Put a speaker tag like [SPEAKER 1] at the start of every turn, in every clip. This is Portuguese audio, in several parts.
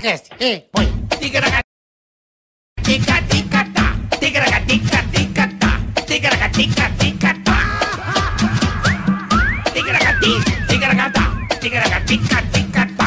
[SPEAKER 1] desce e põe. Tigaraca, tica, tica, tá. Tigaraca, tica, tica, tá. Tigaraca, tica, tica, tá. Tigaraca, ti, tigaraca, tá. Tigaraca, tica, tica, tá.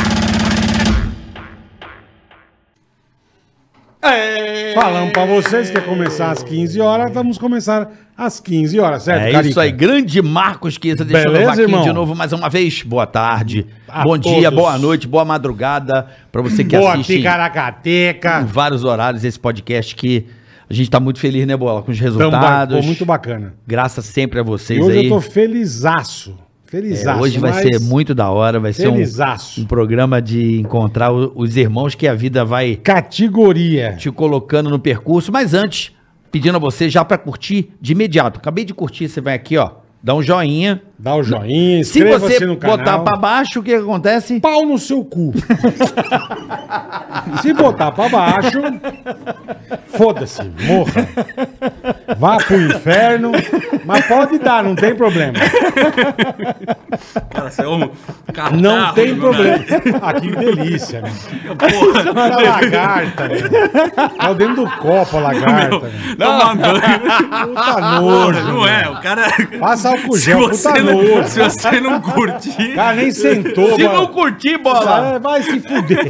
[SPEAKER 2] Falamos pra vocês que ia começar às 15 horas, vamos começar às 15 horas, certo,
[SPEAKER 3] É isso
[SPEAKER 2] Carica?
[SPEAKER 3] aí, grande Marcos Queza, deixando
[SPEAKER 2] Beleza,
[SPEAKER 3] o vaquinho
[SPEAKER 2] irmão?
[SPEAKER 3] de novo mais uma vez. Boa tarde,
[SPEAKER 2] A
[SPEAKER 3] bom dia,
[SPEAKER 2] todos.
[SPEAKER 3] boa noite, boa madrugada pra você que
[SPEAKER 2] Boa,
[SPEAKER 3] assiste em
[SPEAKER 2] ticaracateca.
[SPEAKER 3] vários horários esse podcast que a gente tá muito feliz, né, Bola, com os
[SPEAKER 2] Tamo ba-
[SPEAKER 3] resultados.
[SPEAKER 2] pô, muito bacana.
[SPEAKER 3] Graças sempre a
[SPEAKER 2] E
[SPEAKER 3] vocês
[SPEAKER 2] hoje
[SPEAKER 3] aí.
[SPEAKER 2] eu tô felizaço.
[SPEAKER 3] É,
[SPEAKER 2] Felizaço.
[SPEAKER 3] hoje vai
[SPEAKER 2] mas
[SPEAKER 3] ser muito da hora, vai ser um,
[SPEAKER 2] Felizaço.
[SPEAKER 3] um programa de encontrar o- os irmãos que a vida vai
[SPEAKER 2] Categoria.
[SPEAKER 3] te colocando no percurso, mas antes, pedindo a você já pra curtir de imediato. Acabei de curtir, você vai aqui, ó, dá um joinha.
[SPEAKER 2] Dá o joinha,
[SPEAKER 3] Se
[SPEAKER 2] inscreva-se
[SPEAKER 3] você
[SPEAKER 2] assim no canal.
[SPEAKER 3] botar pra baixo, o que acontece?
[SPEAKER 2] Pau no seu cu. Se botar pra baixo, foda-se, morra. Vá pro inferno, mas pode dar, não tem problema.
[SPEAKER 4] Cara, saiu um carro.
[SPEAKER 2] Não tem problema. Ah, que delícia, meu.
[SPEAKER 4] Porra,
[SPEAKER 2] Olha a lagarta, velho. Tá dentro do copo a lagarta, velho.
[SPEAKER 4] não, não,
[SPEAKER 2] Puta nojo.
[SPEAKER 4] não é. O cara.
[SPEAKER 2] Passa álcool
[SPEAKER 4] Se
[SPEAKER 2] gel, puta
[SPEAKER 4] você, não,
[SPEAKER 2] nojo.
[SPEAKER 4] se você não curtir.
[SPEAKER 2] O cara nem sentou,
[SPEAKER 3] Se
[SPEAKER 2] mano.
[SPEAKER 3] não curtir, bola.
[SPEAKER 2] É, vai se fuder.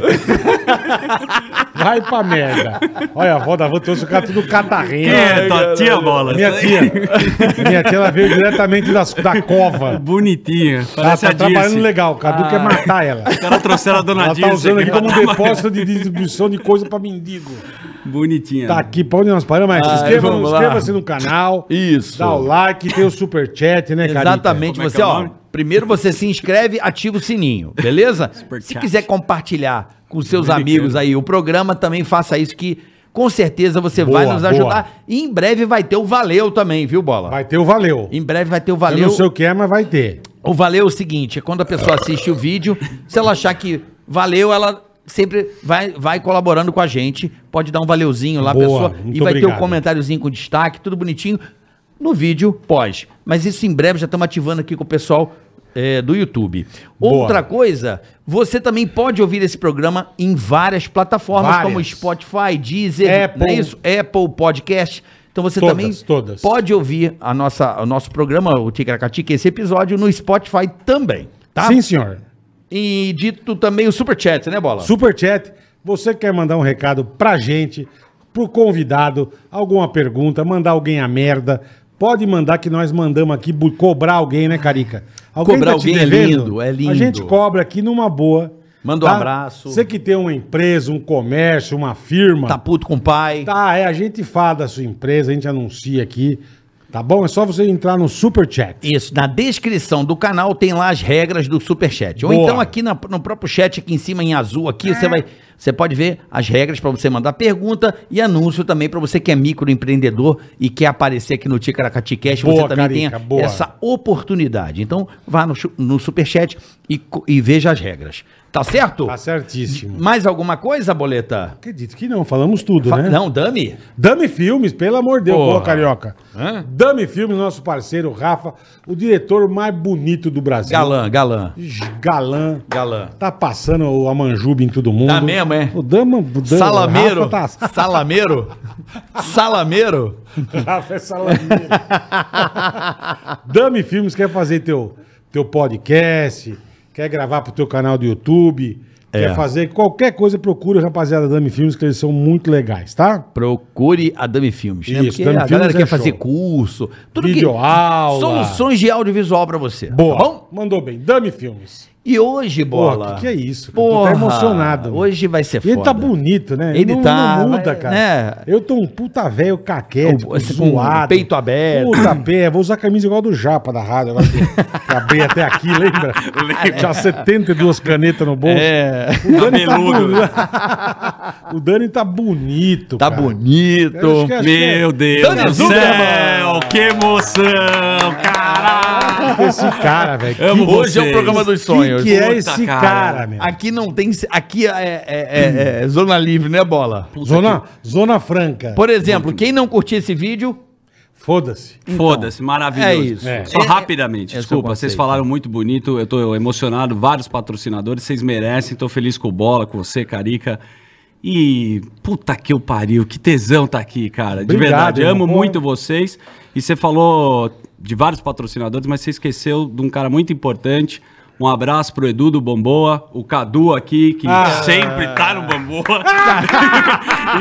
[SPEAKER 2] vai pra merda. Olha, a avó da avó trouxe o cara tudo catarrento.
[SPEAKER 4] Quem é tua tia bola?
[SPEAKER 2] Minha tia. Minha tia, ela veio diretamente das, da cova.
[SPEAKER 4] Bonitinha.
[SPEAKER 2] Ela
[SPEAKER 4] Parece
[SPEAKER 2] tá
[SPEAKER 4] a Dirce.
[SPEAKER 2] trabalhando legal. O Cadu quer matar ela.
[SPEAKER 4] Os caras trouxeram a dona
[SPEAKER 2] Ela tá
[SPEAKER 4] Dirce
[SPEAKER 2] usando aqui
[SPEAKER 4] pra
[SPEAKER 2] como
[SPEAKER 4] dar uma-
[SPEAKER 2] depósito de distribuição de coisa pra mendigo.
[SPEAKER 4] Bonitinha.
[SPEAKER 2] Tá aqui, pra onde nós paramos? Mas
[SPEAKER 3] É. Ah,
[SPEAKER 2] inscreva-
[SPEAKER 3] vamos lá.
[SPEAKER 2] Inscreva-se no canal.
[SPEAKER 3] Isso.
[SPEAKER 2] Dá o like, tem o superchat, né, cara?
[SPEAKER 3] Exatamente.
[SPEAKER 4] Como é que
[SPEAKER 3] Você,
[SPEAKER 4] é o
[SPEAKER 3] ó,
[SPEAKER 4] nome?
[SPEAKER 3] primeiro você se inscreve, ativa o sininho, beleza? se
[SPEAKER 4] chat.
[SPEAKER 3] quiser compartilhar com seus amigos aí o programa, também faça isso que com certeza você
[SPEAKER 2] Boa,
[SPEAKER 3] vai nos
[SPEAKER 2] boa.
[SPEAKER 3] ajudar. E em breve vai ter o Valeu também, viu, Bola?
[SPEAKER 2] Vai ter o valeu.
[SPEAKER 3] Em breve vai ter o
[SPEAKER 2] Eu
[SPEAKER 3] Valeu.
[SPEAKER 2] não sei o que é, mas vai ter.
[SPEAKER 3] O Valeu é o seguinte, é quando a pessoa assiste o vídeo, se ela achar que valeu, ela sempre vai, vai colaborando com a gente. Pode dar um valeuzinho lá,
[SPEAKER 2] Boa,
[SPEAKER 3] pessoa.
[SPEAKER 2] muito
[SPEAKER 3] E vai ter
[SPEAKER 2] obrigado.
[SPEAKER 3] um comentáriozinho com destaque, tudo bonitinho, no vídeo pós. Mas isso em breve já estamos ativando aqui com o pessoal é, do YouTube.
[SPEAKER 2] Boa.
[SPEAKER 3] Outra coisa, você também pode ouvir esse programa em várias plataformas,
[SPEAKER 2] Várias.
[SPEAKER 3] como Spotify, Deezer,
[SPEAKER 2] Apple.
[SPEAKER 3] não é isso? Apple Podcast. Então você
[SPEAKER 2] Todas,
[SPEAKER 3] também
[SPEAKER 2] todas.
[SPEAKER 3] pode ouvir a nossa, o nosso programa, o Ticaracatica, esse episódio no Spotify também, tá?
[SPEAKER 2] Sim, senhor.
[SPEAKER 3] E dito também o Superchat, né, Bola?
[SPEAKER 2] Superchat. Você quer mandar um recado pra gente, pro convidado, alguma pergunta, mandar alguém a merda, pode mandar que nós mandamos aqui bu- cobrar alguém, né, Carica?
[SPEAKER 3] Cobrar
[SPEAKER 2] te
[SPEAKER 3] alguém é
[SPEAKER 2] devendo?
[SPEAKER 3] lindo, é lindo.
[SPEAKER 2] A gente cobra aqui numa boa. tá?
[SPEAKER 3] Manda um abraço.
[SPEAKER 2] Você que tem uma empresa, um comércio, uma firma.
[SPEAKER 3] Tá puto com o pai.
[SPEAKER 2] Tá, é, a gente fala da sua empresa, a gente anuncia aqui, tá bom? É só você entrar no Super Chat.
[SPEAKER 3] Isso, na descrição do canal tem lá as regras do Superchat. Ou
[SPEAKER 2] Boa.
[SPEAKER 3] então aqui na- no próprio chat, aqui em cima, em azul, aqui, você vai. Você pode ver as regras para você mandar pergunta e anúncio também para você que é microempreendedor e quer aparecer aqui no Ticaracati Cash. você
[SPEAKER 2] Boa,
[SPEAKER 3] também
[SPEAKER 2] Carica,
[SPEAKER 3] tem
[SPEAKER 2] boa.
[SPEAKER 3] essa oportunidade. Então, vá no, chu- no Superchat e, co- e veja as regras. Tá certo?
[SPEAKER 2] Tá certíssimo.
[SPEAKER 3] Mais alguma coisa, Boleta?
[SPEAKER 2] Acredito que não, falamos tudo,
[SPEAKER 3] Fa-
[SPEAKER 2] né?
[SPEAKER 3] Não, Dami?
[SPEAKER 2] Dame Filmes, pelo amor de Deus,
[SPEAKER 3] Porra.
[SPEAKER 2] boa carioca. Dame Filmes, nosso parceiro Rafa, o diretor mais bonito do Brasil.
[SPEAKER 3] Galã, galã.
[SPEAKER 2] Galã.
[SPEAKER 3] Galã.
[SPEAKER 2] Tá passando o Amanjuba em todo mundo.
[SPEAKER 3] Tá mesmo, é?
[SPEAKER 2] O Dama, o Dama-
[SPEAKER 3] Salameiro.
[SPEAKER 2] o Rafa, tá...
[SPEAKER 3] Salameiro. Salameiro.
[SPEAKER 2] Rafa é salameiro. Dame Filmes quer fazer teu, teu podcast, quer gravar pro teu canal do YouTube,
[SPEAKER 3] É.
[SPEAKER 2] quer fazer qualquer coisa, procura, rapaziada, Dame Filmes, que eles são muito legais, tá?
[SPEAKER 3] Procure a Dami Filmes, né?
[SPEAKER 2] Isso,
[SPEAKER 3] Porque
[SPEAKER 2] Dami
[SPEAKER 3] a
[SPEAKER 2] Filmes
[SPEAKER 3] galera
[SPEAKER 2] é
[SPEAKER 3] quer
[SPEAKER 2] show.
[SPEAKER 3] fazer curso, tudo
[SPEAKER 2] Videoaula.
[SPEAKER 3] que soluções de audiovisual pra você,
[SPEAKER 2] Boa.
[SPEAKER 3] tá bom?
[SPEAKER 2] Mandou bem. Dame Filmes.
[SPEAKER 3] E hoje, bola.
[SPEAKER 2] Porra, o que, que é isso? cara?
[SPEAKER 3] Porra,
[SPEAKER 2] tu tá emocionado. mano.
[SPEAKER 3] Hoje vai ser
[SPEAKER 2] Ele
[SPEAKER 3] foda.
[SPEAKER 2] tá bonito, né?
[SPEAKER 3] Ele
[SPEAKER 2] não,
[SPEAKER 3] tá,
[SPEAKER 2] Não muda,
[SPEAKER 3] vai,
[SPEAKER 2] cara.
[SPEAKER 3] né?
[SPEAKER 2] Eu tô um puta velho caquético,
[SPEAKER 3] Com- assim, com
[SPEAKER 2] zoado.
[SPEAKER 3] o peito aberto.
[SPEAKER 2] Puta pé. Vou usar a camisa igual a do Japa da rádio. Agora que, que abri até aqui, lembra? Já 72 canetas no bolso.
[SPEAKER 3] É.
[SPEAKER 2] O Dani, tá
[SPEAKER 4] Cabeludo.
[SPEAKER 2] boni- o Dani tá bonito,
[SPEAKER 3] Tá
[SPEAKER 2] cara. Eu
[SPEAKER 3] bonito.
[SPEAKER 2] acho que é-
[SPEAKER 4] Meu Deus
[SPEAKER 3] Dani
[SPEAKER 4] do céu,
[SPEAKER 3] Zuckerman.
[SPEAKER 4] que emoção, caralho.
[SPEAKER 2] é Esse cara, velho. que-
[SPEAKER 4] Amo
[SPEAKER 3] Hoje é o
[SPEAKER 4] vocês.
[SPEAKER 3] programa dos sonhos.
[SPEAKER 2] Que, que é
[SPEAKER 4] Puta,
[SPEAKER 2] esse cara,
[SPEAKER 4] cara.
[SPEAKER 2] meu?
[SPEAKER 3] Aqui não tem. Aqui é, é- é- é zona livre, né, bola?
[SPEAKER 2] Zona, Zona Franca.
[SPEAKER 3] Por exemplo, quem não curtir esse vídeo,
[SPEAKER 2] Foda-se.
[SPEAKER 4] Foda-se, maravilhoso.
[SPEAKER 3] é isso.
[SPEAKER 2] Então, É.
[SPEAKER 4] Só
[SPEAKER 3] É, é-
[SPEAKER 4] rapidamente,
[SPEAKER 3] esse é o
[SPEAKER 4] desculpa, vocês
[SPEAKER 3] conceito.
[SPEAKER 4] falaram muito bonito, eu tô emocionado, vários patrocinadores, vocês merecem, tô feliz com o Bola, com você, Carica. E puta que eu pariu, que tesão tá aqui, cara. De
[SPEAKER 2] Obrigado,
[SPEAKER 4] verdade,
[SPEAKER 2] irmão.
[SPEAKER 4] amo
[SPEAKER 2] Pô.
[SPEAKER 4] muito vocês. E você falou de vários patrocinadores, mas você esqueceu de um cara muito importante. Um abraço pro Edu do Bomboa, o Cadu aqui, que
[SPEAKER 2] Ah.
[SPEAKER 4] sempre tá no Bomboa.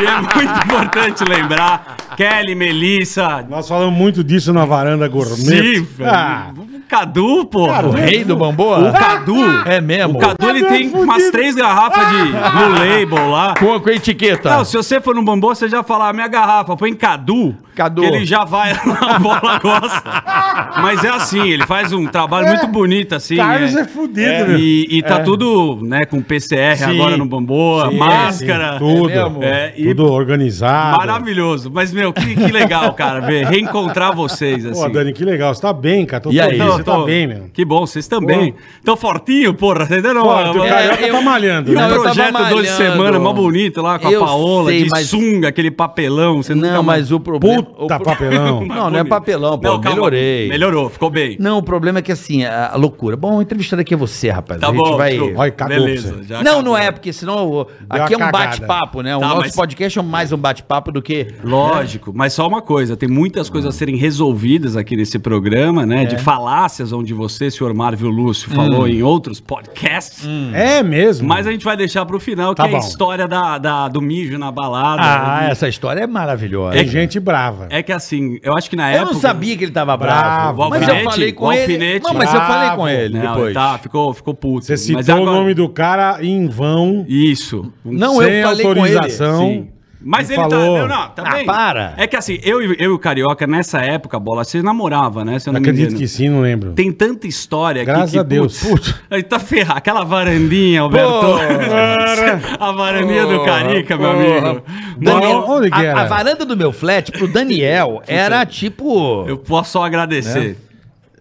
[SPEAKER 4] e é muito importante lembrar. Kelly, Melissa,
[SPEAKER 2] Nós falamos muito disso na varanda gourmet.
[SPEAKER 4] Sim, velho.
[SPEAKER 2] Ah,
[SPEAKER 4] O Cadu, porra.
[SPEAKER 2] Cara,
[SPEAKER 3] O rei do bamboa?
[SPEAKER 4] O Cadu.
[SPEAKER 3] É mesmo.
[SPEAKER 4] O Cadu, ele
[SPEAKER 2] Cadu é
[SPEAKER 4] tem
[SPEAKER 2] fudido. Ah.
[SPEAKER 4] umas três garrafas de Blue Label lá.
[SPEAKER 3] Com, com a etiqueta.
[SPEAKER 4] Não, se você for no bambu, você já fala, "Ah, minha garrafa, põe Cadu,
[SPEAKER 3] Cadu.
[SPEAKER 4] que ele já vai lá, a bola gosta. Mas é assim, ele faz um trabalho muito bonito, assim.
[SPEAKER 2] É. Carlos é fudido, meu.
[SPEAKER 4] E, e tá
[SPEAKER 2] É.
[SPEAKER 4] tudo, né, com PCR
[SPEAKER 2] Sim.
[SPEAKER 4] agora no Bamboa,
[SPEAKER 2] sim,
[SPEAKER 4] máscara.
[SPEAKER 2] sim, tudo.
[SPEAKER 3] É mesmo?
[SPEAKER 4] É, e-
[SPEAKER 2] tudo organizado.
[SPEAKER 4] Maravilhoso. Mas, meu, que, que legal, cara, ver, reencontrar vocês, assim.
[SPEAKER 2] Pô, Dani, que legal. Você tá bem, cara. Tô
[SPEAKER 3] E aí?
[SPEAKER 2] feliz,
[SPEAKER 4] Tô,
[SPEAKER 2] Você
[SPEAKER 4] tô.
[SPEAKER 2] tá bem, meu.
[SPEAKER 4] Que bom, vocês também.
[SPEAKER 2] Pô.
[SPEAKER 4] Tão fortinho, porra. Entenderam?
[SPEAKER 2] Forte, o cara- Carioca tá malhando,
[SPEAKER 4] E
[SPEAKER 2] né?
[SPEAKER 4] o
[SPEAKER 3] Não, É, eu
[SPEAKER 4] projeto
[SPEAKER 3] tava
[SPEAKER 4] dois de
[SPEAKER 3] malhando.
[SPEAKER 4] semana, mó bonito lá, com
[SPEAKER 3] Eu
[SPEAKER 4] a Paola,
[SPEAKER 3] sei,
[SPEAKER 4] de
[SPEAKER 3] mas-
[SPEAKER 4] sunga, aquele papelão. Você nunca
[SPEAKER 3] Não,
[SPEAKER 4] mais-
[SPEAKER 3] mas o problema. o
[SPEAKER 2] Puta
[SPEAKER 3] pro-
[SPEAKER 2] papelão.
[SPEAKER 3] Não, não é papelão, pô.
[SPEAKER 4] Não, calma.
[SPEAKER 3] melhorei.
[SPEAKER 4] Melhorou, ficou bem.
[SPEAKER 3] Não, o problema é que assim, a, a loucura. Bom, entrevistando aqui é você, rapaz.
[SPEAKER 4] Tá
[SPEAKER 3] a gente
[SPEAKER 4] bom,
[SPEAKER 3] vai.
[SPEAKER 4] desculpa.
[SPEAKER 2] Olha, cagou
[SPEAKER 4] Beleza.
[SPEAKER 2] pra você.
[SPEAKER 4] já
[SPEAKER 3] Não,
[SPEAKER 4] cagou.
[SPEAKER 3] não é, porque senão o-
[SPEAKER 2] uma
[SPEAKER 3] aqui é um
[SPEAKER 2] cagada.
[SPEAKER 3] bate-papo, né? O
[SPEAKER 4] Tá,
[SPEAKER 3] nosso
[SPEAKER 4] mas-
[SPEAKER 3] podcast é mais um bate-papo do que.
[SPEAKER 4] Lógico, mas só uma coisa, tem muitas coisas a serem resolvidas aqui nesse programa, né?
[SPEAKER 3] É.
[SPEAKER 4] De falácias, onde você, senhor Marvio Lúcio, falou
[SPEAKER 3] Hum.
[SPEAKER 4] em outros podcasts.
[SPEAKER 2] É mesmo.
[SPEAKER 4] hum. Mas a gente vai deixar pro final,
[SPEAKER 2] Tá
[SPEAKER 4] que é a
[SPEAKER 2] bom.
[SPEAKER 4] história da, da- do mijo na balada.
[SPEAKER 3] Ah, essa história é maravilhosa.
[SPEAKER 2] Tem gente brava.
[SPEAKER 4] É que assim, eu acho que na
[SPEAKER 3] eu
[SPEAKER 4] época.
[SPEAKER 3] não sabia que ele tava bravo.
[SPEAKER 2] Bravo,
[SPEAKER 4] o
[SPEAKER 3] mas eu
[SPEAKER 4] alfinete,
[SPEAKER 3] falei com
[SPEAKER 4] o
[SPEAKER 3] ele.
[SPEAKER 4] alfinete.
[SPEAKER 3] Não, mas eu
[SPEAKER 2] Bravo.
[SPEAKER 3] falei com ele
[SPEAKER 4] Não,
[SPEAKER 3] depois.
[SPEAKER 4] Tá, ficou, ficou puto.
[SPEAKER 2] Você citou
[SPEAKER 4] Mas agora-
[SPEAKER 2] o nome do cara em vão.
[SPEAKER 4] Isso.
[SPEAKER 3] Não, eu falei com ele.
[SPEAKER 4] Sim. Mas
[SPEAKER 2] Não
[SPEAKER 4] ele
[SPEAKER 2] falou.
[SPEAKER 4] tá. Não, não, tá
[SPEAKER 3] Ah,
[SPEAKER 4] bem.
[SPEAKER 3] para.
[SPEAKER 4] É que assim, eu, e- eu e o Carioca, nessa época, bola, vocês namoravam, né? Se eu não me
[SPEAKER 2] Acredito
[SPEAKER 4] engano.
[SPEAKER 2] que sim, não lembro.
[SPEAKER 4] Tem tanta história aqui
[SPEAKER 2] Graças
[SPEAKER 4] que,
[SPEAKER 2] a Deus.
[SPEAKER 4] putz, aí tá ferrado. Aquela varandinha, Alberto. a varandinha do Carica, meu amigo.
[SPEAKER 3] Daniel,
[SPEAKER 2] Mas onde que
[SPEAKER 3] a-
[SPEAKER 2] era?
[SPEAKER 3] A, varanda do meu flat pro Daniel era tipo.
[SPEAKER 4] Eu posso só agradecer.
[SPEAKER 2] Né?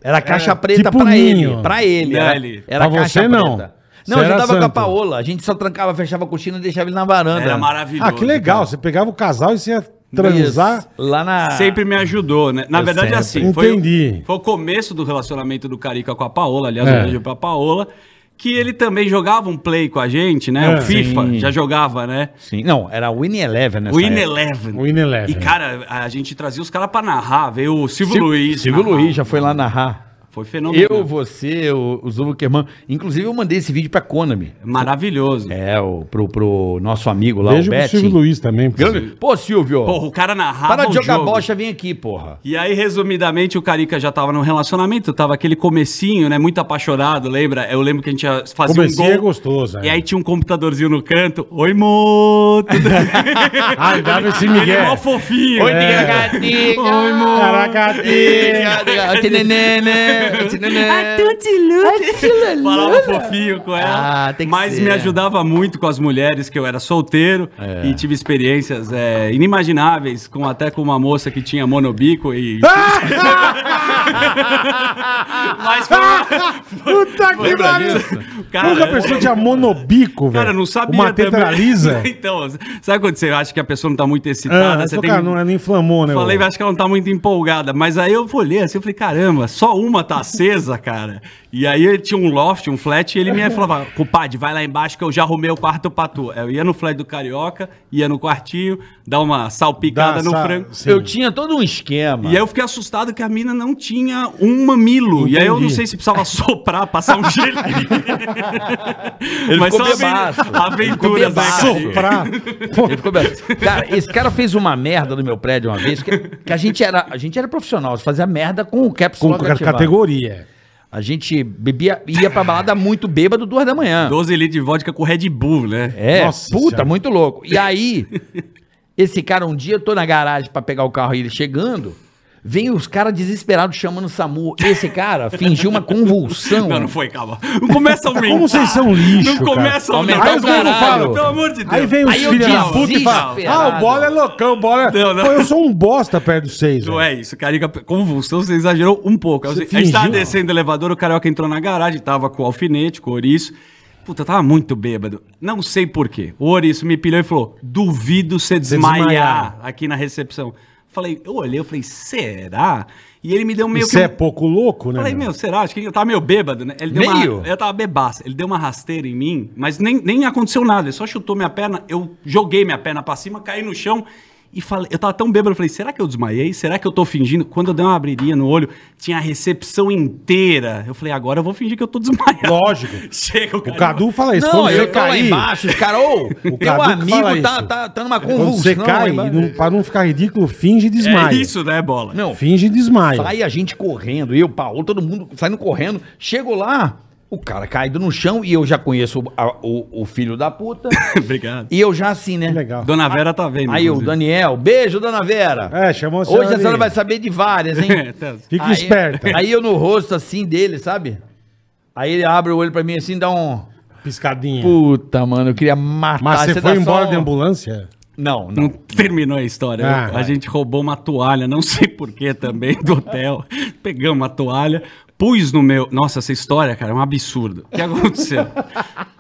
[SPEAKER 3] Era caixa
[SPEAKER 2] Era
[SPEAKER 3] preta
[SPEAKER 2] tipo
[SPEAKER 3] pra
[SPEAKER 2] ninho.
[SPEAKER 3] ele. Pra ele. Era,
[SPEAKER 4] Dele.
[SPEAKER 3] era
[SPEAKER 2] Pra
[SPEAKER 3] caixa
[SPEAKER 2] você, não.
[SPEAKER 3] preta.
[SPEAKER 2] Você
[SPEAKER 3] Não, eu
[SPEAKER 2] era
[SPEAKER 3] ajudava com a
[SPEAKER 2] santo.
[SPEAKER 3] Paola. A gente só trancava, fechava a cortina e deixava ele na varanda.
[SPEAKER 4] Era maravilhoso.
[SPEAKER 2] Ah, que legal. Você pegava o casal e você ia transar.
[SPEAKER 3] Isso. Lá na.
[SPEAKER 4] Sempre me ajudou, né? Na
[SPEAKER 3] Ah. Eu
[SPEAKER 4] verdade, é
[SPEAKER 3] sempre.
[SPEAKER 4] assim. Foi, o-
[SPEAKER 2] Entendi.
[SPEAKER 4] Foi o começo do relacionamento do Carica com a Paola, aliás,
[SPEAKER 2] É.
[SPEAKER 4] um beijo pra Paola. Que ele também jogava um play com a gente, né?
[SPEAKER 2] É.
[SPEAKER 4] O FIFA,
[SPEAKER 3] Sim.
[SPEAKER 4] já jogava, né?
[SPEAKER 3] Sim. Não, era o Win Eleven nessa
[SPEAKER 4] O In
[SPEAKER 3] época.
[SPEAKER 4] Eleven.
[SPEAKER 2] Win Eleven.
[SPEAKER 4] E, cara, a gente trazia os caras pra narrar. Veio o Silvio
[SPEAKER 3] Sil-
[SPEAKER 4] Luiz. Ah,
[SPEAKER 3] Silvio
[SPEAKER 4] narrar.
[SPEAKER 3] Luiz já foi lá narrar.
[SPEAKER 4] Foi fenomenal.
[SPEAKER 3] Eu, você, o, o Zuckerman. Inclusive, eu mandei esse vídeo pra Konami.
[SPEAKER 4] Maravilhoso.
[SPEAKER 3] É, o, pro, pro nosso amigo lá,
[SPEAKER 2] Beijo
[SPEAKER 3] o
[SPEAKER 2] pro
[SPEAKER 3] Betinho.
[SPEAKER 2] Silvio Luiz também. pô.
[SPEAKER 3] Grande- Pô, Silvio,
[SPEAKER 4] Porra, o cara narrava
[SPEAKER 3] para de
[SPEAKER 4] o
[SPEAKER 3] jogar
[SPEAKER 4] jogo.
[SPEAKER 3] bocha, vem aqui, porra.
[SPEAKER 4] E aí, resumidamente, o Carica já tava num relacionamento, tava aquele comecinho, né? Muito apaixonado, lembra? Eu lembro que a gente ia fazer
[SPEAKER 2] Comecinho
[SPEAKER 4] um
[SPEAKER 2] é
[SPEAKER 4] gol.
[SPEAKER 2] gostoso, é.
[SPEAKER 4] E aí tinha um computadorzinho no canto. Oi, mo! Tudo bem?"
[SPEAKER 2] Ah, dava esse
[SPEAKER 4] Ele
[SPEAKER 2] Miguel.
[SPEAKER 4] é mó fofinho.
[SPEAKER 3] Oi,
[SPEAKER 4] né?
[SPEAKER 3] nega gatinha.
[SPEAKER 4] Oi, mo!
[SPEAKER 2] Caraca,
[SPEAKER 3] Nega, nega, oi, nenê, né? Oi, nenê.
[SPEAKER 4] É. Falava fofinho com ela.
[SPEAKER 3] Ah, tem que
[SPEAKER 4] mas
[SPEAKER 3] ser.
[SPEAKER 4] me ajudava muito com as mulheres, que eu era solteiro
[SPEAKER 2] É.
[SPEAKER 4] e tive experiências é, inimagináveis, com, até com uma moça que tinha monobico e.
[SPEAKER 2] Ah,
[SPEAKER 4] mas foi.
[SPEAKER 2] Ah! Puta que
[SPEAKER 4] Lembra
[SPEAKER 2] pariu.
[SPEAKER 4] disso? Cara,
[SPEAKER 2] Nunca pensou que tinha monobico, velho.
[SPEAKER 4] Cara, não sabia
[SPEAKER 2] Uma
[SPEAKER 4] também.
[SPEAKER 2] tetralisa.
[SPEAKER 4] então, sabe quando você acha que a pessoa não tá muito excitada?
[SPEAKER 2] Ah,
[SPEAKER 4] você
[SPEAKER 2] só,
[SPEAKER 4] tem... um
[SPEAKER 2] cara, não, ela inflamou, né?
[SPEAKER 4] Falei,
[SPEAKER 2] o-
[SPEAKER 4] acho que ela não tá muito empolgada. Mas aí eu olhei assim, eu falei, caramba, só uma tá acesa, cara. E aí ele tinha um loft, um flat, e ele me falava, compadre, vai lá embaixo que eu já arrumei o quarto pra tu. Eu ia no flat do Carioca, ia no quartinho, dar uma
[SPEAKER 2] Dá
[SPEAKER 4] salpicada no
[SPEAKER 2] essa-
[SPEAKER 4] frango.
[SPEAKER 2] sim.
[SPEAKER 3] Eu tinha todo um esquema.
[SPEAKER 4] E aí eu fiquei assustado que a mina não tinha um mamilo. E aí eu não
[SPEAKER 2] Entendi.
[SPEAKER 4] sei se precisava soprar, passar um gelinho. Mas
[SPEAKER 3] ficou
[SPEAKER 4] são
[SPEAKER 3] bebaço.
[SPEAKER 4] aven- aventuras, né,
[SPEAKER 3] bebaço.
[SPEAKER 4] cara?
[SPEAKER 2] Soprar.
[SPEAKER 3] Ele ficou bravo. Cara, esse cara fez uma merda no meu prédio uma vez, que, que a gente era, a gente era profissional, você fazia merda com o caps
[SPEAKER 2] Com
[SPEAKER 3] lock
[SPEAKER 2] ca-
[SPEAKER 3] ativado.
[SPEAKER 2] categoria.
[SPEAKER 3] A gente bebia, ia pra balada muito bêbado duas da manhã.
[SPEAKER 4] 12 litros de vodka com Red Bull, né?
[SPEAKER 3] É,
[SPEAKER 2] Nossa
[SPEAKER 3] puta,
[SPEAKER 2] Senhora.
[SPEAKER 3] muito louco. E aí, esse cara, um dia eu tô na garagem pra pegar o carro e ele chegando, vem os caras desesperados chamando o SAMU. Esse cara fingiu uma convulsão.
[SPEAKER 4] Não, não foi, calma. Não começa a aumentar.
[SPEAKER 2] Como vocês são um lixo,
[SPEAKER 4] Não começa a
[SPEAKER 3] cara.
[SPEAKER 4] aumentar.
[SPEAKER 3] Aumentar
[SPEAKER 4] Aí os
[SPEAKER 3] o
[SPEAKER 4] caras
[SPEAKER 3] caralho.
[SPEAKER 4] falam, Então, Pelo amor de Deus.
[SPEAKER 2] Aí vem os
[SPEAKER 3] Aí eu
[SPEAKER 2] filhos da puta e fala:
[SPEAKER 3] desesperado.
[SPEAKER 2] Ah, o bola é loucão, o bola é.
[SPEAKER 4] Não, não.
[SPEAKER 2] Pô, eu sou um bosta perto dos seis.
[SPEAKER 4] Então
[SPEAKER 2] velho.
[SPEAKER 4] é isso, Carica. Convulsão, você exagerou um pouco.
[SPEAKER 2] Você
[SPEAKER 4] a gente tava
[SPEAKER 2] fingiu.
[SPEAKER 4] descendo o elevador, o Carioca entrou na garagem, tava com o alfinete, com o ouriço. Puta, tava muito bêbado. Não sei porquê. O ouriço me pilhou e falou: duvido você desmaiar,
[SPEAKER 2] desmaiar.
[SPEAKER 4] aqui na recepção. Falei, eu olhei, eu falei, será? E ele me deu meio
[SPEAKER 2] Isso
[SPEAKER 4] que. um-
[SPEAKER 2] é pouco louco, né?
[SPEAKER 4] Falei, meu, será? Acho que eu tava meio bêbado, né? Ele deu
[SPEAKER 3] Meio?
[SPEAKER 4] Uma, eu tava bebaça. Ele deu uma rasteira em mim, mas nem, nem aconteceu nada. Ele só chutou minha perna, eu joguei minha perna pra cima, caí no chão e falei, eu tava tão bêbado, eu falei, será que eu desmaiei? Será que eu tô fingindo? Quando eu dei uma abridinha no olho, tinha a recepção inteira. Eu falei, agora eu vou fingir que eu tô desmaiado.
[SPEAKER 2] Lógico.
[SPEAKER 4] Chega o
[SPEAKER 2] O
[SPEAKER 4] cara.
[SPEAKER 2] Cadu fala isso.
[SPEAKER 3] Não,
[SPEAKER 2] quando
[SPEAKER 3] eu
[SPEAKER 2] você
[SPEAKER 3] tô lá
[SPEAKER 2] cair,
[SPEAKER 3] embaixo, os caras, ô, meu
[SPEAKER 2] Cadu que fala
[SPEAKER 3] amigo tá,
[SPEAKER 2] isso. É
[SPEAKER 3] tá, tá numa
[SPEAKER 2] quando
[SPEAKER 3] convulsão.
[SPEAKER 2] você cai,
[SPEAKER 3] lá embaixo.
[SPEAKER 2] não, pra não ficar ridículo, finge e
[SPEAKER 4] É
[SPEAKER 2] desmaia.
[SPEAKER 4] isso, né, bola?
[SPEAKER 3] Não,
[SPEAKER 2] Finge e desmaia.
[SPEAKER 3] sai a gente correndo, eu, Paulo, todo mundo saindo correndo. Chego lá, o cara caído no chão e eu já conheço o, a- o- o filho da puta.
[SPEAKER 4] Obrigado.
[SPEAKER 3] e eu já assim, né?
[SPEAKER 2] Legal.
[SPEAKER 4] Dona Vera tá vendo.
[SPEAKER 3] Aí o
[SPEAKER 4] inclusive.
[SPEAKER 3] Daniel, beijo, dona Vera.
[SPEAKER 2] É, chamou a senhora
[SPEAKER 3] Hoje a senhora
[SPEAKER 2] de-
[SPEAKER 3] vai saber de várias,
[SPEAKER 4] É,
[SPEAKER 3] hein?
[SPEAKER 4] tá.
[SPEAKER 2] Fica
[SPEAKER 3] Aí-
[SPEAKER 2] esperta.
[SPEAKER 3] Aí eu no rosto assim dele, sabe? Aí ele abre o olho pra mim assim, dá um.
[SPEAKER 2] Piscadinha.
[SPEAKER 3] Puta, mano, eu queria matar.
[SPEAKER 2] Mas você
[SPEAKER 3] dá
[SPEAKER 2] foi
[SPEAKER 3] só
[SPEAKER 2] embora
[SPEAKER 3] um-
[SPEAKER 2] de ambulância?
[SPEAKER 3] Não,
[SPEAKER 4] Não
[SPEAKER 3] não.
[SPEAKER 4] terminou a história. Eu-
[SPEAKER 2] Ah,
[SPEAKER 4] a
[SPEAKER 2] vai.
[SPEAKER 4] gente roubou uma toalha, não sei porquê também, do hotel. Pegamos uma toalha, pus no meu. Nossa, essa história, cara, é um absurdo. O que aconteceu?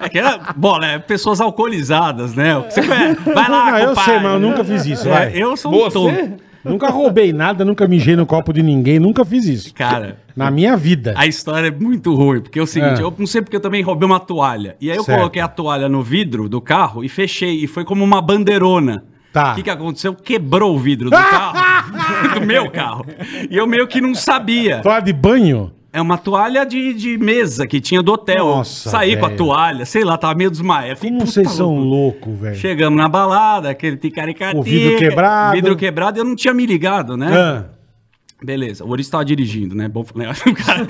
[SPEAKER 4] É que era. Bola, é pessoas alcoolizadas, né? Você conhece? Vai lá,
[SPEAKER 2] Não, eu
[SPEAKER 4] compadre.
[SPEAKER 2] sei, mas eu nunca fiz isso,
[SPEAKER 4] É,
[SPEAKER 2] vai.
[SPEAKER 4] eu sou um
[SPEAKER 3] Você?
[SPEAKER 4] tonto.
[SPEAKER 2] Nunca roubei nada, nunca mijei no copo de ninguém, nunca fiz isso.
[SPEAKER 4] Cara.
[SPEAKER 2] Na minha vida.
[SPEAKER 4] A história é muito ruim, porque é o seguinte,
[SPEAKER 2] É.
[SPEAKER 4] eu não sei porque eu também roubei uma toalha. E aí eu
[SPEAKER 2] Certo.
[SPEAKER 4] coloquei a toalha no vidro do carro e fechei, e foi como uma bandeirona.
[SPEAKER 2] Tá.
[SPEAKER 4] O que, que aconteceu? Quebrou o vidro do carro, do meu carro. E eu meio que não sabia.
[SPEAKER 2] Toalha de banho?
[SPEAKER 4] É uma toalha de, de mesa que tinha do hotel.
[SPEAKER 2] Nossa,
[SPEAKER 4] Saí com a
[SPEAKER 2] velho.
[SPEAKER 4] toalha, sei lá, tava meio desmaiado. Falei,
[SPEAKER 2] Como
[SPEAKER 4] puta
[SPEAKER 2] vocês são
[SPEAKER 4] loucura.
[SPEAKER 2] loucos, velho?
[SPEAKER 4] Chegamos na balada, aquele ticaricatica.
[SPEAKER 2] O vidro quebrado.
[SPEAKER 4] Vidro quebrado, eu não tinha me ligado, né?
[SPEAKER 2] Ah,
[SPEAKER 4] Beleza, o Oris tava dirigindo, né? Bom, né? o cara...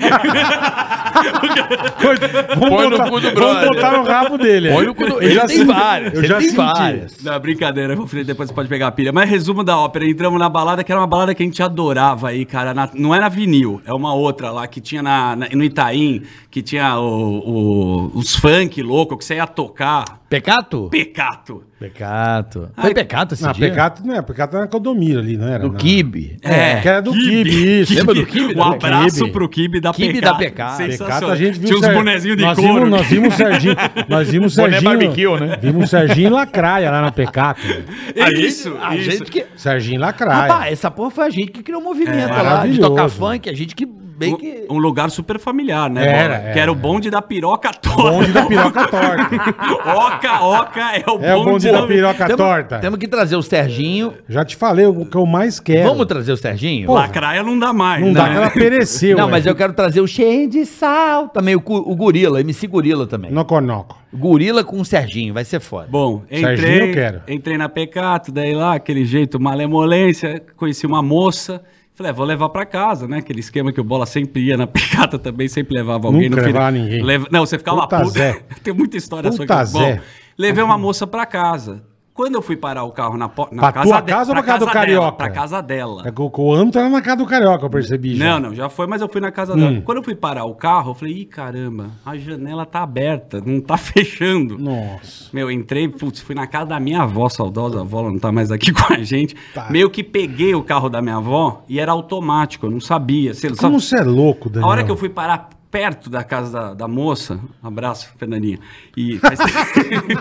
[SPEAKER 2] coisa- vamos,
[SPEAKER 3] Põe no
[SPEAKER 2] botar,
[SPEAKER 3] cu do
[SPEAKER 2] vamos
[SPEAKER 3] brother.
[SPEAKER 2] botar no rabo dele.
[SPEAKER 3] Olha o cu do- Ele tem várias,
[SPEAKER 2] Eu
[SPEAKER 3] ele
[SPEAKER 2] já
[SPEAKER 3] tem
[SPEAKER 2] senti.
[SPEAKER 3] várias.
[SPEAKER 4] Na brincadeira, eu falei, depois você pode pegar a pilha. Mas resumo da ópera, entramos na balada, que era uma balada que a gente adorava aí, cara. Na- não era vinil, é uma outra lá que tinha na, na- no Itaim, que tinha o- o- os funk louco, que você ia tocar.
[SPEAKER 3] Pecato?
[SPEAKER 4] Pecato.
[SPEAKER 3] Pecato. Foi pecato esse
[SPEAKER 2] Não,
[SPEAKER 3] dia?
[SPEAKER 2] pecato não é, pecato era na Codomiro ali, não era?
[SPEAKER 3] Do
[SPEAKER 2] não.
[SPEAKER 3] Kibe.
[SPEAKER 2] É, que era do Kibe, isso.
[SPEAKER 3] Lembra do
[SPEAKER 4] Kibe?
[SPEAKER 3] Kibe? Do
[SPEAKER 4] Um abraço
[SPEAKER 2] Kibe.
[SPEAKER 4] pro Kibe da
[SPEAKER 3] Kibe
[SPEAKER 4] Pecato.
[SPEAKER 3] da Pecato.
[SPEAKER 2] Pecato
[SPEAKER 4] Sensacional.
[SPEAKER 2] a gente viu
[SPEAKER 4] Tinha uns
[SPEAKER 2] Ser-
[SPEAKER 4] bonezinhos de
[SPEAKER 2] nós
[SPEAKER 4] couro.
[SPEAKER 2] Vimos, nós vimos o Serginho. Nós vimos o
[SPEAKER 3] Boné
[SPEAKER 2] Serginho.
[SPEAKER 3] barbecue, né?
[SPEAKER 2] Vimos o Serginho Lacraia lá na Pecato.
[SPEAKER 4] É Isso,
[SPEAKER 3] A
[SPEAKER 4] isso. Ah, é.
[SPEAKER 3] gente que...
[SPEAKER 2] Serginho Lacraia.
[SPEAKER 3] Rapaz, essa porra foi a gente que criou o movimento
[SPEAKER 2] É,
[SPEAKER 3] lá. De
[SPEAKER 2] maravilhoso.
[SPEAKER 3] tocar funk, a gente que bem que...
[SPEAKER 4] Um lugar super familiar, né?
[SPEAKER 2] Era,
[SPEAKER 4] Bola?
[SPEAKER 2] era.
[SPEAKER 4] que era o bonde da piroca torta.
[SPEAKER 2] Bonde da piroca torta.
[SPEAKER 4] Oca, oca é o
[SPEAKER 2] É o bonde da piroca
[SPEAKER 3] Temos-
[SPEAKER 2] torta.
[SPEAKER 3] Temos que trazer o Serginho.
[SPEAKER 2] Já te falei o que eu mais quero.
[SPEAKER 3] Vamos trazer o Serginho?
[SPEAKER 2] É. Pô,
[SPEAKER 4] Lacraia não dá mais.
[SPEAKER 2] Não dá
[SPEAKER 4] né?
[SPEAKER 2] que ela pereceu. é.
[SPEAKER 3] Não, mas eu
[SPEAKER 2] velho.
[SPEAKER 3] quero trazer o cheio de sal também, o, cu- o gorila, MC Gorila também.
[SPEAKER 2] Noconoco.
[SPEAKER 3] Gorila com o Serginho, vai ser foda.
[SPEAKER 4] Bom,
[SPEAKER 2] Serginho
[SPEAKER 4] entrei,
[SPEAKER 2] eu quero.
[SPEAKER 4] entrei na Pecato, daí lá, aquele jeito, malemolência, conheci uma moça, falei, ah, vou levar pra casa, né? Aquele esquema que o Bola sempre ia na Pecato também, sempre levava alguém
[SPEAKER 2] Nunca
[SPEAKER 4] no final.
[SPEAKER 2] levava ninguém.
[SPEAKER 4] Leva- Não, você ficava
[SPEAKER 2] Puta Zé.
[SPEAKER 4] Tem muita história
[SPEAKER 2] Puta
[SPEAKER 4] que-
[SPEAKER 2] Zé.
[SPEAKER 4] levei uma moça pra casa. Quando eu fui parar o carro na, po- na
[SPEAKER 2] Pra tua
[SPEAKER 4] de-
[SPEAKER 2] casa ou pra casa do
[SPEAKER 4] dela?
[SPEAKER 2] Carioca?
[SPEAKER 4] Pra casa dela.
[SPEAKER 2] É que o- O ano tá na cara do carioca, Hum. eu percebi. já.
[SPEAKER 4] Não, não, já foi, mas eu fui na casa dela. Quando eu fui parar o carro, eu falei, ih, caramba, a janela tá aberta, não tá fechando.
[SPEAKER 2] Nossa.
[SPEAKER 4] Meu, entrei, putz, fui na casa da minha avó, saudosa avó, ela não tá mais aqui com a gente.
[SPEAKER 2] Tá.
[SPEAKER 4] Meio que peguei o carro da minha avó e era automático, eu não sabia. Sei, lá, só-
[SPEAKER 2] Como você é louco, Daniel.
[SPEAKER 4] A hora que eu fui parar perto da casa da, da moça, um abraço, Fernandinha, e faz,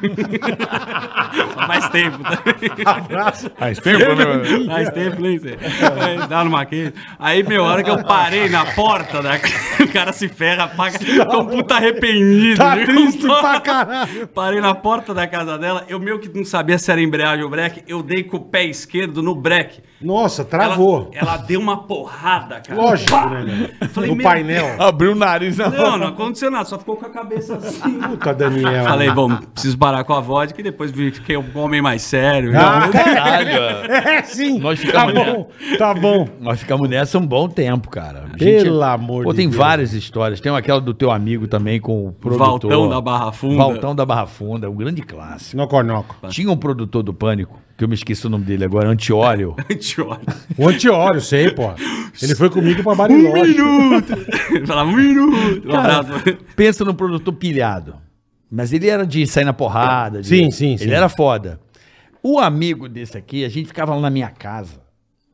[SPEAKER 4] faz tempo tá? também.
[SPEAKER 2] Abraço.
[SPEAKER 5] Mas tem um problema.
[SPEAKER 4] né, Faz tempo, nem sei. Aí, Dá no maquete. Aí, meu, a hora que eu parei na porta, da... o cara se ferra, apaga. Tô um puta arrependido.
[SPEAKER 2] Tá
[SPEAKER 4] viu?
[SPEAKER 2] triste pra caralho.
[SPEAKER 4] Parei na porta da casa dela. Eu meio que não sabia se era embreagem ou breque. Eu dei com o pé esquerdo no breque.
[SPEAKER 2] Nossa,
[SPEAKER 4] Ela-
[SPEAKER 2] travou.
[SPEAKER 4] Ela, deu uma porrada, cara.
[SPEAKER 2] Lógico,
[SPEAKER 4] Pá!
[SPEAKER 2] né? Falei,
[SPEAKER 4] Eu Falei,
[SPEAKER 2] no
[SPEAKER 4] meu
[SPEAKER 2] painel.
[SPEAKER 5] Abriu o nariz na
[SPEAKER 4] Não, não aconteceu nada. Só ficou com a cabeça assim.
[SPEAKER 2] Puta, Daniel. Ah,
[SPEAKER 4] Falei, bom, preciso parar com a vodka e depois vi que é um homem mais sério. um
[SPEAKER 2] Ah,
[SPEAKER 3] Caralho, é.
[SPEAKER 2] é sim.
[SPEAKER 3] Nós
[SPEAKER 2] tá
[SPEAKER 3] ficamos
[SPEAKER 2] bom, tá bom.
[SPEAKER 3] nós ficamos nessa um bom tempo, cara. A
[SPEAKER 2] Pelo amor
[SPEAKER 3] é- pô,
[SPEAKER 2] de
[SPEAKER 3] tem
[SPEAKER 2] Deus.
[SPEAKER 3] várias histórias. Tem aquela do teu amigo também com o produtor.
[SPEAKER 4] Valtão da Barra Funda.
[SPEAKER 3] Valtão da Barra Funda, um grande clássico.
[SPEAKER 2] Noconoco.
[SPEAKER 3] Tinha um produtor do Pânico, que eu me esqueci o nome dele agora, Antióleo.
[SPEAKER 4] Te olha.
[SPEAKER 2] O antiório, sei, pô. Ele foi comigo pra Bariloche.
[SPEAKER 4] Falava um minuto. Um
[SPEAKER 3] Cara,
[SPEAKER 4] abraço.
[SPEAKER 3] pensa num produtor pilhado. Mas ele era de sair na porrada. de-
[SPEAKER 2] Sim, sim,
[SPEAKER 3] Ele
[SPEAKER 2] sim.
[SPEAKER 3] era foda. O amigo desse aqui, a gente ficava lá na minha casa.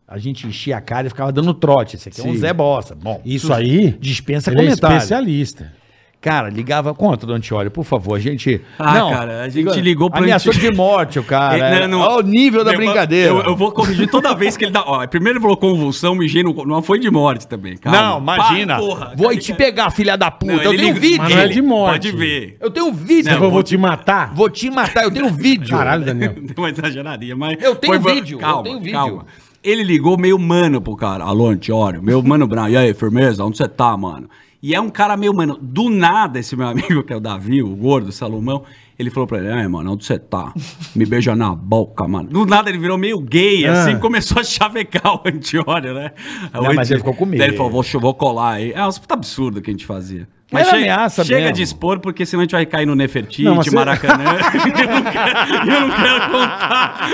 [SPEAKER 3] A gente enchia a cara e ficava dando trote. Esse aqui é um
[SPEAKER 2] Sim.
[SPEAKER 3] Zé Bossa. Bom,
[SPEAKER 2] Isso aí,
[SPEAKER 3] dispensa
[SPEAKER 2] ele é
[SPEAKER 3] comentário.
[SPEAKER 2] especialista.
[SPEAKER 3] Cara, ligava contra, Don Tioli, por favor, a gente...
[SPEAKER 4] Ah, cara, a gente ligou pro
[SPEAKER 3] Ameaçou
[SPEAKER 4] Antioli.
[SPEAKER 3] de morte o cara. é.
[SPEAKER 4] Ele- não, não.
[SPEAKER 3] Olha o nível da
[SPEAKER 4] Eu-
[SPEAKER 3] brincadeira.
[SPEAKER 4] Eu, eu vou corrigir toda vez que ele dá. Ó, primeiro ele falou convulsão, mijei no. Não foi de morte também, cara.
[SPEAKER 3] Não, imagina.
[SPEAKER 4] tá
[SPEAKER 3] vou te pegar, filha da puta. eu tenho um vídeo.
[SPEAKER 2] Mas não é de morte.
[SPEAKER 4] Pode ver.
[SPEAKER 3] Eu tenho um vídeo.
[SPEAKER 2] Eu vou, vou te matar.
[SPEAKER 3] Vou te matar, eu tenho um vídeo.
[SPEAKER 2] Caralho, Daniel.
[SPEAKER 4] Deu uma exageradinha, mas.
[SPEAKER 3] Eu tenho
[SPEAKER 4] foi-
[SPEAKER 3] vídeo, eu
[SPEAKER 4] Calma,
[SPEAKER 3] tenho vídeo.
[SPEAKER 4] calma. Ele ligou meio mano pro cara. Alô, Antiório, meu mano Brown. E aí, firmeza? Onde você tá, mano? E é um cara meio mano. Do nada, esse meu amigo, que é o Davi, o gordo, o Salomão, ele falou pra ele: É, mano, onde você tá? Me beija na boca, mano. Do nada ele virou meio gay,
[SPEAKER 2] Ah.
[SPEAKER 4] assim, começou a chavecar o Antiório, né? Aí o
[SPEAKER 3] Não, Ah, mas
[SPEAKER 4] Anti-
[SPEAKER 3] ele ficou com medo.
[SPEAKER 4] Daí ele falou: Vou, vou colar aí. É um puta absurdo que a gente fazia.
[SPEAKER 3] Mas era
[SPEAKER 4] chega,
[SPEAKER 3] ameaça
[SPEAKER 4] chega
[SPEAKER 3] mesmo.
[SPEAKER 4] de expor, porque senão a gente vai cair no Nefertiti,
[SPEAKER 2] Não, mas você-
[SPEAKER 4] Maracanã. eu, não quero, eu não quero contar.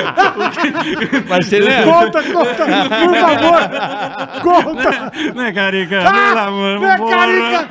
[SPEAKER 3] Mas você lembra?
[SPEAKER 2] Conta, conta, por favor. Conta.
[SPEAKER 4] Né, Carica? Pelo amor,
[SPEAKER 2] né,
[SPEAKER 4] bora.
[SPEAKER 2] Carica?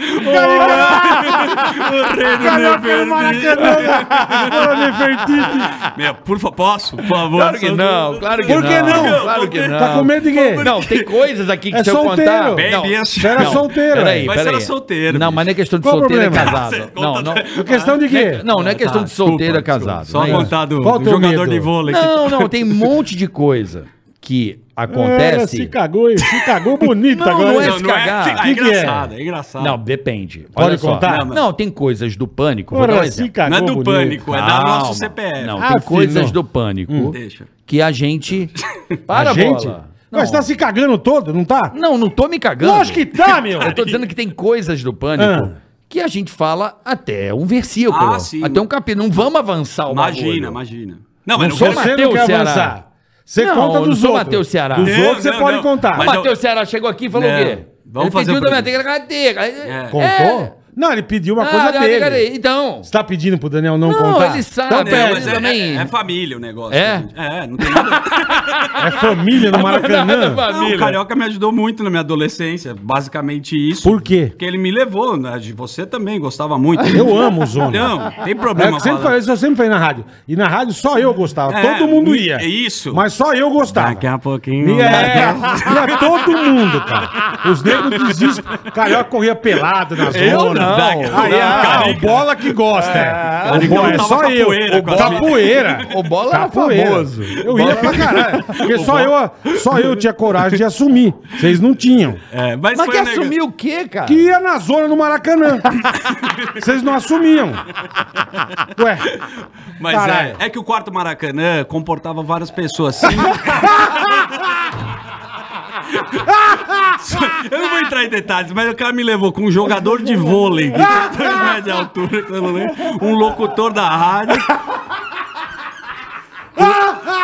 [SPEAKER 4] Bora. O rei do
[SPEAKER 2] Calhou pelo
[SPEAKER 4] Nefertiti.
[SPEAKER 2] Maracanã. Pelo Nefertiti.
[SPEAKER 4] Meu, por favor, posso? Por favor.
[SPEAKER 3] Claro que
[SPEAKER 4] só-
[SPEAKER 3] não, claro que
[SPEAKER 2] Por que não?
[SPEAKER 3] Claro que não.
[SPEAKER 2] Tá com medo de quê?
[SPEAKER 3] Não, tem coisas aqui que
[SPEAKER 2] É
[SPEAKER 3] se eu
[SPEAKER 2] solteiro.
[SPEAKER 3] contar...
[SPEAKER 4] Bem,
[SPEAKER 3] não,
[SPEAKER 4] bicho.
[SPEAKER 2] Você era
[SPEAKER 3] não,
[SPEAKER 2] solteiro.
[SPEAKER 3] Peraí,
[SPEAKER 4] é Mas
[SPEAKER 3] peraí.
[SPEAKER 4] era solteiro,
[SPEAKER 3] Não,
[SPEAKER 4] bicho.
[SPEAKER 3] mas não é questão de
[SPEAKER 2] Qual o
[SPEAKER 3] solteiro é
[SPEAKER 2] problema?
[SPEAKER 4] Você
[SPEAKER 3] casado.
[SPEAKER 4] conta-
[SPEAKER 3] Não, não.
[SPEAKER 2] A questão de quê?
[SPEAKER 3] Não, não é questão
[SPEAKER 4] Tá,
[SPEAKER 3] de solteiro
[SPEAKER 4] desculpa,
[SPEAKER 3] é casado.
[SPEAKER 4] desculpa. Só
[SPEAKER 3] não é isso.
[SPEAKER 4] contar do,
[SPEAKER 2] Qual o
[SPEAKER 4] do
[SPEAKER 2] teu
[SPEAKER 4] jogador
[SPEAKER 2] medo?
[SPEAKER 4] de vôlei. que-
[SPEAKER 3] Não, não, tem um monte de coisa que
[SPEAKER 2] Ela
[SPEAKER 3] acontece.
[SPEAKER 2] É, se cagou, hein? se cagou bonito
[SPEAKER 3] Não,
[SPEAKER 2] agora.
[SPEAKER 3] não
[SPEAKER 2] hein?
[SPEAKER 3] é se cagar.
[SPEAKER 4] Ah,
[SPEAKER 2] Que que é?
[SPEAKER 4] engraçado, é engraçado.
[SPEAKER 3] Não, depende.
[SPEAKER 2] Pode
[SPEAKER 3] Olha só.
[SPEAKER 2] contar?
[SPEAKER 3] Não, não. Não, tem coisas do pânico. vou dar um
[SPEAKER 2] Ora, se
[SPEAKER 3] exemplo.
[SPEAKER 2] cagou
[SPEAKER 4] Não é do
[SPEAKER 2] bonito.
[SPEAKER 4] pânico, é da
[SPEAKER 3] Calma.
[SPEAKER 4] nosso CPF.
[SPEAKER 3] Não,
[SPEAKER 2] Ah,
[SPEAKER 3] tem
[SPEAKER 2] filho,
[SPEAKER 3] coisas
[SPEAKER 2] não. Hum.
[SPEAKER 3] do pânico
[SPEAKER 4] Deixa.
[SPEAKER 3] que a gente.
[SPEAKER 2] A
[SPEAKER 3] Para,
[SPEAKER 2] gente?
[SPEAKER 3] bola. Não,
[SPEAKER 2] Mas tá se cagando todo, não tá?
[SPEAKER 3] não, não tô me cagando.
[SPEAKER 2] Lógico que tá, meu.
[SPEAKER 3] Eu tô dizendo que tem coisas do pânico
[SPEAKER 2] Ah.
[SPEAKER 3] que a gente fala até um versículo.
[SPEAKER 4] Ah, sim.
[SPEAKER 3] Até um capítulo. Não vamos avançar o
[SPEAKER 4] Imagina,
[SPEAKER 3] bagulho.
[SPEAKER 4] imagina. Não,
[SPEAKER 3] Não
[SPEAKER 4] mas não,
[SPEAKER 3] sou
[SPEAKER 4] quero-
[SPEAKER 2] Você não
[SPEAKER 3] Mateus
[SPEAKER 2] quer
[SPEAKER 3] Ceará.
[SPEAKER 2] avançar. Você
[SPEAKER 3] Não,
[SPEAKER 2] conta
[SPEAKER 3] eu
[SPEAKER 2] dos
[SPEAKER 3] sou
[SPEAKER 2] outros.
[SPEAKER 3] Mateus Ceará.
[SPEAKER 2] Dos
[SPEAKER 4] Não,
[SPEAKER 2] outros você
[SPEAKER 4] não,
[SPEAKER 2] pode
[SPEAKER 4] não.
[SPEAKER 2] contar.
[SPEAKER 3] Mas
[SPEAKER 4] Mas
[SPEAKER 3] Mateus Ah, Ceará chegou aqui e falou
[SPEAKER 4] Não,
[SPEAKER 3] o quê?
[SPEAKER 4] vamos
[SPEAKER 3] Ele
[SPEAKER 4] fazer
[SPEAKER 3] pediu
[SPEAKER 4] o
[SPEAKER 3] também a
[SPEAKER 4] programa.
[SPEAKER 3] tegra. É.
[SPEAKER 2] Contou? Não, ele pediu uma coisa
[SPEAKER 3] Ah,
[SPEAKER 2] dele.
[SPEAKER 3] cara, Então.
[SPEAKER 2] Você tá pedindo pro Daniel não,
[SPEAKER 3] Não,
[SPEAKER 2] contar?
[SPEAKER 3] ele sabe.
[SPEAKER 2] Então,
[SPEAKER 4] É,
[SPEAKER 2] pera,
[SPEAKER 4] mas é,
[SPEAKER 3] também.
[SPEAKER 4] é- é família o negócio.
[SPEAKER 3] É?
[SPEAKER 4] gente. É, não tem nada.
[SPEAKER 2] é família no
[SPEAKER 3] Nada,
[SPEAKER 2] Maracanã?
[SPEAKER 4] Não,
[SPEAKER 3] família.
[SPEAKER 4] o é Carioca me ajudou muito na minha adolescência. Basicamente isso.
[SPEAKER 2] Por quê?
[SPEAKER 4] Porque ele me levou. Né? De Você também gostava muito.
[SPEAKER 2] Eu amo o Zona.
[SPEAKER 4] Não, tem
[SPEAKER 2] É o
[SPEAKER 4] problema.
[SPEAKER 2] que sempre
[SPEAKER 4] falar.
[SPEAKER 2] falei, isso eu sempre falei na rádio. E na rádio só eu gostava.
[SPEAKER 4] É,
[SPEAKER 2] todo mundo
[SPEAKER 4] mi-
[SPEAKER 2] ia.
[SPEAKER 4] é isso.
[SPEAKER 2] Mas só eu gostava.
[SPEAKER 4] Daqui a pouquinho.
[SPEAKER 2] E é, e é todo mundo, cara. Os negros desistem. Carioca corria pelado na zona.
[SPEAKER 3] Eu não.
[SPEAKER 2] Aí é
[SPEAKER 4] Não,
[SPEAKER 2] ah, o
[SPEAKER 4] Carica.
[SPEAKER 2] bola que gosta. é. o
[SPEAKER 4] Carica
[SPEAKER 2] bola é
[SPEAKER 4] tava
[SPEAKER 2] só eu. Tá
[SPEAKER 4] capoeira
[SPEAKER 2] O
[SPEAKER 4] com a
[SPEAKER 2] bola- capoeira.
[SPEAKER 3] O Bola era famoso.
[SPEAKER 2] Eu ia pra caralho. Porque só eu, só eu tinha coragem de assumir. Vocês não tinham.
[SPEAKER 4] É, mas
[SPEAKER 3] Mas
[SPEAKER 4] foi
[SPEAKER 3] quer
[SPEAKER 4] um negócio-
[SPEAKER 3] assumir o quê, cara?
[SPEAKER 2] Que ia na zona do Maracanã. Vocês não assumiam. Ué.
[SPEAKER 4] Mas
[SPEAKER 2] Caralho.
[SPEAKER 4] é, é que o quarto Maracanã comportava várias pessoas. Sim. eu não vou entrar em detalhes, mas o cara me levou com um jogador de vôlei tá de 14 metros de altura, que eu não lembro, um locutor da rádio.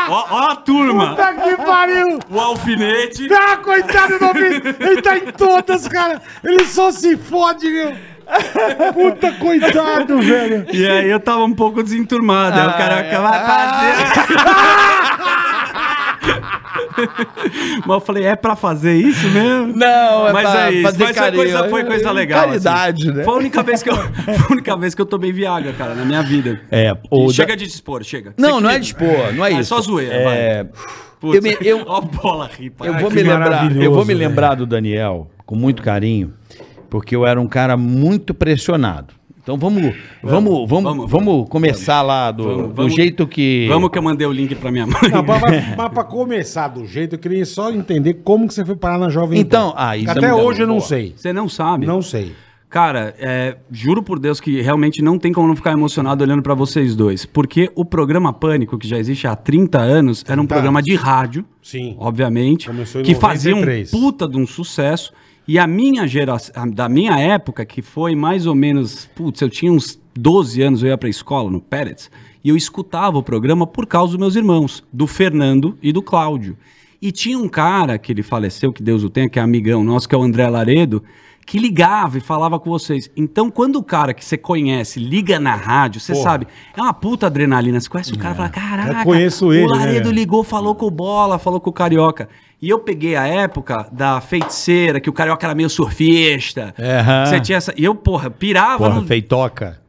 [SPEAKER 4] Ó, ó a turma,
[SPEAKER 2] Puta que pariu!
[SPEAKER 4] o alfinete.
[SPEAKER 2] Ah, coitado do Vitor! Ele tá em todas, cara! Ele só se fode, meu! Puta coitado, velho!
[SPEAKER 4] E aí eu tava um pouco desenturmado. Aí o cara acaba fazer. Mas eu falei, é pra fazer isso mesmo?
[SPEAKER 3] Não, é
[SPEAKER 4] mas
[SPEAKER 3] pra
[SPEAKER 4] é isso.
[SPEAKER 3] fazer
[SPEAKER 4] mas foi
[SPEAKER 3] carinho. É,
[SPEAKER 4] coisa, foi coisa legal. assim.
[SPEAKER 3] Caridade, né?
[SPEAKER 4] Foi um a única vez que eu, foi a única vez que eu tomei Viagra, cara, na minha vida.
[SPEAKER 3] É, o
[SPEAKER 4] E
[SPEAKER 3] da-
[SPEAKER 4] chega de dispor, chega.
[SPEAKER 3] Não,
[SPEAKER 4] Você
[SPEAKER 3] não é
[SPEAKER 4] que-
[SPEAKER 3] dispor, não é
[SPEAKER 4] Ah, é
[SPEAKER 3] isso.
[SPEAKER 4] só zoeira,
[SPEAKER 3] É,
[SPEAKER 4] Putz,
[SPEAKER 3] eu me- eu-
[SPEAKER 4] Ó a bola ripa.
[SPEAKER 3] eu vou
[SPEAKER 2] que
[SPEAKER 3] me lembrar, eu vou
[SPEAKER 2] maravilhoso,
[SPEAKER 3] me
[SPEAKER 4] né?
[SPEAKER 3] lembrar do Daniel com muito carinho, porque eu era um cara muito pressionado. Então vamos, vamos, vamos, vamos,
[SPEAKER 4] vamos,
[SPEAKER 3] começar lá do, do
[SPEAKER 4] vamos-
[SPEAKER 3] jeito que
[SPEAKER 4] Vamos que eu mandei o link pra minha mãe.
[SPEAKER 2] Não, mas, mas- mas pra começar do jeito, eu queria só entender como que você foi parar na Jovem
[SPEAKER 3] Então, ah, isso é
[SPEAKER 2] Até
[SPEAKER 3] muito
[SPEAKER 2] hoje eu não
[SPEAKER 3] boa.
[SPEAKER 2] sei.
[SPEAKER 4] Você não sabe.
[SPEAKER 2] Não sei.
[SPEAKER 4] Cara, é, juro por Deus que realmente não tem como não ficar emocionado olhando pra vocês dois. Porque o programa Pânico, que já existe há 30 anos, era um programa de rádio,
[SPEAKER 2] Sim.
[SPEAKER 4] obviamente,
[SPEAKER 2] Começou em
[SPEAKER 4] que fazia um
[SPEAKER 2] 93.
[SPEAKER 4] puta de um sucesso. E a minha geração, da minha época, que foi mais ou menos, putz, eu tinha uns 12 anos, eu ia pra escola no Pérez, e eu escutava o programa por causa dos meus irmãos, do Fernando e do Cláudio. E tinha um cara que ele faleceu, que Deus o tenha, que é amigão nosso, que é o André Laredo, que ligava e falava com vocês. Então, quando o cara que você conhece liga na rádio, você sabe, é uma puta adrenalina. Você conhece o cara e fala, caraca,
[SPEAKER 2] É. conheço ele,
[SPEAKER 4] o
[SPEAKER 2] né,
[SPEAKER 4] Laredo
[SPEAKER 2] velho?"
[SPEAKER 4] ligou, falou com o Bola, falou com o Carioca. E eu peguei a época da feiticeira, que o Carioca era meio surfista.
[SPEAKER 3] Aham.
[SPEAKER 4] Você tinha essa... E eu, porra, pirava...
[SPEAKER 3] Porra,
[SPEAKER 4] no-
[SPEAKER 3] feitoca.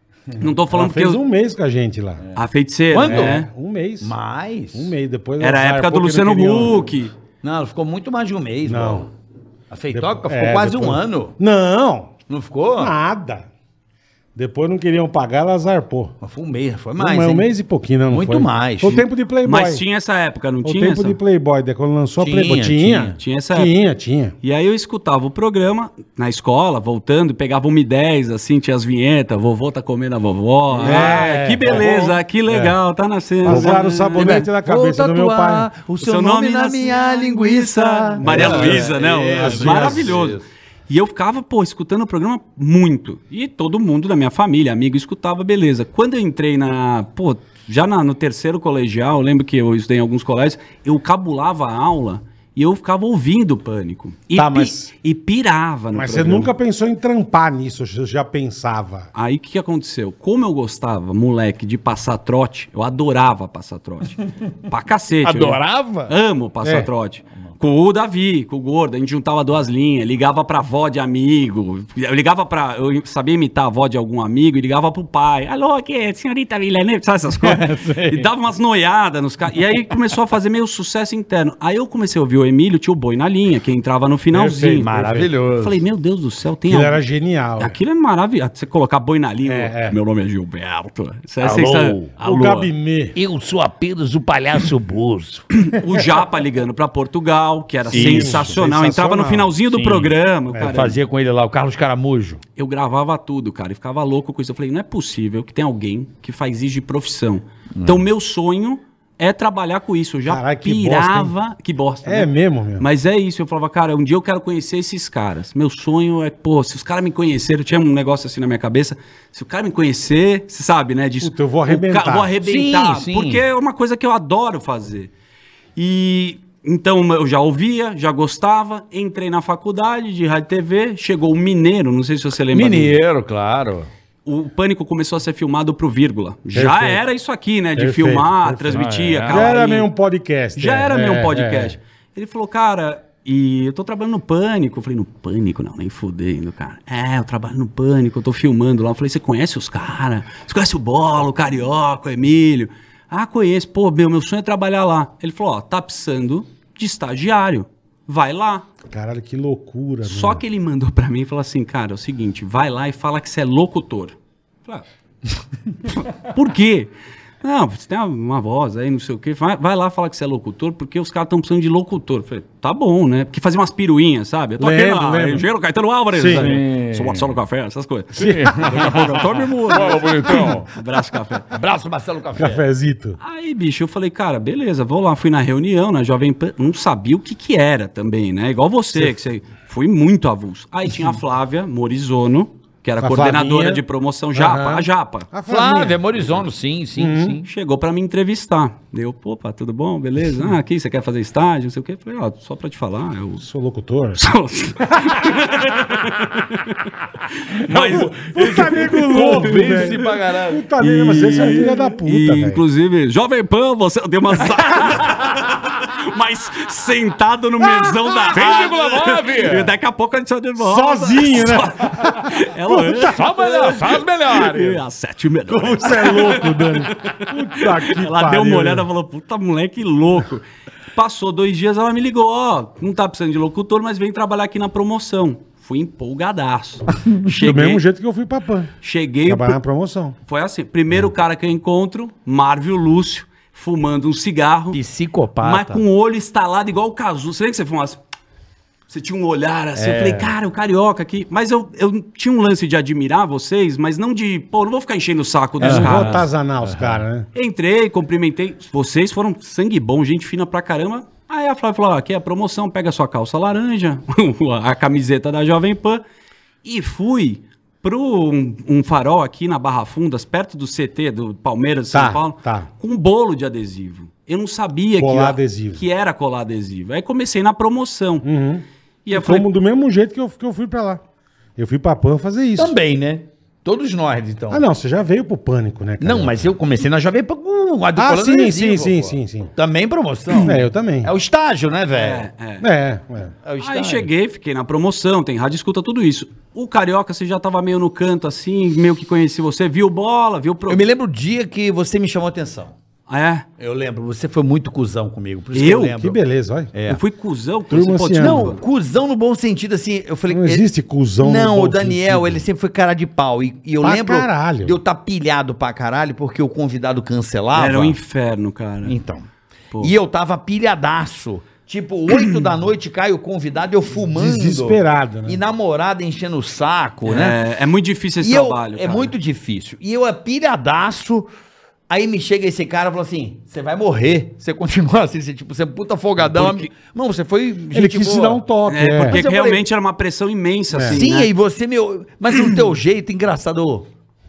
[SPEAKER 4] Não tô
[SPEAKER 2] Ela
[SPEAKER 4] falando porque
[SPEAKER 2] fez
[SPEAKER 4] eu...
[SPEAKER 2] um mês com a gente lá.
[SPEAKER 4] A feiticeira,
[SPEAKER 3] Quando?
[SPEAKER 4] né?
[SPEAKER 2] Um mês.
[SPEAKER 3] Mas
[SPEAKER 2] Um mês depois.
[SPEAKER 4] Era a
[SPEAKER 2] ela
[SPEAKER 4] época do
[SPEAKER 2] saiu, porque não
[SPEAKER 4] Luciano
[SPEAKER 2] queriam-
[SPEAKER 4] Huck.
[SPEAKER 3] Não, ela ficou muito mais de um mês,
[SPEAKER 2] Não.
[SPEAKER 3] Bola. A feitoca
[SPEAKER 2] Depois-
[SPEAKER 3] ficou um
[SPEAKER 2] é,
[SPEAKER 3] quase um
[SPEAKER 2] depois-
[SPEAKER 3] ano.
[SPEAKER 4] Ah.
[SPEAKER 2] Não,
[SPEAKER 3] Não ficou?
[SPEAKER 2] nada. Depois não queriam pagar, ela zarpou.
[SPEAKER 3] Mas foi um mês, foi
[SPEAKER 2] Mas
[SPEAKER 3] mais.
[SPEAKER 4] é
[SPEAKER 2] um
[SPEAKER 3] hein?
[SPEAKER 2] mês e pouquinho, não, não
[SPEAKER 3] Muito
[SPEAKER 2] foi?
[SPEAKER 3] mais.
[SPEAKER 2] Foi o tempo de Playboy.
[SPEAKER 4] Mas tinha essa época, não
[SPEAKER 2] o
[SPEAKER 4] tinha?
[SPEAKER 2] tempo
[SPEAKER 4] Essa?
[SPEAKER 2] de Playboy, de quando lançou
[SPEAKER 3] Tinha,
[SPEAKER 2] a Playboy. Tinha,
[SPEAKER 3] tinha.
[SPEAKER 4] Tinha essa
[SPEAKER 2] Tinha, tinha.
[SPEAKER 4] E aí eu escutava o programa na escola, voltando, e pegava um 10 assim, tinha as vinhetas, vovô tá comendo a vovó.
[SPEAKER 2] É,
[SPEAKER 4] ah, que beleza, que legal, tá nascendo.
[SPEAKER 2] Vazaram o sabonete
[SPEAKER 3] Vou
[SPEAKER 2] na cabeça do meu
[SPEAKER 3] tatuar
[SPEAKER 2] pai.
[SPEAKER 3] O seu, nome, na minha linguiça.
[SPEAKER 4] Maria
[SPEAKER 3] É.
[SPEAKER 4] Luísa, né?
[SPEAKER 2] é, é,
[SPEAKER 4] Maravilhoso. E eu ficava, pô, escutando o programa muito. E todo mundo da minha família, amigo, escutava, beleza. Quando eu entrei na. Pô, já na- no terceiro colegial, eu lembro que eu estudei em alguns colégios, eu cabulava a aula e eu ficava ouvindo o pânico. E,
[SPEAKER 2] Tá,
[SPEAKER 4] pi-
[SPEAKER 2] mas-
[SPEAKER 4] e pirava no
[SPEAKER 2] Mas você
[SPEAKER 4] programa.
[SPEAKER 2] nunca pensou em trampar nisso, você já pensava.
[SPEAKER 4] Aí o que, que aconteceu? Como eu gostava, moleque, de passar trote, eu adorava passar trote. pra cacete.
[SPEAKER 5] Adorava?
[SPEAKER 4] Eu- Amo passar
[SPEAKER 2] É.
[SPEAKER 4] trote. Com o Davi, com o Gordo, a gente juntava duas linhas, ligava pra avó de amigo, eu ligava pra. Eu sabia imitar a avó de algum amigo e ligava pro pai. Alô, aqui é senhorita Villeneuve, sabe essas coisas? e dava umas noiadas nos caras. E aí começou a fazer meio sucesso interno. Aí eu comecei a ouvir o Emílio, tinha o boi na linha, que entrava no
[SPEAKER 2] Perfeito,
[SPEAKER 4] finalzinho. Eu
[SPEAKER 5] Maravilhoso.
[SPEAKER 4] Falei, meu Deus do céu, tem
[SPEAKER 2] Aquilo
[SPEAKER 4] algum-
[SPEAKER 2] era genial.
[SPEAKER 4] Aquilo é maravilhoso. Você colocar boi na língua.
[SPEAKER 2] É, é.
[SPEAKER 4] Meu nome é Gilberto. Isso é
[SPEAKER 5] Alô.
[SPEAKER 4] sensacional.
[SPEAKER 2] O
[SPEAKER 4] Alô.
[SPEAKER 2] Gabimê.
[SPEAKER 3] Eu sou apenas o palhaço Bozo.
[SPEAKER 4] O Japa ligando pra Portugal, que era
[SPEAKER 5] Isso,
[SPEAKER 4] sensacional.
[SPEAKER 2] sensacional. É,
[SPEAKER 4] Entrava no finalzinho do
[SPEAKER 5] Sim.
[SPEAKER 4] programa. cara.
[SPEAKER 3] É, Fazia com ele lá, o Carlos Caramujo.
[SPEAKER 4] Eu gravava tudo, cara, e ficava louco com isso. Eu falei, não é possível que tem alguém que faz isso de profissão. Então, meu sonho é trabalhar com isso. Eu já
[SPEAKER 2] Caralho, Hum. que
[SPEAKER 4] pirava. que bosta.
[SPEAKER 2] É
[SPEAKER 4] né?
[SPEAKER 2] mesmo, meu.
[SPEAKER 4] Mas é isso, eu falava, cara, um dia eu quero conhecer esses caras. Meu sonho é, pô, se os caras me conhecerem, eu tinha um negócio assim na minha cabeça, se o cara me conhecer, você sabe, né, disso.
[SPEAKER 2] Puta, eu vou
[SPEAKER 4] O
[SPEAKER 2] arrebentar.
[SPEAKER 4] ca- vou arrebentar,
[SPEAKER 3] Sim, sim.
[SPEAKER 4] porque é uma coisa que eu adoro fazer. E então eu já ouvia, já gostava, entrei na faculdade de rádio e TV, chegou o Mineiro, não sei se você lembra. dele.
[SPEAKER 5] Mineiro, claro.
[SPEAKER 4] O Pânico começou a ser filmado pro Vírgula. Já
[SPEAKER 2] Perfeito.
[SPEAKER 4] era isso aqui, né, de
[SPEAKER 2] Perfeito,
[SPEAKER 4] filmar,
[SPEAKER 2] perfeito.
[SPEAKER 4] transmitir,
[SPEAKER 5] Ah, é.
[SPEAKER 4] a
[SPEAKER 5] Já
[SPEAKER 2] Já era
[SPEAKER 4] camarim.
[SPEAKER 2] meio um podcast.
[SPEAKER 4] Já
[SPEAKER 2] é,
[SPEAKER 4] era meu um
[SPEAKER 2] é,
[SPEAKER 4] podcast. Ele falou, cara, e eu tô trabalhando no pânico. Eu falei, no pânico? Não, nem fudendo, cara. É, eu trabalho no pânico, eu tô filmando lá. Eu falei, você conhece os caras? Você conhece o Bolo, o Carioca, o Emílio? Ah, conheço. Pô, meu, meu sonho é trabalhar lá. Ele falou, ó, tá precisando de estagiário. Vai lá.
[SPEAKER 2] é. Caralho, que loucura, né,
[SPEAKER 4] Só que ele mandou pra mim e falou assim, cara, é o seguinte, vai lá e fala que você é locutor. Eu falei, "Ah, Por quê? Não, você tem uma, uma voz aí, não sei o quê. Vai, vai lá falar que você é locutor, porque os caras estão precisando de locutor. Eu falei, tá bom, né? Porque fazia umas piruinhas, sabe? Eu tô
[SPEAKER 2] Lembro,
[SPEAKER 4] aqui
[SPEAKER 2] lembro.
[SPEAKER 4] na Engenheiro Caetano Álvares.
[SPEAKER 2] Sim.
[SPEAKER 4] sabe? Sou Marcelo Café, essas coisas.
[SPEAKER 5] Tome muda. Fala, bonitão.
[SPEAKER 4] Abraço, café.
[SPEAKER 3] Abraço, Marcelo Café.
[SPEAKER 2] Cafezito.
[SPEAKER 4] Aí, bicho, eu falei, cara, beleza, vou lá. Fui na reunião, na Jovem Pan, não sabia o que que era também, né? Igual você, que você foi muito avulso. Aí tinha a Flávia Morizono, que era
[SPEAKER 2] Uhum. A
[SPEAKER 4] coordenadora
[SPEAKER 2] Flavinha.
[SPEAKER 4] de promoção Japa,
[SPEAKER 2] Aham.
[SPEAKER 4] a Japa.
[SPEAKER 2] A
[SPEAKER 3] Flávia, Morizono, sim, sim, sim.
[SPEAKER 4] Chegou pra me entrevistar. Deu, opa, tudo bom, beleza? Ah, aqui, você quer fazer estágio, não sei o quê. Falei, ó, só pra te falar, é eu
[SPEAKER 2] Sou locutor.
[SPEAKER 4] sou... Mas...
[SPEAKER 2] Puta nego louco,
[SPEAKER 5] Convence
[SPEAKER 2] velho.
[SPEAKER 5] pra caralho.
[SPEAKER 2] Puta nego, mas você é filha da puta,
[SPEAKER 4] e,
[SPEAKER 2] velho.
[SPEAKER 4] inclusive, Jovem Pan, você deu uma sa- Mas sentado no mesão da rádio.
[SPEAKER 5] 6,9.
[SPEAKER 4] E daqui a pouco a gente só de volta.
[SPEAKER 2] Sozinho, né?
[SPEAKER 4] Só- Ela
[SPEAKER 5] Só, melhor, só as melhores.
[SPEAKER 4] a sete melhores.
[SPEAKER 2] Você é louco, Dani. Puta que pariu.
[SPEAKER 4] Ela deu uma olhada e falou, puta moleque louco. Passou dois dias, ela me ligou, ó, não tá precisando de locutor, mas vem trabalhar aqui na promoção. Fui empolgadaço. Cheguei,
[SPEAKER 2] Do mesmo jeito que eu fui pra Pan.
[SPEAKER 4] cheguei
[SPEAKER 2] Trabalhar na É. promoção.
[SPEAKER 4] Foi assim. Primeiro cara que eu encontro, Marvio Lúcio, fumando um cigarro. Mas
[SPEAKER 3] Psicopata.
[SPEAKER 4] com o olho estalado igual o Cazu. Você vê que você fumasse? Você tinha um olhar assim. Eu falei, cara, o carioca aqui. Mas eu, eu tinha um lance de admirar vocês, mas não de, pô, não vou ficar enchendo o saco dos
[SPEAKER 2] Não vou
[SPEAKER 4] caras.
[SPEAKER 2] atazanar os caras, né?
[SPEAKER 4] Entrei, cumprimentei. Vocês foram sangue bom, gente fina pra caramba. Aí a Flávia falou: ó, aqui é a promoção, pega sua calça laranja, a camiseta da Jovem Pan. E fui pro um, um farol aqui na Barra Fundas, perto do CT do Palmeiras de
[SPEAKER 2] Tá,
[SPEAKER 4] São Paulo,
[SPEAKER 2] tá.
[SPEAKER 4] com um bolo de adesivo. Eu não sabia
[SPEAKER 2] Colar
[SPEAKER 4] que,
[SPEAKER 2] adesivo. Uhum.
[SPEAKER 4] que era colar adesivo. Aí comecei na promoção. E eu
[SPEAKER 2] Como
[SPEAKER 4] falei,
[SPEAKER 2] do mesmo jeito que eu, que eu fui pra lá. Eu fui pra Pan fazer isso.
[SPEAKER 3] Também, né? Todos nós, então.
[SPEAKER 2] Ah, não, você já veio pro pânico, né? cara?
[SPEAKER 3] Não, mas eu comecei na Jovem Pan com o
[SPEAKER 2] Ah,
[SPEAKER 3] Adriano
[SPEAKER 2] sim, sim, sim, sim, sim.
[SPEAKER 3] Também promoção.
[SPEAKER 2] É, eu também.
[SPEAKER 3] É o estágio, né, velho?
[SPEAKER 4] é, é.
[SPEAKER 2] É, ué.
[SPEAKER 3] É o
[SPEAKER 4] Aí cheguei, fiquei na promoção, tem rádio, escuta tudo isso. O Carioca, você já tava meio no canto assim, meio que conheci você, viu bola, viu... Pro...
[SPEAKER 3] Eu me lembro o dia que você me chamou a atenção.
[SPEAKER 4] Ah, É?
[SPEAKER 3] Eu lembro, você foi muito cuzão comigo, por isso
[SPEAKER 4] Eu?
[SPEAKER 3] que eu lembro.
[SPEAKER 2] Que beleza, olha.
[SPEAKER 3] É. assim,
[SPEAKER 4] Eu fui cuzão. com
[SPEAKER 2] Turma
[SPEAKER 4] esse- pô,
[SPEAKER 2] se
[SPEAKER 4] desculpa.
[SPEAKER 2] ama.
[SPEAKER 3] Não, cuzão no bom sentido, assim, eu falei...
[SPEAKER 2] Não
[SPEAKER 3] ele-
[SPEAKER 2] existe cuzão no
[SPEAKER 3] Não,
[SPEAKER 2] bom
[SPEAKER 3] o Daniel,
[SPEAKER 2] sentido.
[SPEAKER 3] ele sempre foi cara de pau. E, e eu
[SPEAKER 2] Pra
[SPEAKER 3] lembro
[SPEAKER 2] caralho.
[SPEAKER 3] de eu estar pilhado pra caralho, porque o convidado cancelava.
[SPEAKER 4] Era um inferno, cara.
[SPEAKER 3] Então. E eu tava pilhadaço. Tipo, 8 da noite cai o convidado, eu fumando.
[SPEAKER 2] Desesperado, né?
[SPEAKER 3] E namorada enchendo o saco, né?
[SPEAKER 4] É, é muito difícil esse
[SPEAKER 3] E eu,
[SPEAKER 4] trabalho.
[SPEAKER 3] é
[SPEAKER 4] cara.
[SPEAKER 3] muito difícil. E eu é pilhadaço. Aí me chega esse cara e fala assim: você vai morrer. Você continua assim, você, tipo, você é um puta folgadão.
[SPEAKER 4] Porque-
[SPEAKER 3] Não, você foi.
[SPEAKER 2] Ele quis se dar um toque.
[SPEAKER 4] É,
[SPEAKER 2] É,
[SPEAKER 4] porque
[SPEAKER 3] Mas eu falei-
[SPEAKER 4] realmente
[SPEAKER 3] É.
[SPEAKER 4] era uma pressão imensa, assim.
[SPEAKER 3] Sim,
[SPEAKER 4] né?
[SPEAKER 3] aí você me. Mas o teu jeito, engraçado. ô,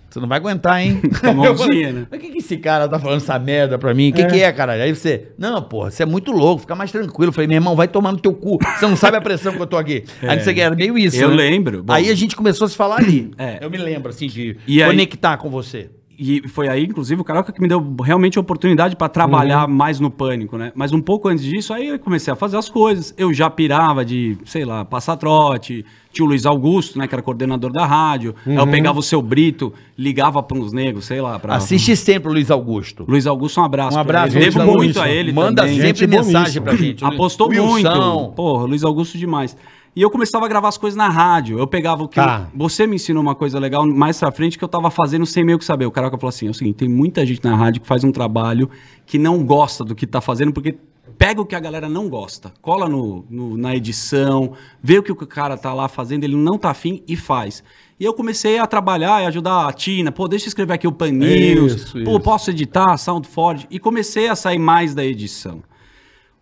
[SPEAKER 3] Você não vai aguentar, hein?
[SPEAKER 4] Com a mãozinha,
[SPEAKER 3] Eu falei,
[SPEAKER 4] né?
[SPEAKER 3] Mas o que, que esse cara tá falando essa merda pra mim? O que,
[SPEAKER 2] É.
[SPEAKER 3] que é, caralho? Aí você, não, porra, você é muito louco, fica mais tranquilo. Eu falei, meu irmão, vai tomar no teu cu. Você não sabe a pressão que eu tô aqui. Aí você era meio isso.
[SPEAKER 4] É.
[SPEAKER 3] né?
[SPEAKER 4] Eu lembro, bom.
[SPEAKER 3] Aí a gente começou a se falar ali.
[SPEAKER 4] É.
[SPEAKER 3] Eu me lembro, assim, de
[SPEAKER 4] E aí-
[SPEAKER 3] conectar com você.
[SPEAKER 4] E foi aí, inclusive, o Carioca que me deu realmente a oportunidade pra trabalhar
[SPEAKER 2] Uhum.
[SPEAKER 4] mais no pânico, né? Mas um pouco antes disso, aí eu comecei a fazer as coisas. Eu já pirava de, sei lá, passar trote. Tinha o Luiz Augusto, né? Que era coordenador da rádio. Aí
[SPEAKER 2] Uhum.
[SPEAKER 4] eu pegava o seu Brito, ligava pra uns negros, sei lá. Pra...
[SPEAKER 3] Assiste sempre o Luiz Augusto.
[SPEAKER 4] Luiz Augusto, um abraço.
[SPEAKER 2] Um
[SPEAKER 4] pra
[SPEAKER 2] abraço,
[SPEAKER 4] ele.
[SPEAKER 2] Luiz
[SPEAKER 4] Devo muito
[SPEAKER 2] Augusto.
[SPEAKER 4] a ele
[SPEAKER 3] Manda
[SPEAKER 4] também.
[SPEAKER 3] sempre
[SPEAKER 2] Gente boníssima.
[SPEAKER 3] mensagem pra gente. né?
[SPEAKER 4] Apostou
[SPEAKER 3] Wilson.
[SPEAKER 4] muito. Porra, Luiz Augusto demais. E eu começava a gravar as coisas na rádio. Eu pegava o que.
[SPEAKER 2] Tá.
[SPEAKER 4] eu- você me ensinou uma coisa legal mais pra frente que eu tava fazendo sem meio que saber. O Caraca falou assim: é o seguinte, tem muita gente na rádio que faz um trabalho que não gosta do que tá fazendo, porque pega o que a galera não gosta, cola no, no- na edição, vê o que o cara tá lá fazendo, ele não tá afim e faz. E eu comecei a trabalhar e ajudar a Tina. Pô, deixa eu escrever aqui o Pan News.
[SPEAKER 3] Isso,
[SPEAKER 4] Pô,
[SPEAKER 3] isso.
[SPEAKER 4] posso editar, Sound Ford. E comecei a sair mais da edição.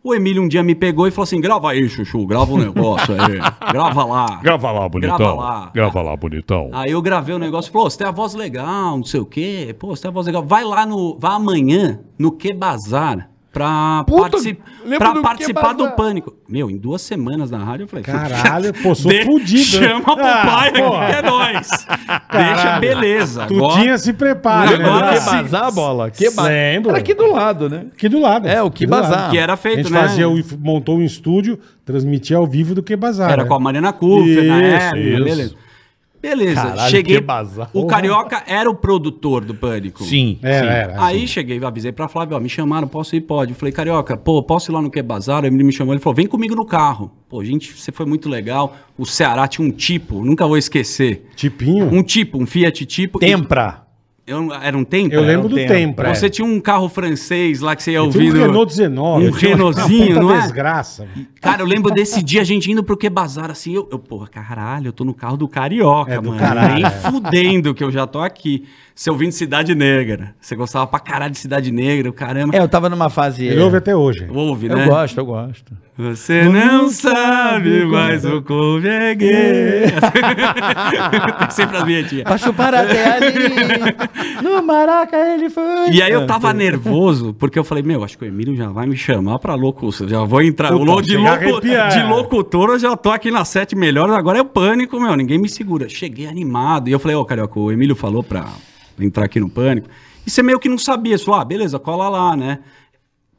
[SPEAKER 4] O Emílio um dia me pegou e falou assim: grava aí, Chuchu, grava um negócio aí. grava lá.
[SPEAKER 5] Grava lá, bonitão.
[SPEAKER 4] Grava lá. Ah,
[SPEAKER 5] Grava lá, bonitão.
[SPEAKER 4] Aí eu gravei o negócio e falou: "Ô, você tem a voz legal, não sei o quê. Pô, você tem a voz legal. Vai lá no. Vai amanhã no Que Bazar pra,
[SPEAKER 5] Puta,
[SPEAKER 4] partici-
[SPEAKER 5] lembro
[SPEAKER 4] pra
[SPEAKER 5] do Que
[SPEAKER 4] participar do
[SPEAKER 5] Bazar.
[SPEAKER 4] pânico. Meu, em duas semanas na rádio eu falei:
[SPEAKER 2] Caralho, pô, sou
[SPEAKER 4] De-
[SPEAKER 2] fudido. né?
[SPEAKER 4] Chama pro pai,
[SPEAKER 2] Ah, porra.
[SPEAKER 4] que é nóis. Deixa,
[SPEAKER 2] Caralho.
[SPEAKER 4] beleza.
[SPEAKER 2] Tu tinha se prepara, né?
[SPEAKER 4] Agora
[SPEAKER 2] Ah,
[SPEAKER 4] sim.
[SPEAKER 3] bazar, bola. Que bazar.
[SPEAKER 2] Lembro.
[SPEAKER 3] Era aqui do lado, né?
[SPEAKER 2] Aqui do lado.
[SPEAKER 3] É, o
[SPEAKER 2] aqui
[SPEAKER 3] que
[SPEAKER 2] do lado.
[SPEAKER 3] bazar.
[SPEAKER 4] Que era
[SPEAKER 2] a
[SPEAKER 4] feito,
[SPEAKER 2] gente
[SPEAKER 4] né?
[SPEAKER 2] fazia o, montou um estúdio, transmitia ao vivo do que bazar.
[SPEAKER 4] Era
[SPEAKER 2] né?
[SPEAKER 4] com a Mariana Cooper na
[SPEAKER 2] Isso,
[SPEAKER 4] época, né?
[SPEAKER 2] isso.
[SPEAKER 4] beleza. Beleza,
[SPEAKER 3] Caralho,
[SPEAKER 4] cheguei.
[SPEAKER 3] que bazar.
[SPEAKER 4] O Carioca era o produtor do Pânico.
[SPEAKER 3] Sim.
[SPEAKER 2] Era, era.
[SPEAKER 4] Aí cheguei, avisei pra Flávio, ó, me chamaram, posso ir? Pode. Eu falei, Carioca, pô, posso ir lá no Que Bazar? Ele me chamou, ele falou, vem comigo no carro. Pô, gente, você foi muito legal. O Ceará tinha um tipo, nunca vou esquecer.
[SPEAKER 2] Tipinho.
[SPEAKER 4] Um tipo, um Fiat tipo.
[SPEAKER 3] Tempra.
[SPEAKER 4] E- eu- era um tempo?
[SPEAKER 2] Eu lembro do
[SPEAKER 3] Tempra.
[SPEAKER 2] tempo. é.
[SPEAKER 4] Você tinha um carro francês lá que você ia
[SPEAKER 2] Tinha
[SPEAKER 4] ouvir.
[SPEAKER 2] um
[SPEAKER 4] no-
[SPEAKER 2] Renault 19.
[SPEAKER 4] Um
[SPEAKER 2] tinha uma
[SPEAKER 4] Renaultzinho,
[SPEAKER 2] puta
[SPEAKER 4] não é?
[SPEAKER 2] desgraça.
[SPEAKER 4] Cara, eu lembro desse dia a gente indo pro que bazar assim. Eu, eu porra, caralho, eu tô no carro do carioca,
[SPEAKER 2] É, do
[SPEAKER 4] mano.
[SPEAKER 2] caralho,
[SPEAKER 4] Nem
[SPEAKER 2] é.
[SPEAKER 4] fudendo que eu já tô aqui. Seu vindo de Cidade Negra. Você gostava pra caralho de Cidade Negra, o caramba.
[SPEAKER 3] É, eu tava numa fase.
[SPEAKER 4] É.
[SPEAKER 3] é.
[SPEAKER 2] Ele ouve até hoje.
[SPEAKER 4] Ouve,
[SPEAKER 3] Eu
[SPEAKER 4] né?
[SPEAKER 3] gosto, eu gosto.
[SPEAKER 4] Você não sabe, mas o couve é gay. Tem Sempre as vinhetinhas.
[SPEAKER 3] Pra chupar até ali. No maraca ele foi.
[SPEAKER 4] E aí
[SPEAKER 2] É,
[SPEAKER 4] eu tava nervoso, porque eu falei, meu, acho que o Emílio já vai me chamar pra louco, eu já vou entrar.
[SPEAKER 2] Puta,
[SPEAKER 4] O lo- de,
[SPEAKER 2] chega a
[SPEAKER 4] louco,
[SPEAKER 2] arrepiar.
[SPEAKER 4] de locutor eu já tô aqui na sete melhores, agora é o pânico, meu, ninguém me segura. Cheguei animado, e eu falei, ô, Carioca, o Emílio falou pra entrar aqui no pânico, e você meio que não sabia, você falou, ah, beleza, cola lá, né?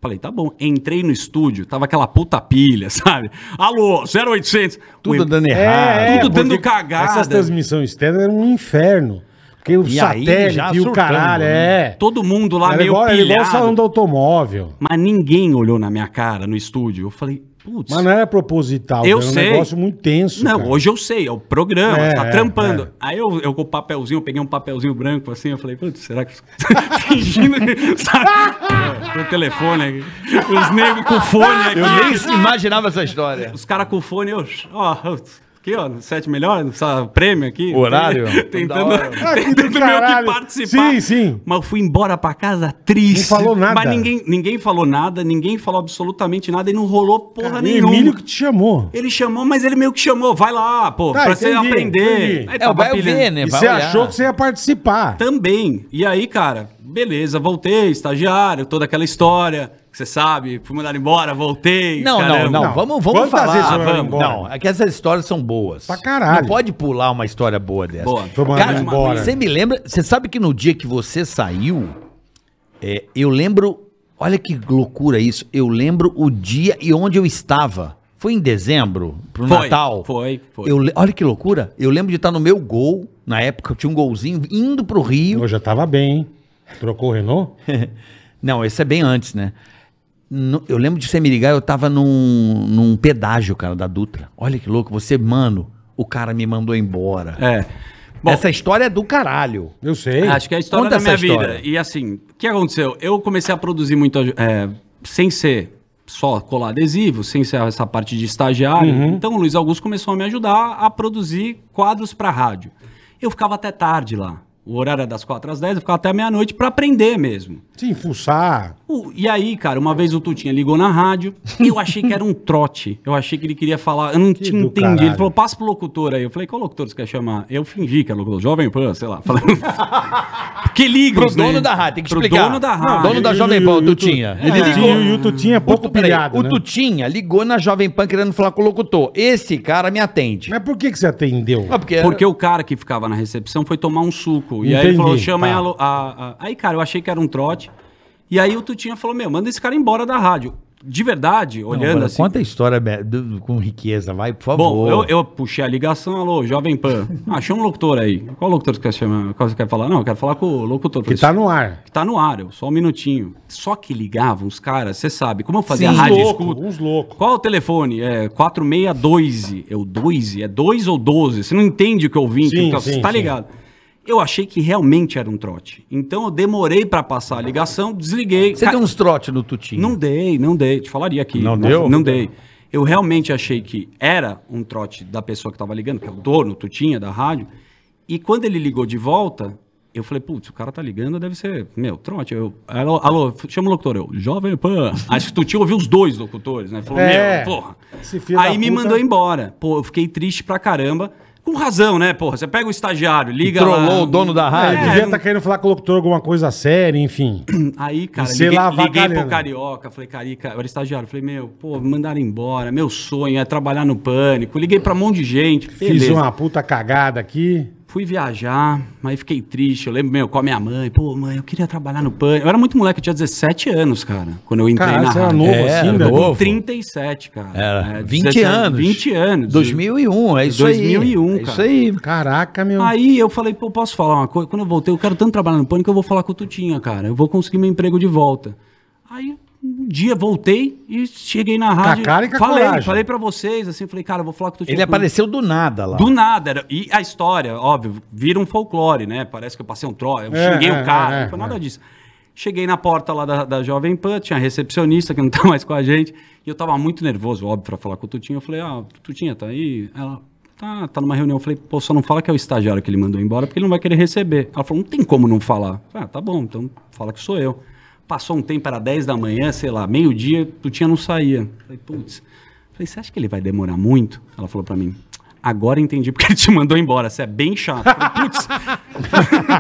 [SPEAKER 4] Falei, tá bom. Entrei no estúdio, tava aquela puta pilha, sabe? Alô, 0800. O
[SPEAKER 3] Tudo
[SPEAKER 4] Em-
[SPEAKER 3] dando errado.
[SPEAKER 4] É, tudo dando
[SPEAKER 2] É, porque
[SPEAKER 4] cagada.
[SPEAKER 2] Essas transmissões externas eram um inferno. Porque o
[SPEAKER 3] E aí,
[SPEAKER 2] satélite
[SPEAKER 3] já
[SPEAKER 2] e o
[SPEAKER 3] surtando,
[SPEAKER 2] caralho,
[SPEAKER 3] né?
[SPEAKER 2] é.
[SPEAKER 4] Todo mundo lá
[SPEAKER 2] Era
[SPEAKER 4] meio
[SPEAKER 2] igual, era igual o salão
[SPEAKER 4] pilhado.
[SPEAKER 2] do automóvel.
[SPEAKER 4] Mas ninguém olhou na minha cara no estúdio. Eu falei, putz.
[SPEAKER 2] Mas não era proposital,
[SPEAKER 4] Eu
[SPEAKER 2] era um
[SPEAKER 4] sei.
[SPEAKER 2] negócio muito tenso.
[SPEAKER 4] Não,
[SPEAKER 2] cara.
[SPEAKER 4] hoje eu sei, é o programa,
[SPEAKER 2] É,
[SPEAKER 4] tá
[SPEAKER 2] é,
[SPEAKER 4] trampando.
[SPEAKER 2] é.
[SPEAKER 4] Aí eu, eu com o papelzinho, eu peguei um papelzinho branco assim, eu falei, putz, será que. os- Fingindo que. Sabe? É, o telefone aqui. Os negros com fone aqui.
[SPEAKER 3] Eu nem se imaginava essa história.
[SPEAKER 4] Os caras com fone, eu. Ó, aqui, ó, no sete melhor, essa prêmio aqui.
[SPEAKER 5] Horário?
[SPEAKER 3] Da
[SPEAKER 4] Tentando,
[SPEAKER 3] hora.
[SPEAKER 2] Ah, que do
[SPEAKER 4] tentando meio que
[SPEAKER 2] caralho.
[SPEAKER 4] participar.
[SPEAKER 2] Sim, sim.
[SPEAKER 4] Mas eu fui embora pra casa triste.
[SPEAKER 2] Não falou nada.
[SPEAKER 4] Mas ninguém, ninguém falou nada, ninguém falou absolutamente nada e não rolou porra
[SPEAKER 2] Cara,
[SPEAKER 4] nenhuma.
[SPEAKER 2] Emílio que te chamou.
[SPEAKER 4] Ele chamou, mas ele meio que chamou, vai lá, pô,
[SPEAKER 2] Tá,
[SPEAKER 4] pra você
[SPEAKER 2] entendi,
[SPEAKER 4] aprender.
[SPEAKER 2] entendi.
[SPEAKER 4] Aí
[SPEAKER 3] É,
[SPEAKER 4] tava
[SPEAKER 3] vai
[SPEAKER 4] pilhando.
[SPEAKER 3] ver, né?
[SPEAKER 2] E
[SPEAKER 3] Vai
[SPEAKER 2] você
[SPEAKER 3] olhar.
[SPEAKER 2] achou que você ia participar.
[SPEAKER 4] Tá Também. E aí, cara, beleza, voltei, estagiário, toda aquela história, que você sabe, fui mandado embora, voltei.
[SPEAKER 3] Não,
[SPEAKER 4] caramba.
[SPEAKER 3] não, não,
[SPEAKER 2] Não.
[SPEAKER 3] Vamos, vamos
[SPEAKER 2] Quantas
[SPEAKER 3] falar.
[SPEAKER 2] vezes você vai
[SPEAKER 3] vamos.
[SPEAKER 2] embora?
[SPEAKER 3] Não, é que essas histórias são boas.
[SPEAKER 2] Pra caralho.
[SPEAKER 3] Não pode pular uma história boa dessa.
[SPEAKER 4] Boa.
[SPEAKER 2] Foi mandado
[SPEAKER 3] Cara,
[SPEAKER 2] embora.
[SPEAKER 3] você me lembra... Você sabe que no dia que você saiu, é, eu lembro... Olha que loucura isso. Eu lembro o dia e onde eu estava. Foi em dezembro, pro
[SPEAKER 4] Foi,
[SPEAKER 3] Natal.
[SPEAKER 4] foi, foi.
[SPEAKER 3] Eu le- olha que loucura. Eu lembro de estar no meu gol. Na época eu tinha um golzinho indo pro Rio.
[SPEAKER 2] Eu já tava bem, hein? Trocou o Renault?
[SPEAKER 3] Não, esse é bem antes, né? No- eu lembro de você me ligar, eu tava num, num pedágio, cara, da Dutra. Olha que louco, você, mano, o cara me mandou embora.
[SPEAKER 4] É. Bom,
[SPEAKER 3] Essa história é do caralho.
[SPEAKER 2] Eu sei.
[SPEAKER 4] Acho que é a história
[SPEAKER 3] Conta
[SPEAKER 4] da minha
[SPEAKER 3] essa história.
[SPEAKER 4] vida. E assim, o que aconteceu? Eu comecei a produzir muito, é, sem ser só colar adesivo, sem ser essa parte de estagiário.
[SPEAKER 3] Uhum.
[SPEAKER 4] Então o Luiz Augusto começou a me ajudar a produzir quadros para rádio. Eu ficava até tarde lá. O horário era das 4 às 10, eu ficava até meia-noite para aprender mesmo.
[SPEAKER 2] Sim, fuçar.
[SPEAKER 4] O- E aí, cara, uma vez o Tutinha ligou na rádio e eu achei que era um trote. Eu achei que ele queria falar, eu não
[SPEAKER 2] Que
[SPEAKER 4] tinha
[SPEAKER 2] do
[SPEAKER 4] entendido.
[SPEAKER 2] caralho.
[SPEAKER 4] Ele falou, passa pro locutor aí. Eu falei, qual locutor você quer chamar? Eu fingi que era locutor, Jovem Pan, sei lá. Falei, que liga
[SPEAKER 3] Pro
[SPEAKER 4] os
[SPEAKER 3] dono
[SPEAKER 4] negros.
[SPEAKER 3] da rádio, tem que
[SPEAKER 4] Pro
[SPEAKER 3] explicar.
[SPEAKER 4] dono da
[SPEAKER 3] Não,
[SPEAKER 4] rádio.
[SPEAKER 3] Ah, dono da
[SPEAKER 2] E-
[SPEAKER 3] Jovem Pan,
[SPEAKER 2] e-
[SPEAKER 3] o
[SPEAKER 2] e-
[SPEAKER 3] Tutinha.
[SPEAKER 2] Ele ligou. E o Tutinha é
[SPEAKER 4] um
[SPEAKER 2] pouco
[SPEAKER 3] Peraí,
[SPEAKER 2] pilhado,
[SPEAKER 3] o
[SPEAKER 2] né?
[SPEAKER 3] Tutinha ligou na Jovem Pan querendo falar com o locutor. Esse cara me atende.
[SPEAKER 2] Mas por que, que você atendeu?
[SPEAKER 3] Ah, porque,
[SPEAKER 4] Porque o cara que ficava na recepção foi tomar um suco. E aí
[SPEAKER 2] Entendi,
[SPEAKER 4] ele falou, chama aí
[SPEAKER 2] tá.
[SPEAKER 4] a, lo- a- a- Aí, cara, eu achei que era um trote. E aí o Tutinha falou, meu, manda esse cara embora da rádio. De verdade,
[SPEAKER 3] Não,
[SPEAKER 4] olhando
[SPEAKER 3] agora
[SPEAKER 4] assim.
[SPEAKER 3] Conta a história be- do- com riqueza, vai, por favor.
[SPEAKER 4] Bom, eu, eu puxei a ligação, alô, Jovem Pan. Ah, chama o locutor aí. Qual locutor você quer chamar? Qual você quer falar? Não, eu quero falar com o locutor.
[SPEAKER 2] Que tá no ar.
[SPEAKER 4] que tá no ar, eu- só um minutinho. Só que ligavam os caras, você sabe, como eu fazia
[SPEAKER 3] Sim.
[SPEAKER 4] rádio
[SPEAKER 2] Louco,
[SPEAKER 4] escuta.
[SPEAKER 2] uns loucos.
[SPEAKER 4] Qual é o telefone? É 462. Eu, 2? É 2 ou 12? Você não entende o que eu vim,
[SPEAKER 2] Sim,
[SPEAKER 4] então,
[SPEAKER 2] sim,
[SPEAKER 4] você tá
[SPEAKER 2] sim.
[SPEAKER 4] ligado? Eu achei que realmente era um trote. Então eu demorei pra passar a ligação, desliguei.
[SPEAKER 3] Você
[SPEAKER 2] um
[SPEAKER 4] Ca-
[SPEAKER 3] deu uns trote no Tutinho.
[SPEAKER 4] Não dei, não dei. Te falaria aqui.
[SPEAKER 2] Não
[SPEAKER 4] Nossa,
[SPEAKER 2] deu?
[SPEAKER 4] Não dei. Eu realmente achei que era um trote da pessoa que tava ligando, que é o dono, o Tutinha, da rádio. E quando ele ligou de volta, eu falei, putz, o cara tá ligando, deve ser, meu, trote. Eu, alô, alô, f- chama o locutor. Eu, Jovem Pan. Acho que o Tutinha ouviu os dois locutores, né? Falou,
[SPEAKER 2] É.
[SPEAKER 4] meu, porra.
[SPEAKER 2] Esse filho da
[SPEAKER 4] Aí me
[SPEAKER 2] puta-
[SPEAKER 4] mandou embora. Pô, eu fiquei triste pra caramba. Com razão, né, porra? Você pega o estagiário, liga um- É,
[SPEAKER 3] Trollou o dono da
[SPEAKER 2] Ah, ele
[SPEAKER 3] rádio.
[SPEAKER 2] devia estar
[SPEAKER 4] não-
[SPEAKER 2] querendo falar com o locutor alguma coisa séria, enfim.
[SPEAKER 4] Aí, cara,
[SPEAKER 2] E você
[SPEAKER 4] liguei,
[SPEAKER 2] lá
[SPEAKER 4] liguei
[SPEAKER 2] avacalhando.
[SPEAKER 4] pro Carioca, falei, Carica, eu era estagiário, falei, meu, pô, me mandaram embora, meu sonho é trabalhar no pânico. Liguei pra um monte de gente,
[SPEAKER 2] Fiz
[SPEAKER 4] beleza.
[SPEAKER 2] uma puta cagada aqui.
[SPEAKER 4] Fui viajar, mas fiquei triste. Eu lembro, meu, com a minha mãe, pô, mãe, eu queria trabalhar no pânico. Eu era muito moleque, eu tinha 17 anos, cara, quando eu entrei
[SPEAKER 2] Caralho,
[SPEAKER 4] na
[SPEAKER 2] você era
[SPEAKER 4] rádio.
[SPEAKER 2] novo
[SPEAKER 3] É,
[SPEAKER 2] assim, né?
[SPEAKER 3] novo.
[SPEAKER 4] 37, cara.
[SPEAKER 3] Era,
[SPEAKER 4] É,
[SPEAKER 3] 20
[SPEAKER 4] 17,
[SPEAKER 3] anos.
[SPEAKER 4] 20 anos.
[SPEAKER 3] 2001, é isso aí.
[SPEAKER 4] 2001,
[SPEAKER 3] é isso
[SPEAKER 4] cara.
[SPEAKER 3] aí.
[SPEAKER 2] Caraca, meu.
[SPEAKER 4] Aí eu falei, pô, posso falar uma coisa? Quando eu voltei, eu quero tanto trabalhar no Pânico, eu vou falar com o Tutinha, cara. Eu vou conseguir meu emprego de volta. Aí, um dia, voltei e cheguei na rádio.
[SPEAKER 2] cara e com a
[SPEAKER 4] falei,
[SPEAKER 2] coragem.
[SPEAKER 4] falei pra vocês, assim, falei, cara, eu vou falar com o Tutinha.
[SPEAKER 3] Ele apareceu do nada lá.
[SPEAKER 4] Do nada. era- E a história, óbvio, vira um folclore, né? Parece que eu passei um tro, eu
[SPEAKER 2] É,
[SPEAKER 4] xinguei
[SPEAKER 2] é,
[SPEAKER 4] o cara,
[SPEAKER 2] é,
[SPEAKER 4] não foi
[SPEAKER 2] é.
[SPEAKER 4] nada disso. Cheguei na porta lá da, da Jovem Pan, tinha a recepcionista que não tá mais com a gente, e eu tava muito nervoso, óbvio, pra falar com o Tutinha. Eu falei, ah, Tutinha, tá aí? Ela, tá, tá numa reunião. Eu falei, pô, só não fala que é o estagiário que ele mandou embora, porque ele não vai querer receber. Ela falou, não tem como não falar. Eu falei, Ah, tá bom, então fala que sou eu. Passou um tempo, era 10 da manhã, sei lá, meio-dia, Tutinha não saía. Eu Falei, putz. Eu Falei, você acha que ele vai demorar muito? Ela falou pra mim, agora entendi porque ele te mandou embora, você é bem chato. Eu Falei, putz,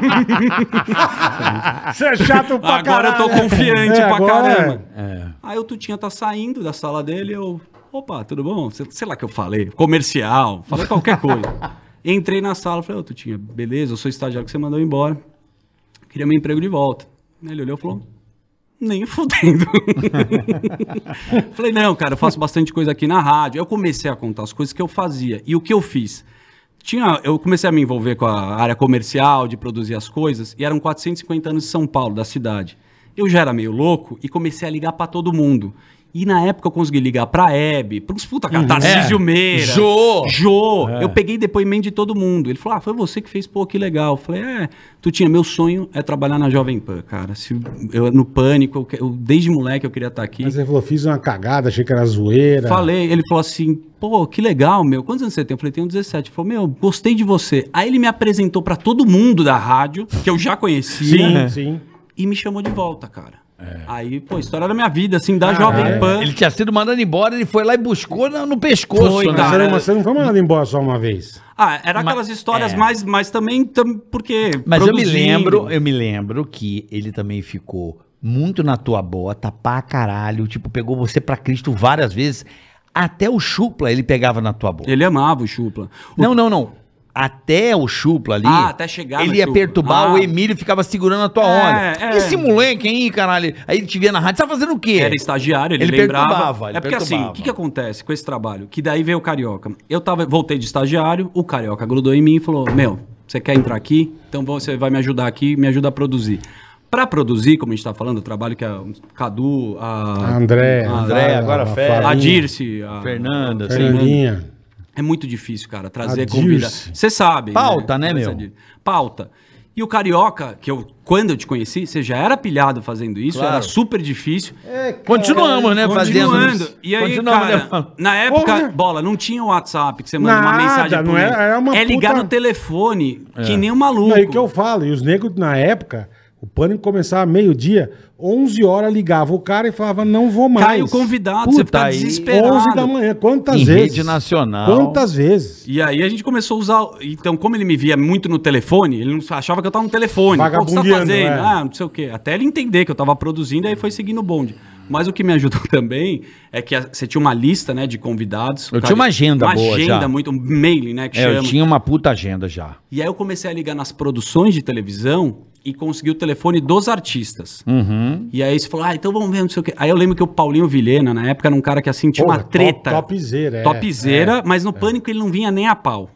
[SPEAKER 2] Você é chato pra
[SPEAKER 4] Agora eu tô
[SPEAKER 2] caralho.
[SPEAKER 4] confiante
[SPEAKER 2] É,
[SPEAKER 4] pra
[SPEAKER 2] agora é.
[SPEAKER 4] caramba. Aí o Tutinha tá saindo da sala dele, eu. Opa, tudo bom? Sei, sei lá o que eu falei. Comercial, falei qualquer coisa. Entrei na sala, falei, ô Tutinha, beleza, eu sou estagiário que você mandou embora. Queria meu emprego de volta. Ele olhou e falou. Nem fudendo. Falei, não, cara, eu faço bastante coisa aqui na rádio. Eu comecei a contar as coisas que eu fazia. E o que eu fiz? Tinha, eu comecei a me envolver com a área comercial, de produzir as coisas, e eram 450 anos de São Paulo, da cidade. Eu já era meio louco e comecei a ligar pra todo mundo. E na época eu consegui ligar pra Hebe, pra uns puta cara, Tarcísio
[SPEAKER 3] É.
[SPEAKER 4] Meira.
[SPEAKER 3] Jô.
[SPEAKER 4] Jô. Eu peguei depoimento de todo mundo. Ele falou, ah, foi você que fez, pô, que legal. Eu falei, é, tu tinha, meu sonho é trabalhar na Jovem Pan, cara. Se eu, no pânico, eu que- eu, desde moleque eu queria estar aqui.
[SPEAKER 2] Mas é. ele falou, fiz uma cagada, achei que era zoeira.
[SPEAKER 4] Falei, ele falou assim, pô, que legal, meu. Quantos anos você tem? Eu falei, tenho 17. Ele falou, meu, gostei de você. Aí ele me apresentou pra todo mundo da rádio, que eu já
[SPEAKER 2] Sim,
[SPEAKER 4] conhecia,
[SPEAKER 2] sim.
[SPEAKER 4] e me chamou de volta, cara. Aí, pô, história da minha vida, assim, da
[SPEAKER 2] Caralho.
[SPEAKER 4] Jovem Pan.
[SPEAKER 3] Ele tinha sido mandado embora, ele foi lá e buscou na- no, pescoço.
[SPEAKER 4] Foi, tá.
[SPEAKER 3] né?
[SPEAKER 2] Mas você, não,
[SPEAKER 4] cara.
[SPEAKER 2] mas você não foi mandado embora só uma vez.
[SPEAKER 4] Ah, era aquelas histórias
[SPEAKER 3] é.
[SPEAKER 4] mais, mas também, tam, porque...
[SPEAKER 3] Mas eu
[SPEAKER 4] produzindo.
[SPEAKER 3] me lembro, eu me lembro que ele também ficou muito na tua bota, pra caralho, tipo, pegou você pra Cristo várias vezes, até o chupla ele pegava na tua bota.
[SPEAKER 4] Ele amava o Chupla. O
[SPEAKER 3] Não, não, não. Até o chupla ali.
[SPEAKER 4] Ah, até chegar no
[SPEAKER 3] Ele ia
[SPEAKER 4] Chupla.
[SPEAKER 3] perturbar,
[SPEAKER 4] Ah.
[SPEAKER 3] o Emílio ficava segurando a tua
[SPEAKER 4] É,
[SPEAKER 3] onda.
[SPEAKER 4] é.
[SPEAKER 3] Esse moleque aí, caralho. Aí ele te via na rádio, tá fazendo o quê?
[SPEAKER 4] Era estagiário, ele,
[SPEAKER 3] Ele
[SPEAKER 4] lembrava.
[SPEAKER 3] perturbava, ele
[SPEAKER 4] é porque
[SPEAKER 3] perturbava.
[SPEAKER 4] assim, o que, que acontece com esse trabalho? Que daí veio o Carioca. Eu tava, voltei de estagiário, o Carioca grudou em mim e falou, meu, você quer entrar aqui? Então você vai me ajudar aqui, me ajuda a produzir. Pra produzir, como a gente tá falando, o trabalho que a Cadu, a,
[SPEAKER 2] André.
[SPEAKER 3] Ah. André, agora
[SPEAKER 2] a
[SPEAKER 3] Fé.
[SPEAKER 4] a
[SPEAKER 2] Flavinha,
[SPEAKER 4] Dirce, a,
[SPEAKER 3] Fernanda, sei lá.
[SPEAKER 2] Fernandinha.
[SPEAKER 4] é muito difícil, cara, trazer
[SPEAKER 2] Adios.
[SPEAKER 4] convida. Você sabe.
[SPEAKER 3] Pauta, né, meu?
[SPEAKER 4] Essa de- Pauta. E o carioca, que eu, quando eu te conheci, você já era pilhado fazendo isso,
[SPEAKER 3] Claro. É,
[SPEAKER 4] era super difícil.
[SPEAKER 3] Continuamos, né? Fazendo.
[SPEAKER 4] É, Continuando.
[SPEAKER 3] isso.
[SPEAKER 4] E aí,
[SPEAKER 3] Continuamos,
[SPEAKER 4] cara,
[SPEAKER 3] né, mano?
[SPEAKER 4] na época,
[SPEAKER 2] Porra.
[SPEAKER 4] bola, não tinha o WhatsApp que você manda uma
[SPEAKER 2] Nada,
[SPEAKER 4] mensagem pro
[SPEAKER 2] não era-
[SPEAKER 4] nego.
[SPEAKER 2] era uma
[SPEAKER 4] É ligar
[SPEAKER 2] puta-
[SPEAKER 4] no telefone, que nem um maluco.
[SPEAKER 2] Não, e o que eu falo, e os negros na época, o pânico começava meio-dia, 11 horas ligava o cara e falava, não vou mais.
[SPEAKER 4] Cai o convidado,
[SPEAKER 3] Puta,
[SPEAKER 4] você fica
[SPEAKER 3] aí,
[SPEAKER 2] 11
[SPEAKER 4] desesperado.
[SPEAKER 2] da manhã, quantas
[SPEAKER 3] Em
[SPEAKER 2] vezes?
[SPEAKER 3] rede nacional.
[SPEAKER 2] Quantas vezes?
[SPEAKER 4] E aí a gente começou a usar. Então, como ele me via muito no telefone, ele não achava que eu tava no telefone. Pô, O que você tá
[SPEAKER 2] Vagabundeando,
[SPEAKER 4] fazendo?
[SPEAKER 2] é.
[SPEAKER 4] Ah, não sei o quê. Até ele entender que eu tava produzindo, aí foi seguindo o bonde. Mas o que me ajudou também é que a- você tinha uma lista, né, de convidados.
[SPEAKER 3] Eu tinha uma agenda
[SPEAKER 4] uma
[SPEAKER 3] boa
[SPEAKER 4] agenda
[SPEAKER 3] já.
[SPEAKER 4] muito, um mailing, né, que
[SPEAKER 3] É,
[SPEAKER 4] chama.
[SPEAKER 3] eu tinha uma puta agenda já.
[SPEAKER 4] E aí eu comecei a ligar nas produções de televisão e consegui o telefone dos artistas.
[SPEAKER 2] Uhum.
[SPEAKER 4] E aí você falou, ah, então vamos ver, não sei o quê. Aí eu lembro que o Paulinho Vilhena, na época, era um cara que assim tinha uma
[SPEAKER 2] Porra,
[SPEAKER 4] treta.
[SPEAKER 2] top- topzera, é.
[SPEAKER 4] Topzera, mas no pânico ele não vinha nem a pau.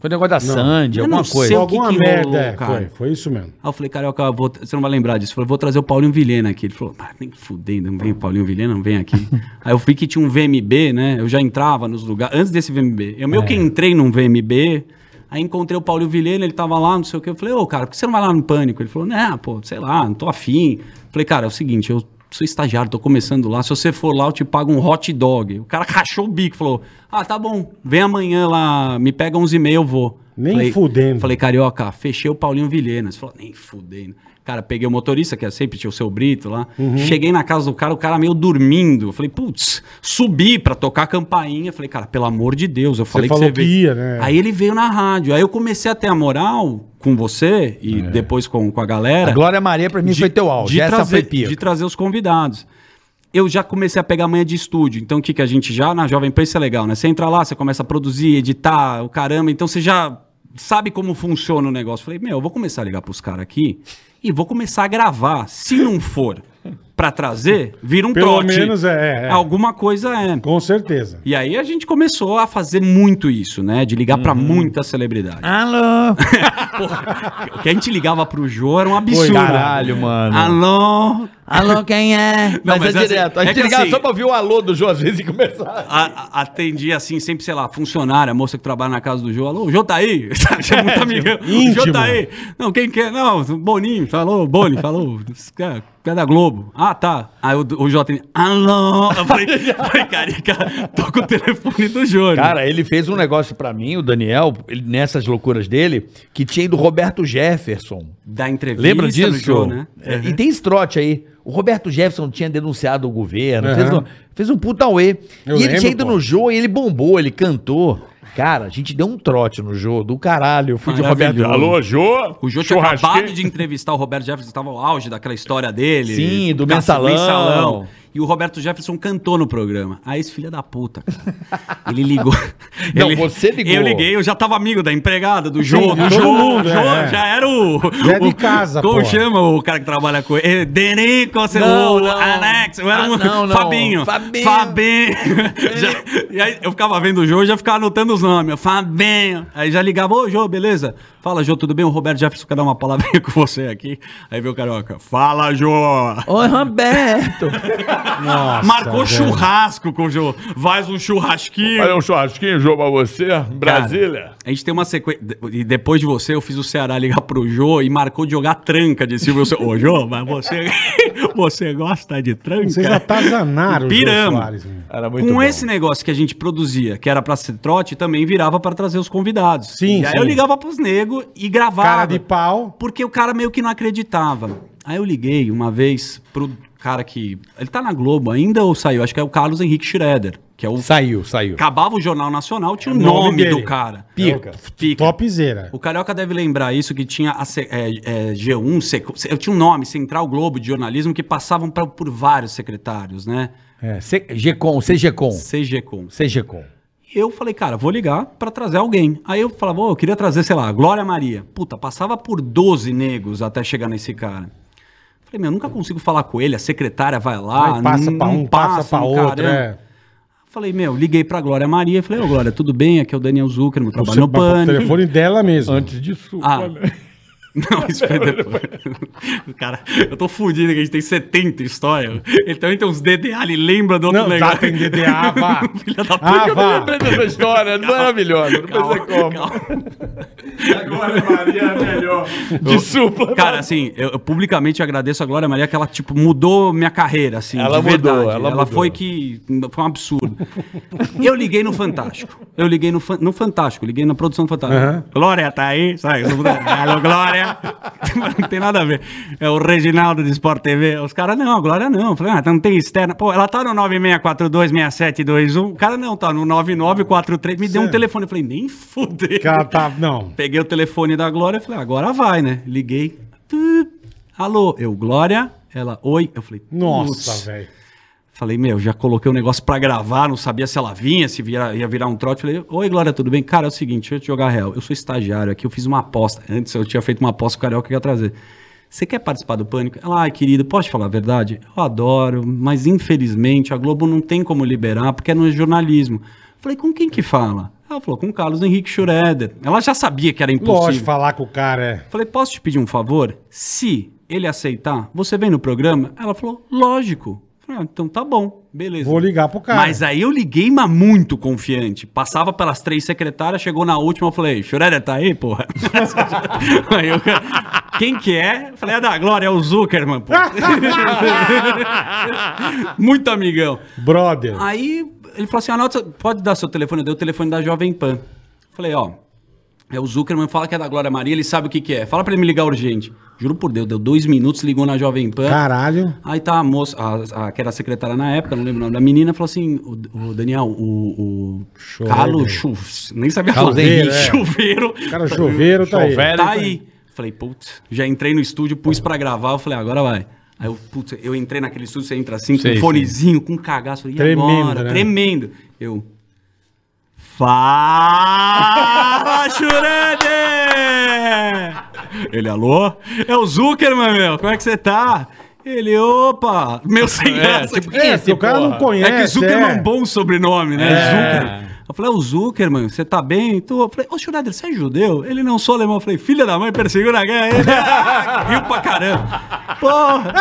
[SPEAKER 3] Foi o negócio da Sandy,
[SPEAKER 4] Eu
[SPEAKER 3] alguma
[SPEAKER 4] não
[SPEAKER 3] coisa.
[SPEAKER 4] sei o que
[SPEAKER 2] Alguma
[SPEAKER 4] que
[SPEAKER 2] merda,
[SPEAKER 4] rolou,
[SPEAKER 2] é,
[SPEAKER 4] cara?
[SPEAKER 2] foi, foi isso mesmo.
[SPEAKER 4] Aí eu falei, Carioca, eu vou- você não vai lembrar disso. Eu falei, vou trazer o Paulinho Vilhena aqui. Ele falou, ah, nem fudendo, não vem o Paulinho Vilhena, não vem aqui. Aí eu vi que tinha um VMB, né? Eu já entrava nos lugares, antes desse VMB. Eu meio
[SPEAKER 2] É.
[SPEAKER 4] que entrei num VMB, aí encontrei o Paulinho Vilhena, ele tava lá, não sei o quê. Eu falei, ô, cara, por que você não vai lá no Pânico? Ele falou, né, pô, sei lá, não tô afim. Eu falei, cara, é o seguinte, eu sou estagiário, tô começando lá, se você for lá, eu te pago um hot dog. O cara rachou o bico, falou, ah, tá bom, vem amanhã lá, me pega 11h30, eu vou.
[SPEAKER 2] Nem
[SPEAKER 4] falei,
[SPEAKER 2] fudendo.
[SPEAKER 4] Falei, Carioca, fechei o Paulinho Vilhena. Você falou, nem fudei. né?" Cara, peguei o motorista, que é sempre tinha o seu Brito lá.
[SPEAKER 2] Uhum.
[SPEAKER 4] Cheguei na casa do cara, o cara meio dormindo. Eu falei, putz, subi pra tocar a campainha. Falei, cara, pelo amor de Deus, eu falei
[SPEAKER 2] falou que
[SPEAKER 4] veio.
[SPEAKER 2] ia, né?
[SPEAKER 4] Aí ele veio na rádio. Aí eu comecei a ter a moral com
[SPEAKER 2] É.
[SPEAKER 4] você e depois com, com a galera.
[SPEAKER 3] A Glória Maria pra mim foi teu áudio.
[SPEAKER 4] de
[SPEAKER 3] Essa
[SPEAKER 4] trazer,
[SPEAKER 3] foi pica.
[SPEAKER 4] de trazer os convidados. Eu já comecei a pegar manhã de estúdio. Então, o que, que a gente já, na Jovem Pan, isso é legal, né? Você entra lá, você começa a produzir, editar, o caramba. Então, você já sabe como funciona o negócio. Falei, meu, eu vou começar a ligar pros caras aqui e vou começar a gravar. Se não for pra trazer, vira um
[SPEAKER 2] Pelo
[SPEAKER 4] trote.
[SPEAKER 2] menos é, é.
[SPEAKER 4] Alguma coisa é.
[SPEAKER 2] Com certeza.
[SPEAKER 4] E aí, a gente começou a fazer muito isso, né? De ligar pra
[SPEAKER 2] Uhum.
[SPEAKER 4] muita celebridade.
[SPEAKER 3] Alô!
[SPEAKER 4] O que a gente ligava pro Jô era um absurdo.
[SPEAKER 3] caralho, mano.
[SPEAKER 4] Alô,
[SPEAKER 3] Alô, quem é? mas,
[SPEAKER 4] Não, mas
[SPEAKER 3] é
[SPEAKER 4] assim,
[SPEAKER 3] direto. A
[SPEAKER 4] é
[SPEAKER 3] gente
[SPEAKER 4] que
[SPEAKER 3] ligava
[SPEAKER 4] assim-
[SPEAKER 3] só pra ouvir o alô do Jô às vezes e começar.
[SPEAKER 4] A- a- atendi assim, sempre, sei lá, funcionária, moça que trabalha na casa do Jô. Alô, o Jô tá aí? Sabe, Tinha
[SPEAKER 3] É,
[SPEAKER 4] muito amigão. O Jô
[SPEAKER 2] íntimo.
[SPEAKER 3] né?"
[SPEAKER 4] tá aí? Não, quem quer? Não, o Boninho, falou, Boni, falou. esse cara cara da Globo. Ah, tá. Aí o, o Jô atende. Alô? Eu falei, falei, carica, tô com o telefone do Jô. né?
[SPEAKER 3] Cara, ele fez um negócio pra mim, o Daniel, ele- nessas loucuras dele, que tinha do Roberto Jefferson.
[SPEAKER 4] da entrevista
[SPEAKER 3] Lembra
[SPEAKER 4] no
[SPEAKER 3] disso?
[SPEAKER 4] Jô, né?
[SPEAKER 3] É,
[SPEAKER 5] Uhum.
[SPEAKER 3] E tem esse trote aí. O Roberto Jefferson tinha denunciado o governo, fez,
[SPEAKER 5] Uhum.
[SPEAKER 3] um, fez um puta uê. E
[SPEAKER 2] Eu
[SPEAKER 3] ele
[SPEAKER 2] lembro,
[SPEAKER 3] tinha ido
[SPEAKER 2] pô.
[SPEAKER 3] no Jô e ele bombou, ele cantou. Cara, a gente deu um trote no Jô, do caralho. Eu fui de Roberto
[SPEAKER 4] Maravilhoso.
[SPEAKER 5] Alô, Jô?
[SPEAKER 4] O Jô tinha
[SPEAKER 5] Churrasque-
[SPEAKER 4] acabado de entrevistar o Roberto Jefferson, estava o auge daquela história dele.
[SPEAKER 3] Sim, do
[SPEAKER 4] Cássio
[SPEAKER 3] mensalão.
[SPEAKER 4] E o Roberto Jefferson cantou no programa. Aí esse filho é da puta, cara, ele ligou.
[SPEAKER 3] Não, você ligou.
[SPEAKER 4] Eu liguei, eu já tava amigo da empregada, do Jô.
[SPEAKER 2] Sim,
[SPEAKER 4] Do
[SPEAKER 2] todo
[SPEAKER 4] Jô,
[SPEAKER 2] mundo,
[SPEAKER 4] Jô
[SPEAKER 2] é.
[SPEAKER 4] já era o...
[SPEAKER 2] Já é de
[SPEAKER 4] o-
[SPEAKER 2] casa,
[SPEAKER 4] Como
[SPEAKER 2] porra.
[SPEAKER 4] chama o cara que trabalha com ele? É, Denico, você
[SPEAKER 3] Não, não.
[SPEAKER 4] Alex, eu era
[SPEAKER 3] Ah,
[SPEAKER 4] um...
[SPEAKER 3] não, não.
[SPEAKER 4] Fabinho.
[SPEAKER 3] Fabinho.
[SPEAKER 4] Fabinho. Já- e aí eu ficava vendo o Jô e já ficava anotando os nomes. Eu, Fabinho. Aí já ligava, ô Jô, beleza? Fala, Jô, tudo bem? O Roberto Jefferson quer dar uma palavrinha com você aqui. Aí veio o Carioca, fala, Jô.
[SPEAKER 3] Oi, Roberto.
[SPEAKER 2] Nossa,
[SPEAKER 4] Marcou
[SPEAKER 2] velho.
[SPEAKER 4] churrasco com o Jô. Faz um churrasquinho.
[SPEAKER 5] Olha um churrasquinho, Jô, pra você. Brasília.
[SPEAKER 4] A gente tem uma sequência. E depois de você, eu fiz o Ceará ligar pro Jô e marcou de jogar tranca de Silvio Santos. Ô, Jô, mas você, você gosta de tranca?
[SPEAKER 2] Vocês atazanaram o Jô
[SPEAKER 4] Piramos.
[SPEAKER 2] Soares, meu.
[SPEAKER 5] Era
[SPEAKER 4] Com esse negócio que a gente produzia, que era pra ser trote, também virava pra trazer os convidados.
[SPEAKER 2] Sim,
[SPEAKER 4] E aí
[SPEAKER 2] sim.
[SPEAKER 4] eu ligava pros negros e gravava.
[SPEAKER 2] Cara de pau.
[SPEAKER 4] Porque o cara meio que não acreditava. Aí eu liguei uma vez pro cara que. Ele tá na Globo ainda ou saiu? Acho que é o Carlos Henrique Schroeder, que é o.
[SPEAKER 3] Saiu, saiu.
[SPEAKER 4] Acabava o Jornal Nacional, tinha o
[SPEAKER 2] É o nome
[SPEAKER 4] nome,
[SPEAKER 2] dele. É
[SPEAKER 4] do cara.
[SPEAKER 3] Pica.
[SPEAKER 4] Pica.
[SPEAKER 2] Topzera.
[SPEAKER 4] O Carioca deve lembrar isso, que tinha a se- é, é, G1, Seco- eu tinha um nome, Central Globo de Jornalismo, que passavam pra- por vários secretários, né?
[SPEAKER 3] É, C- GCOM, CGCOM.
[SPEAKER 4] CGCom.
[SPEAKER 3] CGCOM.
[SPEAKER 4] Eu falei, cara, vou ligar pra trazer alguém. Aí eu falava, ô, eu queria trazer, sei lá, Glória Maria. Puta, passava por 12 negros até chegar nesse cara. Falei, meu, eu nunca consigo falar com ele, a secretária vai lá,
[SPEAKER 2] Aí passa pra um, passa, pra
[SPEAKER 4] um
[SPEAKER 2] outro.
[SPEAKER 4] caramba.
[SPEAKER 2] É.
[SPEAKER 4] Falei, meu, liguei pra Glória Maria, falei, ô, Glória, tudo bem? Aqui é o Daniel Zuckerman, trabalho no
[SPEAKER 2] Você- O
[SPEAKER 4] Pânico.
[SPEAKER 2] telefone dela mesmo.
[SPEAKER 5] Antes disso,
[SPEAKER 4] Ah.
[SPEAKER 5] olha.
[SPEAKER 4] Não, isso foi depois. Cara, eu tô fudido que a gente tem 70 histórias. Ele também tem uns DDA, ele lembra do outro
[SPEAKER 2] Não, tá,
[SPEAKER 4] negócio.
[SPEAKER 2] tem DDA, vá.
[SPEAKER 4] Filha da puta.
[SPEAKER 2] Ah,
[SPEAKER 5] Eu
[SPEAKER 2] vá.
[SPEAKER 5] lembrei dessa história, maravilhosa. Não
[SPEAKER 4] Calma,
[SPEAKER 5] pensei como.
[SPEAKER 4] calma.
[SPEAKER 5] Agora Maria é melhor. De supla. né?
[SPEAKER 4] Cara, assim, eu, eu publicamente agradeço a Glória Maria que ela, tipo, mudou minha carreira, assim,
[SPEAKER 5] Ela mudou, ela mudou.
[SPEAKER 4] foi que... Foi um absurdo. eu liguei no Fantástico. Eu liguei no, Fan- no Fantástico, liguei na produção do Fantástico.
[SPEAKER 2] Aham.
[SPEAKER 4] Glória, tá aí? Sabe? Alô, Glória! não tem nada a ver. É o Reginaldo do Sport TV. Os caras, não, a Glória não. Eu Falei, ah, então não tem externa. Pô, ela tá no 96426721. O cara, não, tá no 9943. Me deu um
[SPEAKER 2] Sério?
[SPEAKER 4] telefone. Eu falei, nem fudeu.
[SPEAKER 2] Cara, tá. Não.
[SPEAKER 4] Peguei o telefone da Glória e falei, agora vai, né? Liguei. Tu. Alô, eu, Glória. Ela, oi. Eu falei, putz.
[SPEAKER 2] Nossa, velho.
[SPEAKER 4] Falei, meu, já coloquei o negócio pra gravar, não sabia se ela vinha, se vira- ia virar um trote. Falei, oi, Glória, tudo bem? Cara, é o seguinte, deixa eu te jogar real. Eu sou estagiário aqui, eu fiz uma aposta. Antes eu tinha feito uma aposta com o Carioca que eu ia trazer. Você quer participar do Pânico? Ela, ai, querido, posso te falar a verdade? Eu adoro, mas infelizmente a Globo não tem como liberar porque é no jornalismo. Falei, com quem que fala? Ela falou, com o Carlos Henrique Schroeder. Ela já sabia que era impossível.
[SPEAKER 2] Lógico, falar com o cara é.
[SPEAKER 4] Falei, posso te pedir um favor? Se ele aceitar, você vem no programa? Ela falou, lógico. Falei, ah, então tá bom, beleza.
[SPEAKER 2] Vou ligar pro cara.
[SPEAKER 4] Mas aí eu liguei, mas muito confiante. Passava pelas três secretárias, chegou na última, eu falei, Schroeder, tá aí, porra? aí eu, quem que é? Eu Falei, é da Glória, é o Zuckerman, pô. muito amigão.
[SPEAKER 2] Brother.
[SPEAKER 4] Aí ele falou assim: anota, pode dar seu telefone. Eu dei o telefone da Jovem Pan. Falei: ó, é o Zuckerman, fala que é da Glória Maria, ele sabe o que, que é. Fala pra ele me ligar urgente. Juro por Deus, deu dois minutos, ligou na Jovem Pan.
[SPEAKER 2] Caralho.
[SPEAKER 4] Aí tá a moça, a, a- que era a secretária na época, não lembro o nome da menina, falou assim: o, o Daniel, o, o
[SPEAKER 2] Chuveiro.
[SPEAKER 4] Carlos Chuf, nem sabia falar.
[SPEAKER 3] Carlos Henrique.
[SPEAKER 4] Chuveiro.
[SPEAKER 2] é. Cara, chuveiro tá aí.
[SPEAKER 5] Chuveiro.
[SPEAKER 4] Tá aí. Falei, putz, já entrei no estúdio, pus pra gravar, eu falei, agora vai. Aí eu, putz, eu entrei naquele estúdio, você entra assim, com
[SPEAKER 5] Sei,
[SPEAKER 4] um fonezinho, com um cagaço, falei, e
[SPEAKER 2] Tremendo,
[SPEAKER 4] agora?
[SPEAKER 2] né?
[SPEAKER 4] Tremendo. Eu. Fala, Churande! Ele, alô? É o Zuckerman, meu, como é que você tá? Ele, opa! Meu sem graça.
[SPEAKER 5] tipo,
[SPEAKER 2] É, porque o cara
[SPEAKER 5] porra?
[SPEAKER 2] não conhece.
[SPEAKER 4] É que Zuckerman é um
[SPEAKER 2] é.
[SPEAKER 4] bom sobrenome, né? Zuckerman. Eu falei, ô Zuckerman, você tá bem? Tô... Eu falei, ô Schneider, você é judeu? Ele não sou alemão. Eu falei, filha da mãe, perseguiu na guerra. Ele ah, riu pra caramba. Porra,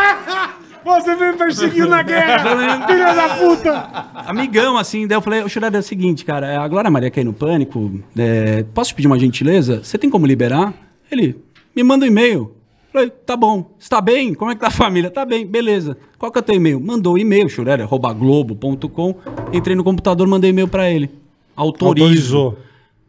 [SPEAKER 2] Você me perseguiu na guerra, filha da puta!
[SPEAKER 4] amigão, assim. Daí eu falei, ô Schneider, é o seguinte, cara, a Glória Maria caiu no pânico. é, posso te pedir uma gentileza? Você tem como liberar? Ele, me manda um e-mail. Eu Falei, tá bom. Está bem? Como é que tá a família? Tá bem, beleza. Qual que é o teu e-mail? Mandou o e-mail, Schureller, arroba globo.com. Entrei no computador, mandei e-mail pra ele. Autorizo.
[SPEAKER 2] Autorizou.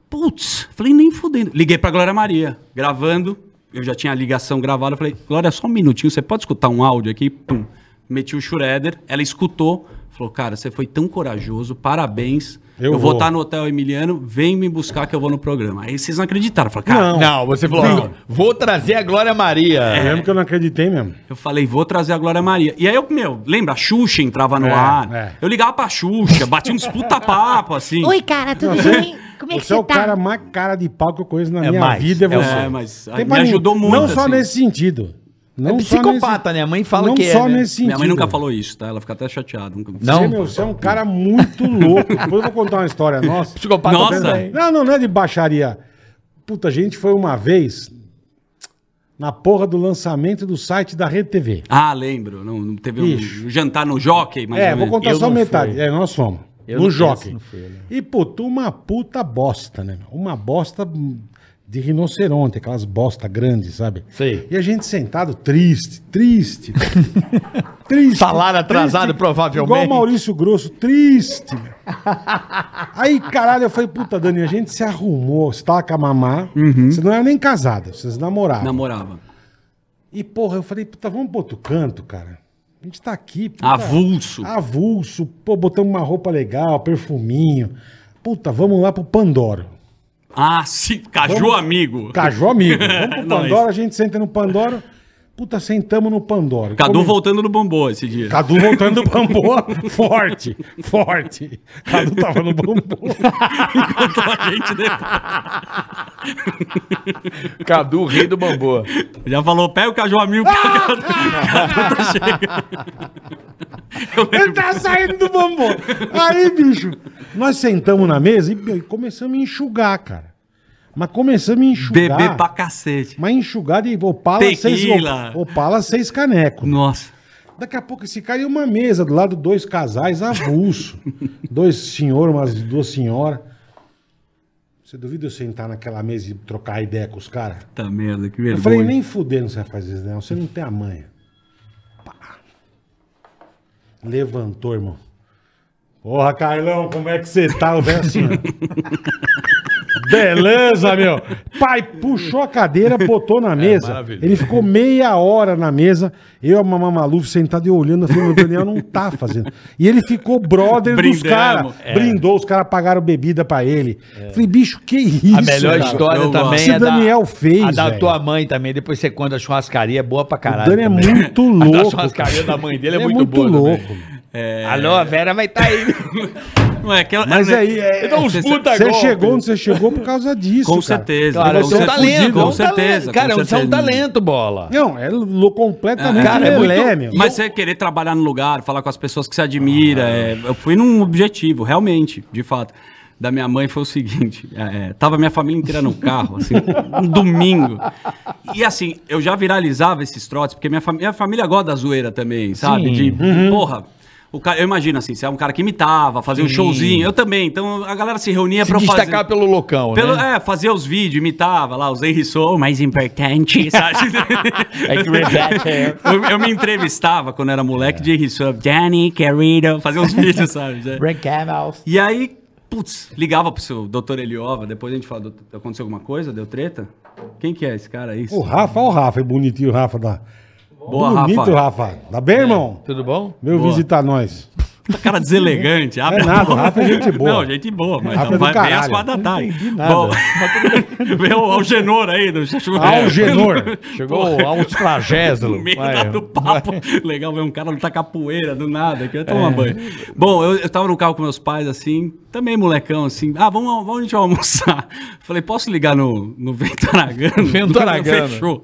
[SPEAKER 4] Putz, falei, nem fudendo. Liguei pra Glória Maria, gravando. Eu já tinha a ligação gravada. Falei, Glória, só um minutinho, você pode escutar um áudio aqui? Pum. Meti o Schroeder, ela escutou. Falou, cara, você foi tão corajoso, parabéns.
[SPEAKER 2] Eu
[SPEAKER 4] Eu, vou
[SPEAKER 2] vou.
[SPEAKER 4] estar no Hotel Emiliano, vem me buscar que eu vou no programa. Aí vocês não acreditaram. Falei, cara,
[SPEAKER 2] Não.
[SPEAKER 5] Não, você falou, vou trazer a Glória Maria.
[SPEAKER 3] É.
[SPEAKER 2] Eu lembro que eu não acreditei mesmo.
[SPEAKER 4] Eu falei, vou trazer a Glória Maria. E aí eu, meu, lembra? A Xuxa entrava no
[SPEAKER 2] É,
[SPEAKER 4] ar.
[SPEAKER 2] é.
[SPEAKER 4] Eu ligava pra Xuxa, batia uns puta papo, assim.
[SPEAKER 6] Oi, cara, tudo bem? Como é que
[SPEAKER 2] você é
[SPEAKER 6] você
[SPEAKER 2] o
[SPEAKER 6] tá?
[SPEAKER 2] cara mais cara de pau que eu conheço na
[SPEAKER 3] É
[SPEAKER 2] minha
[SPEAKER 3] mais,
[SPEAKER 2] vida, é
[SPEAKER 3] é
[SPEAKER 2] você.
[SPEAKER 4] mais, mas
[SPEAKER 2] Tem
[SPEAKER 4] me
[SPEAKER 2] pra mim-
[SPEAKER 4] ajudou muito,
[SPEAKER 2] Não só
[SPEAKER 4] assim.
[SPEAKER 2] nesse sentido. Não
[SPEAKER 3] É
[SPEAKER 2] só
[SPEAKER 3] psicopata,
[SPEAKER 2] nesse-
[SPEAKER 3] né? A mãe fala
[SPEAKER 2] não
[SPEAKER 3] que é,
[SPEAKER 2] só
[SPEAKER 3] né?
[SPEAKER 2] nesse sentido.
[SPEAKER 4] Minha mãe nunca falou isso, tá? Ela fica até chateada. Nunca...
[SPEAKER 3] Não.
[SPEAKER 2] Você, meu, você é um cara muito louco. Depois eu vou contar uma história nossa.
[SPEAKER 5] Psicopata
[SPEAKER 4] Nossa.
[SPEAKER 5] também.
[SPEAKER 2] Não, não, não é de baixaria. Puta, a gente foi uma vez na porra do lançamento do site da Rede TV.
[SPEAKER 4] Ah, lembro. Não, não teve
[SPEAKER 2] Ixi.
[SPEAKER 4] um jantar no jockey, mas.
[SPEAKER 2] É, vou contar
[SPEAKER 3] Eu
[SPEAKER 2] só
[SPEAKER 3] não
[SPEAKER 2] metade.
[SPEAKER 3] fui.
[SPEAKER 2] É, nós fomos.
[SPEAKER 3] Eu
[SPEAKER 2] no
[SPEAKER 3] não
[SPEAKER 2] jockey.
[SPEAKER 3] penso, não fui, né?
[SPEAKER 2] E, puta, uma puta bosta, né? meu? Uma bosta de rinoceronte, aquelas bosta grandes, sabe?
[SPEAKER 3] Sei.
[SPEAKER 2] E a gente sentado triste, triste. triste.
[SPEAKER 5] Salário atrasado, provavelmente.
[SPEAKER 2] Igual o Maurício Grosso, triste. meu. Aí, caralho, eu falei, puta, Dani, a gente se arrumou. Você tava com a mamá.
[SPEAKER 5] Uhum.
[SPEAKER 2] Você não era nem casada, vocês namoravam.
[SPEAKER 4] Namorava.
[SPEAKER 2] E, porra, eu falei, puta, vamos pro outro canto, cara. A gente tá aqui. puta. É.
[SPEAKER 4] Avulso.
[SPEAKER 2] Avulso, pô, botamos uma roupa legal, perfuminho. Puta, vamos lá pro Pandoro.
[SPEAKER 4] Ah, sim. Caju
[SPEAKER 2] Vamos-
[SPEAKER 4] amigo.
[SPEAKER 2] Cajou amigo. Vamos pro
[SPEAKER 4] Não,
[SPEAKER 2] Pandoro, a gente senta no Pandoro. Puta, sentamos no Pandoro.
[SPEAKER 4] Cadu
[SPEAKER 2] Come-
[SPEAKER 4] voltando no bombô esse dia.
[SPEAKER 2] Cadu voltando do bambu. forte, forte. Cadu tava no bambu.
[SPEAKER 4] Enquanto Então a gente né? depois.
[SPEAKER 5] Cadu, rei do bambu.
[SPEAKER 4] Já falou, pega o Caju amigo.
[SPEAKER 2] Ah!
[SPEAKER 4] Cadu, Cadu tá chegando. Eu
[SPEAKER 2] Ele
[SPEAKER 4] lembro.
[SPEAKER 2] tá saindo do bambu. Aí, bicho, nós sentamos na mesa e, e começamos a enxugar, cara. Mas começamos a me enxugar.
[SPEAKER 4] Beber pra cacete.
[SPEAKER 2] Mas enxugar de opala seis,
[SPEAKER 4] Tequila.
[SPEAKER 2] opala seis canecos.
[SPEAKER 4] Nossa.
[SPEAKER 2] Daqui a pouco esse cara e uma mesa do lado, dois casais avulso. dois senhores, umas duas senhoras. Você duvida eu sentar naquela mesa e trocar ideia com os caras?
[SPEAKER 4] Puta merda, que
[SPEAKER 2] Eu
[SPEAKER 4] vergonha.
[SPEAKER 2] falei, nem fudendo você vai fazer isso, não. Você não tem a manha. Pá. Levantou, irmão. Porra, Carlão, como é que você tá? O velho assim, ó. Beleza, meu. Pai puxou a cadeira, botou
[SPEAKER 4] É
[SPEAKER 2] na mesa.
[SPEAKER 3] maravilhoso.
[SPEAKER 2] Ele ficou meia hora na mesa. Eu e a Mamá Maluf sentado e olhando. Eu falei, o Daniel não tá fazendo. E ele ficou brother dos
[SPEAKER 4] Brindamos.
[SPEAKER 2] caras.
[SPEAKER 4] É.
[SPEAKER 2] Brindou, os caras pagaram bebida pra ele. Falei, bicho, que isso?
[SPEAKER 3] a melhor
[SPEAKER 2] cara?
[SPEAKER 3] história
[SPEAKER 4] Eu
[SPEAKER 3] também
[SPEAKER 2] gosto.
[SPEAKER 3] é da,
[SPEAKER 2] Daniel fez,
[SPEAKER 3] a da
[SPEAKER 2] velho.
[SPEAKER 3] tua mãe também. Depois você conta a churrascaria, é boa pra caralho.
[SPEAKER 2] Dani é
[SPEAKER 3] também.
[SPEAKER 2] muito
[SPEAKER 3] A da
[SPEAKER 2] louco,
[SPEAKER 3] churrascaria
[SPEAKER 2] cara.
[SPEAKER 3] da mãe dele é,
[SPEAKER 2] Ele
[SPEAKER 3] muito, boa.
[SPEAKER 2] louco.
[SPEAKER 3] também.
[SPEAKER 2] mano.
[SPEAKER 4] É.
[SPEAKER 3] Alô, a Vera vai estar tá aí.
[SPEAKER 4] Não é aquela,
[SPEAKER 2] Mas
[SPEAKER 4] não é-
[SPEAKER 2] aí, é-
[SPEAKER 4] Então, os puta
[SPEAKER 2] Você
[SPEAKER 3] golpe.
[SPEAKER 2] chegou onde você chegou por causa disso.
[SPEAKER 4] Com
[SPEAKER 2] cara.
[SPEAKER 4] certeza.
[SPEAKER 3] Claro,
[SPEAKER 4] com
[SPEAKER 3] você é um
[SPEAKER 4] certeza.
[SPEAKER 3] talento. é
[SPEAKER 4] Com
[SPEAKER 3] um
[SPEAKER 4] certeza.
[SPEAKER 3] talento. Cara,
[SPEAKER 4] com
[SPEAKER 3] você é um
[SPEAKER 4] certeza.
[SPEAKER 3] talento, bola.
[SPEAKER 2] Não, é lo- completamente
[SPEAKER 3] Cara, é
[SPEAKER 2] lelé,
[SPEAKER 3] muito-
[SPEAKER 2] meu.
[SPEAKER 4] Mas você querer trabalhar no lugar, falar com as pessoas que você admira, é, eu fui num objetivo, realmente, de fato. Da minha mãe foi o seguinte: é, é, tava minha família inteira no carro, assim, um domingo. E assim, eu já viralizava esses trotes, porque minha, fami- minha família gosta da zoeira também, sabe? De
[SPEAKER 3] Uhum.
[SPEAKER 4] porra. O cara, eu imagino assim, você é um cara que imitava, fazia um showzinho. Eu também. Então a galera se reunia
[SPEAKER 3] Se
[SPEAKER 4] pra eu fazer-
[SPEAKER 3] destacar pelo loucão,
[SPEAKER 4] pelo-
[SPEAKER 3] né?
[SPEAKER 4] É, fazia os vídeos, imitava lá, os Henry Soul, mais importante, sabe?
[SPEAKER 3] É que verdade é.
[SPEAKER 4] eu, eu me entrevistava quando era moleque de Henry Soul, Danny Carino, fazia uns vídeos, sabe? Já. E aí, putz, ligava pro seu doutor Eliova, depois a gente fala, "Doutor, aconteceu alguma coisa? Deu treta? Quem que é esse cara aí?
[SPEAKER 2] O Rafa, olha o Rafa, é bonitinho o Rafa da.
[SPEAKER 4] Boa,
[SPEAKER 2] Bonito,
[SPEAKER 4] Rafa.
[SPEAKER 2] Rafa. Tá
[SPEAKER 3] É.
[SPEAKER 2] bem, irmão?
[SPEAKER 3] Tudo bom?
[SPEAKER 2] Veio
[SPEAKER 4] Boa.
[SPEAKER 2] visitar nós.
[SPEAKER 4] Tá cara deselegante. Abre
[SPEAKER 2] É
[SPEAKER 4] a
[SPEAKER 2] nada,
[SPEAKER 4] porta.
[SPEAKER 2] Rafa é gente boa.
[SPEAKER 4] Não, gente boa, mas
[SPEAKER 2] Rafa é
[SPEAKER 4] então,
[SPEAKER 2] do
[SPEAKER 4] vai, vem às
[SPEAKER 2] caralho.
[SPEAKER 4] quatro da
[SPEAKER 2] Não
[SPEAKER 4] tarde.
[SPEAKER 2] entendi nada.
[SPEAKER 4] Bom, Vem o Algenor aí. Do...
[SPEAKER 2] É, Algenor.
[SPEAKER 3] Chegou a uns
[SPEAKER 4] No
[SPEAKER 3] tragésilos.
[SPEAKER 4] meio da- do papo. Legal ver um cara lutar capoeira do nada, queria tomar
[SPEAKER 2] É.
[SPEAKER 4] banho. Bom, eu, eu tava no carro com meus pais, assim, também molecão, assim. Ah, vamos, vamos a gente vai almoçar. Falei, posso ligar no, no Ventoragano?
[SPEAKER 3] Ventoragano.
[SPEAKER 4] Fechou.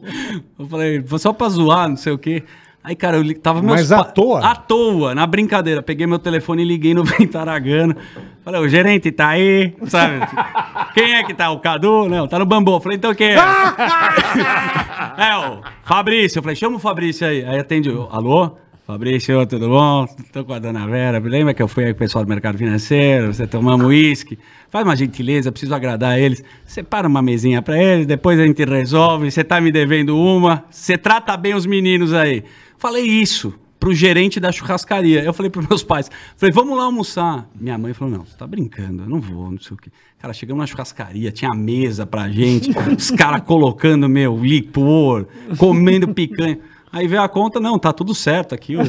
[SPEAKER 4] Eu falei, "Foi só pra zoar, não sei o quê. Aí, cara, eu li- tava meus
[SPEAKER 2] Mas à
[SPEAKER 4] pa-
[SPEAKER 2] toa?
[SPEAKER 4] À toa, na brincadeira. Peguei meu telefone e liguei no Ventaragano. Falei, o gerente tá aí, sabe? Quem é que tá? O Cadu? Não, tá no Bambu. Falei, então quem é? É, o Fabrício. Eu falei, chama o Fabrício aí. Aí atende, o- alô? Fabrício, tudo bom? Tô com a dona Vera. Lembra que eu fui aí com o pessoal do mercado financeiro? Você tomamos uísque. Faz uma gentileza, preciso agradar eles. Separa uma mesinha pra eles, depois a gente resolve. Você tá me devendo uma. Você trata bem os meninos aí. Falei isso pro gerente da churrascaria. Eu falei pros meus pais, falei, vamos lá almoçar. Minha mãe falou, não, você tá brincando, eu não vou, não sei o quê. Cara, chegamos na churrascaria, tinha mesa pra gente, os caras colocando, meu, licor, comendo picanha. Aí veio a conta, não, tá tudo certo aqui. O,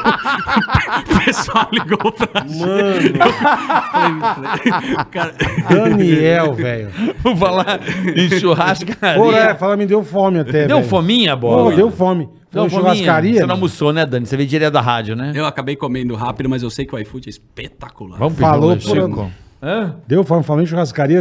[SPEAKER 4] o pessoal ligou pra gente. Mano. Cara,
[SPEAKER 2] Daniel, velho.
[SPEAKER 3] Vou falar em churrascaria.
[SPEAKER 2] Porra, é, fala, me deu fome até.
[SPEAKER 3] Deu
[SPEAKER 2] velho.
[SPEAKER 3] fominha, bola?
[SPEAKER 2] Pô, deu fome. Foi
[SPEAKER 3] Deu
[SPEAKER 2] uma
[SPEAKER 3] fominha?
[SPEAKER 2] churrascaria.
[SPEAKER 3] Você não
[SPEAKER 2] mano.
[SPEAKER 3] almoçou, né, Dani? Você veio direto da rádio, né?
[SPEAKER 4] eu acabei comendo rápido, mas eu sei que o iFood é espetacular.
[SPEAKER 3] pedir um
[SPEAKER 2] Falou
[SPEAKER 3] lanchinho,
[SPEAKER 2] por-
[SPEAKER 3] com-
[SPEAKER 2] Deu fome, falando em churrascaria.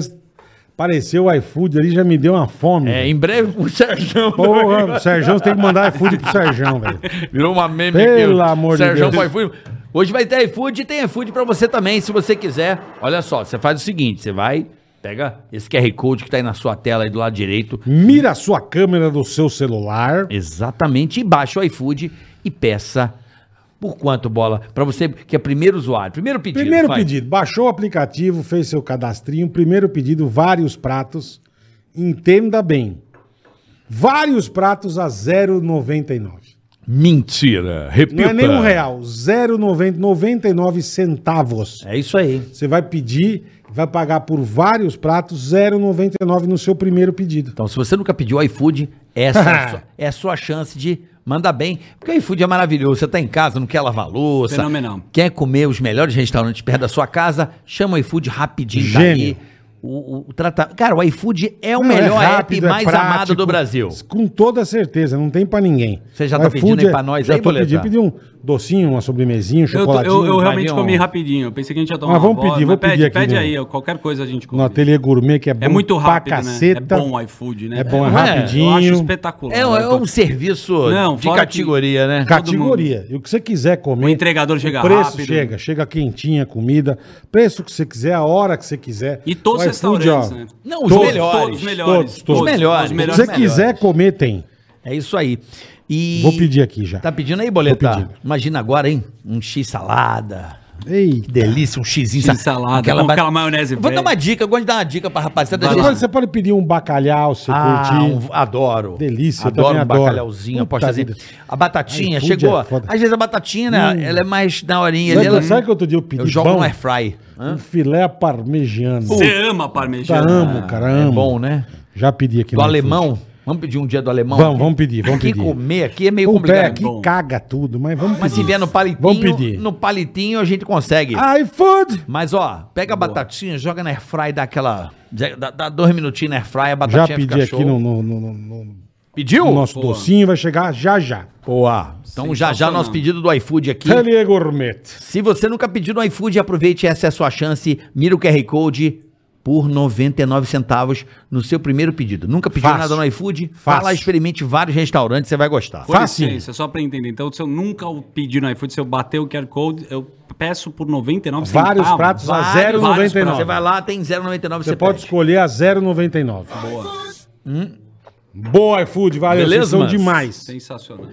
[SPEAKER 2] Apareceu o iFood ali, já me deu uma fome.
[SPEAKER 3] É,
[SPEAKER 2] velho.
[SPEAKER 3] em breve o Sérgio
[SPEAKER 2] Porra, o Sérgio, você tem que mandar iFood pro Sérgio, velho.
[SPEAKER 3] virou uma meme
[SPEAKER 2] Pelo amor de
[SPEAKER 3] Sérgio
[SPEAKER 2] Deus.
[SPEAKER 3] foi iFood. Hoje vai ter iFood e tem iFood pra você também, se você quiser. Olha só, você faz o seguinte, você vai, pega esse QR Code que tá aí na sua tela aí do lado direito,
[SPEAKER 2] Mira a sua câmera do seu celular.
[SPEAKER 3] Exatamente. E baixa o iFood e peça por quanto bola? Pra você que é primeiro usuário, primeiro pedido.
[SPEAKER 2] Primeiro
[SPEAKER 3] vai.
[SPEAKER 2] pedido, baixou o aplicativo, fez seu cadastrinho. Primeiro pedido, vários pratos. Entenda bem. Vários pratos a 0,99.
[SPEAKER 5] Mentira.
[SPEAKER 2] Não
[SPEAKER 5] Repita.
[SPEAKER 2] é nem um real, 0,90, 99 centavos.
[SPEAKER 3] É isso aí.
[SPEAKER 2] Você vai pedir, vai pagar por vários pratos 0,99 no seu primeiro pedido.
[SPEAKER 3] Então, se você nunca pediu iFood, essa é, a sua, é a sua chance de mandar bem. Porque o iFood é maravilhoso. Você tá em casa, não quer lavar louça.
[SPEAKER 4] Fenomenal.
[SPEAKER 3] Quer comer os melhores restaurantes perto da sua casa? Chama o iFood rapidinho. tá
[SPEAKER 2] Gênio.
[SPEAKER 3] aí. O, o, o trata- Cara, o iFood é o
[SPEAKER 2] Não,
[SPEAKER 3] melhor
[SPEAKER 2] rápido,
[SPEAKER 3] app mais
[SPEAKER 2] prático,
[SPEAKER 3] amado do Brasil.
[SPEAKER 2] Com toda certeza, não tem pra ninguém.
[SPEAKER 3] Você já
[SPEAKER 2] O
[SPEAKER 3] tá pedindo
[SPEAKER 2] iFood
[SPEAKER 3] aí
[SPEAKER 2] é-
[SPEAKER 3] pra nós
[SPEAKER 2] já
[SPEAKER 3] aí,
[SPEAKER 2] tô
[SPEAKER 3] Boleta?
[SPEAKER 2] pedindo, pedi um, docinho, uma sobremesinha, um
[SPEAKER 4] Eu, tô- eu-
[SPEAKER 2] chocolatinho?
[SPEAKER 4] eu realmente
[SPEAKER 3] Dariam-
[SPEAKER 4] comi rapidinho. Eu pensei que a gente ia tomar
[SPEAKER 2] Mas vamos
[SPEAKER 4] uma bola,
[SPEAKER 2] pedir, vou
[SPEAKER 4] pede,
[SPEAKER 2] pedir aqui
[SPEAKER 4] Pede
[SPEAKER 2] no-
[SPEAKER 4] aí, ó, qualquer coisa a gente come.
[SPEAKER 2] No ateliê gourmet, que é bom
[SPEAKER 4] é muito rápido,
[SPEAKER 2] pra caceta.
[SPEAKER 4] né? É bom o iFood, né?
[SPEAKER 2] É bom, é
[SPEAKER 3] Não é?
[SPEAKER 4] Eu acho
[SPEAKER 2] rapidinho.
[SPEAKER 4] espetacular.
[SPEAKER 3] É, um- é um serviço
[SPEAKER 4] Não,
[SPEAKER 3] de
[SPEAKER 4] fora que-
[SPEAKER 3] categoria, né?
[SPEAKER 2] Categoria. E o que você quiser comer.
[SPEAKER 4] O entregador chega
[SPEAKER 2] o preço
[SPEAKER 4] rápido.
[SPEAKER 2] chega. Chega quentinha a comida. Preço que você quiser, a hora que você quiser.
[SPEAKER 4] E todos os
[SPEAKER 2] O iFood,
[SPEAKER 4] restaurantes,
[SPEAKER 2] ó,
[SPEAKER 4] né?
[SPEAKER 3] Não, os
[SPEAKER 2] Todos,
[SPEAKER 3] melhores.
[SPEAKER 4] Todos os melhores.
[SPEAKER 2] Todos, todos.
[SPEAKER 3] Os melhores.
[SPEAKER 4] Os
[SPEAKER 2] O que
[SPEAKER 4] melhores.
[SPEAKER 2] você
[SPEAKER 3] melhores.
[SPEAKER 2] quiser comer, tem.
[SPEAKER 3] É isso aí. E-
[SPEAKER 2] Vou pedir aqui já.
[SPEAKER 3] Tá pedindo aí, Boleta?
[SPEAKER 2] pedindo.
[SPEAKER 3] Imagina agora, hein? Um X salada.
[SPEAKER 2] Ei.
[SPEAKER 3] Que delícia, um xizinho
[SPEAKER 4] X salada, com aquela maionese
[SPEAKER 3] Vou
[SPEAKER 4] velha.
[SPEAKER 3] dar uma dica, eu gosto de dar uma dica pra rapaziada.
[SPEAKER 2] Você
[SPEAKER 3] Às
[SPEAKER 2] pode,
[SPEAKER 3] vezes-
[SPEAKER 2] você pode pedir um bacalhau, se
[SPEAKER 3] Ah,
[SPEAKER 2] curtir.
[SPEAKER 3] um- adoro.
[SPEAKER 2] Delícia, eu
[SPEAKER 3] adoro
[SPEAKER 2] também
[SPEAKER 3] um
[SPEAKER 2] adoro.
[SPEAKER 3] bacalhauzinho,
[SPEAKER 2] Puta
[SPEAKER 3] apostazinho.
[SPEAKER 2] vida.
[SPEAKER 3] A batatinha
[SPEAKER 2] iFood
[SPEAKER 3] chegou.
[SPEAKER 2] é foda.
[SPEAKER 3] Às vezes a batatinha, né,
[SPEAKER 2] Hum.
[SPEAKER 3] ela é mais na horinha.
[SPEAKER 2] Sabe,
[SPEAKER 3] ali, ela-
[SPEAKER 2] sabe que outro dia eu pedi
[SPEAKER 3] Eu jogo
[SPEAKER 2] pão?
[SPEAKER 3] no air fry.
[SPEAKER 2] Um filé parmegiano.
[SPEAKER 4] Você ama
[SPEAKER 2] Puta,
[SPEAKER 4] parmegiana?
[SPEAKER 2] Tá, amo, cara, amo.
[SPEAKER 3] É bom, né?
[SPEAKER 2] Já pedi aqui
[SPEAKER 3] Do
[SPEAKER 2] no
[SPEAKER 3] alemão. Vamos pedir um dia do alemão?
[SPEAKER 2] iFood. Vamos, vamos pedir, vamos
[SPEAKER 3] Aqui
[SPEAKER 2] pedir.
[SPEAKER 3] comer aqui é meio
[SPEAKER 2] Puta, é,
[SPEAKER 3] complicado.
[SPEAKER 2] aqui
[SPEAKER 4] Bom.
[SPEAKER 2] caga tudo, mas vamos
[SPEAKER 3] Mas se vier no palitinho,
[SPEAKER 2] Vamos pedir.
[SPEAKER 3] no palitinho a gente consegue.
[SPEAKER 2] iFood!
[SPEAKER 3] Mas ó, pega a batatinha, joga na airfry, dá aquela. Dá, dá dois minutinhos na airfry, a batatinha
[SPEAKER 2] Já pedi aqui no, no- no- no- no
[SPEAKER 3] Pediu?
[SPEAKER 2] nosso docinho, vai chegar já já.
[SPEAKER 3] Boa. Então já já nosso pedido do iFood aqui.
[SPEAKER 2] Telie Gourmet.
[SPEAKER 3] Se você nunca pediu no iFood, aproveite, essa é a sua chance. Mira o QR Code por 99 centavos no seu primeiro pedido. Nunca pediu
[SPEAKER 2] Fácil.
[SPEAKER 3] nada no iFood? Fala,
[SPEAKER 2] Fácil.
[SPEAKER 3] experimente vários restaurantes, você vai gostar.
[SPEAKER 4] Com
[SPEAKER 2] Fácil.
[SPEAKER 4] licença, só pra entender. Então, se eu nunca o pedir no iFood, se eu bater o QR Code, eu peço por 99
[SPEAKER 2] Vários pratos a
[SPEAKER 3] Vários,
[SPEAKER 4] vários pratos.
[SPEAKER 2] 0,99.
[SPEAKER 3] Você vai lá, tem 0,99,
[SPEAKER 2] Você pode
[SPEAKER 3] pede. Hum?
[SPEAKER 2] escolher a 0,99. Boa. Boa, iFood, valeu.
[SPEAKER 3] Beleza,
[SPEAKER 2] Vocês são
[SPEAKER 3] mano?
[SPEAKER 2] demais.
[SPEAKER 4] Sensacional.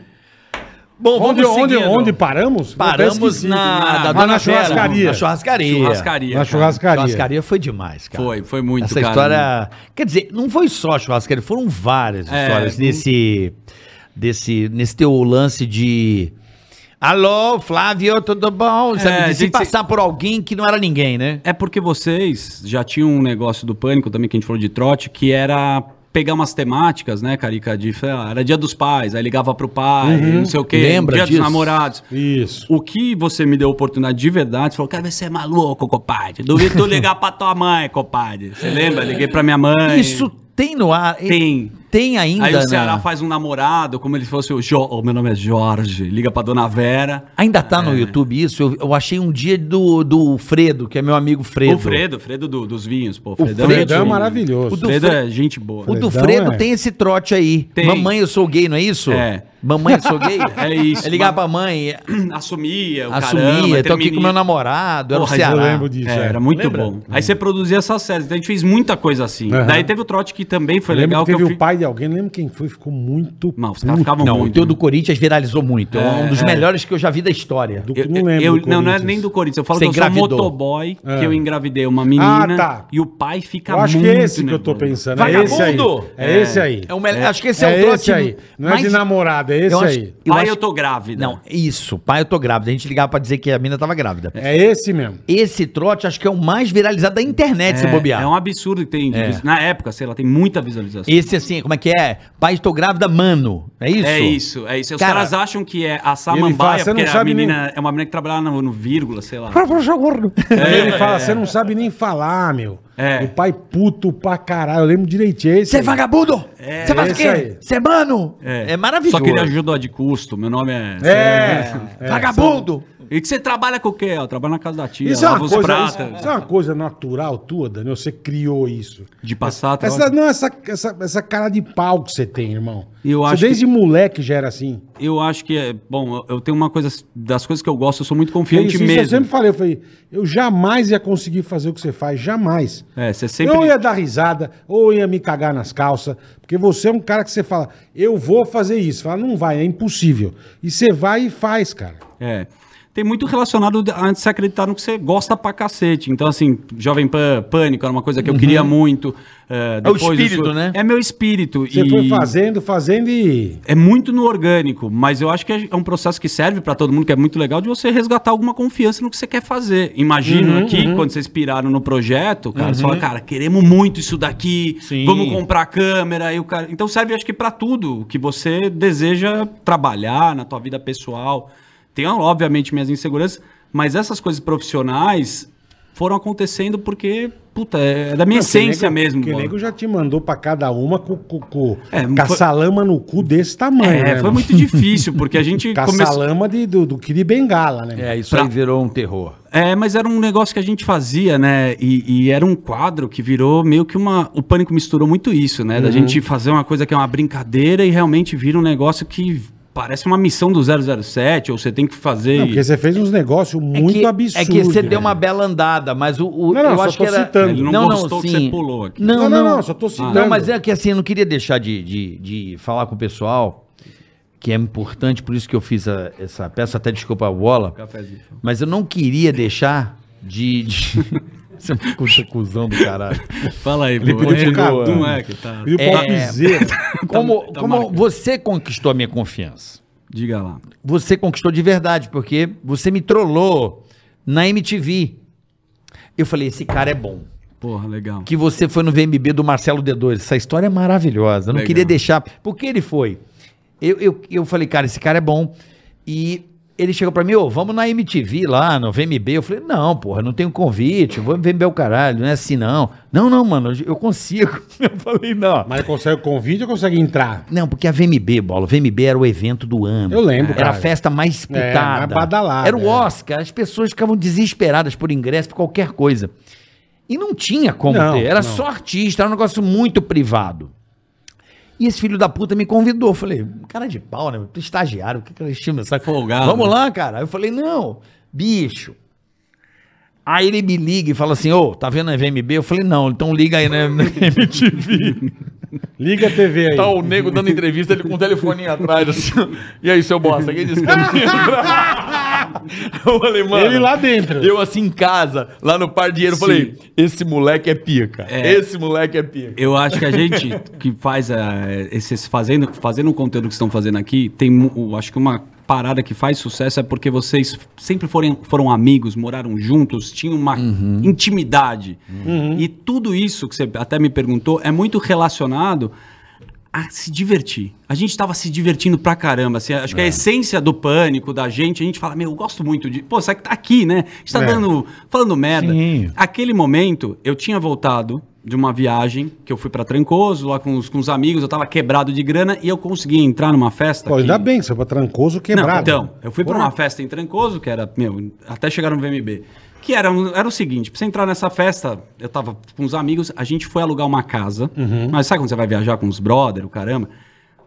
[SPEAKER 3] Bom,
[SPEAKER 2] Onde,
[SPEAKER 3] vamos
[SPEAKER 2] onde,
[SPEAKER 3] seguindo.
[SPEAKER 2] onde paramos? Eu até
[SPEAKER 3] Paramos
[SPEAKER 2] esqueci.
[SPEAKER 3] na,
[SPEAKER 2] Ah,
[SPEAKER 3] da
[SPEAKER 2] na
[SPEAKER 3] Dona Vera,
[SPEAKER 2] churrascaria.
[SPEAKER 3] na churrascaria.
[SPEAKER 4] Churrascaria.
[SPEAKER 2] Na
[SPEAKER 4] cara.
[SPEAKER 2] churrascaria.
[SPEAKER 3] Churrascaria foi demais, cara.
[SPEAKER 4] Foi, foi muito,
[SPEAKER 3] Essa
[SPEAKER 4] cara.
[SPEAKER 3] história. Quer dizer, não foi só churrascaria, foram várias
[SPEAKER 4] É,
[SPEAKER 3] histórias
[SPEAKER 4] não-
[SPEAKER 3] nesse, desse, nesse teu lance de. Alô, Flávio, tudo bom? Sabe,
[SPEAKER 4] É,
[SPEAKER 3] de
[SPEAKER 4] a
[SPEAKER 3] se
[SPEAKER 4] gente-
[SPEAKER 3] passar por alguém que não era ninguém, né?
[SPEAKER 4] É porque vocês já tinham um negócio do pânico também que a gente falou de trote, que era pegar umas temáticas, né, Carica? De, sei lá, era dia dos pais, aí ligava pro pai, não sei o quê,
[SPEAKER 3] Uhum. Lembra
[SPEAKER 4] dia
[SPEAKER 3] disso?
[SPEAKER 4] dos namorados.
[SPEAKER 2] Isso.
[SPEAKER 4] O que você me deu a oportunidade de verdade, você falou, cara, você é maluco, compadre. Duvido tu ligar pra tua mãe, compadre. Você lembra? Liguei pra minha mãe.
[SPEAKER 3] Isso tem no ar. e-
[SPEAKER 4] É, Tem.
[SPEAKER 3] Tem ainda.
[SPEAKER 4] Aí o
[SPEAKER 3] né?
[SPEAKER 4] Ceará faz um namorado, como ele fosse o Jo- o meu nome é Jorge, liga pra dona Vera.
[SPEAKER 3] Ainda tá
[SPEAKER 4] É.
[SPEAKER 3] no YouTube isso? Eu, eu achei um dia do, do Fredo, que é meu amigo Fredo.
[SPEAKER 4] O Fredo, Fredo do- dos vinhos, pô. O
[SPEAKER 2] Fredo é
[SPEAKER 4] gente-
[SPEAKER 2] maravilhoso.
[SPEAKER 4] O do Fredo é gente boa.
[SPEAKER 3] O
[SPEAKER 2] Fredão
[SPEAKER 3] do Fredo
[SPEAKER 2] é-
[SPEAKER 3] tem esse trote aí.
[SPEAKER 4] Tem.
[SPEAKER 3] Mamãe, eu sou gay, não é isso?
[SPEAKER 4] É.
[SPEAKER 3] Mamãe, eu sou gay?
[SPEAKER 4] É isso.
[SPEAKER 3] É ligar
[SPEAKER 4] Ma-
[SPEAKER 3] pra mãe,
[SPEAKER 4] assumia, então, o
[SPEAKER 3] assumia, tô aqui com meu namorado, era o
[SPEAKER 4] Porra, eu
[SPEAKER 3] Ceará.
[SPEAKER 2] lembro disso.
[SPEAKER 4] É, era muito bom. Aí você produzia essas séries. Então a gente fez muita coisa assim.
[SPEAKER 2] Aham.
[SPEAKER 4] Daí teve o trote que também foi
[SPEAKER 2] Eu lembro
[SPEAKER 4] legal.
[SPEAKER 2] que
[SPEAKER 4] Que
[SPEAKER 2] teve
[SPEAKER 4] eu
[SPEAKER 2] o pai de alguém, não lembro quem foi, ficou muito.
[SPEAKER 4] Não, os caras ficavam
[SPEAKER 3] Não, o
[SPEAKER 4] muito. né?
[SPEAKER 3] teu do Corinthians viralizou muito. É, um dos
[SPEAKER 4] é.
[SPEAKER 3] melhores que eu já vi da história.
[SPEAKER 2] Do-
[SPEAKER 4] Eu,
[SPEAKER 2] não lembro
[SPEAKER 4] eu-
[SPEAKER 2] do
[SPEAKER 4] não, não é
[SPEAKER 2] Corinthians.
[SPEAKER 4] nem do Corinthians. Eu falo
[SPEAKER 3] Você
[SPEAKER 4] que eu
[SPEAKER 3] engravidou.
[SPEAKER 4] sou um motoboy,
[SPEAKER 2] Ah.
[SPEAKER 4] que eu engravidei uma menina.
[SPEAKER 2] Ah, tá.
[SPEAKER 4] E o pai fica
[SPEAKER 2] Eu
[SPEAKER 4] muito
[SPEAKER 2] acho que é esse que eu tô
[SPEAKER 4] nervoso.
[SPEAKER 2] pensando. É esse aí.
[SPEAKER 3] Vagabundo!
[SPEAKER 2] É, esse aí.
[SPEAKER 3] É o melhor- Acho que esse é,
[SPEAKER 2] É
[SPEAKER 3] o trote.
[SPEAKER 2] esse aí. Não é de namorado, é esse
[SPEAKER 3] eu acho-
[SPEAKER 2] aí.
[SPEAKER 3] eu
[SPEAKER 4] pai,
[SPEAKER 3] acho-
[SPEAKER 4] eu tô grávida.
[SPEAKER 3] Não, isso. Pai, eu tô grávida. A gente ligava pra dizer que a mina tava grávida.
[SPEAKER 2] É esse mesmo.
[SPEAKER 3] Esse trote acho que é o mais viralizado da internet, se bobear.
[SPEAKER 4] É um absurdo que tem.
[SPEAKER 3] É.
[SPEAKER 4] Na época, sei lá, tem muita visualização.
[SPEAKER 3] Esse assim, como é que é? Pai, tô grávida, mano. É isso?
[SPEAKER 4] É isso, é isso. Os
[SPEAKER 3] Cara,
[SPEAKER 4] caras acham que é a
[SPEAKER 2] fala,
[SPEAKER 4] samambaia,
[SPEAKER 2] "Você não
[SPEAKER 4] porque a
[SPEAKER 2] sabe nem-
[SPEAKER 4] menina é uma menina que trabalhava no, no vírgula, sei lá.
[SPEAKER 3] É.
[SPEAKER 2] ele fala, você não sabe nem falar, meu.
[SPEAKER 4] É.
[SPEAKER 2] O pai puto pra caralho. Eu lembro direitinho. É esse
[SPEAKER 3] Você é
[SPEAKER 2] aí.
[SPEAKER 3] vagabundo! Você faz o
[SPEAKER 2] esse
[SPEAKER 3] quê?
[SPEAKER 2] aí.
[SPEAKER 3] Você é mano! É, maravilhoso.
[SPEAKER 4] Só que ele ajudou de custo, meu nome é...
[SPEAKER 2] É. é.
[SPEAKER 3] Vagabundo!
[SPEAKER 4] E que você trabalha com o quê? Eu trabalho na casa da tia,
[SPEAKER 2] Isso é,
[SPEAKER 4] lava
[SPEAKER 2] uma
[SPEAKER 4] os
[SPEAKER 2] coisa,
[SPEAKER 4] pratos.
[SPEAKER 2] isso, isso é uma coisa natural tua, Daniel. Você criou isso.
[SPEAKER 4] De passar,
[SPEAKER 2] Essa, não, essa, essa, essa cara de pau que você tem, irmão.
[SPEAKER 4] Eu
[SPEAKER 2] Você
[SPEAKER 4] acho
[SPEAKER 2] desde moleque já era assim.
[SPEAKER 4] Eu acho que é... Bom, eu eu tenho uma coisa... Das coisas que eu gosto, eu sou muito
[SPEAKER 2] É
[SPEAKER 4] confiante
[SPEAKER 2] isso, isso
[SPEAKER 4] mesmo.
[SPEAKER 2] eu sempre falei, eu falei, eu jamais ia conseguir fazer o que você faz, jamais.
[SPEAKER 4] É, você sempre-
[SPEAKER 2] Eu ia dar risada, ou ia me cagar nas calças, porque você é um cara que você fala, eu vou fazer isso. Fala, não vai, é impossível. E você vai e faz, cara.
[SPEAKER 4] É. Tem muito relacionado a se acreditar no que você gosta pra cacete. Então, assim, Jovem Pan, Pânico era uma coisa
[SPEAKER 2] Uhum.
[SPEAKER 4] que eu queria muito. É,
[SPEAKER 3] o
[SPEAKER 4] depois
[SPEAKER 3] espírito, né?
[SPEAKER 4] É meu espírito.
[SPEAKER 2] Você
[SPEAKER 4] e-
[SPEAKER 2] foi fazendo, fazendo e...
[SPEAKER 4] É muito no orgânico, mas eu acho que é é um processo que serve pra todo mundo, que é muito legal de você resgatar alguma confiança no que você quer fazer.
[SPEAKER 2] Uhum,
[SPEAKER 4] Imagino aqui, quando vocês piraram no projeto, cara, você fala, cara, queremos muito isso daqui,
[SPEAKER 3] Sim.
[SPEAKER 4] vamos comprar a câmera. E o cara... Então serve, acho que, pra tudo que você deseja trabalhar na tua vida pessoal. Tem, obviamente, minhas inseguranças, mas essas coisas profissionais foram acontecendo porque, puta, é é da minha essência mesmo.
[SPEAKER 2] Que
[SPEAKER 4] bola.
[SPEAKER 2] nego é já te mandou pra cada uma com, com, com
[SPEAKER 4] É, foi-
[SPEAKER 2] caça-lama no cu desse tamanho.
[SPEAKER 4] É,
[SPEAKER 2] né,
[SPEAKER 4] foi
[SPEAKER 2] mano?
[SPEAKER 4] muito difícil, porque a gente começou...
[SPEAKER 2] Caça-lama de- do, do que de bengala, né?
[SPEAKER 3] É, isso
[SPEAKER 4] Pra-
[SPEAKER 3] aí virou um terror.
[SPEAKER 4] É, mas era um negócio que a gente fazia, né? E, e era um quadro que virou meio que uma. O pânico misturou muito isso, né?
[SPEAKER 2] Uhum.
[SPEAKER 4] Da gente fazer uma coisa que é uma brincadeira e realmente vira um negócio que parece uma missão do 007, ou você tem que fazer.
[SPEAKER 2] Não,
[SPEAKER 4] e-
[SPEAKER 2] porque você fez uns negócios muito absurdos.
[SPEAKER 3] É que você deu
[SPEAKER 2] velho.
[SPEAKER 3] uma bela andada, mas o, o-
[SPEAKER 2] Não, não,
[SPEAKER 3] eu
[SPEAKER 2] só
[SPEAKER 3] acho
[SPEAKER 2] tô
[SPEAKER 3] que era.
[SPEAKER 2] citando.
[SPEAKER 4] Ele não gostou que
[SPEAKER 3] sim.
[SPEAKER 4] você pulou aqui.
[SPEAKER 3] Não, não,
[SPEAKER 2] Não, não, não, só tô citando.
[SPEAKER 3] Não, mas é que assim, eu não queria deixar de, de, de falar com o pessoal, que é importante, por isso que eu fiz a- essa peça, até desculpa a bola.
[SPEAKER 4] Cafezinho.
[SPEAKER 3] Mas eu não queria deixar de. de... Você é um puta cuzão do caralho.
[SPEAKER 4] Fala aí,
[SPEAKER 2] Ele
[SPEAKER 4] pô.
[SPEAKER 2] pediu pro
[SPEAKER 4] Errou,
[SPEAKER 2] Cadu.
[SPEAKER 4] não é que tá.
[SPEAKER 2] E o
[SPEAKER 3] É.
[SPEAKER 2] Paulo Bezerra.
[SPEAKER 3] Como,
[SPEAKER 4] tá
[SPEAKER 3] como
[SPEAKER 4] marcado.
[SPEAKER 3] você conquistou a minha confiança?
[SPEAKER 4] Diga lá.
[SPEAKER 3] você conquistou de verdade, porque você me trollou na MTV. Eu falei, esse cara é bom.
[SPEAKER 4] Porra, legal.
[SPEAKER 3] Que você foi no VMB do Marcelo D2. Essa história é maravilhosa. Eu não
[SPEAKER 4] Legal.
[SPEAKER 3] queria deixar. Porque ele foi. Eu, eu, eu falei, cara, esse cara é bom. E ele chegou pra mim, ô, vamos na MTV lá, no VMB. Eu falei, não, porra, não tenho convite. Vou no VMB o caralho, não é assim não. Não, não, mano, eu consigo. Eu falei, não.
[SPEAKER 2] Mas consegue o convite ou consegue entrar?
[SPEAKER 3] Não, porque a VMB, bola, o VMB era o evento do ano.
[SPEAKER 2] Eu lembro,
[SPEAKER 3] É, Era a
[SPEAKER 2] cara.
[SPEAKER 3] festa mais disputada.
[SPEAKER 2] É, mais badalada,
[SPEAKER 3] Era o
[SPEAKER 2] é.
[SPEAKER 3] Oscar, as pessoas ficavam desesperadas por ingresso, por qualquer coisa. E não tinha como
[SPEAKER 2] Não,
[SPEAKER 3] ter, era
[SPEAKER 2] não.
[SPEAKER 3] só artista, era um negócio muito privado. E esse filho da puta me convidou. Eu Falei, cara de pau, né? Estagiário, o que que eles chamam? Sabe?
[SPEAKER 4] Folgado.
[SPEAKER 3] Vamos lá, cara. Eu falei, não, bicho. Aí ele me liga e fala assim, ô, tá vendo a VMB? Eu falei, não, então liga aí na, na MTV.
[SPEAKER 2] Liga a TV aí.
[SPEAKER 3] Tá o nego dando entrevista, ele com o telefoninho atrás, assim. ó. E aí, seu bosta, quem disse que eu não tinha entrado? Eu falei, mano.
[SPEAKER 2] Ele lá dentro.
[SPEAKER 3] Eu assim em casa, lá no par de dinheiro, falei, esse moleque é pica. Esse moleque é pica.
[SPEAKER 4] Eu acho que a gente que faz eh, esses fazendo, fazendo o conteúdo que estão fazendo aqui, tem, mu- o- acho que uma parada que faz sucesso é porque vocês sempre forem, foram amigos, moraram juntos, tinham uma intimidade. E tudo isso que você até me perguntou é muito relacionado a se divertir. A gente tava se divertindo pra caramba. assim, acho que a essência do pânico da gente, a gente fala, meu, eu gosto muito de. Pô, sabe que tá aqui, né? A gente tá
[SPEAKER 2] É.
[SPEAKER 4] dando. falando merda.
[SPEAKER 3] Sim.
[SPEAKER 4] Aquele momento, eu tinha voltado de uma viagem que eu fui pra Trancoso, lá com os, com os amigos, eu tava quebrado de grana e eu consegui entrar numa festa.
[SPEAKER 2] Pô,
[SPEAKER 4] que-
[SPEAKER 2] ainda bem, que você foi pra Trancoso quebrado.
[SPEAKER 4] não, então, eu fui pra
[SPEAKER 2] Porra.
[SPEAKER 4] uma festa em Trancoso, que era, meu, até chegar no VMB. Que era, um- era o seguinte, pra você entrar nessa festa, eu tava com uns amigos, a gente foi alugar uma casa.
[SPEAKER 2] Uhum.
[SPEAKER 4] Mas sabe quando você vai viajar com os brother, o caramba?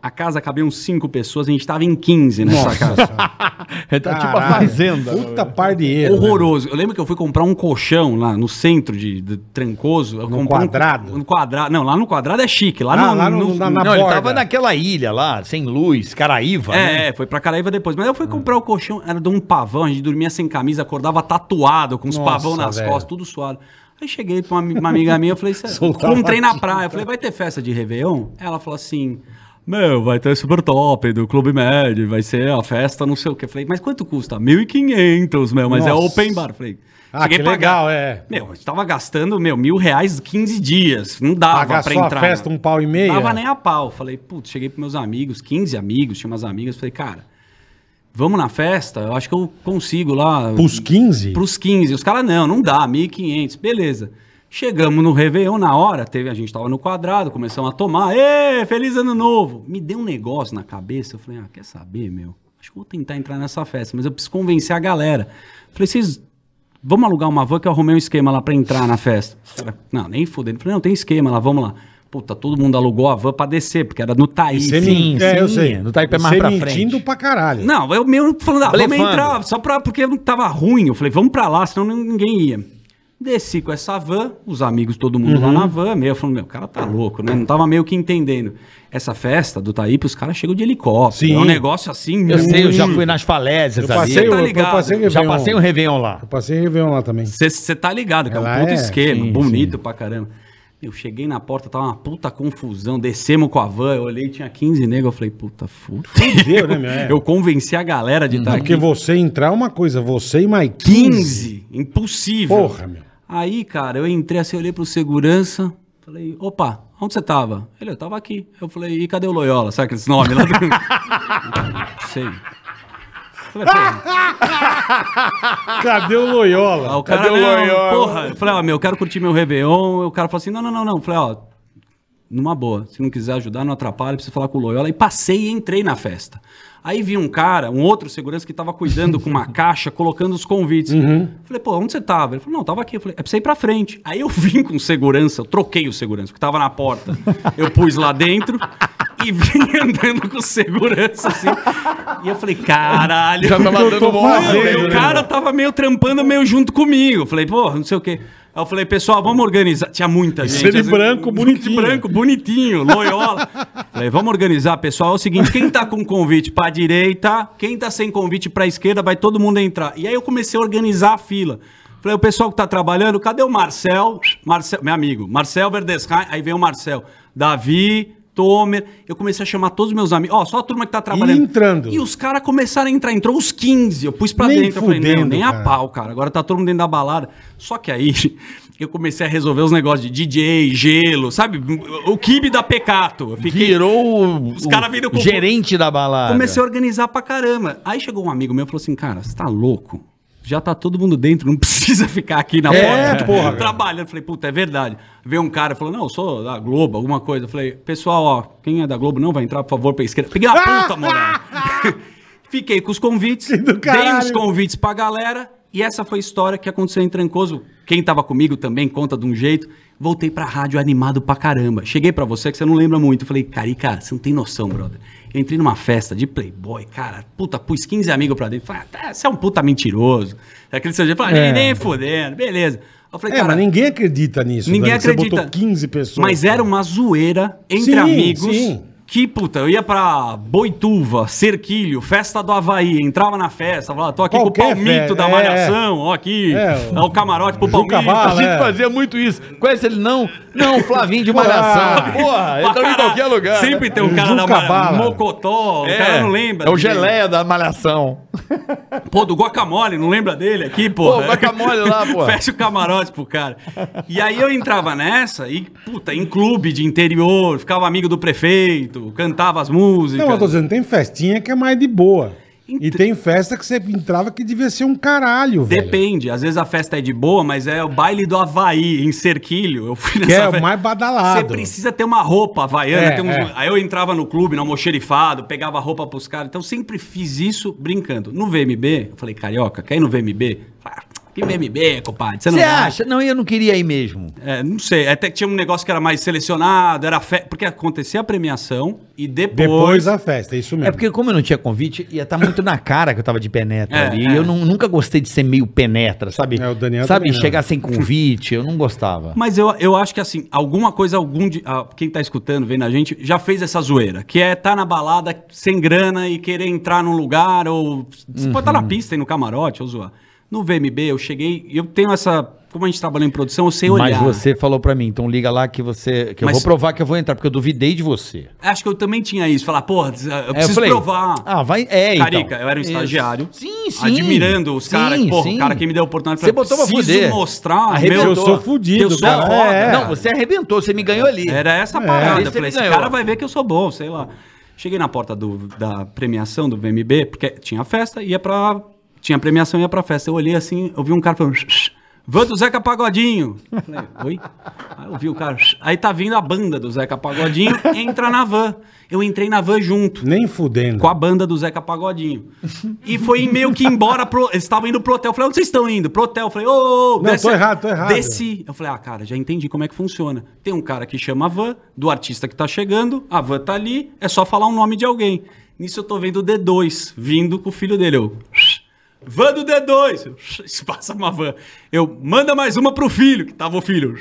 [SPEAKER 4] A casa cabiam cinco pessoas, a gente tava em 15 nessa casa.
[SPEAKER 3] Ele tá
[SPEAKER 2] Caralho. Puta par de erro.
[SPEAKER 4] tipo Horroroso. Eu lembro que eu fui comprar um colchão lá no centro de, de Trancoso. eu
[SPEAKER 2] No
[SPEAKER 4] comprei um-
[SPEAKER 2] quadrado?
[SPEAKER 4] no quadrado. Não, lá no quadrado é chique. Lá,
[SPEAKER 2] Ah,
[SPEAKER 4] no,
[SPEAKER 2] lá no-
[SPEAKER 4] no-
[SPEAKER 2] na- na-
[SPEAKER 3] Não,
[SPEAKER 2] Não, ele
[SPEAKER 3] ele
[SPEAKER 2] borda.
[SPEAKER 3] tava
[SPEAKER 2] tava
[SPEAKER 3] naquela ilha lá, sem luz, Caraíva, né?
[SPEAKER 4] É,
[SPEAKER 2] né?
[SPEAKER 4] é, foi pra Caraíva depois. Mas eu
[SPEAKER 2] Ah.
[SPEAKER 4] fui comprar o colchão, era de um pavão, a gente dormia sem camisa, acordava tatuado, com os
[SPEAKER 2] Nossa,
[SPEAKER 4] pavão nas
[SPEAKER 2] velho.
[SPEAKER 4] costas, tudo suado. Aí cheguei pra uma, ami- uma amiga minha, eu falei, "Cê-
[SPEAKER 2] Soltava
[SPEAKER 4] encontrei na
[SPEAKER 2] tinta.
[SPEAKER 4] praia, eu falei, vai ter festa de Réveillon? Ela falou assim, meu, vai ter super top do Clube Med, vai ser a festa, não sei o quê. Eu falei, mas quanto custa? 1.500, meu, mas é
[SPEAKER 2] Nossa.
[SPEAKER 4] open bar. Eu Falei,
[SPEAKER 2] Ah, que
[SPEAKER 4] pra
[SPEAKER 2] legal,
[SPEAKER 4] ga-
[SPEAKER 2] é.
[SPEAKER 4] Meu, a gente tava gastando, meu, mil reais 15 dias, não dava
[SPEAKER 2] Pagar
[SPEAKER 4] pra
[SPEAKER 2] só a
[SPEAKER 4] entrar. né?
[SPEAKER 2] festa, um pau e meio?
[SPEAKER 4] Tava nem a pau. Falei, putz, cheguei pros meus amigos, 15 amigos, tinha umas amigas, falei, cara, vamos na festa? Eu acho que eu consigo lá.
[SPEAKER 2] Pros 15?
[SPEAKER 4] Pros 15. Os caras, não, não dá, 1.500, beleza. Chegamos no Réveillon, na hora, teve, a gente tava no quadrado, começamos a tomar, ê, feliz ano novo. Me deu um negócio na cabeça, eu falei, ah, quer saber, meu? Acho que eu vou tentar entrar nessa festa, mas eu preciso convencer a galera. Falei, vocês, vamos alugar uma van que eu arrumei um esquema lá pra entrar na festa. Os caras, não, nem fudendo. Falei, não, tem esquema lá, vamos lá. Puta, todo mundo alugou a van pra descer, porque era no Thaís.
[SPEAKER 2] Você
[SPEAKER 3] Sim,
[SPEAKER 2] men- é, eu
[SPEAKER 3] sim,
[SPEAKER 2] sei.
[SPEAKER 3] não tá aí pra
[SPEAKER 2] Você
[SPEAKER 3] mais pra
[SPEAKER 2] mentindo
[SPEAKER 3] frente.
[SPEAKER 2] pra caralho.
[SPEAKER 4] Não, eu mesmo falando, ah, vamos
[SPEAKER 3] Blefando.
[SPEAKER 4] entrar, só pra, porque não tava ruim. Eu falei, vamos pra lá, senão nin- ninguém ia. Desci com essa van, os amigos, todo mundo lá na van, meio falando, meu, o cara tá louco, né? Não tava meio que entendendo. Essa festa do Taípe, os caras chegam de helicóptero.
[SPEAKER 2] Sim.
[SPEAKER 4] É um negócio assim,
[SPEAKER 3] Eu sei, eu já
[SPEAKER 4] muito-
[SPEAKER 3] fui nas falésias
[SPEAKER 2] Eu passei,
[SPEAKER 4] Você
[SPEAKER 2] o
[SPEAKER 4] tá
[SPEAKER 2] eu,
[SPEAKER 4] ligado,
[SPEAKER 2] passei o
[SPEAKER 3] Eu já
[SPEAKER 2] Réveillon.
[SPEAKER 3] passei um Réveillon lá.
[SPEAKER 2] Eu passei o Réveillon lá também.
[SPEAKER 4] Você tá ligado, que é um
[SPEAKER 2] Ela
[SPEAKER 4] puta
[SPEAKER 2] é,
[SPEAKER 4] esquema,
[SPEAKER 3] sim,
[SPEAKER 4] bonito pra caramba. Eu cheguei na porta, tava uma puta confusão, descemos com a van, eu olhei, tinha 15 nego, eu falei, puta, fudeu.
[SPEAKER 2] Fudeu, né, meu? É.
[SPEAKER 4] Eu convenci a galera de estar
[SPEAKER 2] Porque
[SPEAKER 4] aqui.
[SPEAKER 2] você entrar é uma coisa, você e mais 15.
[SPEAKER 4] 15, impossível.
[SPEAKER 2] Porra, meu.
[SPEAKER 4] Aí, cara, eu entrei assim, olhei pro segurança, falei, opa, onde você tava? Ele, eu tava aqui. Eu falei, e cadê o Loyola? Sabe aqueles nomes lá? do- Não sei. Falei, pô,
[SPEAKER 2] Cadê o Loyola?
[SPEAKER 4] Ah, o cara,
[SPEAKER 5] Cadê o
[SPEAKER 4] não,
[SPEAKER 5] Loyola?
[SPEAKER 4] porra. Eu falei, ó, meu, eu quero curtir meu Réveillon. O cara falou assim, não, não, não, não. Eu falei, ó, numa boa. Se não quiser ajudar, não atrapalha, precisa falar com o Loyola. E passei e entrei na festa. Aí vi um cara, um outro segurança, que tava cuidando com uma caixa, colocando os convites. Falei, pô, onde você tava? Ele falou, não, tava aqui. Eu falei, é pra você ir pra frente. Aí eu vim com segurança, eu troquei o segurança, que tava na porta. Eu pus lá dentro e vim andando com segurança, assim. E eu falei, caralho.
[SPEAKER 5] Já tava
[SPEAKER 2] eu
[SPEAKER 5] dando
[SPEAKER 2] tô
[SPEAKER 5] mole,
[SPEAKER 2] fazendo,
[SPEAKER 5] né?
[SPEAKER 4] Aí o cara tava meio trampando, meio junto comigo. Eu Falei, porra, não sei o quê. Aí eu falei, pessoal, vamos organizar. Tinha muita gente.
[SPEAKER 2] ele
[SPEAKER 4] Às vezes,
[SPEAKER 2] branco,
[SPEAKER 4] um-
[SPEAKER 2] bonitinho.
[SPEAKER 4] Branco, bonitinho, loyola. falei, vamos organizar, pessoal. É o seguinte, quem tá com convite pra direita, quem tá sem convite pra esquerda, vai todo mundo entrar. E aí eu comecei a organizar a fila. Falei, o pessoal que tá trabalhando, cadê o Marcel? Marcel, meu amigo, Marcel Verdesheim. Aí veio o Marcel. Davi, Tomer. Eu comecei a chamar todos os meus amigos. Ó, só a turma que tá trabalhando.
[SPEAKER 2] entrando.
[SPEAKER 4] E os caras começaram a entrar. Entrou os 15. Eu pus pra
[SPEAKER 2] Nem
[SPEAKER 4] dentro. Eu falei, não,
[SPEAKER 2] fudendo,
[SPEAKER 4] nem a
[SPEAKER 2] cara.
[SPEAKER 4] pau, cara. Agora tá todo mundo dentro da balada. Só que aí eu comecei a resolver os negócios de DJ, gelo, sabe? O kibe da Pecato. Eu fiquei-
[SPEAKER 3] Virou o,
[SPEAKER 4] Os cara viram
[SPEAKER 3] o
[SPEAKER 4] com-
[SPEAKER 3] gerente da balada.
[SPEAKER 4] Comecei a organizar pra caramba. Aí chegou um amigo meu e falou assim: Cara, você tá louco? Já tá todo mundo dentro, não precisa ficar aqui na
[SPEAKER 2] É,
[SPEAKER 4] porta
[SPEAKER 2] porra, cara.
[SPEAKER 4] trabalhando. Falei, puta, é verdade. Veio um cara e falou: Não, eu sou da Globo, alguma coisa. Falei, pessoal, ó, quem é da Globo não vai entrar, por favor, pra esquerda. Peguei uma puta, moleque. Fiquei com os convites,
[SPEAKER 2] do
[SPEAKER 4] dei os
[SPEAKER 2] caralho.
[SPEAKER 4] convites pra galera. E essa foi a história que aconteceu em Trancoso. Quem tava comigo também conta de um jeito. Voltei pra rádio animado pra caramba. Cheguei pra você que você não lembra muito. Falei, Carica, você não tem noção, brother. Eu entrei numa festa de playboy, cara. Puta, pus 15 amigos pra dentro. Falei, ah, tá, você é um puta mentiroso. Aquele seu jeito. Falei,
[SPEAKER 2] É.
[SPEAKER 4] nem fudendo, beleza. Eu falei,
[SPEAKER 2] É, mas ninguém acredita nisso.
[SPEAKER 4] Ninguém
[SPEAKER 2] Dani, que
[SPEAKER 4] acredita.
[SPEAKER 2] Você botou 15 pessoas.
[SPEAKER 4] Mas era um uma zoeira entre
[SPEAKER 2] Sim,
[SPEAKER 4] amigos.
[SPEAKER 2] sim.
[SPEAKER 4] Que, puta, eu ia pra Boituva, Cerquilho, Festa do Havaí, entrava na festa, falava, tô aqui com o
[SPEAKER 2] Qualquer
[SPEAKER 4] Palmito
[SPEAKER 2] festa,
[SPEAKER 4] da
[SPEAKER 2] é.
[SPEAKER 4] Malhação, ó aqui,
[SPEAKER 2] É, o-
[SPEAKER 4] ó o camarote pro
[SPEAKER 2] Juca
[SPEAKER 4] Palmito.
[SPEAKER 3] A
[SPEAKER 2] Vala.
[SPEAKER 3] gente
[SPEAKER 2] É.
[SPEAKER 3] fazia muito isso. Conhece ele? Não. Não, Flavinho de Malhação.
[SPEAKER 2] Ah.
[SPEAKER 3] Porra, ele
[SPEAKER 4] Pra
[SPEAKER 3] tava em
[SPEAKER 4] caralho,
[SPEAKER 3] qualquer lugar. né?
[SPEAKER 4] Sempre tem um cara da
[SPEAKER 2] Juca Bala.
[SPEAKER 4] Malha- Mocotó, o cara não lembra.
[SPEAKER 3] É o
[SPEAKER 4] dele.
[SPEAKER 3] geleia da Malhação.
[SPEAKER 4] Pô, do guacamole, não lembra dele aqui, pô?
[SPEAKER 3] Pô, guacamole lá, pô.
[SPEAKER 4] Fecha o camarote pro cara. E aí eu entrava nessa e, puta, em clube de interior, ficava amigo do prefeito, cantava as músicas.
[SPEAKER 2] Não, eu tô dizendo, tem festinha que é mais de boa. E
[SPEAKER 4] Ent-
[SPEAKER 2] tem festa que você entrava que devia ser um caralho, velho.
[SPEAKER 4] Depende, às vezes a festa é de boa, mas é o baile do Havaí, em Cerquilho. Eu fui
[SPEAKER 2] Que é o
[SPEAKER 4] fe-
[SPEAKER 2] mais badalado.
[SPEAKER 4] Você precisa ter uma roupa havaiana.
[SPEAKER 2] É,
[SPEAKER 4] tem uns-
[SPEAKER 2] é.
[SPEAKER 4] Aí eu entrava no clube, no almoxerifado, pegava a roupa pros caras. Então sempre fiz isso brincando. No VMB, eu falei, carioca, quer ir no VMB? Ah, que VMB, compadre? Você não
[SPEAKER 3] Você
[SPEAKER 4] vai.
[SPEAKER 3] acha? Não, eu não queria ir mesmo.
[SPEAKER 4] É, não sei, até que tinha um negócio que era mais selecionado, era fe... porque acontecia a premiação e depois...
[SPEAKER 2] Depois a festa, é isso mesmo.
[SPEAKER 3] É porque como eu não tinha convite, ia estar muito na cara que eu tava de penetra
[SPEAKER 4] É,
[SPEAKER 3] ali.
[SPEAKER 4] é.
[SPEAKER 3] Eu não- nunca gostei de ser meio penetra, sabe?
[SPEAKER 2] É, o Daniel
[SPEAKER 3] Sabe,
[SPEAKER 2] também não.
[SPEAKER 3] chegar sem convite, eu não gostava.
[SPEAKER 4] Mas eu, eu acho que assim, alguma coisa, algum de, ah, quem tá escutando, vendo a gente, já fez essa zoeira, que é tá na balada sem grana e querer entrar num lugar ou você pode
[SPEAKER 3] Uhum.
[SPEAKER 4] estar na pista e no camarote ou zoar. No VMB eu cheguei, eu tenho essa, como a gente trabalhou em produção, eu sei olhar.
[SPEAKER 3] Mas você falou pra mim, então liga lá que você. Que eu
[SPEAKER 4] Mas-
[SPEAKER 3] vou provar que eu vou entrar, porque eu duvidei de você.
[SPEAKER 4] Acho que eu também tinha isso, falar, porra, eu
[SPEAKER 3] É, eu
[SPEAKER 4] preciso
[SPEAKER 3] falei,
[SPEAKER 4] provar.
[SPEAKER 3] Ah, vai. É, então.
[SPEAKER 4] Carica, eu era um
[SPEAKER 3] Isso.
[SPEAKER 4] estagiário.
[SPEAKER 3] Sim, sim.
[SPEAKER 4] Admirando os caras.
[SPEAKER 3] Sim,
[SPEAKER 4] Porra,
[SPEAKER 3] sim.
[SPEAKER 4] o cara que me deu a oportunidade.
[SPEAKER 3] Você botou pra fuder.
[SPEAKER 4] mostrar.
[SPEAKER 3] Arrebentou.
[SPEAKER 2] Eu sou fudido,
[SPEAKER 4] eu sou
[SPEAKER 2] cara.
[SPEAKER 4] foda.
[SPEAKER 2] É.
[SPEAKER 3] Não, você arrebentou, você me ganhou ali.
[SPEAKER 4] Era essa a
[SPEAKER 3] Esse
[SPEAKER 4] parada.
[SPEAKER 3] ele
[SPEAKER 4] Eu falei, esse
[SPEAKER 3] ganhou.
[SPEAKER 4] cara vai ver que eu sou bom, sei lá. Cheguei na porta do- da premiação do VMB, porque tinha festa, ia pra. Tinha premiação, ia pra festa. Eu olhei assim, eu vi um cara falando. "Shh, shh, Vã do Zeca Pagodinho. Eu Falei, oi? Aí eu vi o cara. "Shh." Aí tá vindo a banda do Zeca Pagodinho, entra na van. Eu entrei na van junto
[SPEAKER 2] Nem fudendo.
[SPEAKER 4] com a banda do Zeca Pagodinho. E foi meio que embora pro. Eles estavam indo pro hotel. Eu falei, onde vocês estão indo? Pro hotel. Eu falei, ô, ô,
[SPEAKER 2] Não, tô errado, tô errado.
[SPEAKER 4] Desci. Eu falei, ah, cara, já entendi como é que funciona. Tem um cara que chama a van, do artista que tá chegando, a van tá ali, é só falar o nome de alguém. Nisso eu tô vendo o D2 vindo com o filho dele. Eu. Van do D2! Eu, "Shh", Passa uma van. Eu, manda mais uma pro filho, que tava o filho.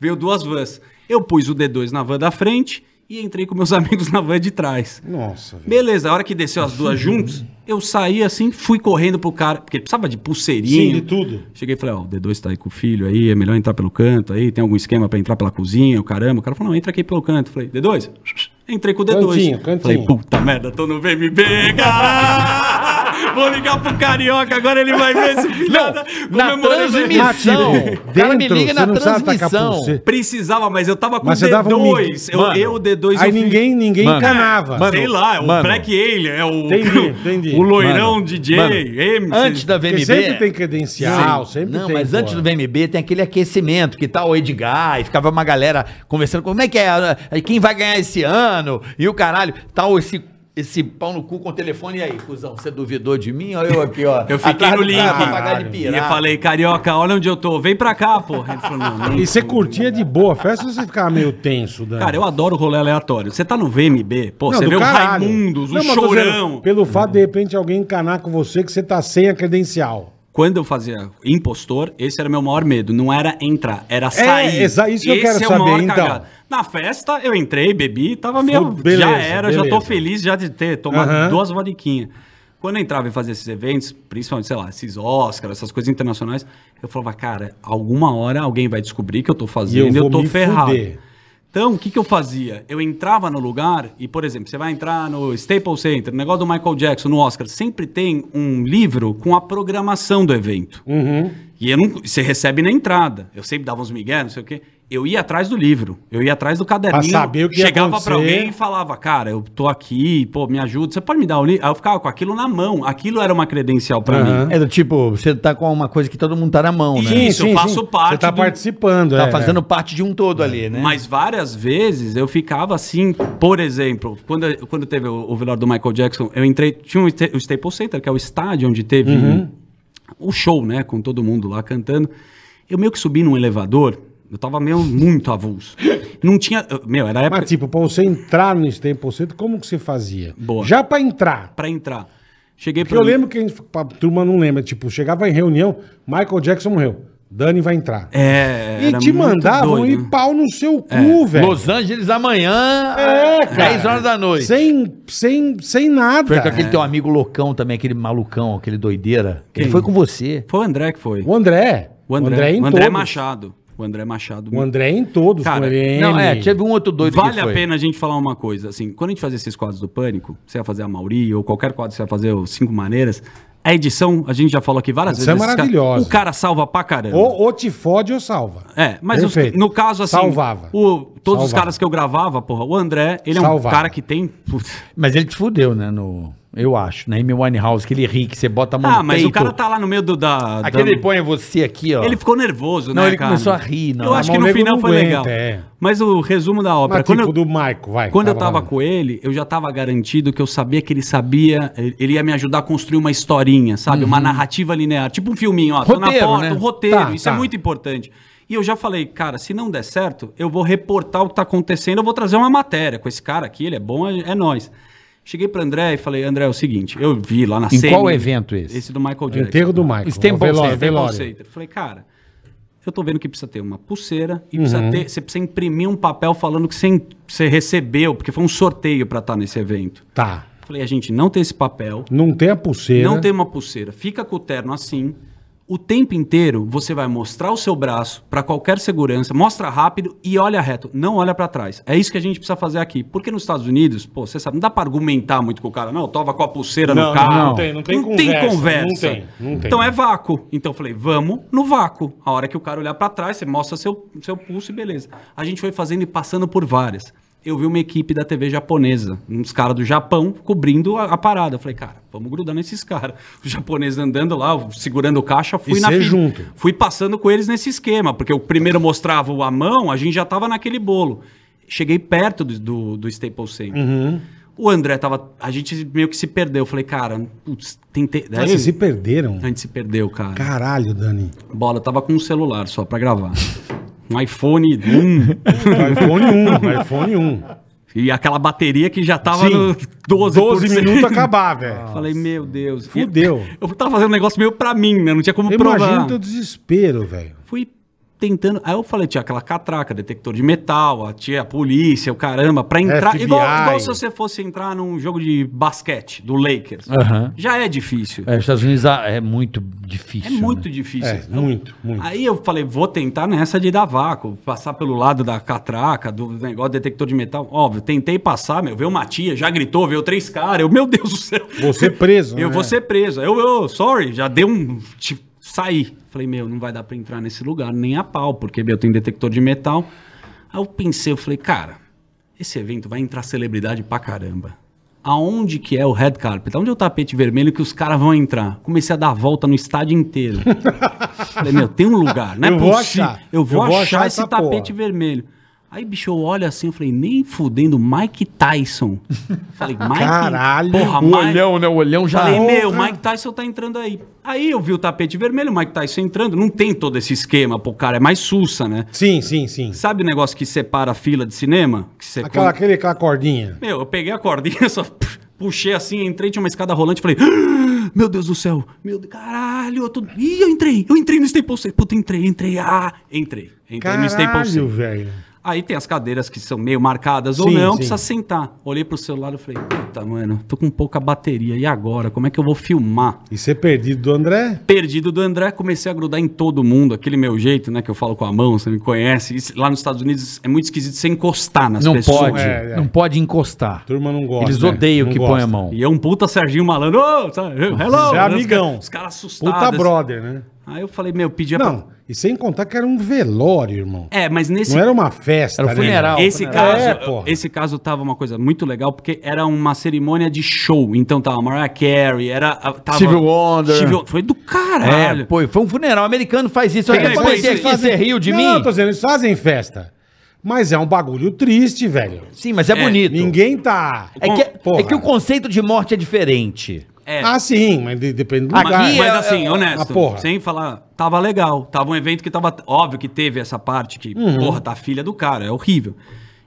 [SPEAKER 4] Veio duas vans. Eu pus o D2 na van da frente e entrei com meus amigos na van de trás.
[SPEAKER 2] Nossa, velho.
[SPEAKER 4] Beleza, a hora que desceu as duas juntas, eu saí assim, fui correndo pro cara, porque ele precisava de pulseirinha.
[SPEAKER 2] Sim, de tudo.
[SPEAKER 4] Cheguei e falei, ó, o D2 tá aí com o filho aí, é melhor entrar pelo canto aí, tem algum esquema pra entrar pela cozinha, o caramba. O cara falou, não, entra aqui pelo canto. Falei, D2? Entrei com o D2.
[SPEAKER 2] Cantinho, cantinho.
[SPEAKER 4] Falei, puta merda, tô no VMB, cara! Vou ligar pro Carioca, agora ele vai ver esse filho
[SPEAKER 3] Não, na transmissão.
[SPEAKER 2] Matilde,
[SPEAKER 3] O cara me
[SPEAKER 2] dentro,
[SPEAKER 3] liga
[SPEAKER 2] você
[SPEAKER 3] na
[SPEAKER 2] não precisava tacar
[SPEAKER 3] transmissão.
[SPEAKER 2] pulseira.
[SPEAKER 4] Precisava, mas eu tava com o
[SPEAKER 2] Mas você dava um
[SPEAKER 4] D2.
[SPEAKER 2] mic.
[SPEAKER 4] eu,
[SPEAKER 3] Mano,
[SPEAKER 4] eu, o D2,
[SPEAKER 2] Aí
[SPEAKER 4] eu fiz-
[SPEAKER 2] ninguém, ninguém
[SPEAKER 3] Mano,
[SPEAKER 2] encanava.
[SPEAKER 3] mano,
[SPEAKER 4] Sei lá, é o
[SPEAKER 3] Mano.
[SPEAKER 4] Black Alien, é o.
[SPEAKER 2] Entendi, entendi.
[SPEAKER 4] O loirão
[SPEAKER 3] Mano,
[SPEAKER 4] DJ,
[SPEAKER 3] mano,
[SPEAKER 4] M.
[SPEAKER 3] Antes da
[SPEAKER 2] Porque
[SPEAKER 3] VMB.
[SPEAKER 2] sempre tem credencial, sempre
[SPEAKER 3] não,
[SPEAKER 2] tem.
[SPEAKER 3] mas
[SPEAKER 2] pô.
[SPEAKER 3] antes do VMB tem aquele aquecimento que tá o Edgar e ficava uma galera conversando como é que é, ah, quem vai ganhar esse ano e o caralho, tal esse esse pau no cu com o telefone e aí, cuzão, você duvidou de mim? Olha eu aqui, ó.
[SPEAKER 4] Eu fiquei
[SPEAKER 3] atrás
[SPEAKER 4] no
[SPEAKER 3] do cara
[SPEAKER 4] link.
[SPEAKER 3] pra pagar de
[SPEAKER 4] E eu
[SPEAKER 3] pirata.
[SPEAKER 4] falei, Carioca, olha onde eu tô, vem pra cá, porra. Ele falou, não, não.
[SPEAKER 2] E você curtia de boa a festa ou você ficava meio tenso, Dani?
[SPEAKER 4] Cara, eu adoro rolê aleatório. Você tá no VMB, pô,
[SPEAKER 2] Não,
[SPEAKER 4] você
[SPEAKER 2] do
[SPEAKER 4] vê
[SPEAKER 2] caralho.
[SPEAKER 4] o Raimundos,
[SPEAKER 2] Não,
[SPEAKER 4] o
[SPEAKER 2] mas tô dizendo,
[SPEAKER 4] Chorão.
[SPEAKER 2] pelo fato de repente alguém encanar com você que você tá sem a credencial.
[SPEAKER 4] Quando eu fazia impostor, esse era meu maior medo. Não era entrar, era sair.
[SPEAKER 2] exa- É, isso que eu
[SPEAKER 4] Esse
[SPEAKER 2] quero
[SPEAKER 4] é o maior
[SPEAKER 2] saber, então.
[SPEAKER 4] cagado. Na festa, eu entrei, bebi, tava meio...
[SPEAKER 2] Fu- beleza,
[SPEAKER 4] já era, já tô
[SPEAKER 2] beleza.
[SPEAKER 4] feliz já de ter tomado
[SPEAKER 2] Aham.
[SPEAKER 4] duas vadiquinhas. Quando eu entrava e fazia esses eventos, principalmente, sei lá, esses Oscars, essas coisas internacionais, eu falava, cara, alguma hora alguém vai descobrir que eu tô fazendo e eu,
[SPEAKER 2] vou
[SPEAKER 4] tô
[SPEAKER 2] me
[SPEAKER 4] ferrado.
[SPEAKER 2] fuder.
[SPEAKER 4] Então, o que, que eu fazia? Eu entrava no lugar e, por exemplo, você vai entrar no Staples Center, no negócio do Michael Jackson, no Oscar, sempre tem um livro com a programação do evento.
[SPEAKER 2] Hum.
[SPEAKER 3] Uhum.
[SPEAKER 4] E eu não, você recebe na entrada. Eu sempre dava uns migué, não sei o quê. Eu ia atrás do livro, eu ia atrás do caderninho.
[SPEAKER 2] Pra saber o que ia
[SPEAKER 4] Chegava
[SPEAKER 2] acontecer.
[SPEAKER 4] pra alguém e falava, cara, eu tô aqui, pô, me ajuda, você pode me dar o livro? Aí eu ficava com aquilo na mão. Aquilo era uma credencial pra
[SPEAKER 2] Aham.
[SPEAKER 4] mim.
[SPEAKER 3] É do tipo, você tá com uma coisa que todo mundo tá na mão, né?
[SPEAKER 4] Isso, eu faço parte
[SPEAKER 2] Você tá
[SPEAKER 4] do-
[SPEAKER 2] participando,
[SPEAKER 3] Tá
[SPEAKER 2] é.
[SPEAKER 3] fazendo parte de um todo ali, né?
[SPEAKER 4] Mas várias vezes eu ficava assim, por exemplo, quando, quando teve o, o velório do Michael Jackson, eu entrei, tinha um, sta- o Staples Center, que é o estádio onde teve
[SPEAKER 2] Uhum.
[SPEAKER 4] o show, né, com todo mundo lá cantando. Eu meio que subi num elevador, eu tava meio muito avulso. Não tinha, meu, era a época
[SPEAKER 2] Mas tipo, pra você entrar no Stample Center, como que você fazia?
[SPEAKER 4] Boa.
[SPEAKER 2] Já pra entrar.
[SPEAKER 4] pra entrar. Cheguei
[SPEAKER 2] Porque eu lembro que a, gente, a turma não lembra, tipo, chegava em reunião, Michael Jackson morreu, Dani vai entrar.
[SPEAKER 4] É,
[SPEAKER 2] e
[SPEAKER 4] era
[SPEAKER 2] te
[SPEAKER 4] muito
[SPEAKER 2] mandavam
[SPEAKER 4] doido, né? É.
[SPEAKER 2] ir pau no seu cu, velho.
[SPEAKER 3] Los Angeles amanhã,
[SPEAKER 2] É,
[SPEAKER 3] às 10 horas da noite.
[SPEAKER 2] Sem, sem, sem nada.
[SPEAKER 3] Foi com aquele teu amigo loucão também, aquele malucão, aquele doideira. Ele foi com você.
[SPEAKER 4] Foi o André que foi.
[SPEAKER 2] O André.
[SPEAKER 4] O André, o André,
[SPEAKER 2] em todos.
[SPEAKER 4] Machado. O André Machado.
[SPEAKER 2] O André em todos.
[SPEAKER 4] Cara,
[SPEAKER 2] com ele,
[SPEAKER 3] Não, é,
[SPEAKER 2] M.
[SPEAKER 3] teve um outro doido
[SPEAKER 4] Vale
[SPEAKER 3] que
[SPEAKER 4] a
[SPEAKER 3] foi.
[SPEAKER 4] pena a gente falar uma coisa, assim, quando a gente fazia esses quadros do Pânico, você ia fazer a Mauri, ou qualquer quadro que você ia fazer, os Cinco Maneiras, a edição, a gente já falou aqui várias
[SPEAKER 2] Edição
[SPEAKER 4] vezes.
[SPEAKER 2] é
[SPEAKER 4] esses caras-
[SPEAKER 2] maravilhosa.
[SPEAKER 4] O cara salva pra caramba.
[SPEAKER 2] Ou, ou te fode ou salva.
[SPEAKER 4] É, mas os-
[SPEAKER 2] Perfeito.
[SPEAKER 4] no caso, assim,
[SPEAKER 2] Salvava.
[SPEAKER 4] o- todos os
[SPEAKER 2] Salvava.
[SPEAKER 4] caras que eu gravava, porra, o André, ele é um
[SPEAKER 2] Salvava.
[SPEAKER 4] cara que tem... putz,
[SPEAKER 3] Mas ele te fudeu, né? No, eu acho. né, Na Amy Winehouse, aquele ri que você bota a mão
[SPEAKER 4] Ah,
[SPEAKER 3] no
[SPEAKER 4] mas
[SPEAKER 3] peito.
[SPEAKER 4] o cara tá lá no meio do... Da, da-
[SPEAKER 3] Aquele põe você aqui, ó.
[SPEAKER 4] Ele ficou nervoso,
[SPEAKER 3] Não,
[SPEAKER 4] né,
[SPEAKER 3] ele começou a rir, não.
[SPEAKER 4] Eu
[SPEAKER 2] Mas
[SPEAKER 4] acho que
[SPEAKER 2] o
[SPEAKER 4] no
[SPEAKER 2] nego
[SPEAKER 4] final
[SPEAKER 2] não
[SPEAKER 4] foi
[SPEAKER 2] aguenta,
[SPEAKER 4] legal.
[SPEAKER 2] é.
[SPEAKER 4] Mas o resumo da
[SPEAKER 2] Mas
[SPEAKER 4] ópera...
[SPEAKER 2] tipo
[SPEAKER 4] quando
[SPEAKER 2] do
[SPEAKER 4] eu-
[SPEAKER 2] Maico, vai.
[SPEAKER 4] Quando eu tava
[SPEAKER 2] falando.
[SPEAKER 4] com ele, eu já tava garantido que eu sabia que ele sabia, ele ele ia me ajudar a construir uma historinha, sabe? Uma narrativa linear, tipo um filminho, ó, tô na
[SPEAKER 3] Roteiro,
[SPEAKER 4] porta,
[SPEAKER 3] né?
[SPEAKER 4] um roteiro,
[SPEAKER 2] Tá,
[SPEAKER 4] isso
[SPEAKER 2] tá.
[SPEAKER 4] é muito importante. E eu já falei, cara, se não der certo, eu vou reportar o que tá acontecendo, eu vou trazer uma matéria com esse cara aqui, ele é bom, é, é nós. Cheguei pro André e falei, André, é o seguinte, eu vi lá na
[SPEAKER 3] Em
[SPEAKER 4] CNN,
[SPEAKER 3] qual evento esse?
[SPEAKER 4] Esse do Michael Jackson.
[SPEAKER 2] Enterro do Maico.
[SPEAKER 3] Stample
[SPEAKER 2] velório,
[SPEAKER 3] Center,
[SPEAKER 2] velório.
[SPEAKER 4] Center. Falei, cara, eu tô vendo que precisa ter uma pulseira e precisa ter, você precisa imprimir um papel falando que você, en- você recebeu, porque foi um sorteio pra estar nesse evento.
[SPEAKER 2] Tá.
[SPEAKER 4] Falei, a gente não tem esse papel,
[SPEAKER 2] Não tem a pulseira.
[SPEAKER 4] não tem uma pulseira, fica com o terno assim. O tempo inteiro você vai mostrar o seu braço pra qualquer segurança, mostra rápido e olha reto, não olha pra trás. É isso que a gente precisa fazer aqui. Porque nos Estados Unidos, pô, você sabe, não dá pra argumentar muito com o cara, não, eu tava com a pulseira
[SPEAKER 2] Não,
[SPEAKER 4] no carro.
[SPEAKER 2] não, não tem, não tem conversa,
[SPEAKER 4] conversa.
[SPEAKER 2] não tem, não tem.
[SPEAKER 4] Então é vácuo. Então eu falei, vamos no vácuo. A hora que o cara olhar pra trás, você mostra seu, seu pulso e beleza. A gente foi fazendo e passando por várias. Eu vi uma equipe da TV japonesa, uns caras do Japão, cobrindo a, a parada. Eu falei, cara, vamos grudar nesses caras. Os japoneses andando lá, eu segurando o caixa, fui
[SPEAKER 2] E
[SPEAKER 4] na
[SPEAKER 2] você
[SPEAKER 4] fi-
[SPEAKER 2] junto.
[SPEAKER 4] Fui passando com eles nesse esquema, porque o primeiro mostrava a mão, a gente já tava naquele bolo. Cheguei perto do, do, do Staples Center.
[SPEAKER 2] Uhum.
[SPEAKER 4] O André tava. A gente meio que se perdeu. Eu falei, cara, putz, é tentei.
[SPEAKER 2] Mas
[SPEAKER 4] Aí-
[SPEAKER 2] vocês se perderam.
[SPEAKER 4] a gente se perdeu, cara.
[SPEAKER 2] Caralho, Dani.
[SPEAKER 4] Bola, eu tava com um celular só pra gravar. Um iPhone 1
[SPEAKER 2] iPhone 1, iPhone 1.
[SPEAKER 4] e aquela bateria que já tava
[SPEAKER 2] Sim.
[SPEAKER 4] no 12,
[SPEAKER 2] 12 minutos acabar, velho.
[SPEAKER 4] Falei, meu Deus.
[SPEAKER 2] Fudeu.
[SPEAKER 4] Eu tava fazendo um negócio meio pra mim, né? Não tinha como provar.
[SPEAKER 2] Imagina o teu desespero, velho.
[SPEAKER 4] Fui tentando. Aí eu falei, tinha aquela catraca, detector de metal, a tia, a polícia, o caramba, pra entrar.
[SPEAKER 2] FBI.
[SPEAKER 4] Igual, igual se você fosse entrar num jogo de basquete do Lakers.
[SPEAKER 3] Aham.
[SPEAKER 4] Já é difícil.
[SPEAKER 3] É, os Estados Unidos ah, é muito difícil.
[SPEAKER 4] É muito
[SPEAKER 3] né?
[SPEAKER 4] difícil.
[SPEAKER 2] É, muito, muito.
[SPEAKER 4] Aí eu falei, vou tentar nessa de dar vácuo, passar pelo lado da catraca, do negócio detector de metal. Óbvio, tentei passar, meu, veio uma tia, já gritou, veio três caras, eu, meu Deus do céu.
[SPEAKER 2] Você preso,
[SPEAKER 4] Eu
[SPEAKER 2] né?
[SPEAKER 4] vou ser preso. Eu, eu, sorry, já dei um. Tipo, saí. Falei, meu, não vai dar pra entrar nesse lugar, nem a pau, porque, meu, tem detector de metal. Aí eu pensei, eu falei, cara, esse evento vai entrar celebridade pra caramba. Aonde que é o red carpet? Aonde é o tapete vermelho que os caras vão entrar? Comecei a dar a volta no estádio inteiro. Falei, meu, tem um lugar, não é
[SPEAKER 2] Eu vou
[SPEAKER 4] possi-
[SPEAKER 2] achar.
[SPEAKER 4] Eu vou achar,
[SPEAKER 2] essa
[SPEAKER 4] esse tapete
[SPEAKER 2] porra.
[SPEAKER 4] vermelho. Aí, bicho, eu olho assim, eu falei, nem fudendo, Mike Tyson. Falei, Mike...
[SPEAKER 2] Caralho,
[SPEAKER 4] porra,
[SPEAKER 3] O
[SPEAKER 4] Mike...
[SPEAKER 3] olhão, né? O olhão já.
[SPEAKER 4] Falei, meu,
[SPEAKER 2] Ah. Porra.
[SPEAKER 4] Mike Tyson tá entrando aí. Aí eu vi o tapete vermelho, o Mike Tyson entrando. Não tem todo esse esquema, pô, cara, é mais sussa, né?
[SPEAKER 2] Sim, sim, sim.
[SPEAKER 4] Sabe o negócio que separa a fila de cinema? Que você
[SPEAKER 2] Aquela,
[SPEAKER 4] come-
[SPEAKER 2] aquele, aquela cordinha.
[SPEAKER 4] Meu, eu peguei a cordinha, só puxei assim, entrei, tinha uma escada rolante, falei, "Ah, meu Deus do céu, meu Deus, caralho, eu tô... Ih, eu entrei, eu entrei no Staples Center. Puta, entrei, entrei, ah, entrei. Entrei no Staples
[SPEAKER 2] Caralho,
[SPEAKER 4] Center.
[SPEAKER 2] velho.
[SPEAKER 4] Aí tem as cadeiras que são meio marcadas ou
[SPEAKER 2] Sim,
[SPEAKER 4] não,
[SPEAKER 2] sim.
[SPEAKER 4] precisa sentar. Olhei pro celular e falei, puta, mano, tô com pouca bateria, e agora? Como é que eu vou filmar?
[SPEAKER 2] E ser perdido do André?
[SPEAKER 4] Perdido do André, comecei a grudar em todo mundo, aquele meu jeito, né, que eu falo com a mão, você me conhece. Isso, lá nos Estados Unidos é muito esquisito você encostar nas
[SPEAKER 3] Não
[SPEAKER 4] pessoas.
[SPEAKER 3] pode.
[SPEAKER 2] É, é.
[SPEAKER 3] Não pode encostar.
[SPEAKER 2] Turma não gosta.
[SPEAKER 3] Eles odeiam
[SPEAKER 2] né?
[SPEAKER 3] que
[SPEAKER 2] Não
[SPEAKER 3] põe a
[SPEAKER 2] gosta.
[SPEAKER 3] mão.
[SPEAKER 4] E é um puta Serginho Malandro, ô, sabe? hello! né,
[SPEAKER 2] Você é amigão.
[SPEAKER 4] Os caras assustados. assim.
[SPEAKER 2] Puta brother, né?
[SPEAKER 4] Aí eu falei, meu, pedi pra...
[SPEAKER 2] Não, e sem contar que era um velório, irmão.
[SPEAKER 4] É, mas nesse
[SPEAKER 2] Não era uma festa,
[SPEAKER 3] Era um
[SPEAKER 2] né,
[SPEAKER 3] funeral.
[SPEAKER 2] irmão?
[SPEAKER 4] Esse
[SPEAKER 3] né?
[SPEAKER 4] caso,
[SPEAKER 2] É, porra.
[SPEAKER 4] esse caso tava uma coisa muito legal, porque era uma cerimônia de show. Então tava Mariah Carey, era. a- Tava,
[SPEAKER 3] Stevie Wonder.
[SPEAKER 4] Stevie- foi do caralho.
[SPEAKER 3] É, pô, foi um funeral americano, faz isso.
[SPEAKER 4] Tem
[SPEAKER 3] Olha,
[SPEAKER 4] isso,
[SPEAKER 3] você
[SPEAKER 4] eles
[SPEAKER 3] aqui, você riu de mim?
[SPEAKER 2] Não, tô dizendo, eles fazem festa. Mas é um bagulho triste, velho.
[SPEAKER 3] Sim, mas é, bonito.
[SPEAKER 2] Ninguém tá...
[SPEAKER 3] É que,
[SPEAKER 2] Porra.
[SPEAKER 3] é que o conceito de morte é diferente.
[SPEAKER 4] É.
[SPEAKER 2] Ah, sim, mas de- depende do
[SPEAKER 3] Aqui
[SPEAKER 2] lugar.
[SPEAKER 4] mas,
[SPEAKER 3] é-
[SPEAKER 4] mas assim,
[SPEAKER 3] é-
[SPEAKER 4] honesto,
[SPEAKER 2] ah, porra.
[SPEAKER 4] sem falar, tava legal. Tava um evento que tava. Óbvio que teve essa parte que,
[SPEAKER 2] Uhum.
[SPEAKER 4] porra, tá a filha do cara, é horrível.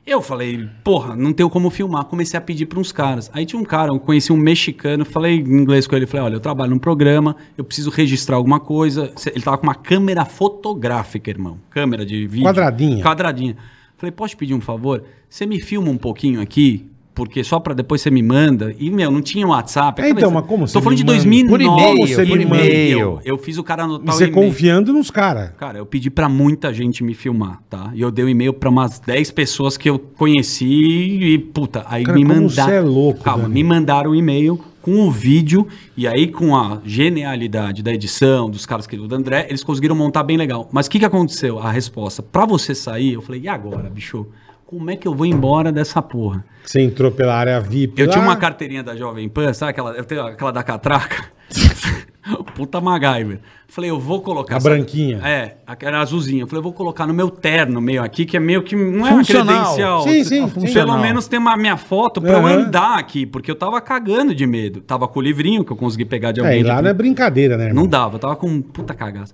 [SPEAKER 4] Eu falei, porra, não tenho como filmar. Comecei a pedir pra uns caras. Aí tinha um cara, eu conheci um mexicano, falei em inglês com ele, falei, olha, eu trabalho num programa, eu preciso registrar alguma coisa. Cê- Ele tava com uma câmera fotográfica, irmão. Câmera de vídeo.
[SPEAKER 2] Quadradinha.
[SPEAKER 4] Quadradinha. Falei, posso te pedir um favor? Você me filma um pouquinho aqui? Porque só pra depois você me manda. E, meu, não tinha WhatsApp.
[SPEAKER 2] É,
[SPEAKER 4] aquela
[SPEAKER 2] então,
[SPEAKER 4] coisa-
[SPEAKER 2] mas como você
[SPEAKER 4] Tô falando
[SPEAKER 2] me
[SPEAKER 4] de
[SPEAKER 2] manda?
[SPEAKER 4] 2009.
[SPEAKER 3] Por e-mail,
[SPEAKER 4] Como você
[SPEAKER 2] por
[SPEAKER 4] me
[SPEAKER 2] e-mail.
[SPEAKER 4] e-mail. Eu fiz o cara
[SPEAKER 2] E
[SPEAKER 4] anotar o
[SPEAKER 2] você
[SPEAKER 4] e-mail.
[SPEAKER 2] confiando nos caras.
[SPEAKER 4] Cara, eu pedi pra muita gente me filmar, tá? E eu dei o e-mail pra umas 10 pessoas que eu conheci e, puta, aí
[SPEAKER 2] Cara,
[SPEAKER 4] me
[SPEAKER 2] como
[SPEAKER 4] mandaram.
[SPEAKER 2] você é louco,
[SPEAKER 4] Calma,
[SPEAKER 2] Dani.
[SPEAKER 4] me mandaram o e-mail com o vídeo e aí com a genialidade da edição, dos caras que do André, eles conseguiram montar bem legal. Mas o que, que aconteceu? A resposta, pra você sair, eu falei, e agora, bicho? Como é que eu vou embora dessa porra?
[SPEAKER 2] Você entrou pela área VIP
[SPEAKER 4] Eu
[SPEAKER 2] lá.
[SPEAKER 4] tinha uma carteirinha da Jovem Pan, sabe aquela, eu tenho aquela da catraca? Puta MacGyver. Falei, eu vou colocar...
[SPEAKER 2] A
[SPEAKER 4] essa-
[SPEAKER 2] branquinha.
[SPEAKER 4] É, aquela azulzinha. Falei, eu vou colocar no meu terno meio aqui, que é meio que não é uma
[SPEAKER 3] Funcional.
[SPEAKER 4] credencial.
[SPEAKER 2] Sim, sim, sim.
[SPEAKER 4] Pelo menos tem uma minha foto pra eu
[SPEAKER 2] Aham.
[SPEAKER 4] andar aqui, porque eu tava cagando de medo. Tava com o livrinho que eu consegui pegar de
[SPEAKER 2] É,
[SPEAKER 4] alguém.
[SPEAKER 2] e lá
[SPEAKER 4] de-
[SPEAKER 2] não é brincadeira, né, irmão?
[SPEAKER 4] não dava, eu tava com um puta cagaço.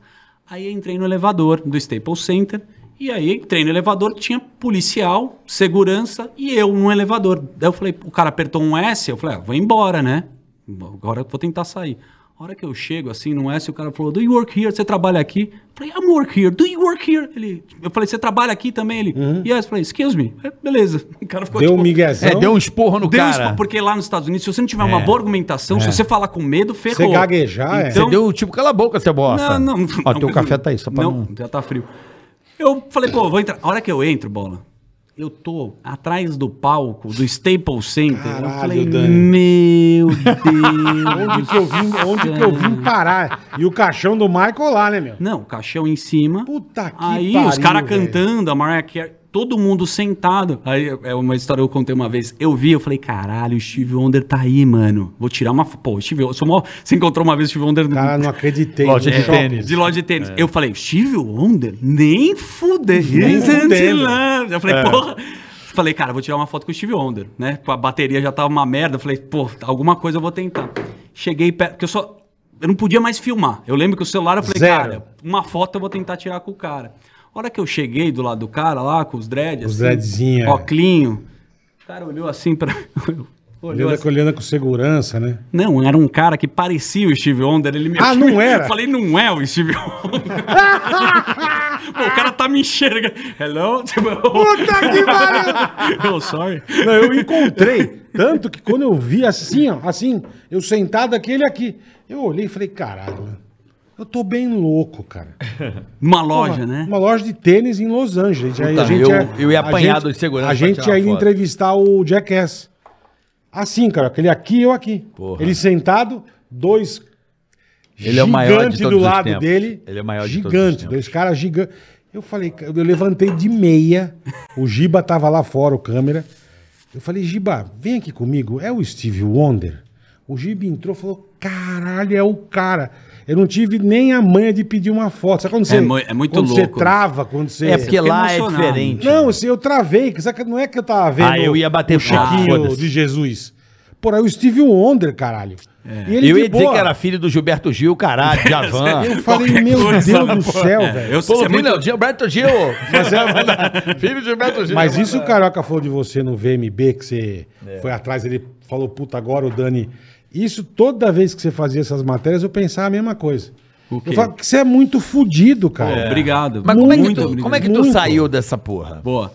[SPEAKER 4] Aí eu entrei no elevador do Staples Center. E aí entrei no elevador, tinha policial, segurança e eu no elevador. Daí eu falei, o cara apertou um S, eu falei, ah, vou embora, né? Agora eu vou tentar sair. A hora que eu chego assim no S, o cara falou, do you work here? Você trabalha aqui? Eu falei, I'm work here, do you work here? Ele, eu falei, você trabalha aqui também? Ele, yes. Eu falei, excuse me. É, beleza. O cara ficou
[SPEAKER 2] Deu um
[SPEAKER 4] tipo,
[SPEAKER 2] miguezão.
[SPEAKER 3] É, deu um esporro no
[SPEAKER 4] Deu isso,
[SPEAKER 3] cara.
[SPEAKER 4] porque lá nos Estados Unidos, se você não tiver uma boa argumentação, se você falar com medo, ferrou. Então,
[SPEAKER 2] gaguejar, é.
[SPEAKER 3] Você deu tipo, cala a boca, seu bosta.
[SPEAKER 4] Não, não.
[SPEAKER 3] Ó,
[SPEAKER 4] não,
[SPEAKER 3] teu
[SPEAKER 4] não,
[SPEAKER 3] café tá aí, só pra não...
[SPEAKER 4] não. já tá frio. Eu falei, pô, vou entrar. A hora que eu entro, bola, eu tô atrás do palco do Staples Center. eu
[SPEAKER 2] Caralho,
[SPEAKER 4] falei,
[SPEAKER 2] Dani.
[SPEAKER 4] meu Deus.
[SPEAKER 2] Onde que eu vim, onde que eu vim parar? E o caixão do Michael lá, né, meu?
[SPEAKER 4] Não, caixão em cima.
[SPEAKER 2] Puta que
[SPEAKER 4] Aí
[SPEAKER 2] pariu,
[SPEAKER 4] os caras
[SPEAKER 2] velho.
[SPEAKER 4] cantando, a Mariah Carey, todo mundo sentado. Aí é uma história que eu contei uma vez. Eu vi, eu falei, caralho, o Steve Wonder tá aí, mano. Vou tirar uma. fo- Pô, o Steve, eu sou mó... Você encontrou uma vez o Steve Wonder
[SPEAKER 2] Cara, não acreditei.
[SPEAKER 3] Loja
[SPEAKER 2] No
[SPEAKER 3] de
[SPEAKER 2] shopping.
[SPEAKER 3] tênis.
[SPEAKER 4] É. De loja de tênis. Eu falei, Steve Wonder? Nem fuder.
[SPEAKER 2] Nem fudendo.
[SPEAKER 4] Eu falei, porra. Falei, cara, vou tirar uma foto com o Steve Wonder, né? A bateria já tava uma merda. Eu Falei, pô, alguma coisa eu vou tentar. Cheguei perto, porque eu só. Eu não podia mais filmar. Eu lembro que o celular, eu falei,
[SPEAKER 2] Zero.
[SPEAKER 4] cara, uma foto eu vou tentar tirar com o cara. A hora que eu cheguei do lado do cara lá, com os dreads. assim,
[SPEAKER 2] Os dreadzinho, é.
[SPEAKER 4] Oclinho. O cara olhou assim pra. olhou
[SPEAKER 2] Olhando,
[SPEAKER 4] assim.
[SPEAKER 2] com- olhando com segurança, né?
[SPEAKER 4] Não, era um cara que parecia o Steve Wonder. Ele me
[SPEAKER 2] Ah, não era?
[SPEAKER 4] Falei, não é o Steve Wonder. Pô, o cara me enxerga. Hello?
[SPEAKER 2] Puta que pariu!
[SPEAKER 4] oh, sorry.
[SPEAKER 2] Não, eu encontrei. Tanto que quando eu vi assim, ó, assim, eu sentado aqui, ele aqui. Eu olhei e falei, caralho, mano, eu tô bem louco, cara.
[SPEAKER 4] Uma loja,
[SPEAKER 2] Porra,
[SPEAKER 4] né?
[SPEAKER 2] Uma loja de tênis em Los Angeles. Aí
[SPEAKER 3] Puta,
[SPEAKER 2] a gente
[SPEAKER 3] eu-
[SPEAKER 2] ia-
[SPEAKER 3] eu ia
[SPEAKER 2] a
[SPEAKER 3] apanhar
[SPEAKER 2] gente-
[SPEAKER 3] do segurança
[SPEAKER 2] A
[SPEAKER 3] pra
[SPEAKER 2] gente
[SPEAKER 3] tirar
[SPEAKER 2] ia
[SPEAKER 3] uma
[SPEAKER 2] indo
[SPEAKER 3] foto.
[SPEAKER 2] entrevistar o Jackass. Assim, cara, aquele aqui e eu aqui.
[SPEAKER 3] Porra.
[SPEAKER 2] Ele sentado, dois
[SPEAKER 3] Ele é o maior de
[SPEAKER 2] gigante
[SPEAKER 3] todos
[SPEAKER 2] do
[SPEAKER 3] os
[SPEAKER 2] lado
[SPEAKER 3] tempos.
[SPEAKER 2] dele.
[SPEAKER 3] Ele é o maior de todos os
[SPEAKER 2] Gigante,
[SPEAKER 3] tempos.
[SPEAKER 2] dois caras gigantes. Eu falei, cara, eu levantei de meia. O Giba tava lá fora, o câmera. Eu falei, Giba, vem aqui comigo. É o Steve Wonder. O Giba entrou e falou, caralho, é o cara. Eu não tive nem a manha de pedir uma foto. Sabe quando você,
[SPEAKER 4] mui- é muito
[SPEAKER 2] quando você
[SPEAKER 4] louco.
[SPEAKER 2] trava, quando você...
[SPEAKER 3] É porque lá é
[SPEAKER 4] emocionado.
[SPEAKER 3] diferente.
[SPEAKER 2] Não, assim, eu travei. que sabe que Não é que eu tava vendo
[SPEAKER 3] Ah, eu ia bater Ah,
[SPEAKER 2] o Chiquinho
[SPEAKER 3] foda-se.
[SPEAKER 2] de Jesus. Porra, é o Steve Wonder, caralho.
[SPEAKER 4] É.
[SPEAKER 2] E
[SPEAKER 3] Eu
[SPEAKER 2] de
[SPEAKER 3] ia dizer
[SPEAKER 2] boa. é
[SPEAKER 3] que era filho do Gilberto Gil, caralho, de Javan.
[SPEAKER 2] Eu falei, meu Deus do céu, velho.
[SPEAKER 4] Eu
[SPEAKER 3] Pô,
[SPEAKER 4] sou é
[SPEAKER 3] filho,
[SPEAKER 4] muito...
[SPEAKER 3] do Gilberto Gil. é filho de Gilberto Gil.
[SPEAKER 2] Mas isso o Carioca falou de você no VMB, que você foi atrás, ele falou, puta, agora o Dani. Isso, toda vez que você fazia essas matérias, eu pensava a mesma coisa.
[SPEAKER 4] O quê?
[SPEAKER 2] Eu falava que você é muito fudido, cara.
[SPEAKER 4] Obrigado.
[SPEAKER 3] Mas como é que
[SPEAKER 4] Muito
[SPEAKER 3] tu,
[SPEAKER 4] obrigado.
[SPEAKER 3] como é que tu
[SPEAKER 2] Muito.
[SPEAKER 3] saiu dessa porra?
[SPEAKER 4] Boa.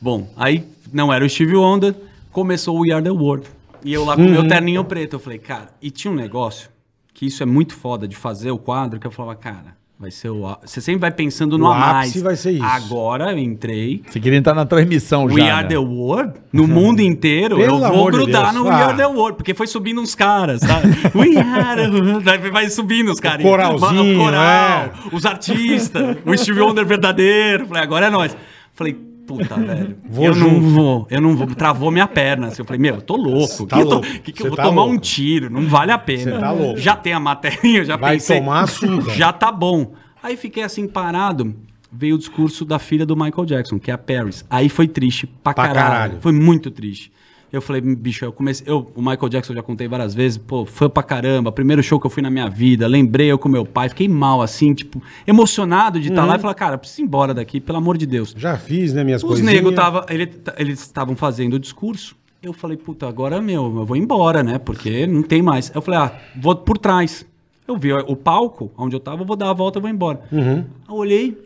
[SPEAKER 4] Bom, aí não era o Steve Wonder, começou o We Are The World. E eu lá com
[SPEAKER 2] Uhum.
[SPEAKER 4] meu terninho preto, eu falei, cara, e tinha um negócio, que isso é muito foda de fazer o quadro, que eu falava, cara, vai ser o... á- Você sempre vai pensando no
[SPEAKER 2] O
[SPEAKER 4] a mais.
[SPEAKER 2] ápice vai ser isso.
[SPEAKER 4] Agora eu entrei,
[SPEAKER 3] Você queria entrar na transmissão
[SPEAKER 4] We
[SPEAKER 3] já,
[SPEAKER 4] Are
[SPEAKER 3] né?
[SPEAKER 4] The World, no mundo inteiro,
[SPEAKER 2] Pelo
[SPEAKER 4] eu vou
[SPEAKER 2] amor de
[SPEAKER 4] grudar
[SPEAKER 2] Deus.
[SPEAKER 4] no We
[SPEAKER 2] Ah.
[SPEAKER 4] Are The World, porque foi subindo uns caras, sabe? We Are The World, aí vai subindo os caras.
[SPEAKER 2] coralzinho,
[SPEAKER 4] O coral,
[SPEAKER 2] é.
[SPEAKER 4] os artistas, o Steve Wonder verdadeiro. Falei, agora é nós. Falei, puta, velho,
[SPEAKER 2] Vou
[SPEAKER 4] eu não
[SPEAKER 2] junto.
[SPEAKER 4] vou, eu não vou, travou minha perna. assim, eu falei, meu, eu tô louco,
[SPEAKER 2] Tá
[SPEAKER 4] que, eu tô-
[SPEAKER 2] louco,
[SPEAKER 4] que que
[SPEAKER 2] você
[SPEAKER 4] eu vou
[SPEAKER 2] tá
[SPEAKER 4] tomar um
[SPEAKER 2] louco.
[SPEAKER 4] tiro, não vale a pena.
[SPEAKER 2] Você tá louco.
[SPEAKER 4] Já tem a matéria, eu já
[SPEAKER 2] Vai
[SPEAKER 4] pensei.
[SPEAKER 2] tomar a surra.
[SPEAKER 4] Já tá bom. Aí fiquei assim parado. Veio o discurso da filha do Michael Jackson, que é a Paris. Aí foi triste pra,
[SPEAKER 2] Pra
[SPEAKER 4] caralho.
[SPEAKER 2] caralho.
[SPEAKER 4] Foi muito triste. Eu falei, bicho, eu comecei. Eu, o Michael Jackson eu já contei várias vezes, pô, fã pra caramba. Primeiro show que eu fui na minha vida, lembrei eu com meu pai, fiquei mal, assim, tipo, emocionado de estar
[SPEAKER 2] Uhum.
[SPEAKER 4] lá e falar, cara, preciso ir embora daqui, pelo amor de Deus.
[SPEAKER 2] Já fiz, né, minhas
[SPEAKER 4] Os
[SPEAKER 2] coisas.
[SPEAKER 4] negros tava, ele, t- eles estavam fazendo o discurso. Eu falei, puta, agora meu, eu vou embora, né? Porque não tem mais. Eu falei, ah, vou por trás. Eu vi o palco onde eu tava, eu vou dar a volta e vou embora. Eu olhei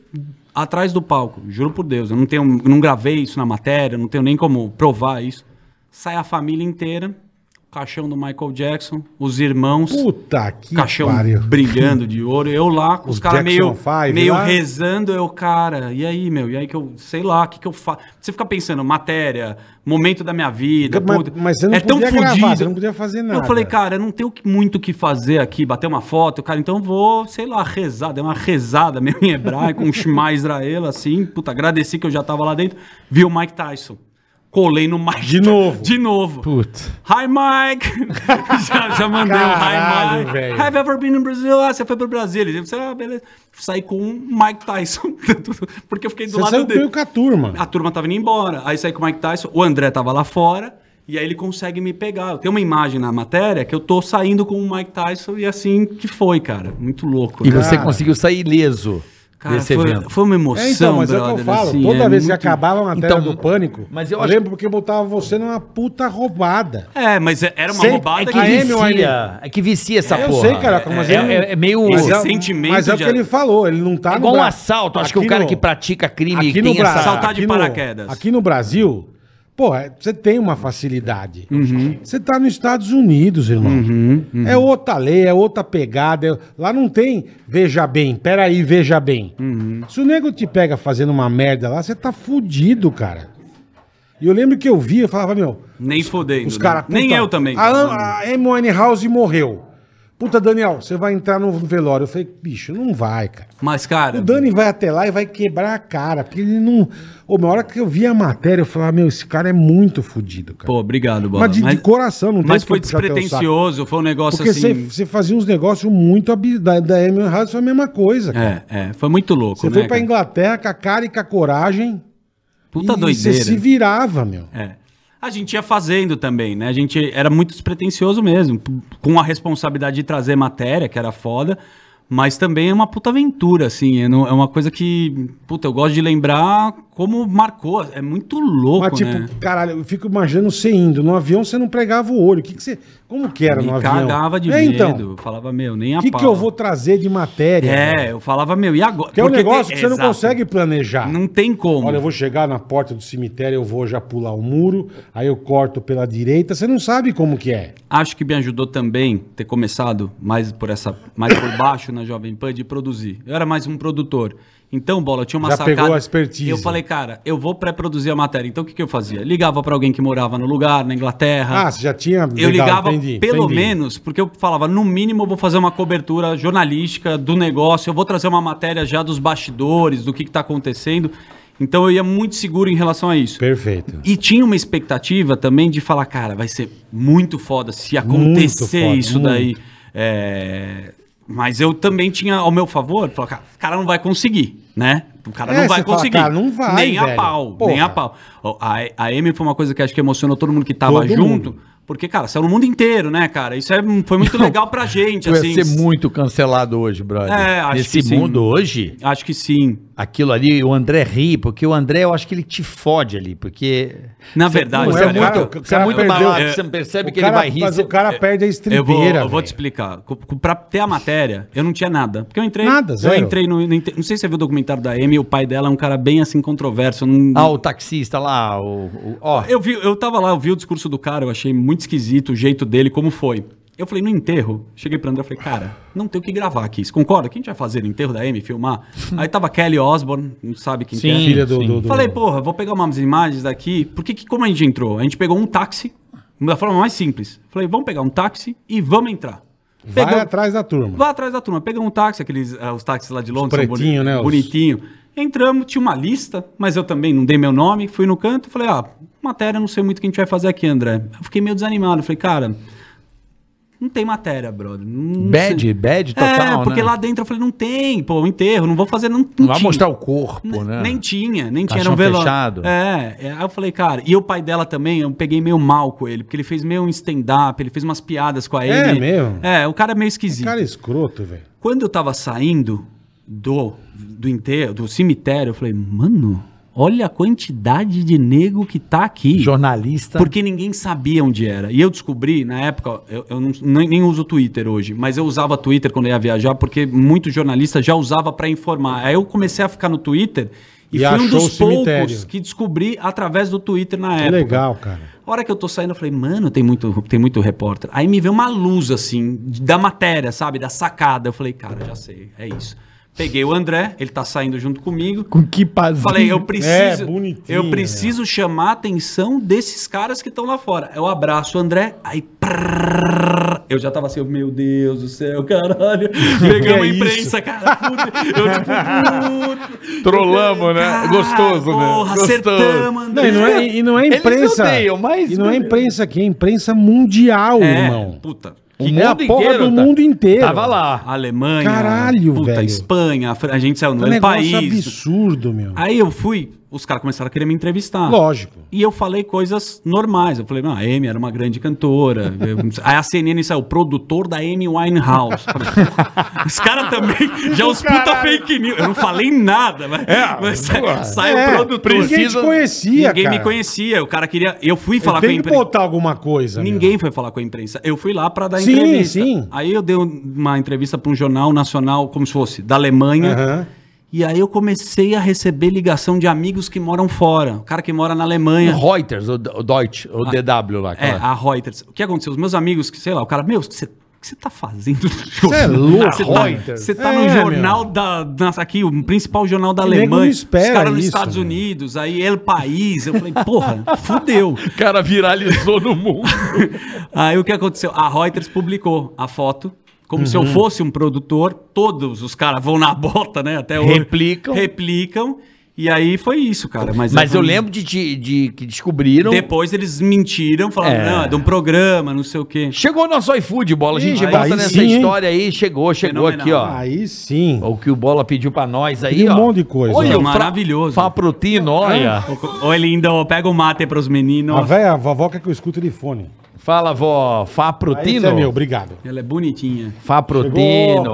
[SPEAKER 4] atrás do palco, juro por Deus, eu não tenho, eu não gravei isso na matéria, não tenho nem como provar isso. Sai a família inteira, o caixão do Michael Jackson, os irmãos
[SPEAKER 2] Puta que
[SPEAKER 4] caixão
[SPEAKER 2] parião.
[SPEAKER 4] brilhando de ouro. Eu lá, com os,
[SPEAKER 2] Os
[SPEAKER 4] caras
[SPEAKER 2] Jackson
[SPEAKER 4] meio,
[SPEAKER 2] Five
[SPEAKER 4] meio
[SPEAKER 2] lá.
[SPEAKER 4] rezando. Eu, cara, e aí, meu? E aí que eu, sei lá, o que, que eu faço? Você fica pensando, matéria, momento da minha vida.
[SPEAKER 2] Mas-
[SPEAKER 4] puta,
[SPEAKER 2] mas você não
[SPEAKER 4] é tão
[SPEAKER 2] podia gravar,
[SPEAKER 4] fudido.
[SPEAKER 2] você não podia fazer
[SPEAKER 4] Eu
[SPEAKER 2] nada.
[SPEAKER 4] falei, cara, eu não tenho que- muito o que fazer aqui, bater uma foto, cara, então eu vou, sei lá, rezar. Dei uma rezada meio em hebraico, um Shema Israel, assim. Puta, agradeci que eu já tava lá dentro. Vi o Mike Tyson. Colei no Mike.
[SPEAKER 2] De novo.
[SPEAKER 4] De novo.
[SPEAKER 3] Putz.
[SPEAKER 4] Hi, Mike! já, já mandei um
[SPEAKER 2] Caralho,
[SPEAKER 4] Hi, Mike.
[SPEAKER 2] velho.
[SPEAKER 4] Have you ever been in Brazil? Ah, você foi pro Brasil. Ele disse, ah, beleza. Saí com o Mike Tyson. Porque eu fiquei do
[SPEAKER 2] Você
[SPEAKER 4] lado
[SPEAKER 2] saiu
[SPEAKER 4] dele.
[SPEAKER 2] meio com a turma.
[SPEAKER 4] A turma tava indo embora. Aí saí com o Mike Tyson. O André tava lá fora. E aí ele consegue me pegar. Eu tenho uma imagem na matéria que eu tô saindo com o Mike Tyson e assim que foi, cara. Muito louco.
[SPEAKER 3] E
[SPEAKER 4] né?
[SPEAKER 3] você
[SPEAKER 2] Cara.
[SPEAKER 3] conseguiu sair ileso
[SPEAKER 4] Cara,
[SPEAKER 3] desse
[SPEAKER 4] foi,
[SPEAKER 3] evento.
[SPEAKER 4] foi uma emoção,
[SPEAKER 2] É, então, mas é o que eu
[SPEAKER 4] brother,
[SPEAKER 2] falo.
[SPEAKER 4] assim,
[SPEAKER 2] Toda
[SPEAKER 4] é
[SPEAKER 2] vez que
[SPEAKER 4] muito-
[SPEAKER 2] acabava a matéria
[SPEAKER 3] Então,
[SPEAKER 2] do pânico,
[SPEAKER 3] mas eu
[SPEAKER 2] eu
[SPEAKER 3] acho-
[SPEAKER 2] lembro porque botava você numa puta roubada.
[SPEAKER 4] É, mas é- era uma
[SPEAKER 2] Sempre-
[SPEAKER 4] roubada
[SPEAKER 3] É que
[SPEAKER 2] A Amy
[SPEAKER 3] vicia. É que vicia essa
[SPEAKER 2] Eu
[SPEAKER 3] porra.
[SPEAKER 2] sei, cara, mas
[SPEAKER 3] é,
[SPEAKER 2] eu não-
[SPEAKER 3] é- é meio.
[SPEAKER 2] Mas
[SPEAKER 4] Esse
[SPEAKER 2] é,
[SPEAKER 4] sentimento
[SPEAKER 2] mas é o
[SPEAKER 4] de-
[SPEAKER 2] que ele falou, ele não tá
[SPEAKER 3] É igual um
[SPEAKER 2] Bra-
[SPEAKER 3] assunto. Acho que
[SPEAKER 2] Aqui
[SPEAKER 3] o cara
[SPEAKER 2] no-
[SPEAKER 3] que pratica crime
[SPEAKER 2] aqui
[SPEAKER 3] e
[SPEAKER 2] no
[SPEAKER 3] tem
[SPEAKER 2] Brasil,
[SPEAKER 3] essa.
[SPEAKER 4] Saltar de
[SPEAKER 2] aqui no-
[SPEAKER 4] paraquedas.
[SPEAKER 2] Aqui no Brasil, pô, é- você tem uma facilidade.
[SPEAKER 4] Uhum.
[SPEAKER 2] Você tá nos Estados Unidos, irmão. É outra lei, é outra pegada. é- Lá não tem veja bem, peraí, veja bem.
[SPEAKER 4] Uhum.
[SPEAKER 2] Se o nego te pega fazendo uma merda lá, você tá fudido, cara. E eu lembro que eu vi, eu falava, meu,
[SPEAKER 4] Nem fodendo.
[SPEAKER 2] os
[SPEAKER 4] né?
[SPEAKER 2] caras.
[SPEAKER 4] Nem eu também.
[SPEAKER 2] A, a M. House morreu. Puta, Daniel, você vai entrar no velório. Eu falei, bicho, não vai, cara.
[SPEAKER 4] Mas, cara.
[SPEAKER 2] O Dani vai até lá e vai quebrar a cara, porque ele não. Ô, na hora que eu vi a matéria, eu falava, meu, esse cara é muito fodido, cara.
[SPEAKER 4] Pô, obrigado, Bola.
[SPEAKER 2] mas, de, de coração, não tem
[SPEAKER 4] mas
[SPEAKER 2] por
[SPEAKER 4] foi
[SPEAKER 2] que puxar teu saco.
[SPEAKER 4] despretensioso, foi um negócio
[SPEAKER 2] Porque você
[SPEAKER 4] assim.
[SPEAKER 2] você fazia uns negócios muito ab- da, da Amy House, foi a mesma coisa. cara.
[SPEAKER 4] É, é, foi muito louco.
[SPEAKER 2] Você
[SPEAKER 4] né,
[SPEAKER 2] foi pra
[SPEAKER 4] cara?
[SPEAKER 2] Inglaterra com a cara e com a coragem.
[SPEAKER 4] Puta
[SPEAKER 2] e
[SPEAKER 4] doideira.
[SPEAKER 2] Você se virava, meu.
[SPEAKER 4] É. A gente ia fazendo também, né? A gente era muito despretensioso mesmo, p- com a responsabilidade de trazer matéria, que era foda, Mas também é uma puta aventura, assim. É não- é uma coisa que, puta, eu gosto de lembrar como marcou. É muito louco,
[SPEAKER 2] Mas, tipo,
[SPEAKER 4] né?
[SPEAKER 2] caralho, eu fico imaginando você indo. No avião você não pregava o olho. O que, que você. Como que era
[SPEAKER 4] Me
[SPEAKER 2] no avião?
[SPEAKER 4] cagava de
[SPEAKER 2] É,
[SPEAKER 4] medo.
[SPEAKER 2] então.
[SPEAKER 4] Falava, meu, nem a
[SPEAKER 2] O que, que
[SPEAKER 4] pau.
[SPEAKER 2] eu vou trazer de matéria?
[SPEAKER 4] É, eu falava, meu, e agora?
[SPEAKER 2] Que é um
[SPEAKER 4] Porque tem-
[SPEAKER 2] negócio que você não
[SPEAKER 4] Exato.
[SPEAKER 2] consegue planejar.
[SPEAKER 4] Não tem como.
[SPEAKER 2] Olha, eu vou chegar na porta do cemitério, eu vou já pular o muro, aí eu corto pela direita. Você não sabe como que é.
[SPEAKER 4] Acho que me ajudou também ter começado mais por essa, mais por baixo na Jovem Pan de produzir. Eu era mais um produtor. Então, bola, eu tinha uma
[SPEAKER 2] Já
[SPEAKER 4] sacada.
[SPEAKER 2] pegou a expertise.
[SPEAKER 4] Eu falei, cara, eu vou pré-produzir a matéria. Então, o que, que eu fazia? Ligava pra alguém que morava no lugar, na Inglaterra.
[SPEAKER 2] Ah, você já tinha.
[SPEAKER 4] Eu
[SPEAKER 2] Legal,
[SPEAKER 4] ligava
[SPEAKER 2] entendi,
[SPEAKER 4] pelo
[SPEAKER 2] entendi.
[SPEAKER 4] menos, porque eu falava, no mínimo eu vou fazer uma cobertura jornalística do negócio, eu vou trazer uma matéria já dos bastidores, do que está acontecendo. Então eu ia muito seguro em relação a isso.
[SPEAKER 2] Perfeito.
[SPEAKER 4] E tinha uma expectativa também de falar, cara, vai ser muito foda se acontecer
[SPEAKER 2] foda,
[SPEAKER 4] isso
[SPEAKER 2] muito.
[SPEAKER 4] daí. É, Mas eu também tinha ao meu favor, falar, cara, o cara não vai conseguir, né? O cara
[SPEAKER 2] É,
[SPEAKER 4] não vai
[SPEAKER 2] você fala,
[SPEAKER 4] conseguir.
[SPEAKER 2] "Cara, não vai,
[SPEAKER 4] Nem a
[SPEAKER 2] velho.
[SPEAKER 4] pau, nem
[SPEAKER 2] Porra.
[SPEAKER 4] a pau. Ó, A, a Amy foi uma coisa que acho que emocionou todo mundo que tava
[SPEAKER 2] Todo
[SPEAKER 4] junto.
[SPEAKER 2] mundo.
[SPEAKER 4] Porque, cara, saiu no mundo inteiro, né, cara? Isso é- foi muito legal pra gente,
[SPEAKER 3] Tu Tipo, ia
[SPEAKER 4] assim.
[SPEAKER 3] ser muito cancelado hoje, brother.
[SPEAKER 4] É, acho
[SPEAKER 3] Nesse
[SPEAKER 4] que sim.
[SPEAKER 3] mundo hoje,
[SPEAKER 4] Acho que sim.
[SPEAKER 3] aquilo ali, o André ri, porque o André, eu acho que ele te fode ali, porque...
[SPEAKER 4] Na
[SPEAKER 3] Você-
[SPEAKER 4] verdade,
[SPEAKER 3] você é,
[SPEAKER 2] o cara-
[SPEAKER 3] muito,
[SPEAKER 2] o
[SPEAKER 3] você é
[SPEAKER 2] cara
[SPEAKER 3] muito
[SPEAKER 2] perdeu-
[SPEAKER 3] babaca,
[SPEAKER 2] é,
[SPEAKER 3] você não percebe
[SPEAKER 2] O
[SPEAKER 3] que
[SPEAKER 2] cara-
[SPEAKER 3] ele vai rir.
[SPEAKER 2] Mas
[SPEAKER 3] você-
[SPEAKER 2] o cara perde a estribeira.
[SPEAKER 4] Eu vou, eu vou te
[SPEAKER 2] velho.
[SPEAKER 4] explicar. Co- co- Pra ter a matéria, eu não tinha nada. Porque eu entrei.
[SPEAKER 2] Nada, zero.
[SPEAKER 4] Eu entrei no. no inte- não sei se você viu o documentário da Amy, o pai dela é um cara bem assim controverso. eu não-
[SPEAKER 3] Ah, o taxista lá, o... o- ó,
[SPEAKER 4] Eu, vi, eu tava lá, eu vi o discurso do cara, eu achei muito esquisito o jeito dele, como foi. Eu falei, no enterro, cheguei pra André e falei, cara, não tem o que gravar aqui. Você concorda? Quem a gente vai fazer no enterro da Amy, filmar? Aí tava Kelly Osborne, não sabe quem que é.
[SPEAKER 2] Filha do, do, do-
[SPEAKER 4] Falei, porra, vou pegar umas imagens daqui. Porque que, como a gente entrou? A gente pegou um táxi, da forma mais simples. Falei, vamos pegar um táxi e vamos entrar.
[SPEAKER 2] Vai
[SPEAKER 4] Pegamos-
[SPEAKER 2] atrás da turma.
[SPEAKER 4] Vá atrás da turma, pega um táxi, aqueles ah, os táxis lá de Londres, são
[SPEAKER 2] pretinho, né, os-
[SPEAKER 4] bonitinho. Entramos, tinha uma lista, mas eu também não dei meu nome, fui no canto, falei, ah, matéria, não sei muito o que a gente vai fazer aqui, André. Eu fiquei meio desanimado, falei, cara, não tem matéria, brother. Não
[SPEAKER 3] bad,
[SPEAKER 4] sei.
[SPEAKER 3] bad total,
[SPEAKER 4] É, porque
[SPEAKER 3] né?
[SPEAKER 4] lá dentro eu falei, não tem, pô, um enterro, não vou fazer, não,
[SPEAKER 3] Não vai
[SPEAKER 4] tinha.
[SPEAKER 3] mostrar o corpo,
[SPEAKER 4] N-
[SPEAKER 3] né?
[SPEAKER 4] Nem tinha, nem tinha.
[SPEAKER 3] Caixão
[SPEAKER 4] um velório.
[SPEAKER 3] fechado.
[SPEAKER 4] É, é, aí eu falei, cara, e o pai dela também, eu peguei meio mal com ele, porque ele fez meio um stand-up, ele fez umas piadas com a
[SPEAKER 2] É
[SPEAKER 4] Amy.
[SPEAKER 2] mesmo?
[SPEAKER 4] É, o cara é meio esquisito.
[SPEAKER 2] Cara escroto, velho.
[SPEAKER 4] Quando eu tava saindo do, do enterro, do cemitério, eu falei, mano, olha a quantidade de nego que tá aqui.
[SPEAKER 3] Jornalista.
[SPEAKER 4] Porque ninguém sabia onde era. E eu descobri, na época, eu, eu não- nem, nem uso Twitter hoje, mas eu usava Twitter quando eu ia viajar, porque muito jornalista já usava pra informar. Aí eu comecei a ficar no Twitter e,
[SPEAKER 2] E
[SPEAKER 4] fui um
[SPEAKER 2] achou
[SPEAKER 4] dos
[SPEAKER 2] o cemitério.
[SPEAKER 4] poucos que descobri através do Twitter na
[SPEAKER 2] Que
[SPEAKER 4] época.
[SPEAKER 2] legal, cara.
[SPEAKER 4] A hora que eu tô saindo, eu falei, mano, tem muito, tem muito repórter. Aí me veio uma luz, assim, de- da matéria, sabe? Da sacada. Eu falei, cara, já sei, é isso. Peguei o André, ele tá saindo junto comigo.
[SPEAKER 3] Com que pazinho.
[SPEAKER 4] Falei, eu preciso.
[SPEAKER 2] É, bonitinho,
[SPEAKER 4] eu preciso chamar a atenção desses caras que estão lá fora. Eu abraço o André, aí. prrr, eu já tava assim, meu Deus do céu, caralho. Pegamos a
[SPEAKER 2] é isso?
[SPEAKER 4] imprensa, cara. Puta, eu tipo, puto.
[SPEAKER 5] Trollamos, né?
[SPEAKER 4] Cara,
[SPEAKER 5] Gostoso, né?
[SPEAKER 4] Ah, Porra,
[SPEAKER 5] Gostoso.
[SPEAKER 4] acertamos,
[SPEAKER 2] Não, e, não é, e não é
[SPEAKER 3] Eles
[SPEAKER 2] imprensa.
[SPEAKER 3] odeiam, mas-
[SPEAKER 2] E não é imprensa aqui, é imprensa mundial,
[SPEAKER 4] É,
[SPEAKER 2] irmão.
[SPEAKER 4] puta.
[SPEAKER 3] O
[SPEAKER 2] é a
[SPEAKER 3] mundo
[SPEAKER 2] porra
[SPEAKER 3] inteiro
[SPEAKER 2] do
[SPEAKER 3] tá-
[SPEAKER 2] mundo inteiro.
[SPEAKER 3] Tava lá.
[SPEAKER 4] Alemanha.
[SPEAKER 2] Caralho,
[SPEAKER 4] puta,
[SPEAKER 2] velho.
[SPEAKER 4] Espanha, Fran- a gente saiu
[SPEAKER 2] É
[SPEAKER 4] no
[SPEAKER 2] um negócio
[SPEAKER 4] país.
[SPEAKER 2] absurdo, meu.
[SPEAKER 4] Aí eu fui, os caras começaram a querer me entrevistar.
[SPEAKER 2] Lógico.
[SPEAKER 4] E eu falei coisas normais. Eu falei, não, a Amy era uma grande cantora. Eu- Aí a CNN saiu, produtor da Amy Winehouse. os caras também, já os puta fake news. Eu não falei nada, mas, mas sai, sai o produtor.
[SPEAKER 2] É, Ninguém te conhecia,
[SPEAKER 4] Ninguém
[SPEAKER 2] cara.
[SPEAKER 4] me conhecia. O cara queria. Eu fui falar com a
[SPEAKER 2] Tem que
[SPEAKER 4] imprensa.
[SPEAKER 2] botar alguma coisa. meu.
[SPEAKER 4] Ninguém foi falar com a imprensa. Eu fui lá pra dar
[SPEAKER 2] Sim,
[SPEAKER 4] entrevista.
[SPEAKER 2] sim.
[SPEAKER 4] Aí eu dei uma entrevista pra um jornal nacional, como se fosse, da Alemanha.
[SPEAKER 2] Aham.
[SPEAKER 4] E aí eu comecei a receber ligação de amigos que moram fora. O cara que mora na Alemanha.
[SPEAKER 3] Reuters, o, o Deutsch, o DW lá.
[SPEAKER 4] É,
[SPEAKER 3] aquela-
[SPEAKER 4] a Reuters. O que aconteceu? Os meus amigos, que sei lá, o cara, meu, o que você o que você tá fazendo? Você
[SPEAKER 2] é louco,
[SPEAKER 4] Você tá,
[SPEAKER 2] Reuters.
[SPEAKER 4] você tá
[SPEAKER 2] É,
[SPEAKER 4] no jornal
[SPEAKER 2] meu.
[SPEAKER 4] da, da- Aqui, o principal jornal da
[SPEAKER 2] O nego
[SPEAKER 4] Alemanha.
[SPEAKER 2] não espera
[SPEAKER 4] Os caras nos
[SPEAKER 2] isso,
[SPEAKER 4] Estados
[SPEAKER 2] meu.
[SPEAKER 4] Unidos, aí El País. Eu falei, porra, fudeu.
[SPEAKER 5] O cara viralizou no mundo.
[SPEAKER 4] Aí o que aconteceu? A Reuters publicou a foto. Como se eu fosse um produtor, todos os caras vão na bota, né? Até hoje.
[SPEAKER 3] Replicam.
[SPEAKER 4] Replicam. E aí foi isso, cara. Mas,
[SPEAKER 3] Mas eu
[SPEAKER 4] fui-
[SPEAKER 3] lembro de, de, de que descobriram.
[SPEAKER 4] Depois eles mentiram, falaram,
[SPEAKER 3] É.
[SPEAKER 4] não, é de um programa, não sei o quê.
[SPEAKER 3] Chegou o nosso iFood, Bola. A gente
[SPEAKER 2] Ih,
[SPEAKER 3] volta
[SPEAKER 2] aí
[SPEAKER 3] nessa
[SPEAKER 2] sim, hein?
[SPEAKER 3] história aí. Chegou, chegou
[SPEAKER 4] Fenomenal.
[SPEAKER 3] aqui, ó.
[SPEAKER 2] Aí sim.
[SPEAKER 3] O que o Bola pediu pra nós aí,
[SPEAKER 2] Pediu
[SPEAKER 3] ó.
[SPEAKER 2] um monte de coisa, ó.
[SPEAKER 3] Olha, o fra-
[SPEAKER 4] Maravilhoso.
[SPEAKER 3] Faprotino, olha.
[SPEAKER 4] Ô, Elindo, pega o mate pros meninos.
[SPEAKER 2] A velha a vovó quer que eu escute de fone.
[SPEAKER 3] Fala, vó.
[SPEAKER 2] Aí você é
[SPEAKER 3] Faprutino?
[SPEAKER 2] meu, obrigado.
[SPEAKER 4] Ela é bonitinha.
[SPEAKER 3] Tá
[SPEAKER 2] Chegou,
[SPEAKER 3] Faprutino.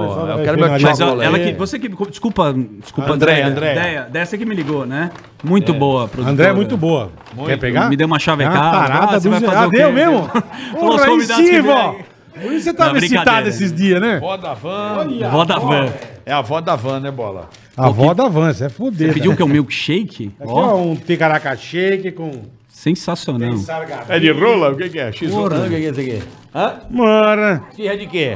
[SPEAKER 2] pessoal da
[SPEAKER 3] Eu quero meu
[SPEAKER 2] refinaria.
[SPEAKER 4] Mas
[SPEAKER 3] tchau. É
[SPEAKER 4] ela, ela que.
[SPEAKER 2] Chocolate.
[SPEAKER 4] Você que. Desculpa, desculpa,
[SPEAKER 3] Andréia,
[SPEAKER 4] Andréia.
[SPEAKER 2] Andréia.
[SPEAKER 4] Andréia, Dessa que me ligou, né? Muito boa, produtora.
[SPEAKER 2] André é muito boa. Quer pegar?
[SPEAKER 4] Me deu uma
[SPEAKER 2] É
[SPEAKER 4] chavecada.
[SPEAKER 2] uma parada
[SPEAKER 4] Ah,
[SPEAKER 2] do
[SPEAKER 4] vai fazer
[SPEAKER 2] Ah,
[SPEAKER 4] o quê?
[SPEAKER 2] deu mesmo?
[SPEAKER 4] Falou, os
[SPEAKER 2] Porra, aí
[SPEAKER 4] convidados que
[SPEAKER 2] sim,
[SPEAKER 4] vieram.
[SPEAKER 2] vó. Por isso você tava
[SPEAKER 4] brincadeira.
[SPEAKER 2] excitado esses dias, né?
[SPEAKER 3] Vó da van.
[SPEAKER 4] Vó da van.
[SPEAKER 3] É a vó da van, né, bola?
[SPEAKER 2] A avó da Van, você é foder.
[SPEAKER 4] um Pediu o que? Um milkshake?
[SPEAKER 2] Aqui, ó,
[SPEAKER 4] Ó,
[SPEAKER 2] um ticaraca shake com
[SPEAKER 4] sensacional.
[SPEAKER 2] sargada.
[SPEAKER 3] É de rola? O que, que é? X O que, que é isso aqui? Hã?
[SPEAKER 2] Mora.
[SPEAKER 3] Esfirra de quê?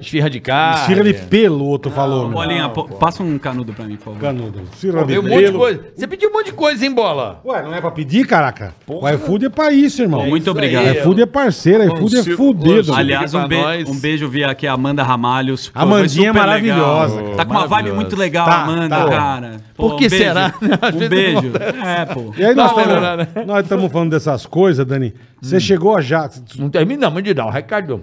[SPEAKER 3] Esfirra de carne.
[SPEAKER 2] Tira de pelo, o outro falou, meu.
[SPEAKER 4] Bolinha, pô, passa um canudo pra mim, por favor.
[SPEAKER 2] Canudo. Tira de
[SPEAKER 3] Veio um monte de
[SPEAKER 2] pelo.
[SPEAKER 3] coisa. Você pediu um monte de coisa, hein, bola?
[SPEAKER 2] Ué, não é pra pedir, caraca? O iFood é pra isso, irmão.
[SPEAKER 4] Muito obrigado.
[SPEAKER 3] aí,
[SPEAKER 2] iFood é parceiro, iFood é
[SPEAKER 3] Consigo-
[SPEAKER 2] fudido.
[SPEAKER 3] Consigo-
[SPEAKER 4] Aliás, um,
[SPEAKER 3] Pra
[SPEAKER 4] be
[SPEAKER 3] nós.
[SPEAKER 4] um beijo via aqui a Amanda Ramalhos. Pô,
[SPEAKER 2] Amandinha é
[SPEAKER 4] foi super
[SPEAKER 2] maravilhosa,
[SPEAKER 4] legal.
[SPEAKER 3] cara.
[SPEAKER 4] Tá com uma vibe
[SPEAKER 3] Maravilhosa.
[SPEAKER 4] muito legal,
[SPEAKER 2] Tá,
[SPEAKER 4] Amanda,
[SPEAKER 2] tá.
[SPEAKER 4] cara. um
[SPEAKER 3] Por que
[SPEAKER 4] beijo.
[SPEAKER 3] será? A gente
[SPEAKER 4] Um
[SPEAKER 3] não
[SPEAKER 4] beijo. É, pô.
[SPEAKER 2] E aí nós
[SPEAKER 3] Não,
[SPEAKER 2] tamo-
[SPEAKER 3] não, não.
[SPEAKER 2] nós estamos falando dessas coisas, Dani.
[SPEAKER 3] Hum.
[SPEAKER 2] Você chegou a já.
[SPEAKER 3] Não terminamos de dar o recado.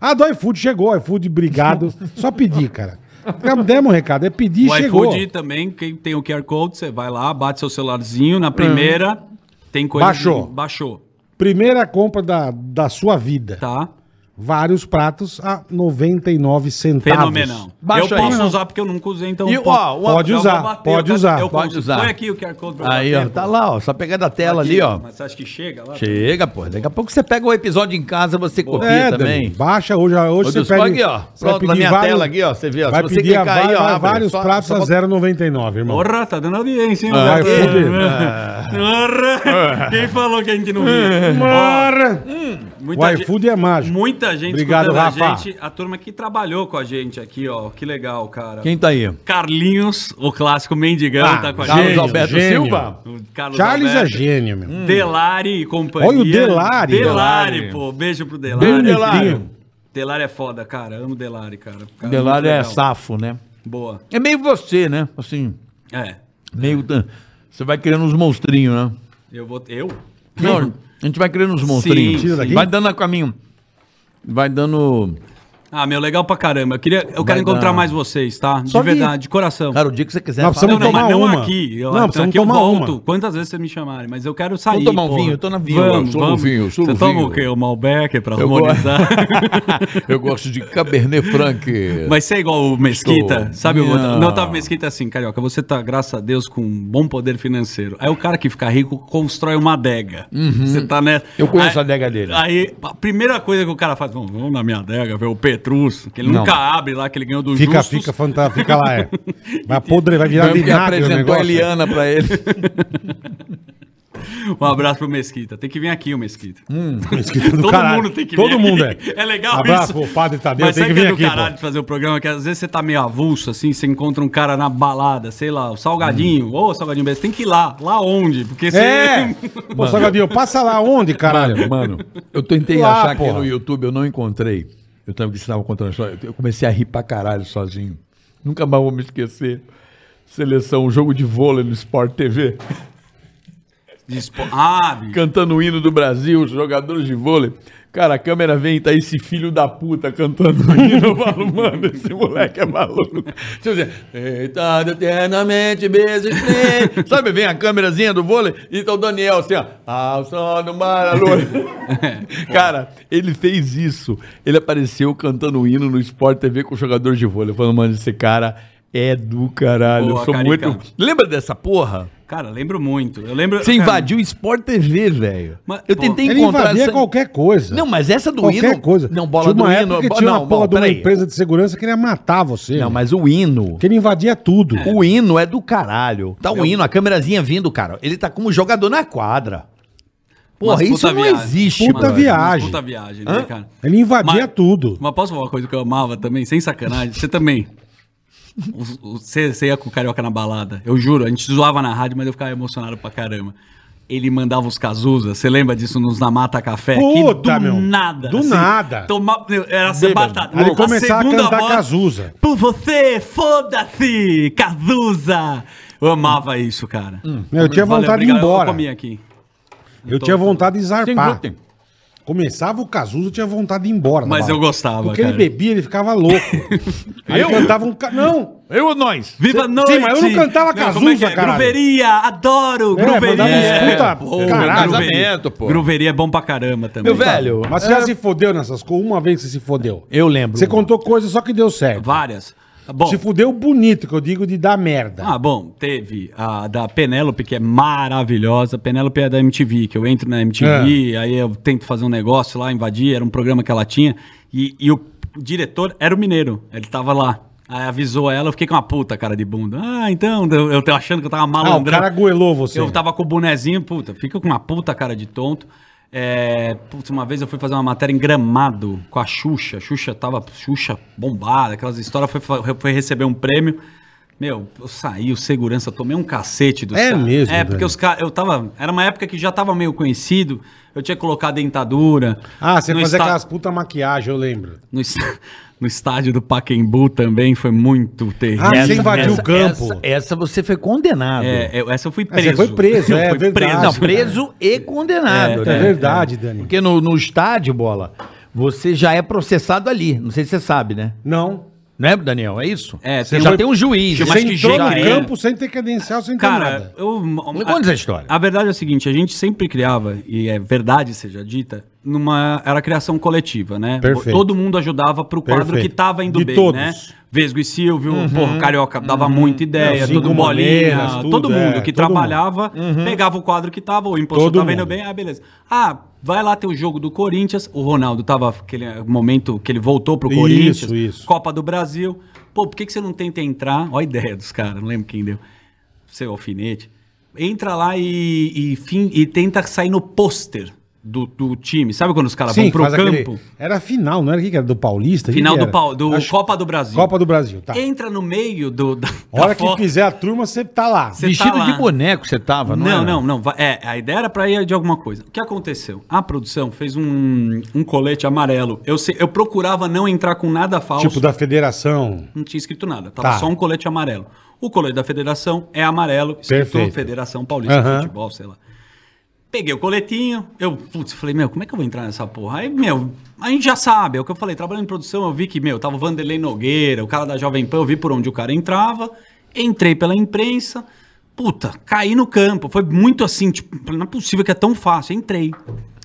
[SPEAKER 2] Ah, do iFood chegou, iFood, obrigado. Só pedir, cara. Já Demos um recado, é pedir
[SPEAKER 4] O
[SPEAKER 2] e chegou.
[SPEAKER 4] iFood também, quem tem o QR Code, você vai lá, bate seu celularzinho. Na primeira,
[SPEAKER 3] Hum.
[SPEAKER 4] tem coisa.
[SPEAKER 2] Baixou.
[SPEAKER 4] de- baixou.
[SPEAKER 2] Primeira compra da, da sua vida.
[SPEAKER 4] Tá.
[SPEAKER 2] Vários pratos a 99 centavos. É,
[SPEAKER 4] Fenomenal.
[SPEAKER 3] Baixa
[SPEAKER 4] eu
[SPEAKER 3] aí.
[SPEAKER 4] posso usar porque eu nunca usei, então.
[SPEAKER 3] E,
[SPEAKER 4] pô,
[SPEAKER 3] ó, uma-
[SPEAKER 2] Pode
[SPEAKER 4] já
[SPEAKER 2] usar,
[SPEAKER 4] vou bater,
[SPEAKER 2] pode
[SPEAKER 4] eu-
[SPEAKER 2] usar.
[SPEAKER 4] eu
[SPEAKER 3] Pode
[SPEAKER 4] consigo.
[SPEAKER 3] usar.
[SPEAKER 4] Põe aqui o QR Code pra
[SPEAKER 3] Aí, ó.
[SPEAKER 4] bater,
[SPEAKER 3] Tá
[SPEAKER 4] pô.
[SPEAKER 3] lá, ó. Só pegando a tela
[SPEAKER 4] Aqui,
[SPEAKER 3] ali, ó.
[SPEAKER 4] Mas você acha que chega lá?
[SPEAKER 3] Chega, pô. Daqui a pouco você pega o episódio em casa, você copia
[SPEAKER 2] É,
[SPEAKER 3] também.
[SPEAKER 2] também. Baixa hoje. Hoje você
[SPEAKER 3] Ô, Deus,
[SPEAKER 2] pede.
[SPEAKER 3] aqui, ó.
[SPEAKER 2] você vai
[SPEAKER 3] Pronto,
[SPEAKER 2] pedir
[SPEAKER 3] na minha tela aqui, ó, você vê, ó.
[SPEAKER 2] Vai
[SPEAKER 3] Se você
[SPEAKER 2] pedir a
[SPEAKER 3] clicar aí,
[SPEAKER 2] vai-
[SPEAKER 3] ó,
[SPEAKER 2] vai
[SPEAKER 3] abre.
[SPEAKER 2] vários
[SPEAKER 3] Só-
[SPEAKER 2] pratos
[SPEAKER 3] só
[SPEAKER 2] a
[SPEAKER 3] bota-
[SPEAKER 2] 0,99, irmão.
[SPEAKER 4] Porra, tá dando audiência, hein?
[SPEAKER 2] Ah,
[SPEAKER 4] Ah,
[SPEAKER 2] vai fuder.
[SPEAKER 4] Porra! Quem falou que a gente não viu?
[SPEAKER 2] Porra!
[SPEAKER 3] Hum,
[SPEAKER 4] Ó,
[SPEAKER 2] Ah. O
[SPEAKER 4] muita, gente,
[SPEAKER 2] iFood é mágico.
[SPEAKER 4] muita gente
[SPEAKER 2] Obrigado,
[SPEAKER 4] escutando
[SPEAKER 2] Rafa.
[SPEAKER 4] a gente. A turma que trabalhou com a gente aqui, ó. Que legal, cara.
[SPEAKER 3] Quem tá aí?
[SPEAKER 4] Carlinhos, o clássico mendigão,
[SPEAKER 2] Ah,
[SPEAKER 4] tá com
[SPEAKER 2] Gênio,
[SPEAKER 4] a
[SPEAKER 3] Carlos
[SPEAKER 4] gente.
[SPEAKER 3] Alberto
[SPEAKER 2] gênio.
[SPEAKER 3] Silva?
[SPEAKER 4] O Carlos
[SPEAKER 2] Charles é
[SPEAKER 4] Alberto.
[SPEAKER 2] gênio, meu.
[SPEAKER 4] Delari e companhia.
[SPEAKER 2] Olha o Delari.
[SPEAKER 4] Delari, pô. Beijo pro Delari.
[SPEAKER 3] Beijo,
[SPEAKER 2] Delari.
[SPEAKER 4] Delari é foda, cara. Amo Delari, cara. cara
[SPEAKER 3] Delário
[SPEAKER 4] muito
[SPEAKER 3] é
[SPEAKER 4] legal.
[SPEAKER 3] safo, né?
[SPEAKER 4] Boa.
[SPEAKER 3] É meio você, né? Assim,
[SPEAKER 4] É.
[SPEAKER 3] meio. tan- Você vai criando uns monstrinhos, né?
[SPEAKER 4] Eu vou. Eu?
[SPEAKER 3] Não, a gente vai criando uns monstrinhos.
[SPEAKER 4] Tira
[SPEAKER 2] daqui.
[SPEAKER 3] Vai dando a caminho. Vai dando.
[SPEAKER 4] Ah, meu, legal pra caramba. Eu, queria, eu
[SPEAKER 3] Vai
[SPEAKER 4] quero encontrar
[SPEAKER 3] dar.
[SPEAKER 4] mais vocês, tá? De
[SPEAKER 3] Só vir.
[SPEAKER 4] verdade, de coração.
[SPEAKER 3] Cara, o dia que você quiser.
[SPEAKER 2] Nós
[SPEAKER 3] fala.
[SPEAKER 2] precisamos
[SPEAKER 4] não,
[SPEAKER 2] tomar
[SPEAKER 4] mas não
[SPEAKER 2] uma.
[SPEAKER 4] aqui. Eu,
[SPEAKER 2] Não,
[SPEAKER 4] não,
[SPEAKER 2] precisamos
[SPEAKER 4] aqui eu
[SPEAKER 2] tomar
[SPEAKER 4] volto.
[SPEAKER 2] uma.
[SPEAKER 4] Quantas vezes vocês me chamarem, mas eu quero sair.
[SPEAKER 3] tomar um
[SPEAKER 4] porra.
[SPEAKER 3] vinho, eu tô na vinho, eu
[SPEAKER 4] Vamos,
[SPEAKER 3] sou no
[SPEAKER 4] vamos.
[SPEAKER 7] vinho, eu sou
[SPEAKER 4] Você
[SPEAKER 7] no
[SPEAKER 4] toma
[SPEAKER 7] vinho.
[SPEAKER 4] o quê? O Malbec pra harmonizar?
[SPEAKER 7] Eu gosto de Cabernet Franc.
[SPEAKER 4] Mas você é igual o Mesquita,
[SPEAKER 7] Estou.
[SPEAKER 4] sabe? O
[SPEAKER 3] Não.
[SPEAKER 4] outro? Não, tava Mesquita é assim, carioca. Você tá, graças a Deus, com um bom poder financeiro. Aí o cara que fica rico constrói uma adega. Você tá nessa.
[SPEAKER 3] Uhum. Eu conheço
[SPEAKER 4] Aí-
[SPEAKER 3] a adega dele.
[SPEAKER 4] Aí, a primeira coisa que o cara faz, vamos, vamos na minha adega ver o Petrus, que ele
[SPEAKER 3] Não.
[SPEAKER 4] nunca abre lá, que ele ganhou do
[SPEAKER 2] Fica,
[SPEAKER 4] Justus.
[SPEAKER 2] fica, fanta, fica lá, é. Vai podre, vai virar
[SPEAKER 3] Foi que
[SPEAKER 2] vinagre o
[SPEAKER 3] apresentou a
[SPEAKER 2] negócio. é.
[SPEAKER 3] Eliana pra ele.
[SPEAKER 4] Um abraço pro Mesquita. Tem que vir aqui o Mesquita.
[SPEAKER 2] Escrito Hum, do
[SPEAKER 4] Todo
[SPEAKER 2] caralho.
[SPEAKER 4] mundo tem que
[SPEAKER 2] Todo
[SPEAKER 4] vir.
[SPEAKER 2] mundo é.
[SPEAKER 4] É legal
[SPEAKER 2] Abraço
[SPEAKER 4] isso.
[SPEAKER 2] pro padre Tadeu,
[SPEAKER 4] Mas
[SPEAKER 2] tem
[SPEAKER 4] sabe
[SPEAKER 2] que
[SPEAKER 4] que é
[SPEAKER 2] vir
[SPEAKER 4] do
[SPEAKER 2] aqui,
[SPEAKER 4] caralho de fazer o programa? Que às vezes você tá meio avulso, assim, você encontra um cara na balada, sei lá, o Salgadinho. Ô, Salgadinho Besta, tem que ir lá. Lá onde? Porque você...
[SPEAKER 2] Hum. É! Pô, Salgadinho, passa lá onde, caralho?
[SPEAKER 7] Mano, eu tentei
[SPEAKER 2] Lá,
[SPEAKER 7] achar
[SPEAKER 2] porra.
[SPEAKER 7] aqui no YouTube, eu não encontrei. Eu tava que estava contando a história. Eu comecei a rir pra caralho sozinho. Nunca mais vou me esquecer. Seleção, jogo de vôlei no Sport TV.
[SPEAKER 4] Dispo... Ah, bicho.
[SPEAKER 7] Cantando o hino do Brasil, os jogadores de vôlei. Cara, a câmera vem e tá esse filho da puta cantando o hino. Eu falo, mano, esse moleque é maluco. Deixa eu dizer, deitado eternamente, beijo pleno. Sabe, vem a câmerazinha do vôlei e tá o Daniel assim, ó. Ao som do mar, à luz. Cara, ele fez isso. Ele apareceu cantando o hino no Sport TV com o jogador de vôlei. Falando, mano, esse cara é do caralho.
[SPEAKER 4] Boa,
[SPEAKER 7] Eu sou
[SPEAKER 4] Carica.
[SPEAKER 7] muito. Lembra dessa porra?
[SPEAKER 4] Cara, lembro muito. Eu lembro... cara,
[SPEAKER 7] Você invadiu o Sport TV, velho.
[SPEAKER 4] Mas,
[SPEAKER 7] Eu
[SPEAKER 4] pô,
[SPEAKER 7] tentei
[SPEAKER 2] Ele
[SPEAKER 7] encontrar.
[SPEAKER 2] invadia
[SPEAKER 7] essa-
[SPEAKER 2] qualquer coisa.
[SPEAKER 7] Não, mas essa do
[SPEAKER 2] qualquer
[SPEAKER 7] hino.
[SPEAKER 2] coisa.
[SPEAKER 7] Não, bola
[SPEAKER 2] tinha uma
[SPEAKER 7] do
[SPEAKER 2] época
[SPEAKER 7] hino.
[SPEAKER 2] que
[SPEAKER 7] bo-
[SPEAKER 2] tinha uma
[SPEAKER 7] não,
[SPEAKER 2] porra
[SPEAKER 7] não,
[SPEAKER 2] de uma
[SPEAKER 7] peraí.
[SPEAKER 2] empresa de segurança que queria matar você.
[SPEAKER 7] Não,
[SPEAKER 2] Não,
[SPEAKER 7] mas o hino.
[SPEAKER 2] Que ele invadia tudo.
[SPEAKER 4] Então,
[SPEAKER 7] O hino é do caralho. Tá o hino, a câmerazinha vindo, cara. Ele tá como jogador na quadra. Porra,
[SPEAKER 4] Mas
[SPEAKER 7] isso
[SPEAKER 4] puta
[SPEAKER 7] não
[SPEAKER 4] viagem.
[SPEAKER 7] existe,
[SPEAKER 2] Puta
[SPEAKER 7] mano.
[SPEAKER 2] viagem.
[SPEAKER 4] Puta viagem, né, cara?
[SPEAKER 2] Ele invadia
[SPEAKER 4] Mas-
[SPEAKER 2] tudo.
[SPEAKER 4] Mas posso falar uma coisa que eu amava também, sem sacanagem? Você também. Os- os- Você você ia com o Carioca na balada. Eu juro, a gente zoava na rádio, mas eu ficava emocionado pra caramba. Ele mandava os Cazuza, você lembra disso nos Na Mata Café?
[SPEAKER 2] Puta,
[SPEAKER 4] do
[SPEAKER 2] meu.
[SPEAKER 4] nada. assim,
[SPEAKER 2] Do nada.
[SPEAKER 4] Toma, meu, era ser
[SPEAKER 3] Bêbado.
[SPEAKER 4] batata.
[SPEAKER 2] Aí ele começava a cantar Cazuza.
[SPEAKER 4] Por você, foda-se, Cazuza. Eu amava isso, cara.
[SPEAKER 2] Hum. Eu tinha vontade de ir
[SPEAKER 4] obrigado,
[SPEAKER 2] embora.
[SPEAKER 4] Eu comia aqui.
[SPEAKER 2] Eu tinha vontade de
[SPEAKER 7] Tem
[SPEAKER 2] zarpar.
[SPEAKER 7] glúten.
[SPEAKER 2] Começava o Cazuza, eu tinha vontade de ir embora. da
[SPEAKER 4] Mas
[SPEAKER 2] balada.
[SPEAKER 4] eu gostava,
[SPEAKER 2] Porque ele
[SPEAKER 4] cara.
[SPEAKER 2] bebia, ele ficava louco. Aí eu
[SPEAKER 7] Eu?
[SPEAKER 2] cantava um... Ca... Não!
[SPEAKER 7] Eu ou nós?
[SPEAKER 4] Viva a noite!
[SPEAKER 2] Sim, mas eu não cantava
[SPEAKER 4] como
[SPEAKER 2] Cazuza,
[SPEAKER 4] é?
[SPEAKER 2] caralho.
[SPEAKER 4] Gruveria, adoro!
[SPEAKER 2] É,
[SPEAKER 4] gruveria!
[SPEAKER 2] mandava
[SPEAKER 4] É,
[SPEAKER 2] escuta,
[SPEAKER 4] pô,
[SPEAKER 2] caralho.
[SPEAKER 7] Casamento, pô.
[SPEAKER 4] Gruveria é bom pra caramba também.
[SPEAKER 7] Meu velho,
[SPEAKER 2] Mas
[SPEAKER 4] É.
[SPEAKER 2] você já se fodeu nessas coisas? Uma vez você se fodeu.
[SPEAKER 3] Eu lembro.
[SPEAKER 2] Você contou coisa só que deu certo.
[SPEAKER 4] Várias. Bom,
[SPEAKER 7] Tipo-
[SPEAKER 2] Se fudeu bonito, que eu digo de dar merda.
[SPEAKER 4] Ah, bom, teve a da Penélope, que é maravilhosa. Penélope é da MTV, que eu entro na MTV,
[SPEAKER 2] É.
[SPEAKER 4] aí eu tento fazer um negócio lá, invadir, era um programa que ela tinha. E, e o diretor era o mineiro, ele tava lá. Aí avisou ela, eu fiquei com uma puta cara de bunda. Ah, então, eu, eu tô achando que eu tava
[SPEAKER 2] Ah, o
[SPEAKER 4] malandrão.
[SPEAKER 2] cara goelou você.
[SPEAKER 4] Eu tava com o bonezinho, puta, fica com uma puta cara de tonto. É, putz, uma vez eu fui fazer uma matéria em Gramado com a Xuxa. Xuxa tava, Xuxa bombada, aquelas histórias, foi, fa- foi receber um prêmio. Meu, eu saí, o segurança, tomei um cacete dos
[SPEAKER 2] É
[SPEAKER 4] caras.
[SPEAKER 2] mesmo,
[SPEAKER 4] É, porque
[SPEAKER 2] velho?
[SPEAKER 4] os caras, eu tava, era uma época que já tava meio conhecido, eu tinha colocado dentadura.
[SPEAKER 2] Ah, você
[SPEAKER 4] No
[SPEAKER 2] fazia
[SPEAKER 4] esta-
[SPEAKER 2] aquelas puta maquiagem, eu lembro.
[SPEAKER 4] No, est- no estádio do Pacaembu também, foi muito terrível.
[SPEAKER 2] Ah, você invadiu o campo.
[SPEAKER 3] Essa, essa você foi condenado.
[SPEAKER 4] É, eu- essa eu fui
[SPEAKER 2] Ah,
[SPEAKER 4] preso.
[SPEAKER 2] você foi preso,
[SPEAKER 4] eu
[SPEAKER 2] é
[SPEAKER 4] fui
[SPEAKER 2] verdade.
[SPEAKER 4] preso.
[SPEAKER 3] Não, preso e condenado.
[SPEAKER 7] né?
[SPEAKER 2] É, verdade, Dani.
[SPEAKER 3] Porque no, no estádio, bola, você já é processado ali. Não sei se você sabe, né?
[SPEAKER 2] Não.
[SPEAKER 3] Não é, Daniel? É isso?
[SPEAKER 4] É,
[SPEAKER 3] você
[SPEAKER 4] tem
[SPEAKER 3] já
[SPEAKER 4] um-
[SPEAKER 3] tem um juiz.
[SPEAKER 4] Você
[SPEAKER 3] né?
[SPEAKER 2] Você
[SPEAKER 4] que
[SPEAKER 2] entrou no
[SPEAKER 4] já era.
[SPEAKER 2] campo sem ter credencial, sem ter
[SPEAKER 4] Ah, é? Cara,
[SPEAKER 2] nada.
[SPEAKER 4] eu.
[SPEAKER 3] Me conta essa história.
[SPEAKER 4] A verdade é a seguinte: a gente sempre criava, e é verdade seja dita, numa. Era criação coletiva, né?
[SPEAKER 2] Perfeito.
[SPEAKER 4] Todo mundo ajudava pro quadro
[SPEAKER 2] Perfeito.
[SPEAKER 4] que tava indo
[SPEAKER 2] De
[SPEAKER 4] bem,
[SPEAKER 2] todos. Uhum.
[SPEAKER 4] né? Vesgo e Silvio, porra, Carioca dava muita ideia,
[SPEAKER 2] Não,
[SPEAKER 4] todo
[SPEAKER 2] Cinco
[SPEAKER 4] bolinha,
[SPEAKER 2] Maneiras, tudo,
[SPEAKER 4] todo mundo
[SPEAKER 2] é,
[SPEAKER 4] que
[SPEAKER 2] todo Uhum.
[SPEAKER 4] trabalhava, pegava o quadro que tava, o impostor
[SPEAKER 2] Todo
[SPEAKER 4] tava indo
[SPEAKER 2] mundo.
[SPEAKER 4] bem, ah, beleza. Ah, vai lá ter o jogo do Corinthians, o Ronaldo tava aquele momento que ele voltou pro
[SPEAKER 2] Isso,
[SPEAKER 4] Corinthians,
[SPEAKER 2] isso.
[SPEAKER 4] Copa do Brasil. Pô, por que, que você não tenta entrar? Olha a ideia dos caras, não lembro quem deu. Seu alfinete. Entra lá e, e, fim, e tenta sair no pôster do, do time. Sabe quando os caras vão
[SPEAKER 2] Sim,
[SPEAKER 4] pro
[SPEAKER 2] faz aquele-
[SPEAKER 4] campo?
[SPEAKER 2] Era final, não era o que que era? Do Paulista? O que
[SPEAKER 4] Final
[SPEAKER 2] que
[SPEAKER 4] do,
[SPEAKER 2] era?
[SPEAKER 4] pau- do
[SPEAKER 2] Acho-
[SPEAKER 4] Copa do Brasil.
[SPEAKER 2] Copa do Brasil, tá.
[SPEAKER 4] Entra no meio do, da,
[SPEAKER 2] A hora
[SPEAKER 4] da
[SPEAKER 2] que fizer a turma, você tá lá.
[SPEAKER 4] Você
[SPEAKER 3] Vestido
[SPEAKER 4] tá lá.
[SPEAKER 3] de boneco você tava, não
[SPEAKER 4] Não,
[SPEAKER 3] era?
[SPEAKER 4] não, não. va- É, a ideia era pra ir de alguma coisa. O que aconteceu? A produção fez um, um colete amarelo. Eu, se- eu procurava não entrar com nada falso.
[SPEAKER 2] Tipo da federação.
[SPEAKER 4] Não tinha escrito nada, tava
[SPEAKER 2] Tá.
[SPEAKER 4] só um colete amarelo. O colete da federação é amarelo, escrito
[SPEAKER 2] Perfeito.
[SPEAKER 4] Federação Paulista
[SPEAKER 2] Aham.
[SPEAKER 4] de Futebol, sei lá. Peguei o coletinho, eu putz, falei, meu, como é que eu vou entrar nessa porra? Aí, meu, a gente já sabe, é o que eu falei, trabalhando em produção, eu vi que, meu, tava o Vanderlei Nogueira, o cara da Jovem Pan, eu vi por onde o cara entrava, entrei pela imprensa, puta, caí no campo, foi muito assim, tipo, falei, não é possível que é tão fácil, entrei.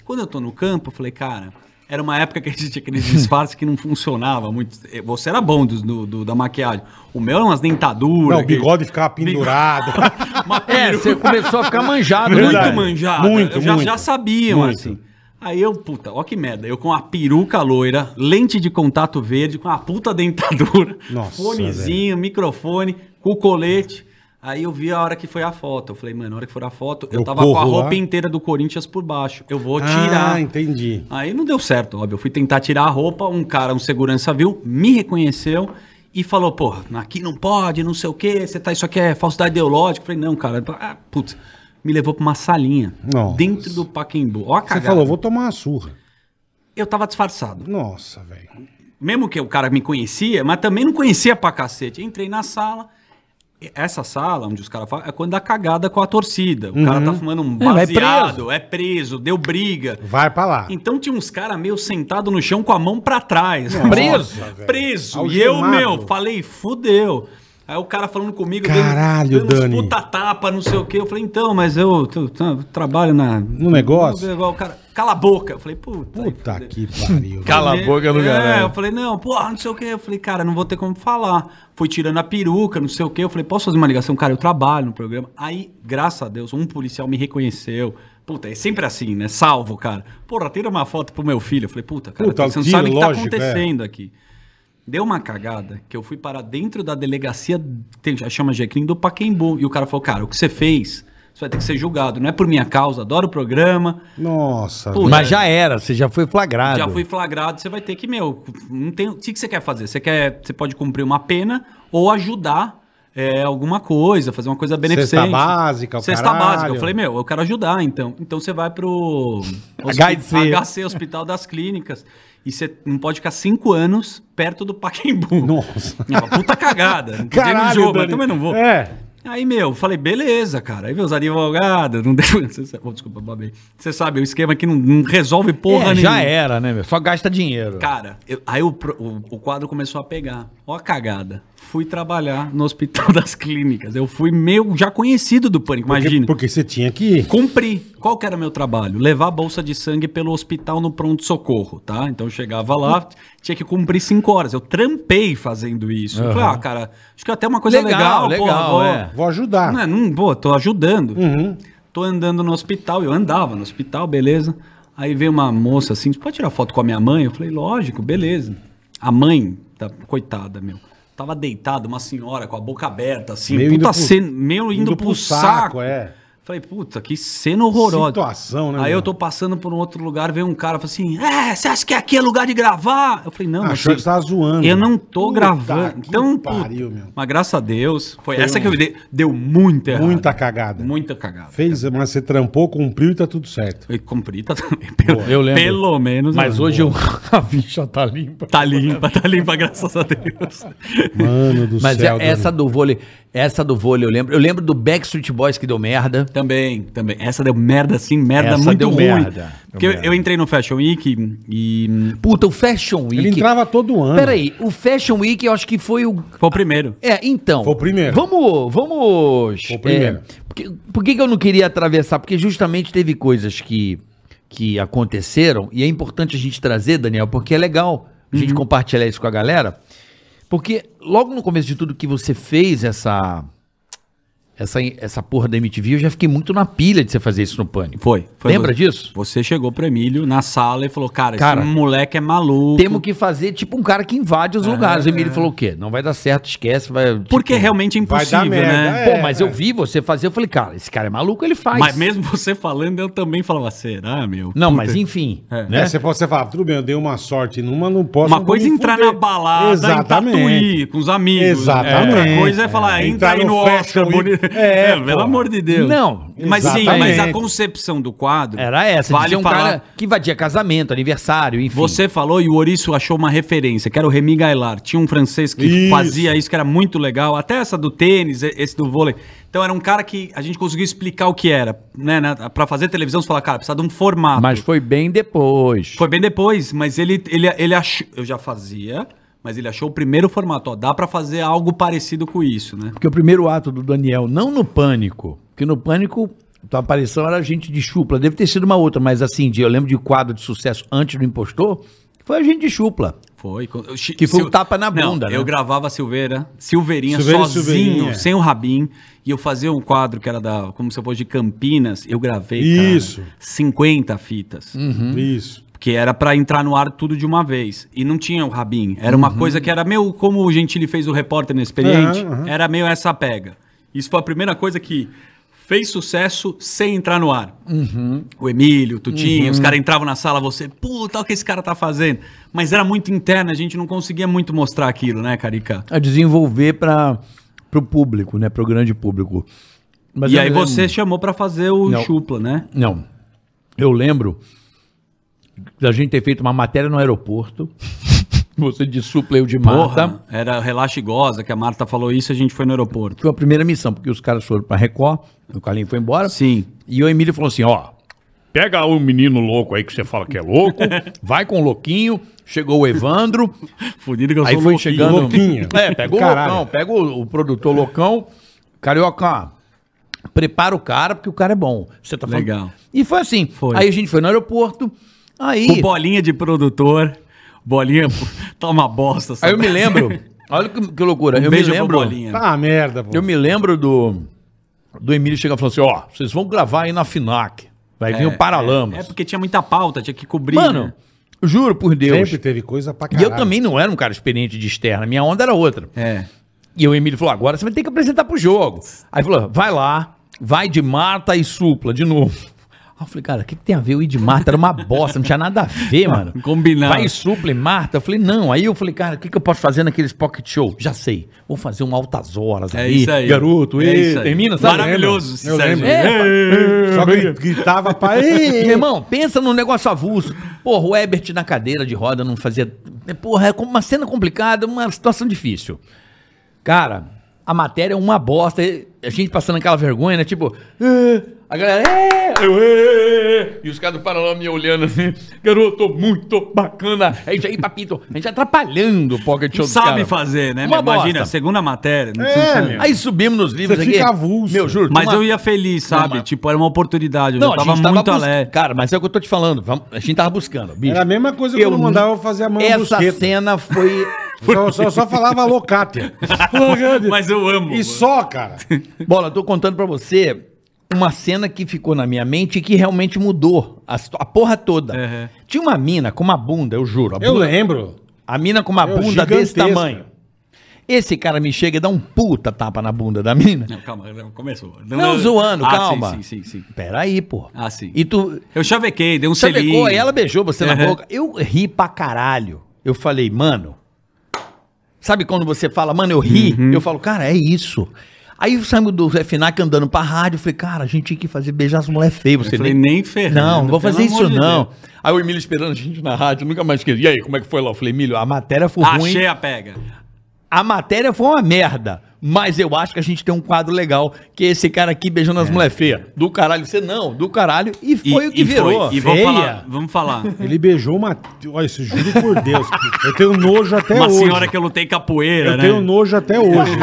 [SPEAKER 4] Quando eu tô no campo, eu falei, cara, era uma época que a gente tinha aqueles disfarces que não funcionava muito, Eh, você era bom dos- do, do- da maquiagem, o meu era umas dentaduras.
[SPEAKER 2] Não, o bigode ficava pendurado.
[SPEAKER 4] Uma
[SPEAKER 3] É, você começou a ficar manjado. né?
[SPEAKER 4] muito
[SPEAKER 2] Verdade.
[SPEAKER 4] manjada.
[SPEAKER 2] Muito,
[SPEAKER 4] Eu já,
[SPEAKER 2] muito.
[SPEAKER 4] já sabiam,
[SPEAKER 2] Muito.
[SPEAKER 4] assim. Aí eu, puta, ó que merda. Eu com a peruca loira, lente de contato verde, com a puta dentadura,
[SPEAKER 2] Nossa,
[SPEAKER 4] fonezinho, microfone, com o colete. Aí eu vi a hora que foi a foto. Eu falei, mano, na hora que for a foto, eu,
[SPEAKER 2] Eu
[SPEAKER 4] tava com a
[SPEAKER 2] corro lá?
[SPEAKER 4] roupa inteira do Corinthians por baixo. Eu vou tirar.
[SPEAKER 2] Ah, entendi.
[SPEAKER 4] Aí não deu certo, óbvio. Eu fui tentar tirar a roupa, um cara, um segurança viu, me reconheceu e falou, pô, aqui não pode, não sei o quê, você tá, isso aqui é falsidade ideológica. Eu falei, não, cara, ah, putz. Me levou pra uma salinha,
[SPEAKER 2] Nossa.
[SPEAKER 4] dentro do Paquembu. Ó a
[SPEAKER 2] Você
[SPEAKER 4] cagada.
[SPEAKER 2] falou, vou tomar uma surra.
[SPEAKER 4] Eu tava disfarçado.
[SPEAKER 2] Nossa, velho.
[SPEAKER 4] Mesmo que o cara me conhecia, mas também não conhecia pra cacete. Entrei na sala. e Essa sala, onde os caras falam, é quando dá cagada com a torcida. O cara tá fumando um
[SPEAKER 3] É, mas é preso.
[SPEAKER 4] baseado, é preso, deu briga.
[SPEAKER 2] Vai pra lá.
[SPEAKER 4] Então tinha uns caras meio sentado no chão com a mão pra trás.
[SPEAKER 3] Preso?
[SPEAKER 4] Nossa, Preso.
[SPEAKER 2] velho.
[SPEAKER 4] E eu,
[SPEAKER 2] Algemado.
[SPEAKER 4] meu, falei, fudeu. Aí o cara falando comigo,
[SPEAKER 2] Caralho,
[SPEAKER 4] dando, dando
[SPEAKER 2] Dani.
[SPEAKER 4] uns puta tapa, não sei o quê. Eu falei, então, mas eu t- t- trabalho na...
[SPEAKER 2] No negócio?
[SPEAKER 4] O cara, cala a boca. Eu falei, puta.
[SPEAKER 2] Puta
[SPEAKER 4] aí,
[SPEAKER 2] que pariu.
[SPEAKER 7] Cala a boca
[SPEAKER 4] é,
[SPEAKER 7] do
[SPEAKER 4] eu
[SPEAKER 3] né?
[SPEAKER 7] caralho.
[SPEAKER 4] falei, não, porra, não sei o quê. Eu falei, cara, não vou ter como falar. Fui tirando a peruca, não sei o quê. Eu falei, posso fazer uma ligação? Cara, eu trabalho no programa. Aí, graças a Deus, um policial me reconheceu. Puta, é sempre assim, né? Salvo, cara. Porra, tira uma foto pro meu filho. Eu falei, puta, cara,
[SPEAKER 2] Puta,
[SPEAKER 4] você não
[SPEAKER 2] tira,
[SPEAKER 4] sabe o que tá
[SPEAKER 2] lógico, é.
[SPEAKER 4] acontecendo aqui. Deu uma cagada que eu fui para dentro da delegacia, tem, chama Jecrim, do Paquembu. E o cara falou, cara, o que você fez, você vai ter que ser julgado. Não é por minha causa, adoro o programa.
[SPEAKER 2] Nossa,
[SPEAKER 4] Puta,
[SPEAKER 2] velho.
[SPEAKER 3] Mas já era, você já foi flagrado. É,
[SPEAKER 4] Já fui flagrado, você vai ter que, meu, não tem, o que, que você quer fazer? Você quer, você pode cumprir uma pena ou ajudar é, alguma coisa, fazer uma coisa beneficente.
[SPEAKER 2] básica, o
[SPEAKER 4] Cesta
[SPEAKER 2] caralho.
[SPEAKER 4] básica. Eu falei, meu, eu quero ajudar, então. Então você vai pro
[SPEAKER 3] HC.
[SPEAKER 4] HC, Hospital das Clínicas, e você não pode ficar cinco anos perto do Paquembu.
[SPEAKER 2] Nossa.
[SPEAKER 4] É uma puta cagada. Não podia ir no
[SPEAKER 2] Caralho,
[SPEAKER 4] jogo, mas
[SPEAKER 2] Dani.
[SPEAKER 4] também não vou.
[SPEAKER 2] É.
[SPEAKER 4] É, Aí, meu, falei, beleza, cara. Aí meus advogados, não deu. Você sabe- oh, desculpa, babei. Você sabe, o esquema aqui não, não resolve porra
[SPEAKER 3] É,
[SPEAKER 4] nenhuma.
[SPEAKER 3] já era, né, meu? Só gasta dinheiro.
[SPEAKER 4] Cara, eu- aí o, pro- o, o quadro começou a pegar. Ó a cagada. Fui trabalhar no Hospital das Clínicas. Eu fui meio já conhecido do Pânico,
[SPEAKER 2] Porque,
[SPEAKER 4] imagina.
[SPEAKER 2] porque você tinha que ir.
[SPEAKER 4] Cumpri. Qual que era meu trabalho? Levar a bolsa de sangue pelo hospital no pronto-socorro, tá? Então eu chegava lá, tinha que cumprir cinco horas. Eu trampei fazendo isso. Eu Falei, ah, cara, acho que é até uma coisa
[SPEAKER 3] Legal,
[SPEAKER 4] legal.
[SPEAKER 3] legal,
[SPEAKER 4] vou-
[SPEAKER 3] é.
[SPEAKER 2] Vou ajudar. Ah, Uhum.
[SPEAKER 4] não, é, não, pô, tô ajudando. Tô andando no hospital, eu andava no hospital, beleza. Aí veio uma moça assim, pode tirar foto com a minha mãe? Eu falei, lógico, beleza. A mãe, tá, coitada, meu, tava deitada, uma senhora com a boca aberta, assim,
[SPEAKER 2] Meio indo
[SPEAKER 4] puta
[SPEAKER 2] pro-
[SPEAKER 4] cena, meio indo, pro, saco.
[SPEAKER 2] é.
[SPEAKER 4] Falei, puta, que cena horrorosa.
[SPEAKER 2] Situação, né,
[SPEAKER 4] Aí
[SPEAKER 2] meu?
[SPEAKER 4] eu tô passando por um outro lugar, veio um cara, falou assim, é, você acha que aqui é lugar de gravar? Eu falei, não,
[SPEAKER 2] Ah,
[SPEAKER 4] meu
[SPEAKER 2] achou
[SPEAKER 4] filho,
[SPEAKER 2] que você tava zoando.
[SPEAKER 4] assim, eu não tô
[SPEAKER 2] Puta
[SPEAKER 4] gravando.
[SPEAKER 2] que
[SPEAKER 4] Então,
[SPEAKER 2] pariu,
[SPEAKER 4] puta.
[SPEAKER 2] meu.
[SPEAKER 4] Mas graças a Deus, foi essa que eu dei. Deu muita errada.
[SPEAKER 2] Muita cagada.
[SPEAKER 4] Muita cagada.
[SPEAKER 2] Fez, mas você trampou, cumpriu e tá tudo certo.
[SPEAKER 4] Eu cumpri, tá pelo,
[SPEAKER 7] eu lembro.
[SPEAKER 4] Pelo menos.
[SPEAKER 7] Mas
[SPEAKER 4] né?
[SPEAKER 7] hoje eu- a bicha tá limpa.
[SPEAKER 4] Tá limpa, tá limpa, graças a Deus.
[SPEAKER 2] Mano do
[SPEAKER 3] Mas
[SPEAKER 2] céu.
[SPEAKER 3] é- essa
[SPEAKER 2] Dani.
[SPEAKER 3] do vôlei, essa do vôlei eu lembro. Eu lembro do Backstreet Boys que deu merda.
[SPEAKER 4] Também, também. Essa deu merda, assim, merda
[SPEAKER 3] Essa
[SPEAKER 4] muito
[SPEAKER 3] deu
[SPEAKER 4] ruim.
[SPEAKER 3] merda.
[SPEAKER 4] Porque eu, eu entrei no Fashion Week e.
[SPEAKER 3] Puta, o Fashion Week.
[SPEAKER 2] Ele entrava todo ano.
[SPEAKER 3] Peraí, o Fashion Week eu acho que foi o.
[SPEAKER 4] Foi o primeiro.
[SPEAKER 3] É, então.
[SPEAKER 2] Foi o primeiro.
[SPEAKER 3] Vamos. Vamos.
[SPEAKER 2] Foi o primeiro.
[SPEAKER 3] é, porque- por que, que eu não queria atravessar? Porque justamente teve coisas que, que aconteceram e é importante a gente trazer, Daniel, porque é legal a
[SPEAKER 4] Uhum.
[SPEAKER 3] gente compartilhar isso com a galera. Porque logo no começo de tudo que você fez essa. Essa, essa porra da MTV, eu já fiquei muito na pilha de você fazer isso no pânico.
[SPEAKER 4] Foi. foi
[SPEAKER 3] Lembra
[SPEAKER 4] você.
[SPEAKER 3] disso?
[SPEAKER 4] Você chegou pro Emílio na sala e falou: Cara,
[SPEAKER 3] Cara,
[SPEAKER 4] esse moleque é maluco.
[SPEAKER 3] Temos que fazer tipo um cara que invade os lugares. O Emílio falou o quê? Não vai dar certo, esquece. Vai,
[SPEAKER 4] É. Porque
[SPEAKER 3] tipo,
[SPEAKER 4] realmente é
[SPEAKER 2] Vai dar
[SPEAKER 4] impossível,
[SPEAKER 2] merda,
[SPEAKER 4] né?
[SPEAKER 2] é.
[SPEAKER 3] Pô, mas eu vi você fazer, eu falei, cara, esse cara é maluco, ele faz.
[SPEAKER 4] Mas mesmo você falando, eu também falava, será, meu?
[SPEAKER 3] Não, mas enfim.
[SPEAKER 4] É.
[SPEAKER 3] Né?
[SPEAKER 2] É, você pode você falar, tudo bem, eu dei uma sorte numa, não posso.
[SPEAKER 4] Uma
[SPEAKER 2] não vou
[SPEAKER 4] coisa é
[SPEAKER 2] me
[SPEAKER 4] entrar
[SPEAKER 2] fuder.
[SPEAKER 4] na balada,
[SPEAKER 2] Exatamente.
[SPEAKER 4] em Tatuí, com os amigos. né?
[SPEAKER 2] Exatamente.
[SPEAKER 4] Outra coisa é falar,
[SPEAKER 2] É.
[SPEAKER 4] entra
[SPEAKER 2] Entrar
[SPEAKER 4] aí
[SPEAKER 2] no
[SPEAKER 4] no
[SPEAKER 2] Fashion
[SPEAKER 4] Oscar.
[SPEAKER 2] Week.
[SPEAKER 4] bonito.
[SPEAKER 2] É,
[SPEAKER 4] É, pelo
[SPEAKER 2] porra.
[SPEAKER 4] amor de Deus.
[SPEAKER 3] Não,
[SPEAKER 4] Mas sim, mas a
[SPEAKER 2] exatamente.
[SPEAKER 4] concepção do quadro...
[SPEAKER 3] Era essa, de
[SPEAKER 4] Vale
[SPEAKER 3] ser um
[SPEAKER 4] falar...
[SPEAKER 3] cara que invadia casamento, aniversário, enfim.
[SPEAKER 4] Você é falou e o Ouriço achou uma referência, que era o Remy Gaillard. Tinha um francês que
[SPEAKER 2] Isso.
[SPEAKER 4] fazia isso, que era muito legal. Até essa do tênis, e- esse do vôlei. Então era um cara que a gente conseguiu explicar o que era. Né, né? Pra fazer televisão, você fala, cara, precisa de um formato.
[SPEAKER 3] Mas foi bem depois.
[SPEAKER 4] Foi bem depois, mas ele, ele, ele achou. Eu já fazia, mas ele achou o primeiro formato. Ó, dá pra fazer algo parecido com isso, né?
[SPEAKER 3] Porque o primeiro ato do Daniel, não no pânico, porque no pânico a aparição era gente de chupla, deve ter sido uma outra, mas assim, de- eu lembro de quadro de sucesso antes do impostor, foi a gente de chupla.
[SPEAKER 4] Foi.
[SPEAKER 3] Que foi o tapa na
[SPEAKER 4] Não,
[SPEAKER 3] bunda, né?
[SPEAKER 4] Eu gravava Silveira, Silveirinha
[SPEAKER 2] Silveira e
[SPEAKER 4] sozinho,
[SPEAKER 2] Silveirinha.
[SPEAKER 4] sem o Rabin. E eu fazia um quadro que era da. Como se eu fosse de Campinas. Eu gravei.
[SPEAKER 2] Isso.
[SPEAKER 4] 50 fitas.
[SPEAKER 2] Isso.
[SPEAKER 4] Que era pra entrar no ar tudo de uma vez. E não tinha o Rabin. Era
[SPEAKER 3] Uhum.
[SPEAKER 4] uma coisa que era meio como o Gentili fez o repórter inexperiente.
[SPEAKER 2] Aham, aham.
[SPEAKER 4] Era meio essa pega. Isso foi a primeira coisa que fez sucesso sem entrar no ar.
[SPEAKER 3] Uhum.
[SPEAKER 4] O Emílio, o Tutinho, os caras entravam na sala, você, puta, olha o que esse cara tá fazendo. Mas era muito interno, a gente não conseguia muito mostrar aquilo, né, Carica?
[SPEAKER 3] A desenvolver para o público, né? Para o grande público. Mas
[SPEAKER 4] e
[SPEAKER 3] eu
[SPEAKER 4] aí
[SPEAKER 3] me lembro-
[SPEAKER 4] você chamou pra fazer o
[SPEAKER 3] Não.
[SPEAKER 4] Chupla, né?
[SPEAKER 3] Não. Eu lembro da gente ter feito uma matéria no aeroporto. Você de supleu de Marta.
[SPEAKER 4] Porra, era Relaxa e Goza, que a Marta falou isso, a gente foi no aeroporto.
[SPEAKER 3] Foi a primeira missão, porque os caras foram pra Record, o Carlinho foi embora.
[SPEAKER 4] Sim.
[SPEAKER 3] E o Emílio falou assim: ó,
[SPEAKER 7] Pega o menino louco aí que você fala que é louco.
[SPEAKER 3] vai com o Louquinho. Chegou o Evandro,
[SPEAKER 4] Fudido que eu
[SPEAKER 3] aí
[SPEAKER 4] sou
[SPEAKER 3] foi
[SPEAKER 4] louquinho.
[SPEAKER 3] chegando.
[SPEAKER 2] Louquinho.
[SPEAKER 3] É, pega o
[SPEAKER 2] Caralho.
[SPEAKER 3] Loucão, pega o, o produtor Loucão. Carioca, prepara o cara, porque o cara é bom. Você tá falando.
[SPEAKER 4] Legal.
[SPEAKER 3] E foi assim.
[SPEAKER 4] Foi.
[SPEAKER 3] Aí a gente foi no aeroporto. Aí.
[SPEAKER 4] Com bolinha de produtor. Bolinha, pô, tá uma bosta.
[SPEAKER 3] Aí
[SPEAKER 4] sabe?
[SPEAKER 3] eu me lembro. Olha que, que loucura.
[SPEAKER 4] Um
[SPEAKER 3] eu
[SPEAKER 4] beijo
[SPEAKER 3] me
[SPEAKER 4] pro
[SPEAKER 3] lembro.
[SPEAKER 4] bolinha.
[SPEAKER 2] Tá uma merda, pô.
[SPEAKER 3] Eu me lembro do, do Emílio chegar falando assim: ó, vocês vão gravar aí na FINAC. Vai vir o
[SPEAKER 4] É
[SPEAKER 3] Paralamas.
[SPEAKER 4] porque tinha muita pauta, tinha que cobrir.
[SPEAKER 3] Mano,
[SPEAKER 4] né?
[SPEAKER 3] juro por Deus.
[SPEAKER 2] Sempre teve coisa pra
[SPEAKER 3] E
[SPEAKER 2] caralho.
[SPEAKER 3] eu também não era um cara experiente de externa. Minha onda era outra.
[SPEAKER 4] É.
[SPEAKER 3] E o Emílio falou: "Ah, agora você vai ter que apresentar pro jogo. Aí falou: vai lá, vai de Marta e supla de novo. Aí eu falei, cara, o que, que tem a ver o ir de Marta? Era uma bosta, não tinha nada a ver, mano.
[SPEAKER 4] Combinado.
[SPEAKER 3] Vai e supla e Marta. Eu falei, não. Aí eu falei, cara, o que, que eu posso fazer naqueles pocket show? Já sei. Vou fazer um altas horas
[SPEAKER 4] É isso aí.
[SPEAKER 3] Garoto,
[SPEAKER 4] É
[SPEAKER 3] e
[SPEAKER 4] isso aí.
[SPEAKER 3] termina, sabe? né,
[SPEAKER 4] Maravilhoso,
[SPEAKER 2] Eu lembro.
[SPEAKER 3] É,
[SPEAKER 2] Só que gritava pra. Ei,
[SPEAKER 3] Meu irmão, pensa num negócio avulso. Porra, o Ebert na cadeira de roda não fazia. Porra, é como uma cena complicada, uma situação difícil. Cara, a matéria é uma bosta. E a gente passando aquela vergonha, né? Tipo, "Ah", a galera, "É", eu, "É", e os caras do Paraná me olhando assim, garoto, muito bacana. É isso aí, papito. A gente atrapalhando o pocket show
[SPEAKER 4] Não
[SPEAKER 3] dos
[SPEAKER 4] sabe
[SPEAKER 3] caras.
[SPEAKER 4] fazer, né?
[SPEAKER 3] Uma
[SPEAKER 4] Imagina,
[SPEAKER 3] bosta.
[SPEAKER 4] segunda matéria. Não
[SPEAKER 2] É,
[SPEAKER 4] precisa-
[SPEAKER 2] meu.
[SPEAKER 3] Aí subimos nos livros
[SPEAKER 2] Você
[SPEAKER 3] aqui.
[SPEAKER 2] fica avulso.
[SPEAKER 3] Meu, juro.
[SPEAKER 4] Mas
[SPEAKER 3] tinha
[SPEAKER 4] eu
[SPEAKER 3] uma-
[SPEAKER 4] ia feliz, sabe?
[SPEAKER 3] mas-
[SPEAKER 4] Tipo, era uma oportunidade. Eu
[SPEAKER 3] Não,
[SPEAKER 4] já
[SPEAKER 3] a
[SPEAKER 4] tava
[SPEAKER 3] gente tava
[SPEAKER 4] muito
[SPEAKER 3] bus-
[SPEAKER 4] alegre.
[SPEAKER 3] Cara, mas é o que eu tô te falando. vamos- A gente tava buscando, bicho.
[SPEAKER 2] Era a mesma coisa que eu
[SPEAKER 3] Eu-
[SPEAKER 2] mandava eu fazer a mão
[SPEAKER 3] Essa cena foi.
[SPEAKER 2] Só, só, só falava locátia.
[SPEAKER 4] Mas eu amo.
[SPEAKER 2] E só, cara.
[SPEAKER 3] Bola, eu tô contando pra você uma cena que ficou na minha mente e que realmente mudou a, situ- a porra toda.
[SPEAKER 4] Uhum.
[SPEAKER 3] Tinha uma mina com uma bunda, eu juro. A,
[SPEAKER 2] Eu
[SPEAKER 3] bunda,
[SPEAKER 2] lembro.
[SPEAKER 3] a mina com uma
[SPEAKER 2] Eu,
[SPEAKER 3] bunda desse
[SPEAKER 2] gigantesca.
[SPEAKER 3] tamanho. Esse cara me chega e dá um puta tapa na bunda da mina.
[SPEAKER 4] Não, calma, não, começou.
[SPEAKER 3] Não, zoando,
[SPEAKER 4] Ah,
[SPEAKER 3] calma.
[SPEAKER 4] Sim, sim, sim. sim.
[SPEAKER 3] Peraí, pô.
[SPEAKER 4] Ah, sim.
[SPEAKER 3] E tu,
[SPEAKER 4] Eu chavequei, dei um
[SPEAKER 3] Você
[SPEAKER 4] selinho.
[SPEAKER 3] pegou, aí ela beijou você na
[SPEAKER 4] Uhum.
[SPEAKER 3] boca. Eu ri pra caralho. Eu falei, mano. Sabe quando você fala, mano, eu ri?
[SPEAKER 4] Uhum.
[SPEAKER 3] Eu falo, cara, é isso. Aí saímos do FNAC andando pra rádio. Eu falei, cara, a gente tinha que fazer beijar as mulheres feias. Você
[SPEAKER 4] Eu falei, nem ferrando,
[SPEAKER 3] Não, não vou
[SPEAKER 4] pelo
[SPEAKER 3] fazer isso
[SPEAKER 4] amor de
[SPEAKER 3] não.
[SPEAKER 4] Deus.
[SPEAKER 3] Aí o Emílio esperando a gente na rádio, nunca mais esqueci. E aí, como é que foi lá? Eu falei, Emílio, a matéria foi ruim.
[SPEAKER 4] Achei a pega.
[SPEAKER 3] A matéria foi uma merda. Mas eu acho que a gente tem um quadro legal, que é esse cara aqui beijando as mulheres feias. Do caralho, você não, do caralho. E foi o que virou.
[SPEAKER 4] foi. É. E vamos
[SPEAKER 2] feia.
[SPEAKER 4] falar. Vamos falar.
[SPEAKER 2] Ele beijou uma. Olha, isso juro por Deus. Eu tenho nojo
[SPEAKER 3] É
[SPEAKER 2] até
[SPEAKER 4] Uma
[SPEAKER 2] hoje.
[SPEAKER 4] senhora que eu lutei capoeira,
[SPEAKER 2] Eu
[SPEAKER 4] né?
[SPEAKER 3] um
[SPEAKER 2] tenho nojo até hoje.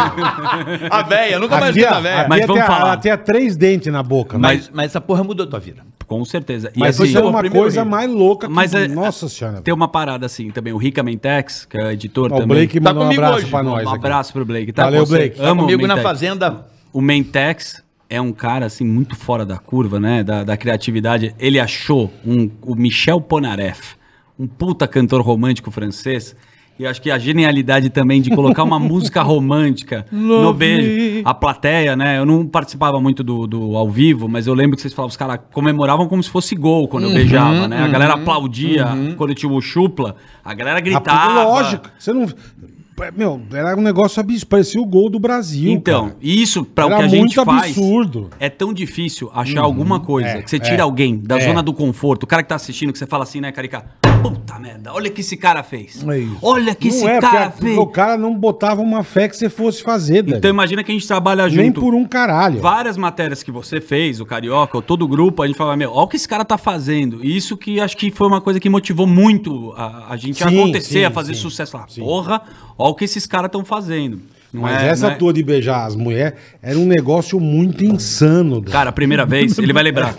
[SPEAKER 3] A véia, nunca mais
[SPEAKER 2] Aqui, é
[SPEAKER 3] vi
[SPEAKER 2] a,
[SPEAKER 3] a
[SPEAKER 2] aqui
[SPEAKER 3] véia.
[SPEAKER 4] Mas
[SPEAKER 2] até
[SPEAKER 4] vamos
[SPEAKER 2] a-
[SPEAKER 4] falar.
[SPEAKER 2] Ela tinha três dentes na boca. né?
[SPEAKER 3] Mas, mas essa porra mudou tua vida.
[SPEAKER 4] Com certeza. E
[SPEAKER 2] Mas
[SPEAKER 4] assim,
[SPEAKER 2] isso é uma
[SPEAKER 3] primeiro
[SPEAKER 2] coisa
[SPEAKER 3] rio.
[SPEAKER 2] mais louca que.
[SPEAKER 4] Mas é-
[SPEAKER 2] Nossa senhora.
[SPEAKER 4] tem uma parada assim também. O Rica Mentex, que é editor
[SPEAKER 2] Ó, o
[SPEAKER 4] também.
[SPEAKER 2] Blake
[SPEAKER 3] Tá
[SPEAKER 2] mandou um
[SPEAKER 3] comigo
[SPEAKER 2] abraço
[SPEAKER 3] hoje,
[SPEAKER 2] pra
[SPEAKER 4] Um
[SPEAKER 2] nós. aqui.
[SPEAKER 4] abraço pro Blake. tá
[SPEAKER 2] Valeu,
[SPEAKER 4] com você?
[SPEAKER 2] Blake.
[SPEAKER 4] Amo o
[SPEAKER 3] Tá comigo na
[SPEAKER 4] Mentex.
[SPEAKER 3] fazenda.
[SPEAKER 4] O Mentex é um cara, assim, muito fora da curva, né? Da, da criatividade. Ele achou um, o Michel Ponareff, um puta cantor romântico francês. E acho que a genialidade também de colocar uma música romântica no beijo. A plateia, né? Eu não participava muito do, do ao vivo, mas eu lembro que vocês falavam, os caras comemoravam como se fosse gol quando eu beijava, né? A galera aplaudia quando tinha o chupla, a galera
[SPEAKER 2] Ah,
[SPEAKER 4] gritava.
[SPEAKER 2] Lógico. Você não. Meu, era um negócio absurdo. Parecia o gol do Brasil.
[SPEAKER 4] Então,
[SPEAKER 2] cara.
[SPEAKER 4] e isso, para o que
[SPEAKER 2] Era
[SPEAKER 4] a gente
[SPEAKER 2] muito
[SPEAKER 4] faz,
[SPEAKER 2] absurdo.
[SPEAKER 4] é tão difícil achar alguma coisa.
[SPEAKER 2] é,
[SPEAKER 4] que você tira
[SPEAKER 2] é,
[SPEAKER 4] alguém da
[SPEAKER 2] é.
[SPEAKER 4] zona do conforto, o cara que tá assistindo, que você fala assim, né, Carica? Puta merda, olha o que esse cara fez.
[SPEAKER 2] É isso.
[SPEAKER 4] olha o que
[SPEAKER 2] não
[SPEAKER 4] esse
[SPEAKER 2] é,
[SPEAKER 4] cara
[SPEAKER 2] porque a-
[SPEAKER 4] fez.
[SPEAKER 2] O cara não botava uma fé que você fosse fazer, velho.
[SPEAKER 4] Então imagina que a gente trabalha
[SPEAKER 2] Nem
[SPEAKER 4] junto.
[SPEAKER 2] por um caralho.
[SPEAKER 4] Várias matérias que você fez, o Carioca, ou todo o grupo, a gente fala, meu, olha o que esse cara tá fazendo. E isso que acho que foi uma coisa que motivou muito a, a gente a
[SPEAKER 2] Sim,
[SPEAKER 4] acontecer,
[SPEAKER 2] sim,
[SPEAKER 4] a fazer
[SPEAKER 2] sim,
[SPEAKER 4] sucesso. Falar,
[SPEAKER 2] sim.
[SPEAKER 4] porra, olha o que esses caras estão fazendo. Não
[SPEAKER 2] Mas
[SPEAKER 4] é-
[SPEAKER 2] essa
[SPEAKER 4] não é-
[SPEAKER 2] tua de beijar as mulheres era um negócio muito insano. velho.
[SPEAKER 4] Cara, a primeira vez, ele vai lembrar.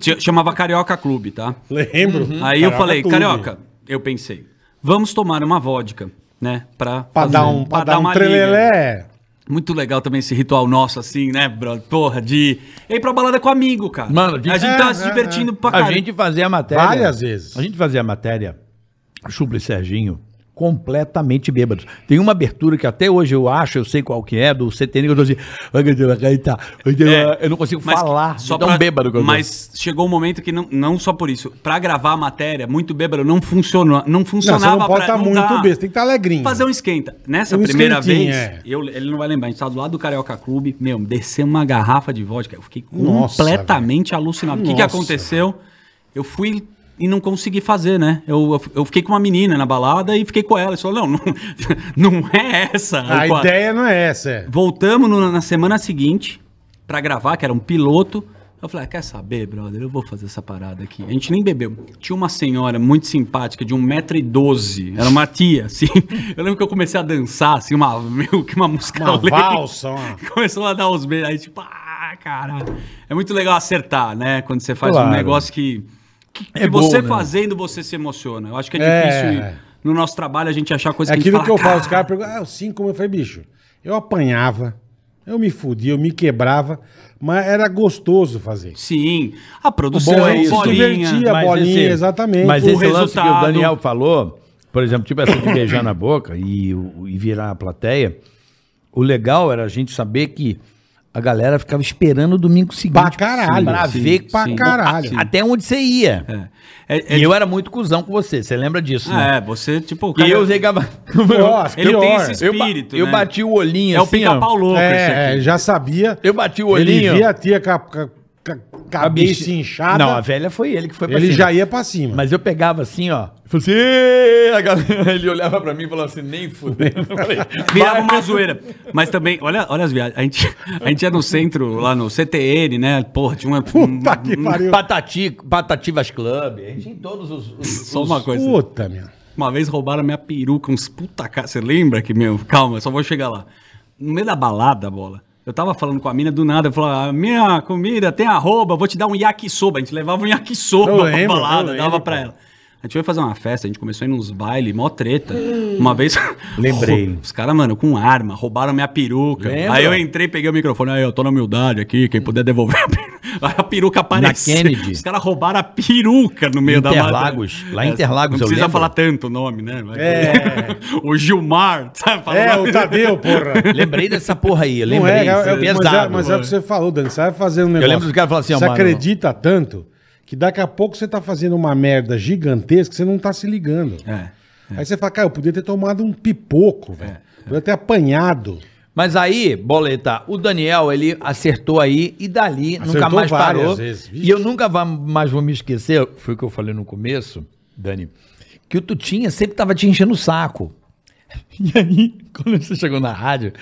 [SPEAKER 4] Ch- Chamava Carioca Clube, tá?
[SPEAKER 2] Lembro.
[SPEAKER 4] Aí eu
[SPEAKER 2] Hum. Carioca
[SPEAKER 4] falei,
[SPEAKER 2] tudo.
[SPEAKER 4] Carioca, eu pensei, vamos tomar uma vodka, né? Pra,
[SPEAKER 2] Pra
[SPEAKER 4] fazer-
[SPEAKER 2] dar um, pra dar um
[SPEAKER 4] uma liga.
[SPEAKER 2] trelelé.
[SPEAKER 4] Muito legal também esse ritual nosso, assim, né, bro? Porra, de ir pra balada com amigo, cara.
[SPEAKER 3] Mano, de-
[SPEAKER 4] a gente
[SPEAKER 2] É,
[SPEAKER 4] tava se
[SPEAKER 2] é,
[SPEAKER 4] divertindo pra
[SPEAKER 3] A
[SPEAKER 4] caralho.
[SPEAKER 3] gente fazia a matéria.
[SPEAKER 2] Várias vezes.
[SPEAKER 3] A gente fazia a matéria, Chubla e Serginho, completamente bêbados. Tem uma abertura que até hoje eu acho, eu sei qual que é, do CTN, que eu tô assim. "Ai, meu Deus, ai, tá, ai, Deus,
[SPEAKER 4] É,
[SPEAKER 3] eu não consigo
[SPEAKER 4] mas
[SPEAKER 3] falar.
[SPEAKER 4] Só
[SPEAKER 3] de tão
[SPEAKER 4] pra,
[SPEAKER 3] bêbado que eu tô.
[SPEAKER 4] Mas chegou um momento que não, não só por isso. Pra gravar a matéria, muito bêbado, não funcionou. Não
[SPEAKER 2] Não,
[SPEAKER 4] funcionava.
[SPEAKER 2] você não pode
[SPEAKER 4] pra-
[SPEAKER 2] estar
[SPEAKER 4] não
[SPEAKER 2] muito
[SPEAKER 4] dá.
[SPEAKER 2] besta, tem que estar alegrinho.
[SPEAKER 4] fazer um esquenta. Nessa
[SPEAKER 2] Um
[SPEAKER 4] primeira
[SPEAKER 2] esquentinho,
[SPEAKER 4] vez,
[SPEAKER 2] é.
[SPEAKER 4] eu, ele não vai lembrar, a gente tava do lado do Carioca Clube, meu, desceu uma garrafa de vodka, eu fiquei
[SPEAKER 2] Nossa,
[SPEAKER 4] completamente alucinado. O que, que
[SPEAKER 2] Nossa,
[SPEAKER 4] aconteceu? Eu fui e não consegui fazer, né? Eu, eu, eu fiquei com uma menina na balada e fiquei com ela. Eu falei, não, não, não é essa.
[SPEAKER 2] A
[SPEAKER 4] Eu-
[SPEAKER 2] ideia não é essa. é.
[SPEAKER 4] Voltamos no- na semana seguinte pra gravar, que era um piloto. Eu falei, ah, quer saber, brother? Eu vou fazer essa parada aqui. A gente nem bebeu. Tinha uma senhora muito simpática, de 1,12m. Era uma tia, assim. Eu lembro que eu comecei a dançar, assim, uma, meio que uma música
[SPEAKER 2] Uma
[SPEAKER 4] alegre.
[SPEAKER 2] valsa, uma-
[SPEAKER 4] Começou a dar os beijos. Aí, tipo, ah, caralho. É muito legal acertar, né? Quando você faz um
[SPEAKER 3] Claro.
[SPEAKER 4] negócio que. que, que
[SPEAKER 3] É bom,
[SPEAKER 4] você
[SPEAKER 3] né?
[SPEAKER 4] fazendo, você se emociona. Eu acho que é
[SPEAKER 2] É.
[SPEAKER 4] difícil. No nosso trabalho, a gente achar coisa
[SPEAKER 2] É aquilo que eu falo, os
[SPEAKER 4] cara.
[SPEAKER 2] caras perguntam, ah, assim como eu falei, bicho, eu apanhava, eu me fudia, eu me quebrava, mas era gostoso fazer.
[SPEAKER 4] Sim. A produção,
[SPEAKER 2] bom é isso.
[SPEAKER 4] bolinha.
[SPEAKER 2] Divertia. a bolinha, exatamente.
[SPEAKER 3] Mas
[SPEAKER 2] O
[SPEAKER 3] esse lance que o
[SPEAKER 4] resultado.
[SPEAKER 3] Daniel falou, por exemplo, tipo essa de beijar na boca e, o- e virar a plateia, o legal era a gente saber que a galera ficava esperando o domingo seguinte.
[SPEAKER 2] Pra caralho.
[SPEAKER 3] Pra
[SPEAKER 2] Sim,
[SPEAKER 3] ver
[SPEAKER 2] pra
[SPEAKER 3] como-
[SPEAKER 2] caralho.
[SPEAKER 3] a- até onde você ia.
[SPEAKER 4] É, é,
[SPEAKER 3] E eu era muito cuzão com você, você lembra disso, né?
[SPEAKER 4] é, você, tipo, o
[SPEAKER 3] E eu
[SPEAKER 4] cara-
[SPEAKER 3] chegava...
[SPEAKER 2] Nossa,
[SPEAKER 4] Ele tem
[SPEAKER 2] pior.
[SPEAKER 4] esse
[SPEAKER 3] eu, ba-
[SPEAKER 4] espírito,
[SPEAKER 3] eu
[SPEAKER 4] né?
[SPEAKER 3] bati o olhinho
[SPEAKER 4] É o
[SPEAKER 3] assim, ó.
[SPEAKER 4] pica-pau louco
[SPEAKER 2] É,
[SPEAKER 4] esse aqui.
[SPEAKER 2] é, já sabia.
[SPEAKER 3] Eu bati o
[SPEAKER 2] Ele
[SPEAKER 3] olhinho.
[SPEAKER 2] via a tia com a, com a- ca-
[SPEAKER 3] A
[SPEAKER 2] cabeça
[SPEAKER 3] bicha-
[SPEAKER 2] inchada,
[SPEAKER 3] Não, a velha foi ele que foi pra
[SPEAKER 2] ele
[SPEAKER 3] cima.
[SPEAKER 2] já ia pra cima.
[SPEAKER 3] Mas eu pegava assim, ó.
[SPEAKER 7] Eu falei assim, "Ê", a galera, ele olhava pra mim e falava assim, nem fudeu. Eu falei,
[SPEAKER 4] Virava uma zoeira. Mas também, olha, olha as viagens. A gente, a gente ia no centro, lá no CTN, né? Porra, tinha uma.
[SPEAKER 2] Puta Tá que pariu.
[SPEAKER 3] um Patati, Patativas Club. A gente em todos os. os-
[SPEAKER 4] Só uma coisa.
[SPEAKER 2] Puta, meu.
[SPEAKER 4] Uma vez roubaram minha peruca, uns puta cara. Você lembra que, meu, calma, só vou chegar lá. No meio da balada, bola. Eu tava falando com a mina do nada, eu falava, "Ah, minha comida tem arroba, vou te dar um yakisoba. A gente levava um yakisoba
[SPEAKER 2] Eu
[SPEAKER 4] pra
[SPEAKER 2] lembro, eu
[SPEAKER 4] balada,
[SPEAKER 2] lembro,
[SPEAKER 4] dava pra ela. A gente foi fazer uma festa, a gente começou a ir nos bailes, mó treta. Uma vez.
[SPEAKER 3] Lembrei.
[SPEAKER 4] Os caras, mano, com arma, roubaram minha peruca.
[SPEAKER 3] Lembra?
[SPEAKER 4] Aí eu entrei, peguei o microfone, aí eu tô na humildade aqui, quem puder devolver a peruca. Aí A peruca apareceu.
[SPEAKER 3] Kennedy.
[SPEAKER 4] Os caras roubaram a peruca no meio da balada. É,
[SPEAKER 3] Interlagos. Lá em Interlagos,
[SPEAKER 4] Não
[SPEAKER 3] eu
[SPEAKER 4] precisa
[SPEAKER 3] lembro.
[SPEAKER 4] falar tanto o nome, né? Mas- o Gilmar, sabe? Fala tá".
[SPEAKER 2] É,
[SPEAKER 4] nome-
[SPEAKER 2] o Tadeu, porra.
[SPEAKER 3] Lembrei dessa porra aí.
[SPEAKER 2] Não
[SPEAKER 3] Lembrei.
[SPEAKER 2] é, é,
[SPEAKER 3] isso
[SPEAKER 2] é, mas, é,
[SPEAKER 3] pesado.
[SPEAKER 2] mas é o que você falou, Dani. Você vai fazer um negócio.
[SPEAKER 3] lembro dos caras falando assim, ó,
[SPEAKER 2] Você
[SPEAKER 3] mano-
[SPEAKER 2] acredita tanto que daqui a pouco você tá fazendo uma merda gigantesca que você não tá se ligando.
[SPEAKER 4] É.
[SPEAKER 2] Aí você fala, cara, eu podia ter tomado um pipoco, velho. Podia ter apanhado.
[SPEAKER 3] Mas aí, boleta, o Daniel, ele acertou aí e dali nunca
[SPEAKER 2] Acertou
[SPEAKER 3] mais
[SPEAKER 2] várias
[SPEAKER 3] parou.
[SPEAKER 2] vezes, vixe.
[SPEAKER 3] e eu nunca va- mais vou me esquecer, foi o que eu falei no começo, Dani, que o Tutinha sempre tava te enchendo o saco. E aí, quando você chegou na rádio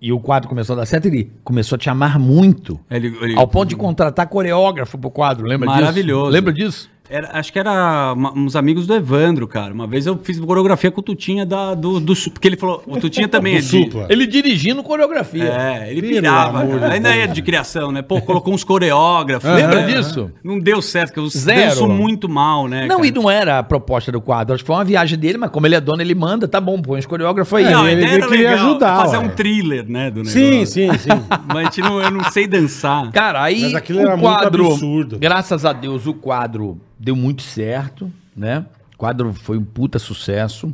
[SPEAKER 3] e o quadro começou a dar certo, ele começou a te amar muito.
[SPEAKER 4] Ele- ele-
[SPEAKER 3] Ao ponto de contratar coreógrafo pro quadro, lembra disso?
[SPEAKER 4] Maravilhoso.
[SPEAKER 3] Lembra disso?
[SPEAKER 4] Era- acho que era uma- uns amigos do Evandro, cara. Uma vez eu fiz coreografia com o Tutinha da, do, do Su- Porque ele falou. O Tutinha também é
[SPEAKER 2] Do
[SPEAKER 4] de-
[SPEAKER 2] Supla.
[SPEAKER 3] Ele dirigindo coreografia.
[SPEAKER 4] É, ele
[SPEAKER 2] Pelo
[SPEAKER 4] pirava.
[SPEAKER 2] amor
[SPEAKER 4] cara.
[SPEAKER 2] de
[SPEAKER 4] Ainda é
[SPEAKER 2] Deus.
[SPEAKER 4] de criação, né? Pô, colocou uns coreógrafos.
[SPEAKER 3] Lembra
[SPEAKER 4] né?
[SPEAKER 3] disso?
[SPEAKER 4] Não deu certo, porque eu
[SPEAKER 3] Zero.
[SPEAKER 4] danço muito mal, né?
[SPEAKER 3] Não,
[SPEAKER 4] cara?
[SPEAKER 3] e não era a proposta do quadro. Acho que foi uma viagem dele, mas como ele é dono, ele manda, tá bom, põe os coreógrafos aí.
[SPEAKER 2] É,
[SPEAKER 4] Não, a
[SPEAKER 2] ele-
[SPEAKER 4] ideia
[SPEAKER 2] ele
[SPEAKER 4] era
[SPEAKER 2] queria
[SPEAKER 4] legal,
[SPEAKER 2] ajudar,
[SPEAKER 4] Fazer
[SPEAKER 2] ué.
[SPEAKER 4] um thriller, né? Do
[SPEAKER 2] Sim,
[SPEAKER 4] negócio. Tá
[SPEAKER 2] sim, sim.
[SPEAKER 4] Mas a gente não, eu não sei dançar.
[SPEAKER 3] Cara, aí
[SPEAKER 2] Mas aquilo era muito absurdo.
[SPEAKER 3] graças a Deus, o quadro deu muito certo, né? O quadro foi um puta sucesso.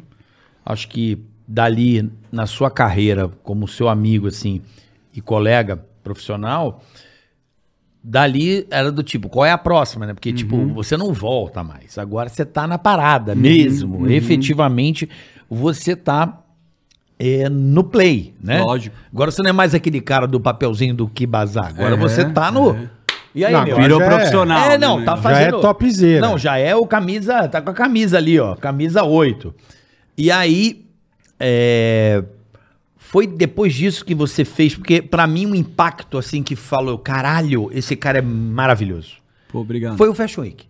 [SPEAKER 3] Acho que dali, na sua carreira, como seu amigo, assim, e colega profissional, dali era do tipo, qual é a próxima, né? Porque, tipo, você não volta mais. Agora você tá na parada mesmo. Efetivamente, você tá é, no play, né?
[SPEAKER 4] Lógico.
[SPEAKER 3] Agora você não é mais aquele cara do papelzinho do que bazar. Agora
[SPEAKER 4] É,
[SPEAKER 2] Uhum.
[SPEAKER 3] você tá no. E aí,
[SPEAKER 2] Não,
[SPEAKER 3] meu?
[SPEAKER 2] virou
[SPEAKER 4] Virou
[SPEAKER 2] já é.
[SPEAKER 4] profissional.
[SPEAKER 3] É, não,
[SPEAKER 4] né,
[SPEAKER 3] tá
[SPEAKER 4] meu?
[SPEAKER 3] fazendo.
[SPEAKER 2] é topzera.
[SPEAKER 3] Não, já é o camisa. Tá com a camisa ali, ó. Camisa 8. E aí. é, Foi depois disso que você fez, porque pra mim um impacto assim que falou, caralho, esse cara é maravilhoso.
[SPEAKER 4] Pô, obrigado.
[SPEAKER 3] Foi o Fashion Week.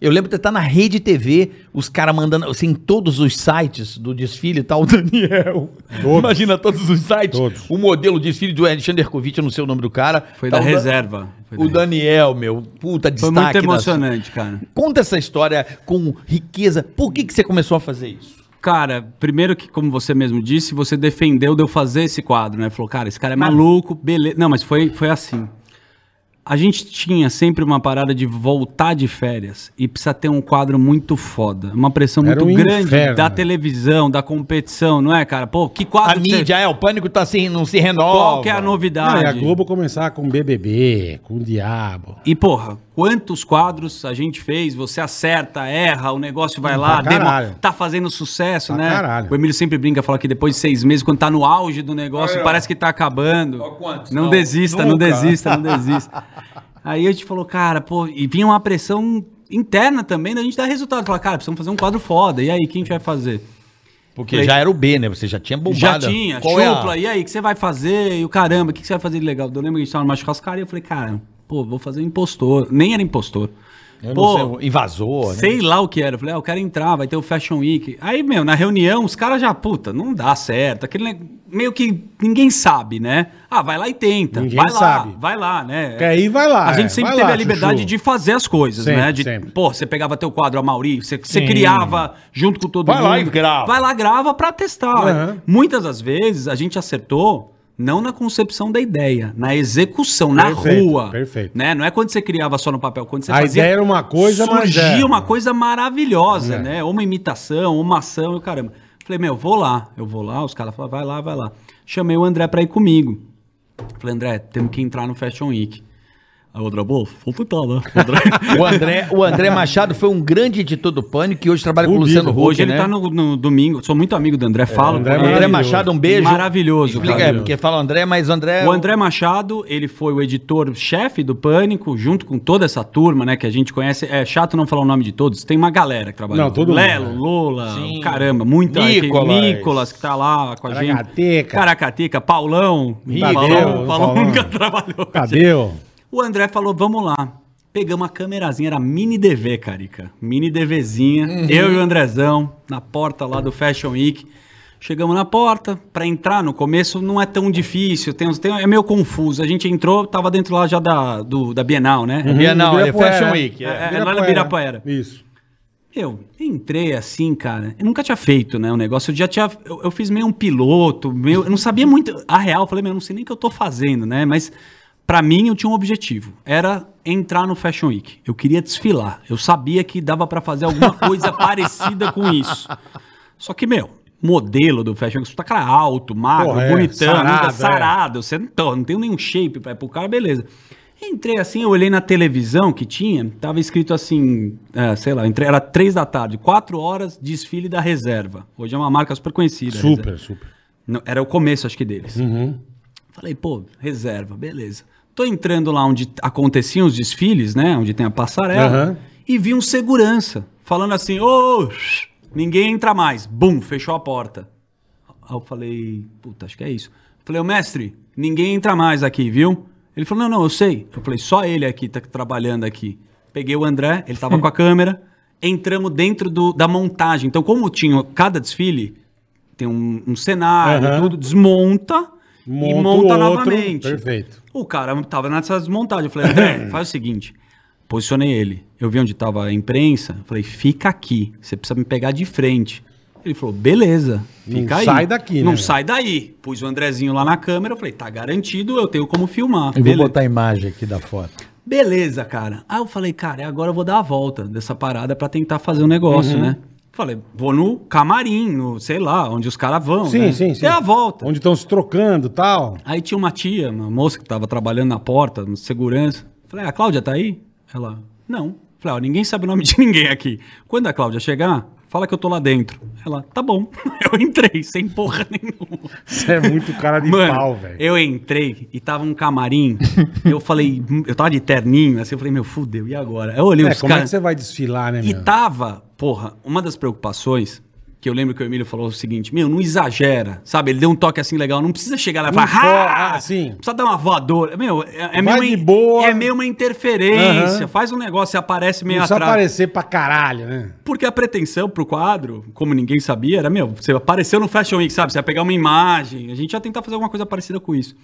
[SPEAKER 3] Eu lembro de estar na rede TV, os caras mandando, assim, em todos os sites do desfile, tá o Daniel. Imagina todos os sites.
[SPEAKER 2] Todos.
[SPEAKER 3] O modelo de desfile do Alexander Kovic, eu não sei o nome do cara.
[SPEAKER 4] Foi
[SPEAKER 3] Tá
[SPEAKER 4] da
[SPEAKER 3] o Dan-
[SPEAKER 4] reserva. Foi
[SPEAKER 3] O
[SPEAKER 4] da-
[SPEAKER 3] Daniel, meu, puta
[SPEAKER 4] Foi
[SPEAKER 3] destaque.
[SPEAKER 4] muito
[SPEAKER 3] da-
[SPEAKER 4] emocionante, cara.
[SPEAKER 3] Conta essa história com riqueza. Por que, que você começou a fazer isso?
[SPEAKER 4] Cara, primeiro que, como você mesmo disse, você defendeu de eu fazer esse quadro, né? Falou, cara, esse cara é maluco, beleza. Não, mas foi, foi assim. A gente tinha sempre uma parada de voltar de férias e precisa ter um quadro muito foda. Uma pressão
[SPEAKER 2] Era
[SPEAKER 4] muito
[SPEAKER 2] um
[SPEAKER 4] grande
[SPEAKER 2] inferno.
[SPEAKER 4] da televisão, da competição, não é, cara? Pô, que
[SPEAKER 3] A
[SPEAKER 4] quadro que você-
[SPEAKER 3] mídia, é, o pânico tá assim, não se renova.
[SPEAKER 4] Qual que é a
[SPEAKER 2] Não,
[SPEAKER 4] novidade?
[SPEAKER 2] e a Globo começar com BBB, com o Diabo.
[SPEAKER 4] E, porra, quantos quadros a gente fez? Você acerta, erra, o negócio vai lá,
[SPEAKER 2] Hum, pra caralho.
[SPEAKER 4] demo- tá fazendo sucesso,
[SPEAKER 2] Pra
[SPEAKER 4] né?
[SPEAKER 2] caralho.
[SPEAKER 4] O Emílio sempre brinca, fala que depois de seis meses, quando tá no auge do negócio,
[SPEAKER 5] Olha.
[SPEAKER 4] parece que tá acabando.
[SPEAKER 5] Ó quantos,
[SPEAKER 4] não,
[SPEAKER 5] não.
[SPEAKER 4] desista, não
[SPEAKER 2] Nunca.
[SPEAKER 4] desista, não desista. Aí a gente falou, cara, pô, e vinha uma pressão interna também da gente dar resultado. Falar, cara, precisamos fazer um quadro foda. E aí, quem a gente vai fazer?
[SPEAKER 3] Porque já era o B, né? Você já tinha bombado.
[SPEAKER 4] Já tinha,
[SPEAKER 3] Qual é a-
[SPEAKER 4] chupla, e aí, o que você vai fazer? E o caramba, o que você vai fazer de legal? Eu lembro que a gente tava numa churrascaria, eu falei, cara, pô, vou fazer um impostor. Nem era impostor.
[SPEAKER 3] Eu
[SPEAKER 4] pô,
[SPEAKER 3] não sei, invasor, né?
[SPEAKER 4] sei lá o que era. Eu falei, ah, eu quero entrar, vai ter o Fashion Week. Aí, meu, na reunião, os caras já, puta, não dá certo. Aquele neg- meio que ninguém sabe, né? Ah, vai lá e tenta.
[SPEAKER 2] Ninguém
[SPEAKER 4] vai
[SPEAKER 2] sabe.
[SPEAKER 4] lá, vai lá, né?
[SPEAKER 2] Que aí vai lá,
[SPEAKER 4] A
[SPEAKER 2] é,
[SPEAKER 4] gente sempre
[SPEAKER 2] vai
[SPEAKER 4] teve
[SPEAKER 2] lá,
[SPEAKER 4] a liberdade
[SPEAKER 2] Chuchu.
[SPEAKER 4] de fazer as coisas,
[SPEAKER 2] Sempre,
[SPEAKER 4] né? De,
[SPEAKER 2] sempre.
[SPEAKER 4] Pô, você pegava teu quadro, a Mauri, você, você
[SPEAKER 2] Sim.
[SPEAKER 4] criava junto com todo
[SPEAKER 3] Vai
[SPEAKER 4] mundo.
[SPEAKER 3] lá e grava.
[SPEAKER 4] Vai lá, grava pra testar.
[SPEAKER 2] Aham.
[SPEAKER 4] Muitas das vezes a gente acertou não na concepção da ideia, na execução, na
[SPEAKER 2] Perfeito,
[SPEAKER 4] rua.
[SPEAKER 2] perfeito.
[SPEAKER 4] Né? Não é quando você criava só no papel, quando você
[SPEAKER 2] A ideia era uma coisa, mas
[SPEAKER 4] surgia
[SPEAKER 2] era.
[SPEAKER 4] uma coisa maravilhosa,
[SPEAKER 2] É.
[SPEAKER 4] né? Uma imitação, uma ação, eu caramba. Falei, meu, vou lá. Eu vou lá, os caras falaram, vai lá, vai lá. Chamei o André pra ir comigo. Falei, André, temos que entrar no Fashion Week. Aí o André, pô, vou tentar, né?
[SPEAKER 3] O André, o André Machado foi um grande editor do Pânico e hoje trabalha com o Luciano Huck,
[SPEAKER 4] Hoje ele
[SPEAKER 3] né?
[SPEAKER 4] tá no, no domingo, sou muito amigo do André, falo.
[SPEAKER 2] É, André
[SPEAKER 4] com ele.
[SPEAKER 3] André
[SPEAKER 2] Maravilhoso.
[SPEAKER 3] Machado, um beijo.
[SPEAKER 4] Maravilhoso,
[SPEAKER 3] Explica,
[SPEAKER 4] cara.
[SPEAKER 3] é, porque fala André, mas André... é
[SPEAKER 4] O André Machado, ele foi o editor-chefe do Pânico, junto com toda essa turma, né, que a gente conhece. É chato não falar o nome de todos, tem uma galera que trabalha.
[SPEAKER 2] Não, todo mundo,
[SPEAKER 4] Lelo,
[SPEAKER 2] né?
[SPEAKER 4] Lula, caramba, muita.
[SPEAKER 7] Nicolas.
[SPEAKER 4] que- Nicolas, que tá lá com a gente.
[SPEAKER 2] Caracateca.
[SPEAKER 4] Caracateca. Paulão.
[SPEAKER 2] Ribeiro,
[SPEAKER 4] Paulão, Paulão
[SPEAKER 2] Paulão.
[SPEAKER 4] nunca trabalhou. com a gente.
[SPEAKER 2] Cadê?
[SPEAKER 4] O André falou, vamos lá. Pegamos uma camerazinha, era mini DV, carica. Mini DVzinha. Eu e o Andrezão, na porta lá do Fashion Week. Chegamos na porta, pra entrar no começo não é tão difícil, tem, uns- tem- é meio confuso. A gente entrou, tava dentro lá já da, do- da Bienal, né?
[SPEAKER 2] Uhum.
[SPEAKER 3] Bienal, é
[SPEAKER 2] Ibirapuera.
[SPEAKER 3] Fashion Week.
[SPEAKER 4] É,
[SPEAKER 3] É.
[SPEAKER 4] é, lá no Birapuera.
[SPEAKER 2] Isso.
[SPEAKER 4] Eu entrei assim, cara. Eu nunca tinha feito, né? O negócio. Eu já tinha. Eu, eu fiz meio um piloto, meio. Eu não sabia muito. A real, eu falei, meu, eu não sei nem o que eu tô fazendo, né? Mas pra mim eu tinha um objetivo. Era entrar no Fashion Week. Eu queria desfilar. Eu sabia que dava pra fazer alguma coisa parecida com isso. Só que, meu, modelo do Fashion Week, você tá cara alto, magro,
[SPEAKER 2] Porra, é,
[SPEAKER 4] bonitão, sarado,
[SPEAKER 2] sarado, é.
[SPEAKER 4] sarado você não, tô, não tem nenhum shape pra ir pro cara, beleza. Entrei assim, eu olhei na televisão que tinha, tava escrito assim, é, sei lá, entrei, era três da tarde, quatro horas, desfile da reserva. Hoje é uma marca super conhecida. a Reserva.
[SPEAKER 2] Super, Uhum. super.
[SPEAKER 4] Não, era o começo, acho que, deles. Falei, pô, reserva, beleza. Tô entrando lá onde aconteciam os desfiles, né? Onde tem a passarela.
[SPEAKER 2] Aham.
[SPEAKER 4] E vi um segurança falando assim, ô, shh, ninguém entra mais. Bum, fechou a porta. Aí eu falei, puta, acho que é isso. Falei, ô mestre, ninguém entra mais aqui, viu? Ele falou, não, não, eu sei. Eu falei, só ele aqui tá trabalhando aqui. Peguei o André, ele tava com a câmera, entramos dentro do, da montagem. Então, como tinha cada desfile, tem um, um cenário,
[SPEAKER 2] Aham.
[SPEAKER 4] tudo, desmonta e
[SPEAKER 2] Monta o
[SPEAKER 4] monta
[SPEAKER 2] outro,
[SPEAKER 4] novamente.
[SPEAKER 2] perfeito.
[SPEAKER 4] O cara tava nessa desmontagem. Eu falei, André, faz o seguinte. Posicionei ele. Eu vi onde tava a imprensa. eu Falei, fica aqui. Você precisa me pegar de frente. Ele falou, beleza.
[SPEAKER 2] Não
[SPEAKER 4] Fica aí.
[SPEAKER 2] sai daqui,
[SPEAKER 4] Não
[SPEAKER 2] né?
[SPEAKER 4] sai daí. Pus o Andrezinho lá na câmera. Eu falei, tá garantido, eu tenho como filmar.
[SPEAKER 3] Eu vou
[SPEAKER 4] Beleza.
[SPEAKER 3] botar a imagem aqui da foto.
[SPEAKER 4] Beleza, cara. Aí eu falei, cara, agora eu vou dar a volta dessa parada pra tentar fazer um negócio,
[SPEAKER 2] Uhum.
[SPEAKER 4] né? Falei, vou no camarim, no, sei lá, onde os caras vão.
[SPEAKER 2] Sim,
[SPEAKER 4] né?
[SPEAKER 2] sim, sim.
[SPEAKER 4] Dei a volta.
[SPEAKER 2] Onde estão se trocando e tal.
[SPEAKER 4] Aí tinha uma tia, uma moça que tava trabalhando na porta, no segurança. Falei, a Cláudia tá aí? Ela, não. Falei, ó, ninguém sabe o nome de ninguém aqui. Quando a Cláudia chegar, fala que eu tô lá dentro. Ela, tá bom. Eu entrei, sem porra nenhuma.
[SPEAKER 2] Você é muito cara de
[SPEAKER 4] Mano,
[SPEAKER 2] pau, velho.
[SPEAKER 4] eu entrei e tava um camarim. eu falei, hum, eu tava de terninho, assim, eu falei, meu, fudeu, e agora? Eu olhei
[SPEAKER 2] É,
[SPEAKER 4] os
[SPEAKER 2] como é que
[SPEAKER 4] caras.
[SPEAKER 2] você vai desfilar, né,
[SPEAKER 4] E tá
[SPEAKER 2] meu?
[SPEAKER 4] tava, porra, uma das preocupações que eu lembro que o Emílio falou o seguinte: meu, não exagera, sabe? Ele deu um toque assim legal, não precisa chegar lá e
[SPEAKER 2] Não
[SPEAKER 4] falar,
[SPEAKER 2] for-
[SPEAKER 4] "Ah!"
[SPEAKER 2] Um ah, sim.
[SPEAKER 4] precisa dar uma voadora. Meu, é,
[SPEAKER 2] Vai
[SPEAKER 4] é, meio, uma
[SPEAKER 2] de
[SPEAKER 4] in-
[SPEAKER 2] boa.
[SPEAKER 4] é meio uma interferência,
[SPEAKER 2] Aham.
[SPEAKER 4] faz um negócio e aparece meio
[SPEAKER 2] Não precisa
[SPEAKER 4] atrás.
[SPEAKER 2] aparecer pra caralho, né?
[SPEAKER 4] Porque a pretensão pro quadro, como ninguém sabia, era, meu, você apareceu no Fashion Week, sabe? Você ia pegar uma imagem, a gente ia tentar fazer alguma coisa parecida com isso.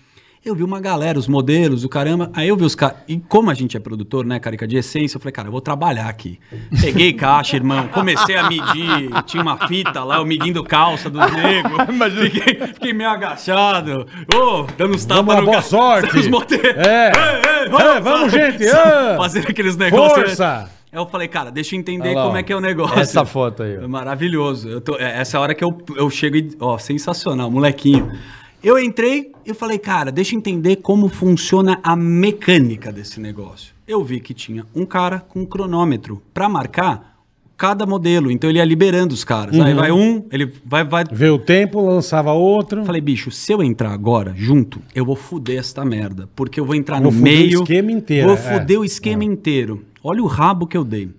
[SPEAKER 4] Eu vi uma galera, os modelos, o caramba. Aí eu vi os caras. E como a gente é produtor, né, carica de essência, eu falei, cara, eu vou trabalhar aqui. Peguei caixa, irmão, comecei a medir. Tinha uma fita lá, eu medindo calça dos negros. Fiquei, fiquei meio agachado. Ô, dando uns tapas
[SPEAKER 2] Vamos lá, boa
[SPEAKER 4] ca-
[SPEAKER 2] sorte.
[SPEAKER 4] Os modelos.
[SPEAKER 2] É.
[SPEAKER 4] Ei, ei,
[SPEAKER 2] É, vamos, gente, é.
[SPEAKER 4] Fazendo aqueles negócios. né?
[SPEAKER 2] Força.
[SPEAKER 4] Aí eu falei, cara, deixa eu entender
[SPEAKER 7] Olha lá,
[SPEAKER 4] como
[SPEAKER 7] ó.
[SPEAKER 4] é que é o negócio.
[SPEAKER 3] Essa foto aí, ó.
[SPEAKER 4] É Maravilhoso. Eu tô- é essa hora que eu, eu chego e. Ó, sensacional, molequinho. Eu entrei e falei, cara, deixa eu entender como funciona a mecânica desse negócio. Eu vi que tinha um cara com um cronômetro pra marcar cada modelo. Então ele ia liberando os caras.
[SPEAKER 3] Uhum.
[SPEAKER 4] Aí vai um, ele vai, vai
[SPEAKER 2] Vê o tempo, lançava outro.
[SPEAKER 4] eu Falei, bicho, se eu entrar agora junto, eu vou fuder esta merda. Porque eu vou entrar
[SPEAKER 2] Vou
[SPEAKER 4] no
[SPEAKER 2] fuder o
[SPEAKER 4] meio.
[SPEAKER 2] esquema inteiro,
[SPEAKER 4] Vou
[SPEAKER 2] é.
[SPEAKER 4] fuder o esquema inteiro. Olha o rabo que eu dei.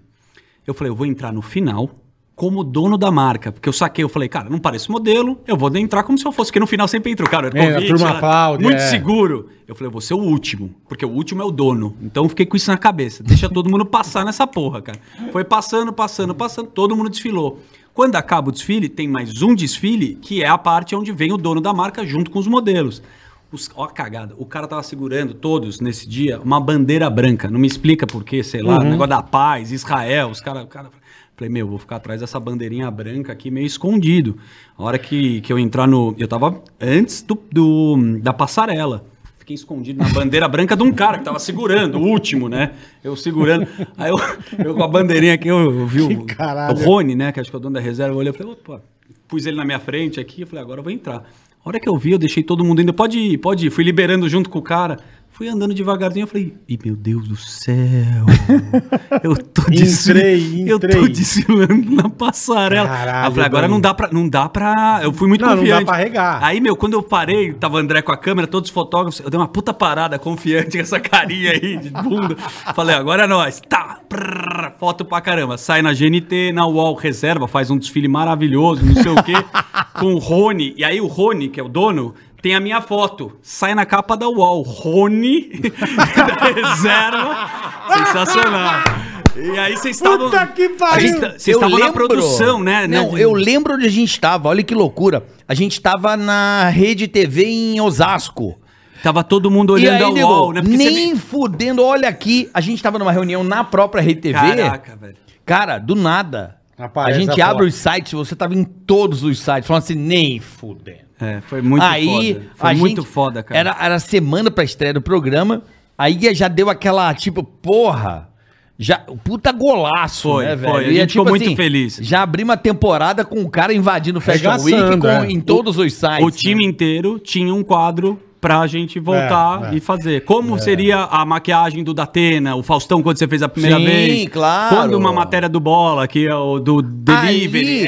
[SPEAKER 4] Eu falei, eu vou entrar no final como dono da marca. Porque eu saquei, eu falei, cara, não pareço modelo, eu vou entrar como se eu fosse. Porque no final sempre entra o cara.
[SPEAKER 2] É, a turma
[SPEAKER 4] ela-
[SPEAKER 2] aplaude,
[SPEAKER 4] Muito
[SPEAKER 2] é.
[SPEAKER 4] seguro. Eu falei, eu vou ser o último. Porque o último é o dono. Então eu fiquei com isso na cabeça. Deixa todo mundo passar nessa porra, cara. Foi passando, passando, passando. Todo mundo desfilou. Quando acaba o desfile, tem mais um desfile, que é a parte onde vem o dono da marca junto com os modelos. Os, ó a cagada. O cara tava segurando todos nesse dia uma bandeira branca. Não me explica por quê, sei lá, negócio da paz, Israel, os caras. Cara, falei, meu, vou ficar atrás dessa bandeirinha branca aqui meio escondido. A hora que, que eu entrar no. Eu tava antes do, do- da passarela. Fiquei escondido na bandeira branca de um cara que tava segurando, o último, né? Eu segurando. Aí eu, eu com a bandeirinha aqui, eu, eu vi o,
[SPEAKER 2] Que caralho.
[SPEAKER 4] o Rony, né? Que acho que é o dono da reserva. Eu olhei e falei, opa, pus ele na minha frente aqui. Eu falei, agora eu vou entrar. A hora que eu vi, eu deixei todo mundo indo. Pode ir, pode ir. Fui liberando junto com o cara. Fui andando devagarzinho, eu falei, e meu Deus do céu, eu tô desfilando,
[SPEAKER 2] Entrei,
[SPEAKER 4] eu tô
[SPEAKER 2] entrei.
[SPEAKER 4] desfilando na passarela.
[SPEAKER 2] Caralho, é
[SPEAKER 4] eu falei, agora
[SPEAKER 2] Dani.
[SPEAKER 4] não dá pra, não dá pra, eu fui muito
[SPEAKER 2] Não, não dá
[SPEAKER 4] confiante.
[SPEAKER 2] pra regar.
[SPEAKER 4] Aí, meu, quando eu parei, tava o André com a câmera, todos os fotógrafos, eu dei uma puta parada confiante com essa carinha aí de bunda. falei, agora é nós, tá, prrr, foto pra caramba. Sai na GNT, na UOL Reserva, faz um desfile maravilhoso, não sei o quê, com o Rony. E aí o Rony, que é o dono, tem a minha foto. Sai na capa da UOL. Rony da reserva. Sensacional. E aí vocês estavam.
[SPEAKER 2] Puta que pariu!
[SPEAKER 4] A gente tá- Vocês
[SPEAKER 3] Eu
[SPEAKER 4] estavam na
[SPEAKER 3] lembro-
[SPEAKER 4] produção, né? né,
[SPEAKER 3] Não,
[SPEAKER 4] de-
[SPEAKER 3] eu lembro onde a gente estava. Olha que loucura. A gente estava na Rede TV em Osasco.
[SPEAKER 4] Tava todo mundo
[SPEAKER 3] E
[SPEAKER 4] olhando
[SPEAKER 3] aí,
[SPEAKER 4] a
[SPEAKER 3] nego,
[SPEAKER 4] UOL, né? Porque
[SPEAKER 3] nem fudendo. Olha aqui, a gente estava numa reunião na própria Rede TV.
[SPEAKER 4] Caraca, velho.
[SPEAKER 3] Cara, do nada.
[SPEAKER 2] Aparece
[SPEAKER 3] a gente
[SPEAKER 2] a
[SPEAKER 3] abre
[SPEAKER 2] foto.
[SPEAKER 3] os sites, você tava em todos os sites, falando assim, nem fudendo.
[SPEAKER 4] É, foi muito
[SPEAKER 3] aí,
[SPEAKER 4] foda. Foi
[SPEAKER 3] a
[SPEAKER 4] muito
[SPEAKER 3] gente-
[SPEAKER 4] foda, cara.
[SPEAKER 3] Era, era semana pra estreia do programa, aí já deu aquela, tipo, porra, já, puta golaço,
[SPEAKER 4] Foi,
[SPEAKER 3] né,
[SPEAKER 4] foi.
[SPEAKER 3] velho?
[SPEAKER 4] A
[SPEAKER 3] E é,
[SPEAKER 4] gente ficou muito feliz.
[SPEAKER 3] Já abrimos a temporada com o cara invadindo o Fashion Week
[SPEAKER 2] Regaçando,
[SPEAKER 3] com-
[SPEAKER 2] é.
[SPEAKER 3] em todos os sites. né?
[SPEAKER 4] O time inteiro tinha um quadro pra gente voltar
[SPEAKER 2] É, é.
[SPEAKER 4] e fazer. Como seria a maquiagem do Datena, o Faustão quando você fez a primeira
[SPEAKER 3] Sim,
[SPEAKER 4] vez?
[SPEAKER 3] claro.
[SPEAKER 4] Quando uma matéria do Bola, que é o do Delivery.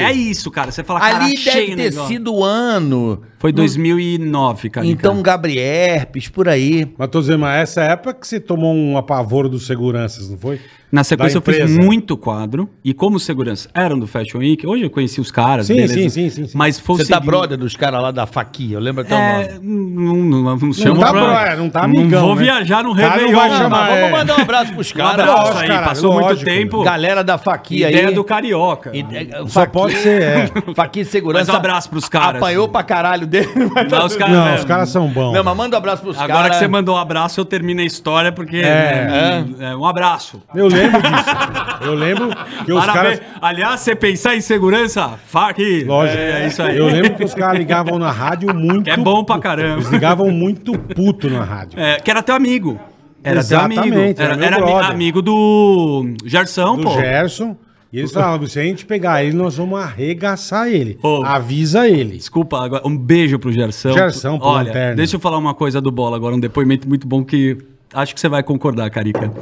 [SPEAKER 3] Ali-
[SPEAKER 4] é isso, cara. Você fala, cara,
[SPEAKER 3] Ali deve
[SPEAKER 4] achei o
[SPEAKER 3] ter
[SPEAKER 4] negócio. Tá
[SPEAKER 3] sido o ano.
[SPEAKER 4] Foi 2009, cara.
[SPEAKER 3] Então, Gabriel Herpes, por aí.
[SPEAKER 2] Mas tô dizendo, mas essa época que você tomou um apavoro dos seguranças, não foi?
[SPEAKER 4] Na sequência eu
[SPEAKER 2] Da
[SPEAKER 4] fiz
[SPEAKER 2] empresa.
[SPEAKER 4] muito quadro. E como segurança eram do Fashion Week, hoje eu conheci os caras,
[SPEAKER 2] Sim, sim, sim, sim, sim.
[SPEAKER 4] Mas foi o
[SPEAKER 3] Você tá
[SPEAKER 4] seguinte-
[SPEAKER 3] brother dos caras lá da faquia, eu lembro até o nome.
[SPEAKER 4] É, não, não, não, chama
[SPEAKER 2] tá
[SPEAKER 4] pra-
[SPEAKER 2] brother, não tá amigão,
[SPEAKER 4] Não vou
[SPEAKER 2] né?
[SPEAKER 4] viajar no
[SPEAKER 2] Cara, não
[SPEAKER 4] Réveillon.
[SPEAKER 2] vai
[SPEAKER 4] mano.
[SPEAKER 2] chamar,
[SPEAKER 3] Mas vamos
[SPEAKER 2] é.
[SPEAKER 3] mandar um abraço pros
[SPEAKER 4] Um abraço
[SPEAKER 3] caras.
[SPEAKER 2] Lógico,
[SPEAKER 4] aí,
[SPEAKER 2] cara,
[SPEAKER 4] passou muito
[SPEAKER 2] lógico.
[SPEAKER 4] tempo.
[SPEAKER 3] Galera da faquia aí.
[SPEAKER 4] Ideia do carioca.
[SPEAKER 3] E-
[SPEAKER 2] Só
[SPEAKER 3] Faqui-
[SPEAKER 2] pode ser, é.
[SPEAKER 3] Faqui Segurança.
[SPEAKER 4] Mas um abraço pros caras.
[SPEAKER 3] Apanhou pra caralho dele. mas tá
[SPEAKER 4] Lá os
[SPEAKER 3] tudo-
[SPEAKER 4] caras-
[SPEAKER 2] não,
[SPEAKER 4] é,
[SPEAKER 2] os caras são bons.
[SPEAKER 3] Não, mas manda um abraço pros caras.
[SPEAKER 4] Agora que você mandou um abraço, eu termino a história, porque.
[SPEAKER 2] É.
[SPEAKER 4] né, é, um abraço.
[SPEAKER 2] Eu lembro disso. Eu lembro que os
[SPEAKER 4] Parabéns.
[SPEAKER 2] caras.
[SPEAKER 4] Aliás, você pensar em segurança, faque.
[SPEAKER 2] Lógico.
[SPEAKER 4] É, isso aí.
[SPEAKER 2] Eu lembro que os caras ligavam na rádio muito.
[SPEAKER 4] Que é bom pra
[SPEAKER 2] puto.
[SPEAKER 4] caramba.
[SPEAKER 2] Eles ligavam muito puto na rádio.
[SPEAKER 4] É, que era teu amigo. Era
[SPEAKER 2] Exatamente,
[SPEAKER 4] teu amigo.
[SPEAKER 2] era
[SPEAKER 4] Era,
[SPEAKER 2] meu
[SPEAKER 4] era ami-
[SPEAKER 2] brother.
[SPEAKER 4] amigo do Gerson,
[SPEAKER 2] do
[SPEAKER 4] pô.
[SPEAKER 2] Gerson. E eles falavam: se a gente pegar ele, nós vamos arregaçar ele.
[SPEAKER 4] Ô.
[SPEAKER 2] Avisa ele.
[SPEAKER 4] Desculpa, agora, um beijo pro Gerson.
[SPEAKER 2] Gerson, pro
[SPEAKER 4] Olha,
[SPEAKER 2] Lanterna.
[SPEAKER 4] deixa eu falar uma coisa do Bola agora, um depoimento muito bom que acho que você vai concordar, Carica.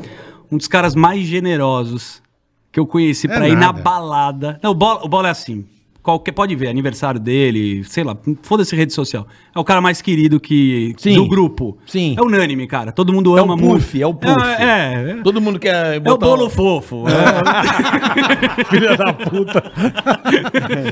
[SPEAKER 4] Um dos caras mais generosos que eu conheci
[SPEAKER 2] É
[SPEAKER 4] pra ir na
[SPEAKER 2] nada.
[SPEAKER 4] balada. Não, o Bola, o Bola é assim. Qualquer, pode ver, aniversário dele, sei lá, foda-se rede social. É o cara mais querido que
[SPEAKER 3] Sim.
[SPEAKER 4] do grupo.
[SPEAKER 3] Sim.
[SPEAKER 4] É unânime, cara. Todo mundo
[SPEAKER 3] É o
[SPEAKER 4] ama
[SPEAKER 3] Puff,
[SPEAKER 4] muito.
[SPEAKER 3] é o Puff.
[SPEAKER 4] É, é,
[SPEAKER 3] Todo mundo quer.
[SPEAKER 4] é o
[SPEAKER 3] botar
[SPEAKER 4] bolo
[SPEAKER 3] um-
[SPEAKER 4] fofo. É.
[SPEAKER 2] Filha da puta.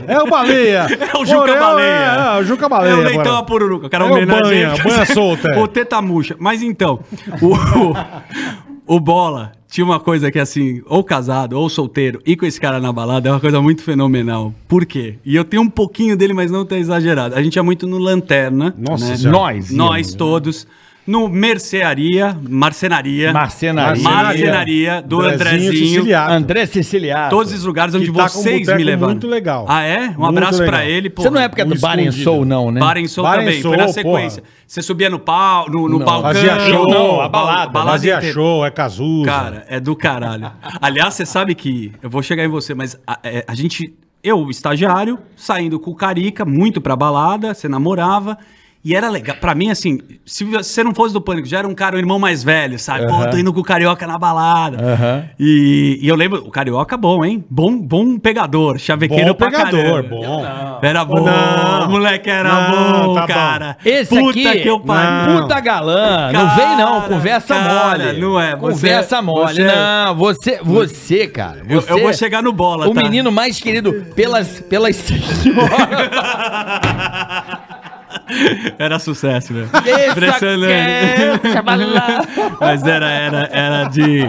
[SPEAKER 2] é o baleia.
[SPEAKER 4] É o Juca
[SPEAKER 2] Porém,
[SPEAKER 4] Baleia.
[SPEAKER 2] É, é o Juca Baleia.
[SPEAKER 4] É o Leitão
[SPEAKER 2] agora.
[SPEAKER 4] a Pururuca. Cara,
[SPEAKER 2] É o
[SPEAKER 4] homenagem.
[SPEAKER 2] Banha, Banha solta, é.
[SPEAKER 4] O Tetamuxa. Mas então, o, o Bola tinha uma coisa que assim, ou casado, ou solteiro, e com esse cara na balada é uma coisa muito fenomenal. Por quê? E eu tenho um pouquinho dele, mas não tá exagerado. A gente é muito no Lanterna.
[SPEAKER 2] Nossa
[SPEAKER 4] né?
[SPEAKER 2] Senhora.
[SPEAKER 3] Nós.
[SPEAKER 4] Nós todos. No Mercearia, Marcenaria.
[SPEAKER 3] Marcenaria.
[SPEAKER 4] Marcenaria do
[SPEAKER 2] Andrezinho
[SPEAKER 4] Andrezinho.
[SPEAKER 2] Siciliato.
[SPEAKER 3] André Siciliado.
[SPEAKER 4] Todos os lugares
[SPEAKER 2] Que
[SPEAKER 4] onde
[SPEAKER 2] tá com um
[SPEAKER 4] vocês
[SPEAKER 2] boteco
[SPEAKER 4] me levaram.
[SPEAKER 2] muito legal.
[SPEAKER 4] Ah, é? Um
[SPEAKER 2] Muito
[SPEAKER 4] abraço pra
[SPEAKER 2] legal.
[SPEAKER 4] ele.
[SPEAKER 3] Você não é
[SPEAKER 4] porra.
[SPEAKER 3] época do
[SPEAKER 2] o
[SPEAKER 3] Bar and
[SPEAKER 2] escondido.
[SPEAKER 3] Soul, não, né?
[SPEAKER 4] Bar em Sol
[SPEAKER 2] Bar em
[SPEAKER 4] também,
[SPEAKER 2] Sol,
[SPEAKER 4] foi na sequência. Você subia no pau, no, no
[SPEAKER 3] Não,
[SPEAKER 4] balcão.
[SPEAKER 2] fazia show,
[SPEAKER 4] não,
[SPEAKER 2] a
[SPEAKER 4] a
[SPEAKER 3] balada,
[SPEAKER 4] balada,
[SPEAKER 2] Fazia
[SPEAKER 4] inteira.
[SPEAKER 2] show, é Cazuza.
[SPEAKER 4] Cara, é do caralho. Aliás, você sabe que, eu vou chegar em você, mas a, é, a gente, eu, estagiário, saindo com o Carica, muito pra balada, você namorava, e era legal. Pra mim, assim, se você não fosse do Pânico, já era um cara, um irmão mais velho, sabe? Pô, tô indo com o Carioca na balada.
[SPEAKER 3] Aham.
[SPEAKER 4] E, e eu lembro, o Carioca bom, hein? Bom, bom pegador, chavequeiro
[SPEAKER 2] Bom
[SPEAKER 4] pra
[SPEAKER 2] pegador,
[SPEAKER 4] caramba.
[SPEAKER 2] bom.
[SPEAKER 4] Era bom,
[SPEAKER 2] Não.
[SPEAKER 4] moleque, era
[SPEAKER 2] Não,
[SPEAKER 4] bom,
[SPEAKER 2] tá bom.
[SPEAKER 4] cara.
[SPEAKER 3] Esse
[SPEAKER 4] Puta
[SPEAKER 3] aqui,
[SPEAKER 4] que eu pariu.
[SPEAKER 2] Não.
[SPEAKER 3] puta galã, não
[SPEAKER 4] Cara,
[SPEAKER 3] vem não, conversa
[SPEAKER 4] cara,
[SPEAKER 3] mole.
[SPEAKER 4] não é, você-
[SPEAKER 3] Conversa mole.
[SPEAKER 4] você-
[SPEAKER 3] Não, você, você, cara.
[SPEAKER 4] Eu-
[SPEAKER 3] Você,
[SPEAKER 4] eu vou chegar no bola,
[SPEAKER 3] O
[SPEAKER 4] tá?
[SPEAKER 3] menino mais querido pelas, pelas senhoras.
[SPEAKER 4] Era sucesso, né? velho.
[SPEAKER 3] Essa que é a balada.
[SPEAKER 4] Mas era, era, era de,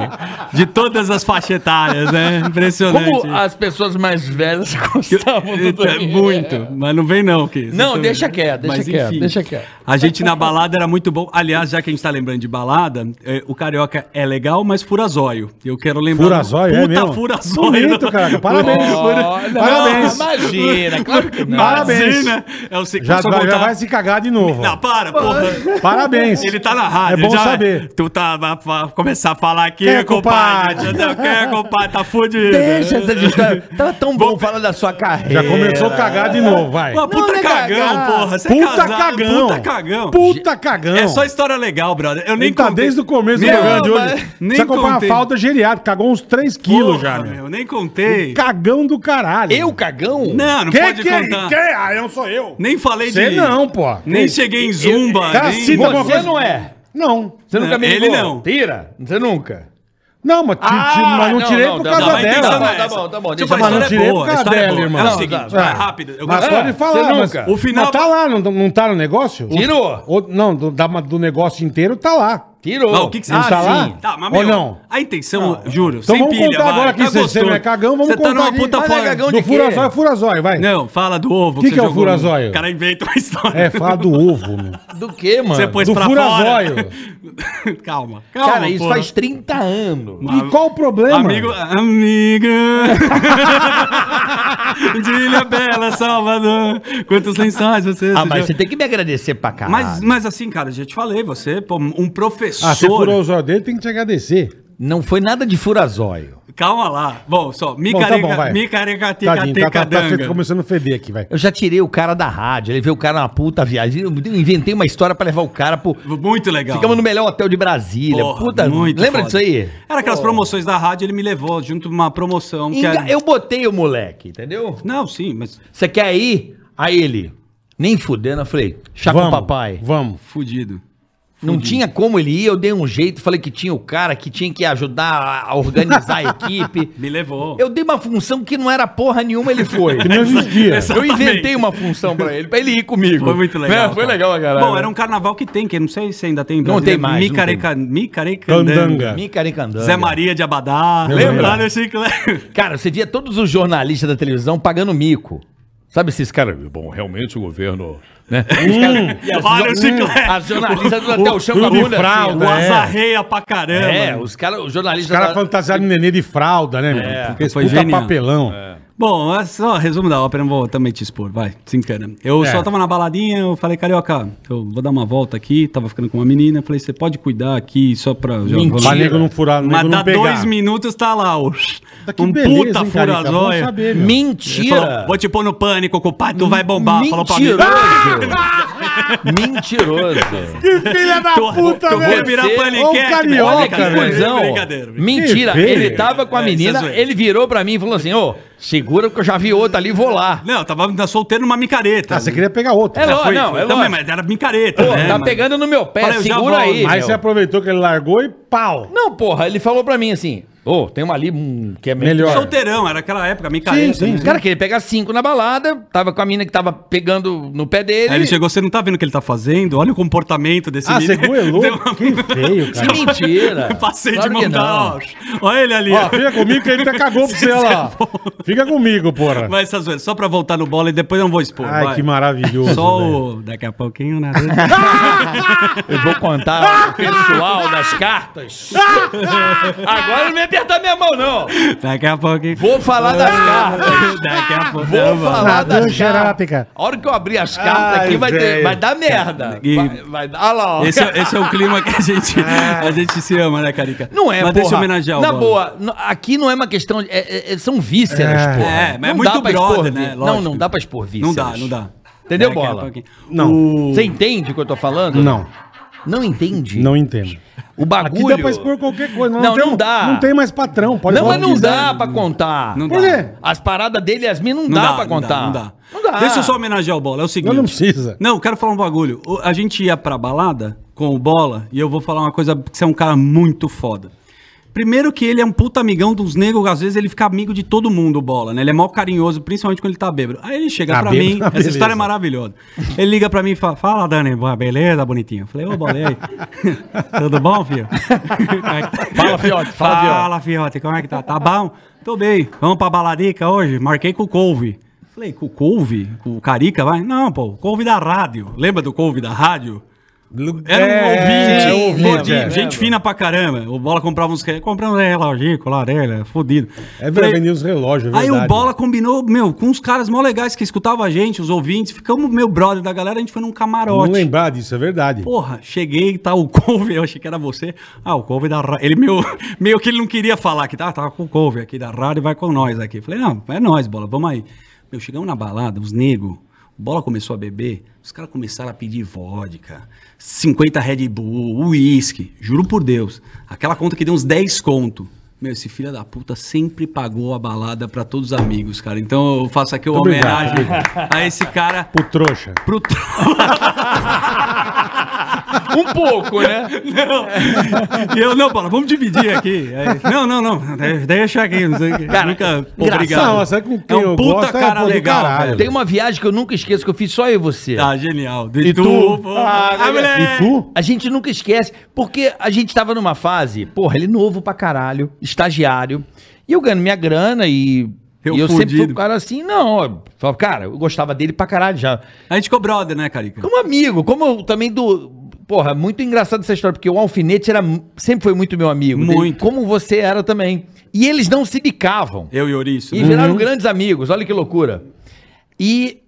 [SPEAKER 4] de todas as faixa etárias, né? Impressionante.
[SPEAKER 3] Como as pessoas mais velhas gostavam do
[SPEAKER 4] Eita,
[SPEAKER 3] Toninho.
[SPEAKER 4] Então, é muito, mas não vem não, que
[SPEAKER 3] É. Não, deixa quieto, deixa quieto, deixa quieto.
[SPEAKER 4] A gente na balada era muito bom. Aliás, já que a gente tá lembrando de balada, eh, o carioca é legal, mas furazóio. Eu quero lembrar.
[SPEAKER 2] Furazói, é mesmo?
[SPEAKER 4] Puta furazóio.
[SPEAKER 2] Bonito, caraca, parabéns.
[SPEAKER 4] Fura-
[SPEAKER 3] Olha,
[SPEAKER 2] Parabéns.
[SPEAKER 3] Imagina, claro que não.
[SPEAKER 2] Parabéns.
[SPEAKER 4] Imagina. É o se-
[SPEAKER 2] Já,
[SPEAKER 4] só
[SPEAKER 2] vai- já
[SPEAKER 4] contar-
[SPEAKER 2] vai se cagar de novo.
[SPEAKER 4] Não, para, porra.
[SPEAKER 2] Parabéns.
[SPEAKER 4] Ele tá na rádio.
[SPEAKER 2] É bom
[SPEAKER 4] já-
[SPEAKER 2] saber.
[SPEAKER 4] Tu tá vai, vai começar a falar aqui,
[SPEAKER 2] Quem é
[SPEAKER 4] compadre.
[SPEAKER 2] compadre?
[SPEAKER 4] Não, Quem é compadre? Tá fudido.
[SPEAKER 3] Deixa essa
[SPEAKER 4] É.
[SPEAKER 3] história. Tava tão bom falar da sua carreira.
[SPEAKER 2] Já começou a cagar de novo, vai.
[SPEAKER 4] Pô, puta
[SPEAKER 3] não é
[SPEAKER 4] cagão,
[SPEAKER 3] cagar.
[SPEAKER 4] porra. Você é
[SPEAKER 2] ah, Puta
[SPEAKER 4] casado,
[SPEAKER 2] cagão.
[SPEAKER 4] Puta cagão.
[SPEAKER 2] Puta cagão.
[SPEAKER 4] É só história legal, brother. Eu nem
[SPEAKER 2] Ele tá
[SPEAKER 4] contei.
[SPEAKER 2] desde o começo do
[SPEAKER 4] Meu,
[SPEAKER 2] programa de
[SPEAKER 4] mas
[SPEAKER 2] hoje.
[SPEAKER 4] Nem
[SPEAKER 2] Precisa comprar uma
[SPEAKER 4] contei.
[SPEAKER 2] falda geriátrica, cagou uns 3 quilos
[SPEAKER 4] Porra,
[SPEAKER 2] já, né? meu. Um
[SPEAKER 4] meu. Nem contei.
[SPEAKER 2] Cagão do caralho.
[SPEAKER 3] Eu, cagão?
[SPEAKER 4] Não, não
[SPEAKER 2] Quem
[SPEAKER 4] pode
[SPEAKER 2] que é?
[SPEAKER 4] contar.
[SPEAKER 2] Quem? Ah, eu não sou eu.
[SPEAKER 4] Nem falei
[SPEAKER 2] Você
[SPEAKER 4] de...
[SPEAKER 2] não, pô.
[SPEAKER 4] Nem cheguei em Zumba.
[SPEAKER 2] Cara,
[SPEAKER 4] nem...
[SPEAKER 2] cita alguma
[SPEAKER 3] Você
[SPEAKER 2] coisa-
[SPEAKER 3] não é.
[SPEAKER 2] Não.
[SPEAKER 7] Você nunca
[SPEAKER 4] Não,
[SPEAKER 7] me
[SPEAKER 4] ele
[SPEAKER 7] ligou?
[SPEAKER 4] não.
[SPEAKER 7] Tira. Você nunca.
[SPEAKER 2] Não, mas, ti- ti- mas não,
[SPEAKER 7] não,
[SPEAKER 2] tirei
[SPEAKER 7] não,
[SPEAKER 2] por
[SPEAKER 7] não,
[SPEAKER 2] causa
[SPEAKER 4] Ah, Não, mas a
[SPEAKER 2] dela.
[SPEAKER 4] intenção
[SPEAKER 7] Tá
[SPEAKER 4] não
[SPEAKER 7] bom,
[SPEAKER 4] é
[SPEAKER 7] tá
[SPEAKER 4] essa.
[SPEAKER 7] bom, tá bom,
[SPEAKER 4] Deixa eu
[SPEAKER 7] deixa
[SPEAKER 4] falar,
[SPEAKER 7] eu
[SPEAKER 4] a
[SPEAKER 2] falar.
[SPEAKER 4] história é boa, a
[SPEAKER 2] Não, tirei por
[SPEAKER 4] história é boa.
[SPEAKER 2] causa
[SPEAKER 4] É o
[SPEAKER 2] dela, irmão.
[SPEAKER 4] seguinte,
[SPEAKER 2] Tá,
[SPEAKER 4] vai
[SPEAKER 2] tá.
[SPEAKER 4] rápido. Eu
[SPEAKER 2] Mas
[SPEAKER 4] gosto-
[SPEAKER 2] pode falar.
[SPEAKER 7] você
[SPEAKER 2] mas
[SPEAKER 7] nunca.
[SPEAKER 4] O final...
[SPEAKER 2] Mas tá lá, não, não tá no negócio?
[SPEAKER 7] Tirou.
[SPEAKER 2] O- não, do, da- do negócio inteiro tá lá.
[SPEAKER 7] Tirou.
[SPEAKER 4] Não, o que, que você
[SPEAKER 3] Ah,
[SPEAKER 4] Ah.
[SPEAKER 2] Não tá lá?
[SPEAKER 4] Tá, mas
[SPEAKER 2] Ou
[SPEAKER 4] meu,
[SPEAKER 2] não?
[SPEAKER 4] A intenção, juro,
[SPEAKER 2] Então vamos contar
[SPEAKER 4] vai,
[SPEAKER 2] agora aqui,
[SPEAKER 4] tá
[SPEAKER 2] se você
[SPEAKER 4] gostoso.
[SPEAKER 2] não é cagão, vamos
[SPEAKER 4] Você
[SPEAKER 2] contar
[SPEAKER 4] tá numa
[SPEAKER 2] aqui.
[SPEAKER 4] puta
[SPEAKER 7] Mas é
[SPEAKER 4] fora.
[SPEAKER 7] cagão
[SPEAKER 2] do
[SPEAKER 7] de quê?
[SPEAKER 2] furazói, furazói, vai.
[SPEAKER 4] Não, fala do ovo.
[SPEAKER 2] Que que é o
[SPEAKER 4] jogou no-
[SPEAKER 2] furazóio?
[SPEAKER 4] O cara inventa uma história.
[SPEAKER 2] É, fala do ovo, meu.
[SPEAKER 7] Do que, mano?
[SPEAKER 4] Você pôs
[SPEAKER 2] do
[SPEAKER 4] pra
[SPEAKER 2] furazóio.
[SPEAKER 4] fora. calma, calma.
[SPEAKER 7] Cara, isso
[SPEAKER 4] porra.
[SPEAKER 7] faz 30 anos.
[SPEAKER 2] E qual o problema?
[SPEAKER 4] Amigo, amiga. de Ilha Bela, Salvador. Quantos lençóis você.
[SPEAKER 3] Ah,
[SPEAKER 4] você
[SPEAKER 3] mas
[SPEAKER 4] já-
[SPEAKER 3] você tem que me agradecer pra caralho.
[SPEAKER 4] mas, mas assim, cara, já te falei, você, pô, um professor.
[SPEAKER 2] Ah, você furou os olhos dele, tem que te agradecer.
[SPEAKER 3] Não foi nada de furazóio.
[SPEAKER 4] Calma lá. Bom, só.
[SPEAKER 2] Bom, tá bom,
[SPEAKER 4] Micareca,
[SPEAKER 2] vai.
[SPEAKER 4] micareca, tica,
[SPEAKER 2] Tadinho, tá, tá, tá fe-
[SPEAKER 4] tica,
[SPEAKER 2] começando a feder aqui, vai.
[SPEAKER 3] Eu já tirei o cara da rádio, levei o cara na puta viagem, eu inventei uma história pra levar o cara pro...
[SPEAKER 4] Muito legal.
[SPEAKER 3] Ficamos no melhor hotel de Brasília.
[SPEAKER 4] Porra,
[SPEAKER 3] puta,
[SPEAKER 4] muito
[SPEAKER 3] lembra disso
[SPEAKER 4] foda.
[SPEAKER 3] aí?
[SPEAKER 4] Era aquelas promoções da rádio, ele me levou junto uma promoção que
[SPEAKER 3] Enga-
[SPEAKER 4] era...
[SPEAKER 3] Eu botei o moleque, entendeu?
[SPEAKER 4] Não, sim, mas
[SPEAKER 3] Você quer ir? Aí ele, nem fudendo, eu falei, chá com o papai.
[SPEAKER 2] Vamos.
[SPEAKER 4] fudido.
[SPEAKER 3] Não tinha como ele ir, eu dei um jeito, falei que tinha o cara que tinha que ajudar a organizar a equipe.
[SPEAKER 4] Me levou.
[SPEAKER 3] Eu dei uma função que não era porra nenhuma, ele foi.
[SPEAKER 2] Que não existia.
[SPEAKER 4] Essa-
[SPEAKER 3] Eu
[SPEAKER 4] Exatamente.
[SPEAKER 3] inventei uma função pra ele, pra ele ir comigo.
[SPEAKER 4] Foi muito legal.
[SPEAKER 7] Né? Foi
[SPEAKER 4] cara.
[SPEAKER 7] legal pra caralho.
[SPEAKER 4] Bom, era um carnaval que tem, que não sei se ainda tem. em
[SPEAKER 3] Não
[SPEAKER 4] Brasília.
[SPEAKER 3] tem mais, não
[SPEAKER 4] Micareca, Micarecandanga.
[SPEAKER 2] Candanga.
[SPEAKER 3] Me caricandando.
[SPEAKER 4] Zé Maria de Abadá.
[SPEAKER 2] Eu lembro.
[SPEAKER 4] Lá no né? Chiclete.
[SPEAKER 3] Cara, você via todos os jornalistas da televisão pagando mico. Sabe esses caras? Bom, realmente o governo. Né?
[SPEAKER 4] Hum,
[SPEAKER 3] Os caras- e as-
[SPEAKER 4] Olha o Chiclete.
[SPEAKER 3] as jornalistas do até o chão com a
[SPEAKER 2] Tudo de
[SPEAKER 3] bunda. assim, né?
[SPEAKER 2] fralda,
[SPEAKER 4] O
[SPEAKER 2] é.
[SPEAKER 4] azarreia pra caramba.
[SPEAKER 3] É, os caras, os
[SPEAKER 2] Os
[SPEAKER 3] jornalistas.
[SPEAKER 2] caras
[SPEAKER 3] da-
[SPEAKER 2] fantasiaram o nenê de fralda, né, meu? Porque esse
[SPEAKER 4] É, foi
[SPEAKER 2] puta
[SPEAKER 4] genial.
[SPEAKER 2] papelão.
[SPEAKER 4] Bom, é só resumo da ópera, não vou também te expor, vai, desencana. Eu
[SPEAKER 2] É.
[SPEAKER 4] só tava na baladinha, eu falei, carioca, eu vou dar uma volta aqui, tava ficando com uma menina, eu falei, você pode cuidar aqui só pra...
[SPEAKER 3] Mentira.
[SPEAKER 2] Pra nego não furar, nego
[SPEAKER 4] Mas
[SPEAKER 2] não
[SPEAKER 4] dá
[SPEAKER 2] pegar.
[SPEAKER 4] dois minutos, tá lá, o...
[SPEAKER 2] Puta, que
[SPEAKER 4] um
[SPEAKER 2] beleza,
[SPEAKER 4] puta é.
[SPEAKER 2] hein, Carica? Bom
[SPEAKER 4] furazóia.
[SPEAKER 2] saber, meu.
[SPEAKER 4] Ele
[SPEAKER 3] Mentira!
[SPEAKER 4] falou, vou te pôr no pânico, compadre, tu vai bombar. Falou pra mim.
[SPEAKER 3] Ah! Mentiroso.
[SPEAKER 2] Que filha da
[SPEAKER 4] Tu,
[SPEAKER 2] puta,
[SPEAKER 4] tu vai
[SPEAKER 2] velho.
[SPEAKER 4] virar
[SPEAKER 3] Você-
[SPEAKER 4] paniquete.
[SPEAKER 2] Ô,
[SPEAKER 4] mano.
[SPEAKER 2] carioca,
[SPEAKER 4] Brincadeira,
[SPEAKER 2] velho.
[SPEAKER 3] Cusão.
[SPEAKER 4] brincadeira, brincadeira.
[SPEAKER 3] Mentira,
[SPEAKER 2] Que feio.
[SPEAKER 3] ele tava com a
[SPEAKER 4] É,
[SPEAKER 3] menina,
[SPEAKER 4] isso é zoeira.
[SPEAKER 3] ele virou pra mim e falou assim: ô, segura porque eu já vi outra ali, vou lá.
[SPEAKER 4] Não, eu tava solteiro numa micareta.
[SPEAKER 2] Ah, você Ah, queria pegar outro.
[SPEAKER 3] É
[SPEAKER 2] Mas
[SPEAKER 3] lógico,
[SPEAKER 4] Foi-
[SPEAKER 3] não,
[SPEAKER 4] foi-
[SPEAKER 3] é
[SPEAKER 4] também,
[SPEAKER 3] lógico.
[SPEAKER 4] mas era micareta,
[SPEAKER 3] Pô,
[SPEAKER 4] né?
[SPEAKER 3] tá
[SPEAKER 4] mas-
[SPEAKER 3] pegando no meu pé,
[SPEAKER 4] Falei, eu já
[SPEAKER 3] segura
[SPEAKER 4] volto.
[SPEAKER 3] aí.
[SPEAKER 2] Aí
[SPEAKER 3] meu.
[SPEAKER 2] você aproveitou que ele largou e pau.
[SPEAKER 3] Não, porra, ele falou pra mim assim: ô, tem uma ali hum, que é um
[SPEAKER 2] Melhor.
[SPEAKER 4] Solteirão, era aquela época, micareta.
[SPEAKER 2] Sim, sim,
[SPEAKER 4] né?
[SPEAKER 2] sim.
[SPEAKER 3] Cara, queria pegar cinco na balada, tava com a mina que tava pegando no pé dele.
[SPEAKER 4] Aí ele chegou, você não tá vendo o que ele tá fazendo? Olha o comportamento desse
[SPEAKER 2] Ah, você goelou?
[SPEAKER 4] Deu uma-
[SPEAKER 2] Que feio,
[SPEAKER 3] Que
[SPEAKER 2] cara.
[SPEAKER 3] mentira.
[SPEAKER 4] Passei
[SPEAKER 3] Claro
[SPEAKER 4] de
[SPEAKER 3] que
[SPEAKER 4] mão
[SPEAKER 3] não.
[SPEAKER 4] dar. Olha ele ali.
[SPEAKER 2] Ó, fica comigo que ele até cagou pra você, olha lá. Fica comigo, porra.
[SPEAKER 4] Mas essas vezes, só pra voltar no bola e depois eu não vou expor.
[SPEAKER 2] Ai,
[SPEAKER 4] vai.
[SPEAKER 2] que maravilhoso.
[SPEAKER 4] Só
[SPEAKER 2] velho.
[SPEAKER 4] o... Daqui a pouquinho, né?
[SPEAKER 3] Eu vou
[SPEAKER 4] Ah!
[SPEAKER 3] contar o pessoal das cartas. Agora não me apertar minha mão, não.
[SPEAKER 4] Daqui a pouquinho. Ah,
[SPEAKER 3] Vou falar das cartas.
[SPEAKER 4] Daqui a pouco.
[SPEAKER 3] Vou falar
[SPEAKER 2] Nadando
[SPEAKER 3] das cartas.
[SPEAKER 2] xerápica.
[SPEAKER 3] A hora que eu abrir as cartas
[SPEAKER 2] Ai,
[SPEAKER 3] aqui vai, ter-
[SPEAKER 2] velho.
[SPEAKER 3] vai dar merda.
[SPEAKER 4] E-
[SPEAKER 3] Vai, vai dar. Olha lá, ó.
[SPEAKER 4] Esse, é- esse é o clima que a gente,
[SPEAKER 2] Ah.
[SPEAKER 4] a gente se ama, né, Carica?
[SPEAKER 3] Não é,
[SPEAKER 4] Mas deixa eu homenagear o
[SPEAKER 3] Na
[SPEAKER 4] Bola.
[SPEAKER 3] boa, n- aqui não é uma questão. de- é- é- é- são vísceras,
[SPEAKER 2] É.
[SPEAKER 3] porra.
[SPEAKER 4] É, mas é
[SPEAKER 3] Não
[SPEAKER 4] muito
[SPEAKER 3] dá pra
[SPEAKER 4] brother,
[SPEAKER 3] expor
[SPEAKER 4] né?
[SPEAKER 3] vi- Não,
[SPEAKER 4] Lógico.
[SPEAKER 3] não dá pra expor
[SPEAKER 4] Não
[SPEAKER 3] vísceras.
[SPEAKER 4] dá, não dá.
[SPEAKER 3] Entendeu,
[SPEAKER 4] Daqui a
[SPEAKER 3] Bola?
[SPEAKER 4] pouquinho.
[SPEAKER 2] Não,
[SPEAKER 3] Você entende o que eu tô falando?
[SPEAKER 2] não,
[SPEAKER 3] Não entende?
[SPEAKER 2] não entendo.
[SPEAKER 3] O
[SPEAKER 2] Aqui
[SPEAKER 3] bagulho.
[SPEAKER 2] dá pra expor qualquer coisa.
[SPEAKER 3] Não,
[SPEAKER 2] tem- um-
[SPEAKER 3] não dá.
[SPEAKER 2] Não tem mais patrão. Pode
[SPEAKER 3] não,
[SPEAKER 2] falar
[SPEAKER 3] mas
[SPEAKER 2] o
[SPEAKER 3] não
[SPEAKER 2] que quiser.
[SPEAKER 3] dá pra contar.
[SPEAKER 4] Não
[SPEAKER 2] Por
[SPEAKER 4] dá.
[SPEAKER 2] quê?
[SPEAKER 3] As paradas dele e as minhas não,
[SPEAKER 4] Não
[SPEAKER 3] dá,
[SPEAKER 4] dá,
[SPEAKER 3] pra contar.
[SPEAKER 4] Não dá,
[SPEAKER 3] Não dá.
[SPEAKER 4] Deixa eu só homenagear o Bola. É o seguinte.
[SPEAKER 2] Não, não precisa.
[SPEAKER 4] Não, eu quero falar um bagulho. O- A gente ia pra balada com o Bola e eu vou falar uma coisa que você é um cara muito foda. Primeiro que ele é um puta amigão dos negros, às vezes ele fica amigo de todo mundo, o bola, né? Ele é mó carinhoso, principalmente quando ele tá bêbado. Aí ele chega
[SPEAKER 2] Tá
[SPEAKER 4] pra
[SPEAKER 2] bêbado,
[SPEAKER 4] mim,
[SPEAKER 2] tá
[SPEAKER 4] essa
[SPEAKER 2] beleza.
[SPEAKER 4] história é maravilhosa. Ele liga pra mim e fala, fala, Dani, boa, beleza, bonitinho? Eu falei, ô, bola, e aí? Tudo bom, filho? é tá?"
[SPEAKER 3] Fala, fiote, fala, fiote.
[SPEAKER 4] Fala, Fiote, como é que tá? Tá bom? Tô bem. Vamos pra baladica hoje? Marquei com o Couve. Falei, com o Couve? Com o Carica, vai? Não, pô, o Couve da rádio. Lembra do Couve da rádio? Era um
[SPEAKER 2] É,
[SPEAKER 4] ouvinte,
[SPEAKER 2] é, ouvinte,
[SPEAKER 4] fodido,
[SPEAKER 2] é.
[SPEAKER 4] gente fina pra caramba. O Bola comprava uns re- comprando reloginho, colarela, fodido.
[SPEAKER 2] É
[SPEAKER 4] Falei,
[SPEAKER 2] verdade, vendia os relógios, é
[SPEAKER 4] Aí o
[SPEAKER 2] verdade.
[SPEAKER 4] Bola combinou, meu, com uns caras mó legais que escutavam a gente, os ouvintes. Ficamos, meu brother da galera, a gente foi num
[SPEAKER 2] Não
[SPEAKER 4] camarote.
[SPEAKER 2] lembrar disso, é verdade.
[SPEAKER 4] Porra, cheguei, tá o couve, eu achei que era você. Ah, o couve da rádio. Ele meio, meio que ele não queria falar que tá, tava com o couve aqui da rádio, vai com nós aqui. Falei, não, é nós, bola, vamos aí. Meu, chegamos na balada, os negros, bola começou a beber, os caras começaram a pedir vodka, 50 Red Bull, uísque, juro por Deus. Aquela conta que deu uns 10 conto. Meu, esse filho da puta sempre pagou a balada pra todos os amigos, cara. Então eu faço aqui uma
[SPEAKER 2] Obrigado.
[SPEAKER 4] homenagem a esse cara
[SPEAKER 2] Pro trouxa.
[SPEAKER 4] pro tro-
[SPEAKER 7] Um pouco, né?
[SPEAKER 4] E eu, não, Paulo, vamos dividir aqui. Aí, não, não, não. de- Deixa aqui. Não sei o que.
[SPEAKER 3] Cara,
[SPEAKER 4] Nunca.
[SPEAKER 3] engraçado.
[SPEAKER 2] Não, sabe com quem
[SPEAKER 4] é um
[SPEAKER 2] eu
[SPEAKER 4] puta
[SPEAKER 2] gosto? É,
[SPEAKER 4] cara
[SPEAKER 2] pô, do
[SPEAKER 4] legal.
[SPEAKER 2] caralho.
[SPEAKER 4] velho.
[SPEAKER 3] Tem um uma viagem que eu nunca esqueço, que eu fiz só eu e você.
[SPEAKER 4] Ah, genial. De
[SPEAKER 7] E tu?
[SPEAKER 4] pô.
[SPEAKER 7] Ah,
[SPEAKER 4] Ah, moleque.
[SPEAKER 2] né? E tu?
[SPEAKER 3] A gente nunca esquece, porque a gente tava numa fase, porra, ele novo pra caralho, estagiário, e eu ganho minha grana e. e
[SPEAKER 4] Eu
[SPEAKER 3] Eu, sempre fui
[SPEAKER 4] fudido.
[SPEAKER 3] um cara assim, não, ó, falava, cara, eu gostava dele pra caralho já.
[SPEAKER 4] A gente ficou brother, né, Carica?
[SPEAKER 3] Como amigo, como eu também do. Porra, muito engraçado essa história, porque o Alfinete era, sempre foi muito meu amigo. dele,
[SPEAKER 4] Muito.
[SPEAKER 3] como você era também. E eles não se bicavam.
[SPEAKER 4] Eu e né? Ouriço.
[SPEAKER 3] E viraram grandes amigos, olha que loucura. E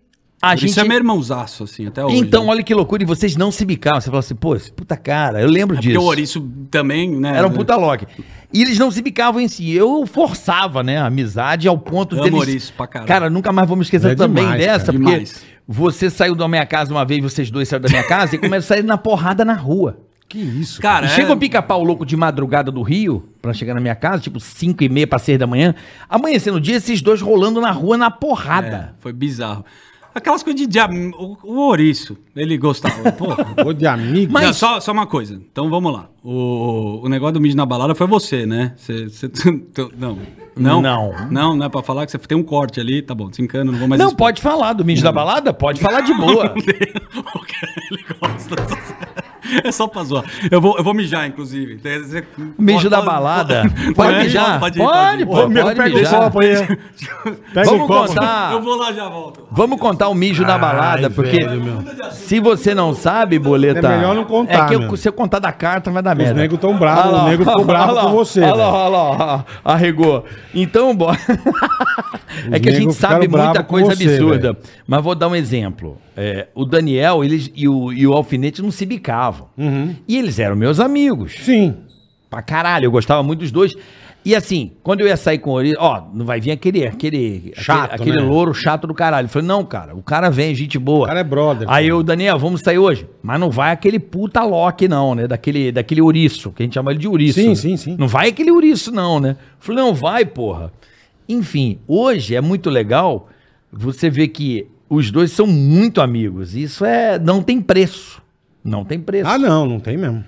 [SPEAKER 3] a gente.
[SPEAKER 4] Isso é meu irmãozaço, assim, até hoje.
[SPEAKER 3] Então,
[SPEAKER 4] né?
[SPEAKER 3] olha que loucura, e vocês não se bicavam. Você falou assim, pô, esse puta cara, eu lembro
[SPEAKER 4] É Porque
[SPEAKER 3] disso.
[SPEAKER 4] o Ouriço também, né?
[SPEAKER 3] Era um puta Loki. E eles não se bicavam em si. Eu forçava, né, a amizade ao ponto
[SPEAKER 4] Amo
[SPEAKER 3] deles...
[SPEAKER 4] Maurício pra caralho.
[SPEAKER 3] Cara, nunca mais vou me esquecer
[SPEAKER 2] É
[SPEAKER 3] também
[SPEAKER 2] demais,
[SPEAKER 3] dessa,
[SPEAKER 2] cara.
[SPEAKER 3] porque
[SPEAKER 4] Demais.
[SPEAKER 3] você saiu da minha casa uma vez, vocês dois saíram da minha casa e começaram a sair na porrada na rua.
[SPEAKER 2] Que isso?
[SPEAKER 4] Cara,
[SPEAKER 3] E
[SPEAKER 4] é-
[SPEAKER 3] chega o pica-pau louco de madrugada do Rio, pra chegar na minha casa, tipo 5 e meia pra 6 da manhã. Amanhecendo o dia, esses dois rolando na rua na porrada.
[SPEAKER 4] é, Foi bizarro. Aquelas coisas de. de am- o, o Ouriço, ele gostava. Porra.
[SPEAKER 2] Ô, de amigo.
[SPEAKER 3] Mas-
[SPEAKER 4] Não, só, só uma coisa. Então vamos lá. O, o negócio do mídia na balada foi você, né? Você, você- tu- não. Não.
[SPEAKER 3] Não.
[SPEAKER 4] Não, não é pra falar que você tem um corte ali, tá bom, desencana, não vou mais
[SPEAKER 3] não
[SPEAKER 4] expor.
[SPEAKER 3] pode falar do mídia da balada? Pode falar de boa.
[SPEAKER 4] O cara, ele gosta dessas- É só pra zoar. Eu vou, eu vou mijar, inclusive. Tem- você-
[SPEAKER 3] Mijo da
[SPEAKER 4] pode-
[SPEAKER 3] balada.
[SPEAKER 4] pode-
[SPEAKER 3] Pode
[SPEAKER 4] pode-
[SPEAKER 3] mijar?
[SPEAKER 4] pode- pode-
[SPEAKER 3] pô,
[SPEAKER 2] Ô, meu,
[SPEAKER 3] pode
[SPEAKER 2] pega
[SPEAKER 3] mijar.
[SPEAKER 2] o copo aí. Pega
[SPEAKER 3] Vamos
[SPEAKER 2] o copo.
[SPEAKER 3] contar.
[SPEAKER 4] Eu vou lá já volto.
[SPEAKER 3] Vamos contar o mijo da balada,
[SPEAKER 2] Ai,
[SPEAKER 3] porque
[SPEAKER 2] velho, meu.
[SPEAKER 3] se você não sabe, boleta.
[SPEAKER 2] É melhor não contar,
[SPEAKER 3] É que eu,
[SPEAKER 2] meu.
[SPEAKER 3] se eu contar da carta, vai dar
[SPEAKER 2] Os
[SPEAKER 3] merda.
[SPEAKER 2] negros tão bravos,
[SPEAKER 3] Olha lá,
[SPEAKER 2] o nego ficou
[SPEAKER 3] olha
[SPEAKER 2] bravo
[SPEAKER 3] lá,
[SPEAKER 2] com você.
[SPEAKER 3] Olha
[SPEAKER 2] velho.
[SPEAKER 3] lá, olha lá, olha lá, arregou. Então, bora. é que
[SPEAKER 2] nego
[SPEAKER 3] a gente
[SPEAKER 2] ficaram
[SPEAKER 3] sabe muita
[SPEAKER 2] bravo com
[SPEAKER 3] coisa
[SPEAKER 2] você,
[SPEAKER 3] absurda.
[SPEAKER 2] velho.
[SPEAKER 3] Mas vou dar um exemplo. É, o Daniel eles, e, o, e o Alfinete não se bicavam.
[SPEAKER 2] Uhum.
[SPEAKER 3] E eles eram meus amigos
[SPEAKER 2] Sim.
[SPEAKER 3] pra caralho. Eu gostava muito dos dois. E assim, quando eu ia sair com o Ori, ó, não vai vir aquele, aquele,
[SPEAKER 2] Chato,
[SPEAKER 3] aquele, aquele
[SPEAKER 2] né?
[SPEAKER 3] louro chato do caralho. Eu falei, não, cara, o cara vem, gente boa.
[SPEAKER 2] O cara é brother, cara.
[SPEAKER 3] Aí eu, Daniel, vamos sair hoje. Mas não vai aquele puta Loki, não, né? Daquele, daquele ouriço, que a gente chama ele de ouriço.
[SPEAKER 2] Sim,
[SPEAKER 3] né?
[SPEAKER 2] sim, sim.
[SPEAKER 3] Não vai aquele ouriço, não, né? Eu falei, não, vai, porra. Enfim, hoje é muito legal você ver que os dois são muito amigos. Isso é. Não tem preço. Não tem preço.
[SPEAKER 2] Ah, não, não tem mesmo.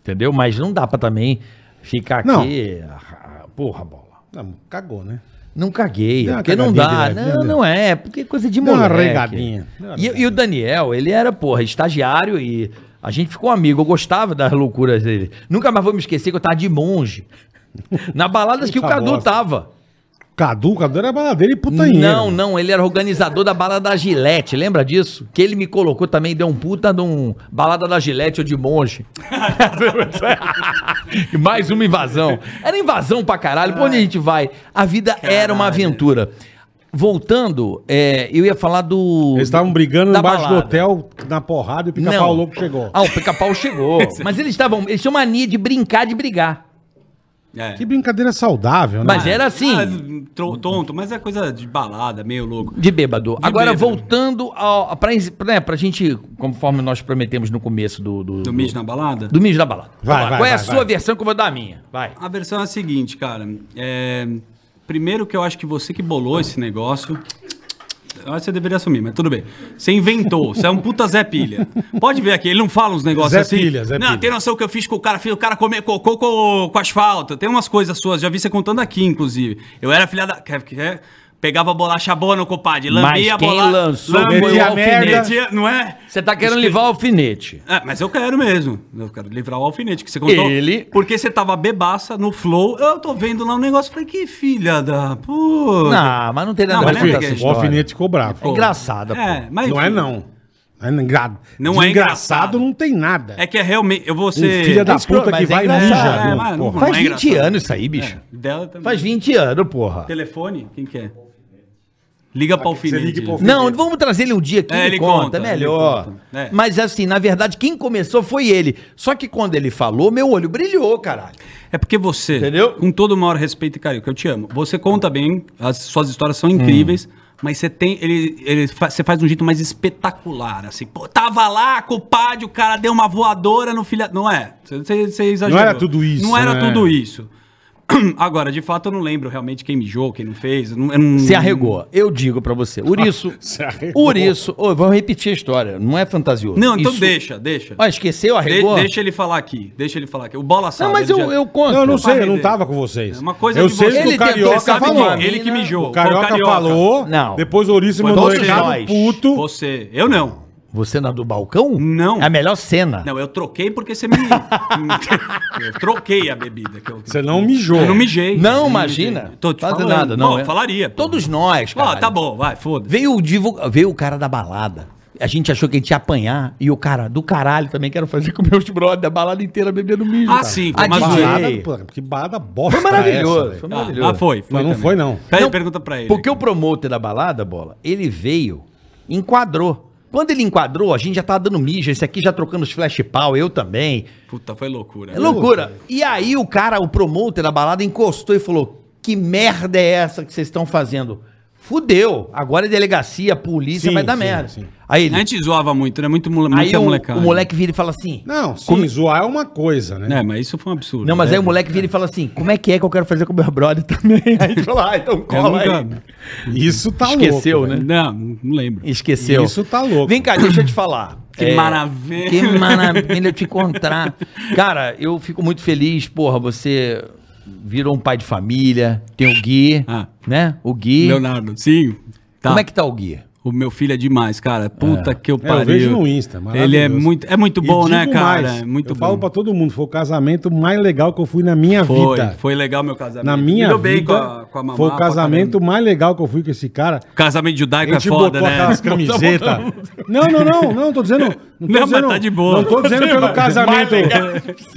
[SPEAKER 3] Entendeu? Mas não dá pra também ficar
[SPEAKER 2] Não.
[SPEAKER 3] aqui. ah, ah, Porra, bola.
[SPEAKER 2] Não, cagou, né?
[SPEAKER 3] Não caguei. é
[SPEAKER 2] Deu uma
[SPEAKER 3] porque não
[SPEAKER 2] cagadinha
[SPEAKER 3] dá.
[SPEAKER 2] de leve,
[SPEAKER 3] não,
[SPEAKER 2] né?
[SPEAKER 3] não é. Porque é coisa de
[SPEAKER 2] Deu uma
[SPEAKER 3] moleque.
[SPEAKER 2] regadinha.
[SPEAKER 3] E, e o Daniel, ele era, porra, estagiário e a gente ficou amigo. Eu gostava das loucuras dele. Nunca mais vou me esquecer que eu tava de monge. Na balada que o
[SPEAKER 2] Puta
[SPEAKER 3] Cadu
[SPEAKER 2] Tá bosta.
[SPEAKER 3] tava.
[SPEAKER 2] Cadu, Cadu era baladeiro e putanheiro.
[SPEAKER 3] Não, não, ele era organizador da balada da Gillette, lembra disso? Que ele me colocou também, deu um puta de um balada da Gillette ou de monge. E Mais uma invasão. Era invasão pra caralho, pra onde a gente vai? A vida era uma aventura. Voltando, é, eu ia falar do...
[SPEAKER 2] Eles estavam brigando
[SPEAKER 3] da
[SPEAKER 2] embaixo do
[SPEAKER 3] balada.
[SPEAKER 2] hotel, na porrada, e o
[SPEAKER 3] Não.
[SPEAKER 2] pica-pau louco chegou.
[SPEAKER 3] Ah, o pica-pau chegou. Mas eles estavam, eles tinham mania de brincar, de brigar.
[SPEAKER 4] É.
[SPEAKER 2] Que brincadeira saudável, né?
[SPEAKER 3] Mas era assim...
[SPEAKER 4] Ah, tro- tonto, mas é coisa de balada, meio louco.
[SPEAKER 3] De bêbado. Agora,
[SPEAKER 4] bêbado.
[SPEAKER 3] voltando ao, pra, né, pra gente, conforme nós prometemos no começo do... Do,
[SPEAKER 4] Do mijo na balada?
[SPEAKER 3] do mijo da balada.
[SPEAKER 2] Vai,
[SPEAKER 3] Vamos lá.
[SPEAKER 2] vai,
[SPEAKER 3] Qual é a
[SPEAKER 2] vai,
[SPEAKER 3] sua
[SPEAKER 2] vai.
[SPEAKER 3] versão que eu vou dar a minha? Vai.
[SPEAKER 4] A versão é a seguinte, cara. É, primeiro que eu acho que você que bolou esse negócio. Eu acho que você deveria assumir, mas tudo bem. Você inventou, você é um puta Zé Pilha. Pode ver aqui, ele não fala uns negócios
[SPEAKER 2] Zé
[SPEAKER 4] assim.
[SPEAKER 2] Pilha, Zé
[SPEAKER 4] não,
[SPEAKER 2] Pilha.
[SPEAKER 4] tem noção que eu fiz com o cara, fiz o cara comer cocô com, com asfalto. Tem umas coisas suas, já vi você contando aqui, inclusive. Eu era filha da. quer- quer- Pegava bolacha boa no compadre, lambia a
[SPEAKER 3] quem
[SPEAKER 4] bolacha.
[SPEAKER 3] lançou
[SPEAKER 4] lambia,
[SPEAKER 2] foi o alfinete.
[SPEAKER 4] metia- Não é?
[SPEAKER 3] Você tá querendo levar o alfinete.
[SPEAKER 4] É, mas eu quero mesmo. Eu quero livrar o alfinete que você contou.
[SPEAKER 3] Ele-
[SPEAKER 4] Porque você tava bebaça no flow. Eu tô vendo lá um negócio. Falei, que filha da puta.
[SPEAKER 3] Não, mas não tem nada
[SPEAKER 4] Não,
[SPEAKER 3] a
[SPEAKER 4] mas
[SPEAKER 3] ver com essa
[SPEAKER 4] lembra que- é
[SPEAKER 2] O
[SPEAKER 3] história.
[SPEAKER 2] alfinete ficou bravo.
[SPEAKER 3] É engraçada, pô.
[SPEAKER 4] mas
[SPEAKER 2] é Não é
[SPEAKER 4] enfim.
[SPEAKER 2] não. É engra-
[SPEAKER 4] Não é
[SPEAKER 2] Desengraçado
[SPEAKER 4] engraçado.
[SPEAKER 2] não tem nada.
[SPEAKER 4] É que é realmente. Eu vou
[SPEAKER 2] Um
[SPEAKER 4] ser.
[SPEAKER 2] filho da
[SPEAKER 3] Mas
[SPEAKER 2] puta
[SPEAKER 3] é
[SPEAKER 2] que vai e
[SPEAKER 3] engraçado,
[SPEAKER 2] mija.
[SPEAKER 4] é,
[SPEAKER 2] né,
[SPEAKER 4] mas não-
[SPEAKER 2] porra.
[SPEAKER 4] não é
[SPEAKER 3] Faz 20
[SPEAKER 4] engraçado. É.
[SPEAKER 3] anos isso aí, bicho.
[SPEAKER 4] Dela também.
[SPEAKER 3] Faz 20 anos, porra.
[SPEAKER 4] Telefone? Quem que é? Liga pra alfinete.
[SPEAKER 2] ligue pra alfinete.
[SPEAKER 3] Não, vamos trazer ele um dia aqui,
[SPEAKER 4] É,
[SPEAKER 3] ele,
[SPEAKER 4] ele
[SPEAKER 3] conta,
[SPEAKER 4] conta,
[SPEAKER 3] melhor.
[SPEAKER 4] ele conta. É.
[SPEAKER 3] Mas assim, na verdade, quem começou foi ele. Só que quando ele falou, meu olho brilhou, caralho.
[SPEAKER 4] É porque você,
[SPEAKER 3] Entendeu?
[SPEAKER 4] com todo o maior respeito e carinho, que eu te amo, você conta bem, as suas histórias são incríveis, mas você tem. Ele, ele, fa- você faz de um jeito mais espetacular, assim. Pô, tava lá, compadre, o cara deu uma voadora no filho. Não é. Você- Você você exagerou.
[SPEAKER 2] era tudo isso,
[SPEAKER 4] Não era
[SPEAKER 2] né?
[SPEAKER 4] tudo isso. Agora, de fato, eu não lembro realmente quem mijou, quem não fez. eu não- eu não-
[SPEAKER 3] Se arregou. Eu digo pra você. Uriço.
[SPEAKER 2] Se arregou.
[SPEAKER 3] Uriço. Ô, vamos repetir a história. Não é fantasioso.
[SPEAKER 4] Não, então
[SPEAKER 3] Isso-
[SPEAKER 4] deixa, deixa.
[SPEAKER 3] Ah, esqueceu,
[SPEAKER 4] De-
[SPEAKER 3] arregou?
[SPEAKER 4] deixa ele falar aqui. Deixa ele falar aqui. O bola sabe.
[SPEAKER 3] Não, mas
[SPEAKER 4] ele
[SPEAKER 3] eu,
[SPEAKER 4] já-
[SPEAKER 3] eu conto.
[SPEAKER 2] Não, eu não sei, eu não
[SPEAKER 4] render.
[SPEAKER 2] tava com vocês.
[SPEAKER 4] É uma coisa
[SPEAKER 2] eu
[SPEAKER 4] de
[SPEAKER 2] sei
[SPEAKER 4] você.
[SPEAKER 2] que
[SPEAKER 3] Ele
[SPEAKER 2] o
[SPEAKER 3] tentou,
[SPEAKER 2] Carioca
[SPEAKER 3] sabe
[SPEAKER 2] falou.
[SPEAKER 3] quem?
[SPEAKER 4] Ele que mijou.
[SPEAKER 2] O Carioca
[SPEAKER 4] Foi o
[SPEAKER 2] falou,
[SPEAKER 3] Não.
[SPEAKER 2] depois o Ouriço
[SPEAKER 4] Foi
[SPEAKER 2] mandou um
[SPEAKER 4] todos
[SPEAKER 2] recado
[SPEAKER 3] nós.
[SPEAKER 2] puto.
[SPEAKER 4] Você. Eu não.
[SPEAKER 3] Você na do balcão?
[SPEAKER 4] Não.
[SPEAKER 3] É a melhor cena.
[SPEAKER 4] Não, eu troquei porque você me. eu troquei a bebida. Que eu...
[SPEAKER 2] Você não mijou.
[SPEAKER 4] Eu não mijei.
[SPEAKER 3] Não,
[SPEAKER 4] Eu
[SPEAKER 3] imagina.
[SPEAKER 4] mijei. Tô te
[SPEAKER 3] Faz
[SPEAKER 4] falando.
[SPEAKER 3] nada, não,
[SPEAKER 4] Pô,
[SPEAKER 3] é?
[SPEAKER 4] falaria. pô.
[SPEAKER 3] Todos nós,
[SPEAKER 4] Ó,
[SPEAKER 3] cara.
[SPEAKER 4] tá bom, vai, foda-se.
[SPEAKER 3] Veio o, divulga... Veio o cara da balada. A gente achou que a gente ia apanhar. E o cara, do caralho, também quero fazer com meus brothers. A balada inteira bebendo mijo.
[SPEAKER 4] Ah,
[SPEAKER 3] cara.
[SPEAKER 4] sim,
[SPEAKER 3] A
[SPEAKER 4] foi uma
[SPEAKER 3] DJ.
[SPEAKER 4] zoeira.
[SPEAKER 2] Balada, pô, que balada bosta.
[SPEAKER 3] Foi
[SPEAKER 2] é
[SPEAKER 3] maravilhoso.
[SPEAKER 2] essa,
[SPEAKER 3] foi
[SPEAKER 2] velho?
[SPEAKER 4] Ah,
[SPEAKER 3] maravilhoso.
[SPEAKER 4] ah, foi.
[SPEAKER 2] Mas não
[SPEAKER 4] também.
[SPEAKER 2] foi, não.
[SPEAKER 4] Pede pergunta pra ele.
[SPEAKER 3] Porque o promotor da balada, bola, ele veio, enquadrou. Quando ele enquadrou, a gente já tava dando mijo, esse aqui já trocando os flash pau, eu também.
[SPEAKER 4] Puta, foi loucura.
[SPEAKER 3] É loucura. E aí o cara, o promotor da balada, encostou e falou: Que merda é essa que vocês estão fazendo? Fudeu. Agora é delegacia, polícia,
[SPEAKER 2] Sim,
[SPEAKER 3] vai dar
[SPEAKER 2] sim,
[SPEAKER 3] merda.
[SPEAKER 2] sim.
[SPEAKER 3] Aí
[SPEAKER 4] A
[SPEAKER 3] ele.
[SPEAKER 4] gente zoava muito, né? Muito mole...
[SPEAKER 3] Aí
[SPEAKER 4] muita
[SPEAKER 3] o,
[SPEAKER 4] molecada.
[SPEAKER 3] o moleque vira e fala assim.
[SPEAKER 2] Não, sim, zoar é uma coisa, né?
[SPEAKER 4] É, mas isso foi um absurdo.
[SPEAKER 3] Não, mas
[SPEAKER 2] é,
[SPEAKER 4] né?
[SPEAKER 3] aí o moleque vira e fala assim: como é que é que eu quero fazer com o meu brother também? Aí ele fala, ah, então
[SPEAKER 4] Eu
[SPEAKER 3] cola aí.
[SPEAKER 4] nunca...
[SPEAKER 2] Isso tá
[SPEAKER 3] Esqueceu,
[SPEAKER 2] louco.
[SPEAKER 3] né?
[SPEAKER 4] Não, não lembro.
[SPEAKER 3] Esqueceu.
[SPEAKER 2] Isso tá louco.
[SPEAKER 3] Vem cá, deixa eu te falar. É,
[SPEAKER 4] Que maravilha.
[SPEAKER 3] Que maravilha te encontrar. Cara, eu fico muito feliz, porra, você virou um pai de família, tem o Gui,
[SPEAKER 4] Ah.
[SPEAKER 3] né? O Gui.
[SPEAKER 4] Leonardo, sim. Tá.
[SPEAKER 3] Como é que tá o Gui?
[SPEAKER 4] O meu filho é demais, cara. Puta que eu
[SPEAKER 2] É,
[SPEAKER 4] pariu.
[SPEAKER 2] eu vejo no Insta,
[SPEAKER 4] Ele é
[SPEAKER 2] maravilhoso.
[SPEAKER 4] muito, é muito
[SPEAKER 2] E
[SPEAKER 4] bom, né,
[SPEAKER 2] digo
[SPEAKER 4] cara?
[SPEAKER 2] mais,
[SPEAKER 4] É muito
[SPEAKER 2] eu
[SPEAKER 4] bom.
[SPEAKER 2] falo pra todo mundo, foi o casamento mais legal que eu fui na minha
[SPEAKER 4] Foi,
[SPEAKER 2] vida.
[SPEAKER 4] foi legal meu casamento.
[SPEAKER 2] Na minha
[SPEAKER 4] Me deu
[SPEAKER 2] vida,
[SPEAKER 4] bem com a, com a mamá.
[SPEAKER 2] foi o
[SPEAKER 4] pra
[SPEAKER 2] casamento mais legal que eu fui com esse cara.
[SPEAKER 4] caramba. Casamento
[SPEAKER 2] A
[SPEAKER 4] judaico é
[SPEAKER 2] gente
[SPEAKER 4] foda,
[SPEAKER 2] botou
[SPEAKER 4] né?
[SPEAKER 2] aquelas camisetas. Não, não, não, não, tô dizendo. Não, tô
[SPEAKER 4] Não, mas
[SPEAKER 2] dizendo,
[SPEAKER 4] tá de boa. é
[SPEAKER 2] Não tô dizendo pelo casamento.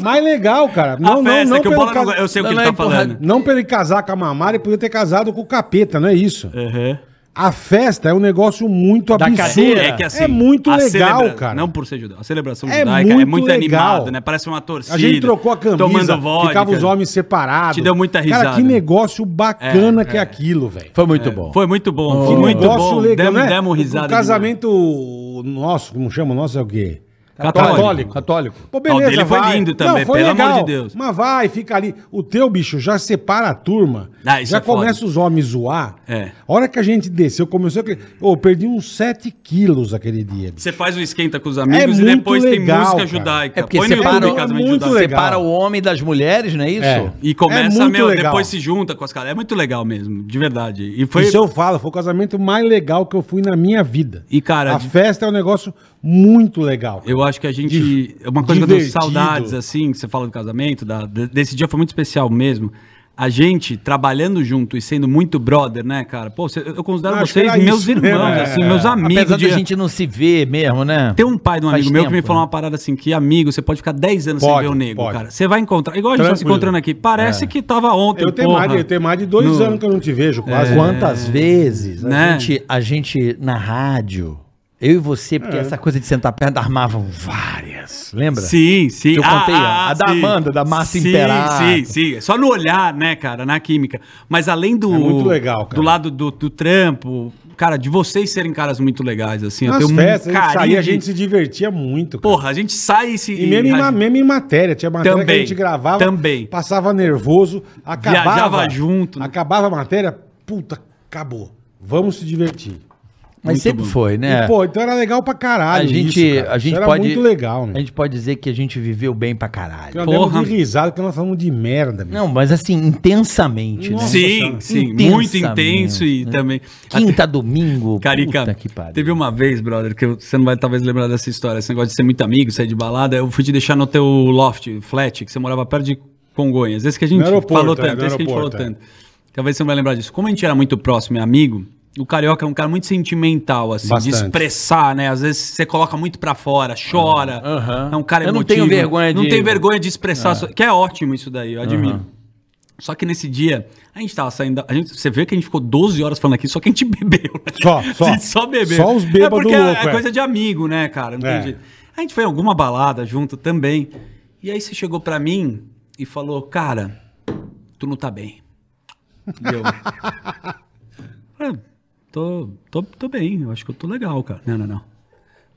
[SPEAKER 2] Mais legal, cara.
[SPEAKER 4] A
[SPEAKER 2] Não, não,
[SPEAKER 4] festa é
[SPEAKER 2] não
[SPEAKER 4] que o
[SPEAKER 2] pelo
[SPEAKER 4] Bola não
[SPEAKER 2] casa-
[SPEAKER 4] gosta- Eu sei o que
[SPEAKER 3] Não,
[SPEAKER 4] ele
[SPEAKER 3] não
[SPEAKER 4] tá
[SPEAKER 3] é empurrado.
[SPEAKER 4] falando.
[SPEAKER 2] Não pra ele casar com a mamá, ele podia ter casado com o capeta, não é isso.
[SPEAKER 4] Uhum.
[SPEAKER 2] A festa é um negócio muito
[SPEAKER 3] Da
[SPEAKER 2] absurdo.
[SPEAKER 3] cadeira.
[SPEAKER 2] É, muito
[SPEAKER 4] assim, a
[SPEAKER 2] legal,
[SPEAKER 4] celebra-
[SPEAKER 2] cara.
[SPEAKER 4] Não por ser judaico. A celebração
[SPEAKER 2] É
[SPEAKER 4] judaica é
[SPEAKER 2] muito
[SPEAKER 4] muito
[SPEAKER 2] legal.
[SPEAKER 4] animado, né? Parece uma torcida.
[SPEAKER 2] a gente trocou a camisa,
[SPEAKER 4] Tomando vodka.
[SPEAKER 2] ficava os homens separados.
[SPEAKER 4] Te deu muita
[SPEAKER 2] Cara,
[SPEAKER 4] risada.
[SPEAKER 2] que negócio bacana que é aquilo, velho.
[SPEAKER 3] Foi muito bom.
[SPEAKER 4] É, Foi muito bom.
[SPEAKER 2] Que
[SPEAKER 4] foi muito
[SPEAKER 2] negócio
[SPEAKER 4] bom.
[SPEAKER 2] legal,
[SPEAKER 4] Demo-
[SPEAKER 2] né?
[SPEAKER 4] demo risada.
[SPEAKER 2] O
[SPEAKER 4] demais.
[SPEAKER 2] casamento nosso, como chama? Nosso é o quê?
[SPEAKER 4] Católico.
[SPEAKER 3] Católico.
[SPEAKER 2] Pô,
[SPEAKER 4] Ah, o dele foi lindo também, pelo amor de Deus.
[SPEAKER 2] Mas vai, fica ali. O teu, bicho, já separa a turma.
[SPEAKER 4] Ah, isso
[SPEAKER 2] já
[SPEAKER 4] é
[SPEAKER 2] começa os homens zoar.
[SPEAKER 4] É.
[SPEAKER 2] A hora que a gente desceu, começou... aquele- Ô, eu perdi uns 7 quilos aquele dia. bicho.
[SPEAKER 4] Você faz o esquenta com os amigos e
[SPEAKER 2] É muito
[SPEAKER 4] depois tem
[SPEAKER 2] legal,
[SPEAKER 4] música
[SPEAKER 2] cara.
[SPEAKER 4] judaica.
[SPEAKER 3] É porque
[SPEAKER 4] Põe no
[SPEAKER 3] separa-
[SPEAKER 4] YouTube
[SPEAKER 3] é
[SPEAKER 4] casamento
[SPEAKER 2] muito
[SPEAKER 4] judaico.
[SPEAKER 2] legal.
[SPEAKER 3] Separa o homem das mulheres, não é isso?
[SPEAKER 2] É.
[SPEAKER 4] E começa,
[SPEAKER 2] muito
[SPEAKER 4] meu,
[SPEAKER 2] legal.
[SPEAKER 4] depois se junta com as caras. É muito legal mesmo, de verdade. E foi.
[SPEAKER 2] Isso é um eu falo, foi o casamento mais legal que eu fui na minha vida.
[SPEAKER 4] E, cara,
[SPEAKER 2] a
[SPEAKER 4] de-
[SPEAKER 2] festa é um negócio muito legal.
[SPEAKER 4] Eu acho que a gente.
[SPEAKER 2] Di-
[SPEAKER 4] É uma coisa que eu tenho
[SPEAKER 2] divertido.
[SPEAKER 4] saudades, assim, que você fala do casamento, da- de- desse dia foi muito especial mesmo. A gente trabalhando junto e sendo muito brother, né, cara? Pô, cê- eu considero
[SPEAKER 2] Acho que
[SPEAKER 4] vocês
[SPEAKER 2] era
[SPEAKER 4] meus
[SPEAKER 2] isso
[SPEAKER 4] irmãos,
[SPEAKER 2] mesmo, é.
[SPEAKER 4] assim, meus amigos.
[SPEAKER 3] Apesar
[SPEAKER 4] de-
[SPEAKER 3] da gente não se ver mesmo, né?
[SPEAKER 4] Tem um pai de um
[SPEAKER 3] Faz
[SPEAKER 4] amigo meu que me
[SPEAKER 3] tempo,
[SPEAKER 4] falou
[SPEAKER 3] né?
[SPEAKER 4] uma parada assim, que amigo, você pode ficar 10 anos
[SPEAKER 2] Pode,
[SPEAKER 4] sem ver o nego,
[SPEAKER 2] pode.
[SPEAKER 4] cara. Você vai encontrar. Igual a gente tá se
[SPEAKER 2] Tranquilo. É.
[SPEAKER 4] encontrando aqui. Parece que tava ontem,
[SPEAKER 2] Eu tenho,
[SPEAKER 4] porra. É.
[SPEAKER 2] mais, de- eu tenho mais de dois
[SPEAKER 4] No-
[SPEAKER 2] anos que eu não te vejo, quase.
[SPEAKER 3] né? Quantas vezes a,
[SPEAKER 4] Né?
[SPEAKER 3] gente, a gente, na rádio, eu e você, porque essa coisa de sentar perto, armavam várias, lembra?
[SPEAKER 4] É. Sim, sim. Ah,
[SPEAKER 3] Que eu contei, a da Amanda, da Márcia
[SPEAKER 4] sim,
[SPEAKER 3] Imperato.
[SPEAKER 4] Sim, sim. Só no olhar, né, cara, na química. Mas além do.
[SPEAKER 2] É muito legal, cara.
[SPEAKER 4] Do lado do, do trampo, cara, de vocês serem caras muito legais, assim.
[SPEAKER 2] Nas festas, a gente
[SPEAKER 4] carinho
[SPEAKER 2] saía, a
[SPEAKER 4] de-
[SPEAKER 2] gente se divertia muito. cara.
[SPEAKER 4] Porra, a gente sai e se.
[SPEAKER 2] E mesmo em, ma- mesmo em matéria, tinha matéria que a
[SPEAKER 4] Também,
[SPEAKER 2] gente gravava,
[SPEAKER 4] também.
[SPEAKER 2] passava nervoso, acabava.
[SPEAKER 4] Viajava junto. né?
[SPEAKER 2] Acabava a matéria, puta, acabou. Vamos se divertir.
[SPEAKER 3] Mas sempre foi, né?
[SPEAKER 4] É.
[SPEAKER 2] E, pô, então era legal pra caralho.
[SPEAKER 3] a gente,
[SPEAKER 2] isso, cara.
[SPEAKER 3] a
[SPEAKER 2] Isso
[SPEAKER 3] gente
[SPEAKER 2] era
[SPEAKER 3] pode,
[SPEAKER 2] muito legal, né?
[SPEAKER 3] A gente pode dizer que a gente viveu bem pra caralho.
[SPEAKER 2] Nós
[SPEAKER 4] Porra.
[SPEAKER 2] demos de risada, porque nós falamos de merda, meu.
[SPEAKER 3] Não, mas assim, intensamente, né?
[SPEAKER 4] Sim, sim.
[SPEAKER 3] Intensamente,
[SPEAKER 4] Muito intenso e
[SPEAKER 3] né?
[SPEAKER 4] também.
[SPEAKER 3] Quinta, domingo,
[SPEAKER 4] Carica,
[SPEAKER 3] puta que pariu.
[SPEAKER 4] teve uma vez, brother, que eu- você não vai talvez lembrar dessa história, esse negócio de ser muito amigo, sair de balada, eu fui te deixar no teu loft, flat, que você morava perto de Congonhas, esse que a gente
[SPEAKER 2] No aeroporto,
[SPEAKER 4] falou
[SPEAKER 2] é,
[SPEAKER 4] tanto,
[SPEAKER 2] no
[SPEAKER 4] esse que a gente falou
[SPEAKER 2] aeroporto, é.
[SPEAKER 4] tanto. Talvez você não vai lembrar disso. Como a gente era muito próximo e amigo, O carioca é um cara muito sentimental, assim,
[SPEAKER 2] Bastante.
[SPEAKER 4] de expressar, né? Às vezes você coloca muito pra fora, chora.
[SPEAKER 3] Aham.
[SPEAKER 4] É um cara
[SPEAKER 3] Eu não
[SPEAKER 4] emotivo.
[SPEAKER 3] tenho vergonha
[SPEAKER 4] Não
[SPEAKER 3] de-
[SPEAKER 4] tem vergonha de expressar, sua- que é ótimo isso daí, eu admiro. Só que nesse dia, a gente tava saindo. da- A gente, você vê que a gente ficou 12 horas falando aqui, só que a gente bebeu. né?
[SPEAKER 2] Só, só.
[SPEAKER 4] A gente só bebeu.
[SPEAKER 2] Só os
[SPEAKER 4] É
[SPEAKER 2] bêbados
[SPEAKER 4] porque é-
[SPEAKER 2] loucos,
[SPEAKER 4] é
[SPEAKER 2] é.
[SPEAKER 4] coisa de amigo, né, cara? Não
[SPEAKER 2] É.
[SPEAKER 4] tem jeito. A gente foi em alguma balada junto também. E aí você chegou pra mim e falou, cara, tu não tá bem. E eu. "Ah, tô, tô, tô bem, eu acho que eu tô legal, cara. Não, não, não.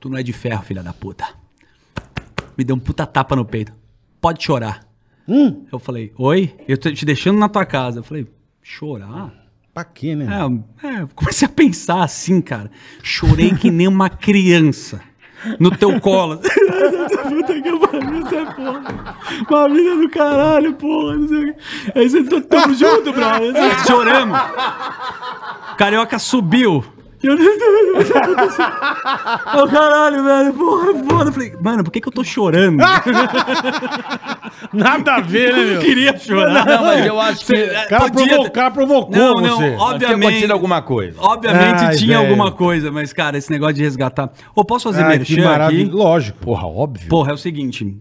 [SPEAKER 4] Tu não é de ferro, filha da puta. Me deu um puta tapa no peito. Pode chorar.
[SPEAKER 2] Hum,
[SPEAKER 4] Eu falei, oi? Eu tô te deixando na tua casa. Eu falei, chorar?
[SPEAKER 2] Pra quê, né?
[SPEAKER 4] É, é, comecei a pensar assim, cara. Chorei que nem uma criança. No teu colo. Puta que pariu, você é porra. Família do caralho, porra. Não sei o quê. Aí você tá tamo junto, brother. Choramos. Carioca subiu. E eu- Ô caralho, velho. Porra, foda. Eu Falei, mano, por que, que eu tô chorando?
[SPEAKER 2] Nada a ver, né,
[SPEAKER 4] Eu
[SPEAKER 2] meu?
[SPEAKER 4] queria chorar.
[SPEAKER 3] Não, mas eu acho que.
[SPEAKER 2] O cara
[SPEAKER 4] é, Podia ter-
[SPEAKER 2] provocar, provocou
[SPEAKER 4] Não, não,
[SPEAKER 2] você.
[SPEAKER 4] ó-
[SPEAKER 3] Mas tinha acontecido alguma coisa.
[SPEAKER 4] Obviamente
[SPEAKER 2] Ai,
[SPEAKER 4] tinha
[SPEAKER 2] velho.
[SPEAKER 4] alguma coisa, mas, cara, esse negócio de resgatar. Ô, posso fazer
[SPEAKER 2] Ai, Ah, que
[SPEAKER 4] merchan
[SPEAKER 2] maravilha.
[SPEAKER 4] aqui?
[SPEAKER 2] Lógico.
[SPEAKER 3] Porra, óbvio.
[SPEAKER 4] Porra, é o seguinte.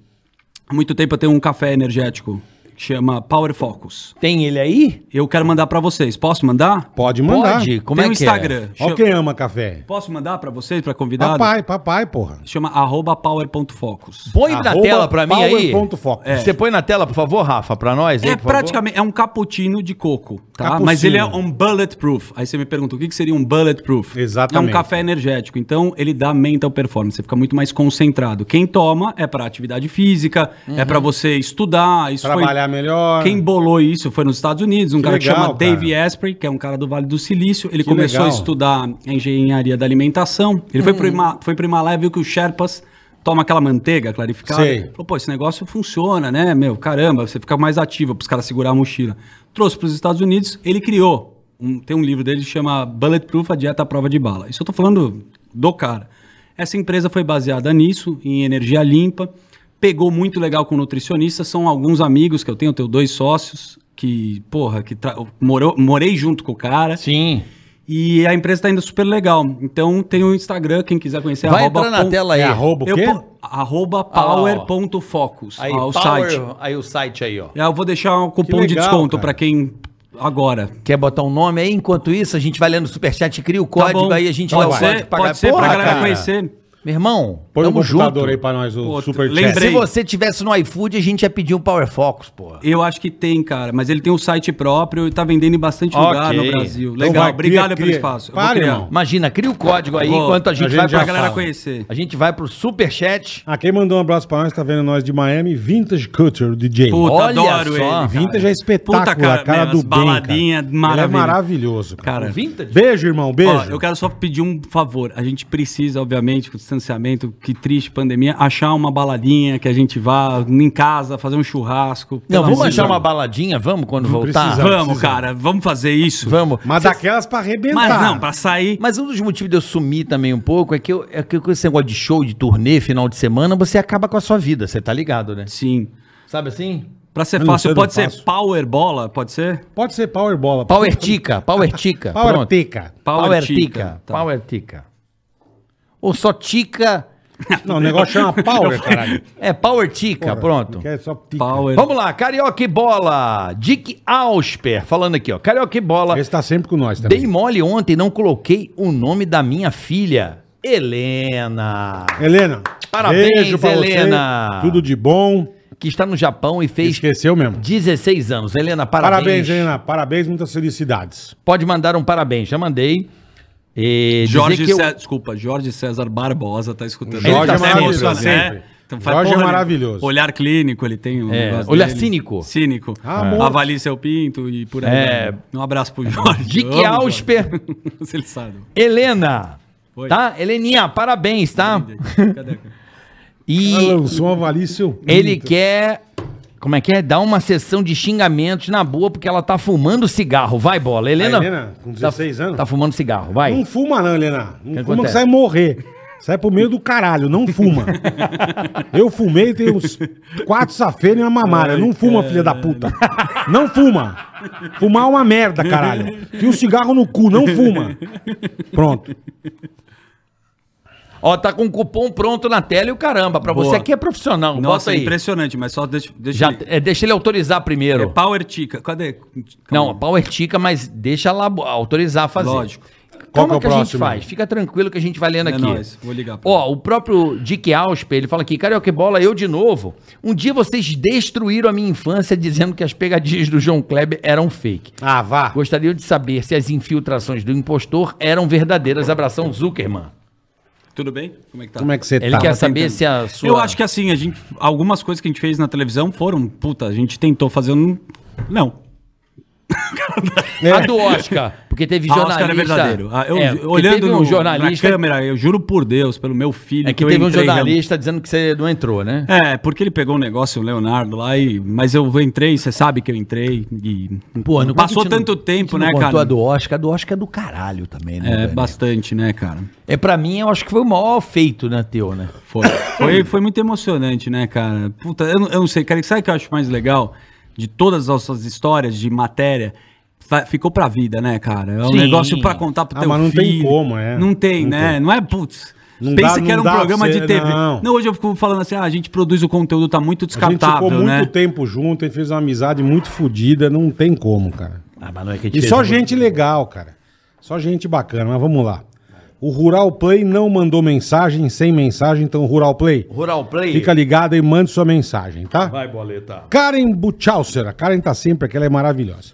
[SPEAKER 4] Há muito tempo eu tenho um café energético que chama Power Focus.
[SPEAKER 3] Tem ele aí?
[SPEAKER 4] Eu quero mandar pra vocês. Posso mandar?
[SPEAKER 2] Pode mandar.
[SPEAKER 3] Pode? Como
[SPEAKER 4] Tem
[SPEAKER 3] é
[SPEAKER 4] um
[SPEAKER 3] que é?
[SPEAKER 4] Instagram.
[SPEAKER 2] Ó
[SPEAKER 4] Chama-
[SPEAKER 2] quem ama café.
[SPEAKER 4] Posso mandar pra vocês, pra convidado?
[SPEAKER 2] Papai, papai, porra.
[SPEAKER 4] Chama arroba power.focus.
[SPEAKER 3] Põe na
[SPEAKER 2] Arroba
[SPEAKER 3] tela pra mim aí.
[SPEAKER 2] power.foco. É.
[SPEAKER 3] Você põe na tela, por favor, Rafa, pra nós? aí,
[SPEAKER 4] É
[SPEAKER 3] por favor?
[SPEAKER 4] praticamente, é um cappuccino de coco, tá?
[SPEAKER 2] Cappuccino.
[SPEAKER 4] Mas ele é um bulletproof. Aí você me pergunta, o que, que seria um bulletproof?
[SPEAKER 2] Exatamente.
[SPEAKER 4] É um café energético, então ele dá mental performance, você fica muito mais concentrado. Quem toma é pra atividade física, é pra você estudar, isso foi-
[SPEAKER 2] Uhum. Trabalhar melhor.
[SPEAKER 4] Quem bolou isso foi nos Estados Unidos, um
[SPEAKER 2] Que
[SPEAKER 4] cara que
[SPEAKER 2] legal,
[SPEAKER 4] chama
[SPEAKER 2] cara.
[SPEAKER 4] Dave Asprey, que é um cara do Vale do Silício. Ele
[SPEAKER 2] Que
[SPEAKER 4] começou
[SPEAKER 2] legal. Uhum.
[SPEAKER 4] a estudar engenharia da alimentação. Ele foi pro Hima- foi para Himalaia e viu que os Sherpas tomam aquela manteiga clarificada.
[SPEAKER 2] Sei.
[SPEAKER 4] Falou, pô, esse negócio funciona, né, meu? Caramba, você fica mais ativo pros caras segurar a mochila. Trouxe pros Estados Unidos, ele criou. um- tem um livro dele que chama Bulletproof, a dieta à prova de bala. Isso eu tô falando do cara. Essa empresa foi baseada nisso, em energia limpa. Pegou muito legal com nutricionista. São alguns amigos que eu tenho, eu tenho dois sócios que, porra, que tra- morou, morei junto com o cara.
[SPEAKER 3] Sim.
[SPEAKER 4] E a empresa tá indo super legal. Então tem o Instagram, quem quiser conhecer,
[SPEAKER 3] Vai entrar na
[SPEAKER 4] pon-
[SPEAKER 3] tela aí.
[SPEAKER 2] É arroba o
[SPEAKER 4] Eu
[SPEAKER 2] quê?
[SPEAKER 4] po- arroba
[SPEAKER 3] Ah, lá, ó.
[SPEAKER 4] power.focus,
[SPEAKER 3] Aí,
[SPEAKER 4] ah, o
[SPEAKER 3] power-
[SPEAKER 4] site.
[SPEAKER 3] Aí o site aí, ó.
[SPEAKER 4] E aí Eu vou deixar um cupom de
[SPEAKER 2] legal,
[SPEAKER 4] desconto
[SPEAKER 2] cara.
[SPEAKER 4] pra quem agora.
[SPEAKER 3] Quer botar um nome aí? Enquanto isso, a gente vai lendo o superchat, cria o código,
[SPEAKER 4] Tá bom. Então
[SPEAKER 3] aí a gente
[SPEAKER 4] pode
[SPEAKER 3] dá o
[SPEAKER 4] ser,
[SPEAKER 3] código
[SPEAKER 4] pra, pode ser
[SPEAKER 3] Porra,
[SPEAKER 4] pra galera
[SPEAKER 3] cara.
[SPEAKER 4] conhecer.
[SPEAKER 3] Meu irmão,
[SPEAKER 2] Põe o
[SPEAKER 3] tamo
[SPEAKER 2] computador
[SPEAKER 3] junto.
[SPEAKER 2] aí pra nós, o
[SPEAKER 4] Pô,
[SPEAKER 2] super
[SPEAKER 4] lembrei.
[SPEAKER 3] Se você tivesse no iFood, a gente ia pedir um Power Focus, porra.
[SPEAKER 4] Eu acho que tem, cara, mas ele tem um site próprio e tá vendendo em bastante
[SPEAKER 3] Ok.
[SPEAKER 4] lugar no Brasil.
[SPEAKER 2] Então
[SPEAKER 4] Legal,
[SPEAKER 2] vai,
[SPEAKER 4] obrigado
[SPEAKER 2] cria,
[SPEAKER 4] pelo
[SPEAKER 2] cria.
[SPEAKER 4] espaço. Eu vou
[SPEAKER 2] Para,
[SPEAKER 4] criar.
[SPEAKER 2] irmão.
[SPEAKER 3] Imagina, cria o código aí
[SPEAKER 4] Vou.
[SPEAKER 3] enquanto a gente
[SPEAKER 2] A gente
[SPEAKER 3] vai
[SPEAKER 2] já
[SPEAKER 3] pra
[SPEAKER 2] fala.
[SPEAKER 3] galera
[SPEAKER 4] conhecer.
[SPEAKER 3] A gente vai pro superchat.
[SPEAKER 2] Ah, quem mandou um abraço pra nós, tá vendo nós de Miami, Vintage Culture, DJ.
[SPEAKER 4] Puta,
[SPEAKER 3] Olha
[SPEAKER 4] adoro
[SPEAKER 3] só,
[SPEAKER 4] ele.
[SPEAKER 3] cara.
[SPEAKER 2] Vintage é espetáculo,
[SPEAKER 4] Puta,
[SPEAKER 2] cara,
[SPEAKER 4] cara,
[SPEAKER 2] a cara
[SPEAKER 4] meu,
[SPEAKER 2] do
[SPEAKER 4] as
[SPEAKER 2] bem, cara.
[SPEAKER 4] baladinhas
[SPEAKER 2] Ele é
[SPEAKER 4] maravilha.
[SPEAKER 2] maravilhoso, cara.
[SPEAKER 4] Cara,
[SPEAKER 3] Vintage?
[SPEAKER 2] Beijo, irmão, beijo.
[SPEAKER 4] Ó, eu quero só pedir um favor. A gente precisa, obviamente, com o distanciamento, que triste pandemia, achar uma baladinha que a gente vá em casa, fazer um churrasco.
[SPEAKER 3] Não,
[SPEAKER 4] Pelo
[SPEAKER 3] vamos
[SPEAKER 4] amor de
[SPEAKER 3] achar
[SPEAKER 4] Deus.
[SPEAKER 3] uma baladinha, vamos quando voltar?
[SPEAKER 2] precisa.
[SPEAKER 4] Vamos,
[SPEAKER 2] Precisa.
[SPEAKER 4] cara, vamos fazer isso.
[SPEAKER 3] Vamos.
[SPEAKER 2] Mas
[SPEAKER 3] Cê-
[SPEAKER 2] daquelas pra arrebentar.
[SPEAKER 4] Mas não, pra sair.
[SPEAKER 3] Mas um dos motivos de eu sumir também um pouco é que, eu, é que com esse negócio de show, de turnê, final de semana, você acaba com a sua vida, você tá ligado, né?
[SPEAKER 4] Sim.
[SPEAKER 3] Sabe assim?
[SPEAKER 4] Pra ser
[SPEAKER 2] Eu não sei,
[SPEAKER 4] fácil,
[SPEAKER 2] eu
[SPEAKER 4] pode
[SPEAKER 2] não
[SPEAKER 4] ser
[SPEAKER 2] faço.
[SPEAKER 4] power bola, pode ser?
[SPEAKER 2] Pode ser Power Bola.
[SPEAKER 3] Power Tica, Power Tica.
[SPEAKER 2] Power
[SPEAKER 3] pronto.
[SPEAKER 2] Teca.
[SPEAKER 3] Power,
[SPEAKER 4] Power
[SPEAKER 3] Tica.
[SPEAKER 4] Tica, tá.
[SPEAKER 3] Power Tica. Ou só Tica.
[SPEAKER 2] Não, o negócio chama Power, caralho.
[SPEAKER 3] É, Power Tica, pronto.
[SPEAKER 2] Que é só tica.
[SPEAKER 4] Power.
[SPEAKER 3] Vamos lá, Carioca e Bola. Dick Ausper falando aqui, ó. Carioca e Bola.
[SPEAKER 2] Esse tá sempre com nós também.
[SPEAKER 3] Dei mole ontem, não coloquei o nome da minha filha, Helena,
[SPEAKER 2] Helena.
[SPEAKER 3] Parabéns,
[SPEAKER 2] você.
[SPEAKER 3] Helena.
[SPEAKER 2] Tudo de bom.
[SPEAKER 3] que está no Japão e fez
[SPEAKER 2] Esqueceu mesmo.
[SPEAKER 3] 16 anos. Helena, parabéns.
[SPEAKER 2] Parabéns, Helena. Parabéns, muitas felicidades.
[SPEAKER 3] Pode mandar um parabéns, já mandei. E dizer
[SPEAKER 4] Jorge
[SPEAKER 3] que eu-
[SPEAKER 4] César, desculpa, Jorge César Barbosa tá escutando.
[SPEAKER 2] Jorge
[SPEAKER 4] Ele
[SPEAKER 2] é
[SPEAKER 4] tá
[SPEAKER 2] maravilhoso,
[SPEAKER 4] emocionado,
[SPEAKER 2] sempre.
[SPEAKER 4] Então, faz
[SPEAKER 2] Jorge é
[SPEAKER 4] porra, né?
[SPEAKER 2] maravilhoso.
[SPEAKER 4] Olhar clínico, ele tem um
[SPEAKER 3] É,
[SPEAKER 4] negócio
[SPEAKER 3] olhar cínico.
[SPEAKER 4] Cínico.
[SPEAKER 2] Ah, amor.
[SPEAKER 4] Avalie seu pinto e por aí.
[SPEAKER 3] É.
[SPEAKER 4] vai. Um abraço pro Jorge. Eu
[SPEAKER 3] Dick
[SPEAKER 4] amo o
[SPEAKER 3] Ausper,
[SPEAKER 4] Jorge. Se ele sabe.
[SPEAKER 3] Helena.
[SPEAKER 4] Oi.
[SPEAKER 3] Tá? Heleninha, parabéns, tá?
[SPEAKER 4] Cadê? cara?
[SPEAKER 2] Ela
[SPEAKER 3] E
[SPEAKER 2] lançou uma valícia.
[SPEAKER 3] ele quer. Como é que é? Dar uma sessão de xingamentos na boa, porque ela tá fumando cigarro. Vai, bola. Helena.
[SPEAKER 2] A Helena, com 16
[SPEAKER 3] tá,
[SPEAKER 2] anos? Hum.
[SPEAKER 3] Tá fumando cigarro, vai.
[SPEAKER 2] Não fuma, não, Helena. Não
[SPEAKER 3] que
[SPEAKER 2] fuma que
[SPEAKER 3] acontece?
[SPEAKER 2] você vai morrer. Sai pro meio do caralho, não fuma. Eu fumei, tem uns quatro safeiros e uma mamária. Não fuma, filha da puta. Não fuma. Fumar é uma merda, caralho. Fia um cigarro no cu, não fuma. Pronto.
[SPEAKER 3] Ó, tá com o cupom pronto na tela e o caramba. Pra você
[SPEAKER 4] Boa.
[SPEAKER 3] aqui é profissional.
[SPEAKER 4] Nossa,
[SPEAKER 3] bota aí.
[SPEAKER 4] impressionante, mas só deixa, deixa
[SPEAKER 3] Já,
[SPEAKER 4] ele-
[SPEAKER 3] é, deixa ele autorizar
[SPEAKER 4] É
[SPEAKER 3] primeiro.
[SPEAKER 4] Power Tica. Cadê? Calma.
[SPEAKER 3] Não, a Power Tica, mas deixa lá bo- autorizar a fazer.
[SPEAKER 4] Lógico.
[SPEAKER 2] Qual
[SPEAKER 3] Qual
[SPEAKER 2] que é o
[SPEAKER 3] que, a gente
[SPEAKER 2] próximo?
[SPEAKER 3] faz? Fica tranquilo que a gente vai lendo
[SPEAKER 4] É
[SPEAKER 3] aqui.
[SPEAKER 4] nóis, vou ligar pra
[SPEAKER 3] Ó, o próprio Dick Auspe, ele fala aqui, Carioca e Bola, eu de novo. Um dia vocês destruíram a minha infância dizendo que as pegadinhas do João Kleber eram fake.
[SPEAKER 2] Ah, vá.
[SPEAKER 3] Gostaria de saber se as infiltrações do impostor eram verdadeiras. Abração, Zuckerman.
[SPEAKER 4] Tudo bem? Como é que tá?
[SPEAKER 2] Como é que você
[SPEAKER 3] Ele
[SPEAKER 2] tá?
[SPEAKER 3] quer saber se a sua...
[SPEAKER 4] Eu acho que assim, a gente, algumas coisas que a gente fez na televisão foram, puta, a gente tentou fazer um... Não.
[SPEAKER 3] A do Oscar, porque teve
[SPEAKER 4] é A
[SPEAKER 3] jornalista...
[SPEAKER 4] Oscar é verdadeiro. Ah, Eu,
[SPEAKER 3] É, porque
[SPEAKER 4] olhando
[SPEAKER 3] teve
[SPEAKER 4] no,
[SPEAKER 3] um jornalista...
[SPEAKER 4] na câmera, eu juro por Deus, pelo meu filho
[SPEAKER 3] É que
[SPEAKER 4] eu
[SPEAKER 3] teve um
[SPEAKER 4] entrei realmente-
[SPEAKER 3] jornalista dizendo que você não entrou, né?
[SPEAKER 4] É, porque ele pegou um negócio, o Leonardo, lá, e, mas eu entrei, você sabe que eu entrei. E passou tanto tempo, né, cara?
[SPEAKER 3] A do Oscar, a do Oscar é do caralho também, né?
[SPEAKER 4] É,
[SPEAKER 3] velho?
[SPEAKER 4] bastante, né, cara?
[SPEAKER 3] É, pra mim, eu acho que foi o maior feito, né, teu, né?
[SPEAKER 4] Foi, foi, foi muito emocionante, né, cara? Puta, eu, não- eu não sei, cara, sabe o que eu acho mais legal? De todas as nossas histórias de matéria, fa- ficou pra vida, né, cara? É um
[SPEAKER 3] Sim.
[SPEAKER 4] negócio pra contar pro
[SPEAKER 2] Ah,
[SPEAKER 4] teu
[SPEAKER 2] mas não
[SPEAKER 4] filho.
[SPEAKER 2] tem como, é.
[SPEAKER 4] Não tem,
[SPEAKER 2] Não
[SPEAKER 4] né? Não é, putz...
[SPEAKER 2] Não
[SPEAKER 4] Pensa
[SPEAKER 2] dá-
[SPEAKER 4] que
[SPEAKER 2] não
[SPEAKER 4] era um
[SPEAKER 2] dá pra
[SPEAKER 4] programa
[SPEAKER 2] você-
[SPEAKER 4] de TV.
[SPEAKER 2] não.
[SPEAKER 4] Não. hoje eu fico falando assim, ah, a gente produz o conteúdo, tá muito
[SPEAKER 2] A gente
[SPEAKER 4] descartável,
[SPEAKER 2] ficou muito
[SPEAKER 4] né?
[SPEAKER 2] tempo junto, a gente fez uma amizade muito fodida, não tem como, cara.
[SPEAKER 3] Ah, mas não é que a
[SPEAKER 2] E
[SPEAKER 3] fez
[SPEAKER 2] só
[SPEAKER 3] um-
[SPEAKER 2] gente legal, cara. Só gente bacana, mas vamos lá. O Rural Play não mandou mensagem, sem mensagem, então Rural Play,
[SPEAKER 3] Rural Play.
[SPEAKER 2] fica ligado e mande sua mensagem, tá?
[SPEAKER 7] Vai, boleta.
[SPEAKER 2] Karen Buchauser, a Karen tá sempre aqui, ela é maravilhosa.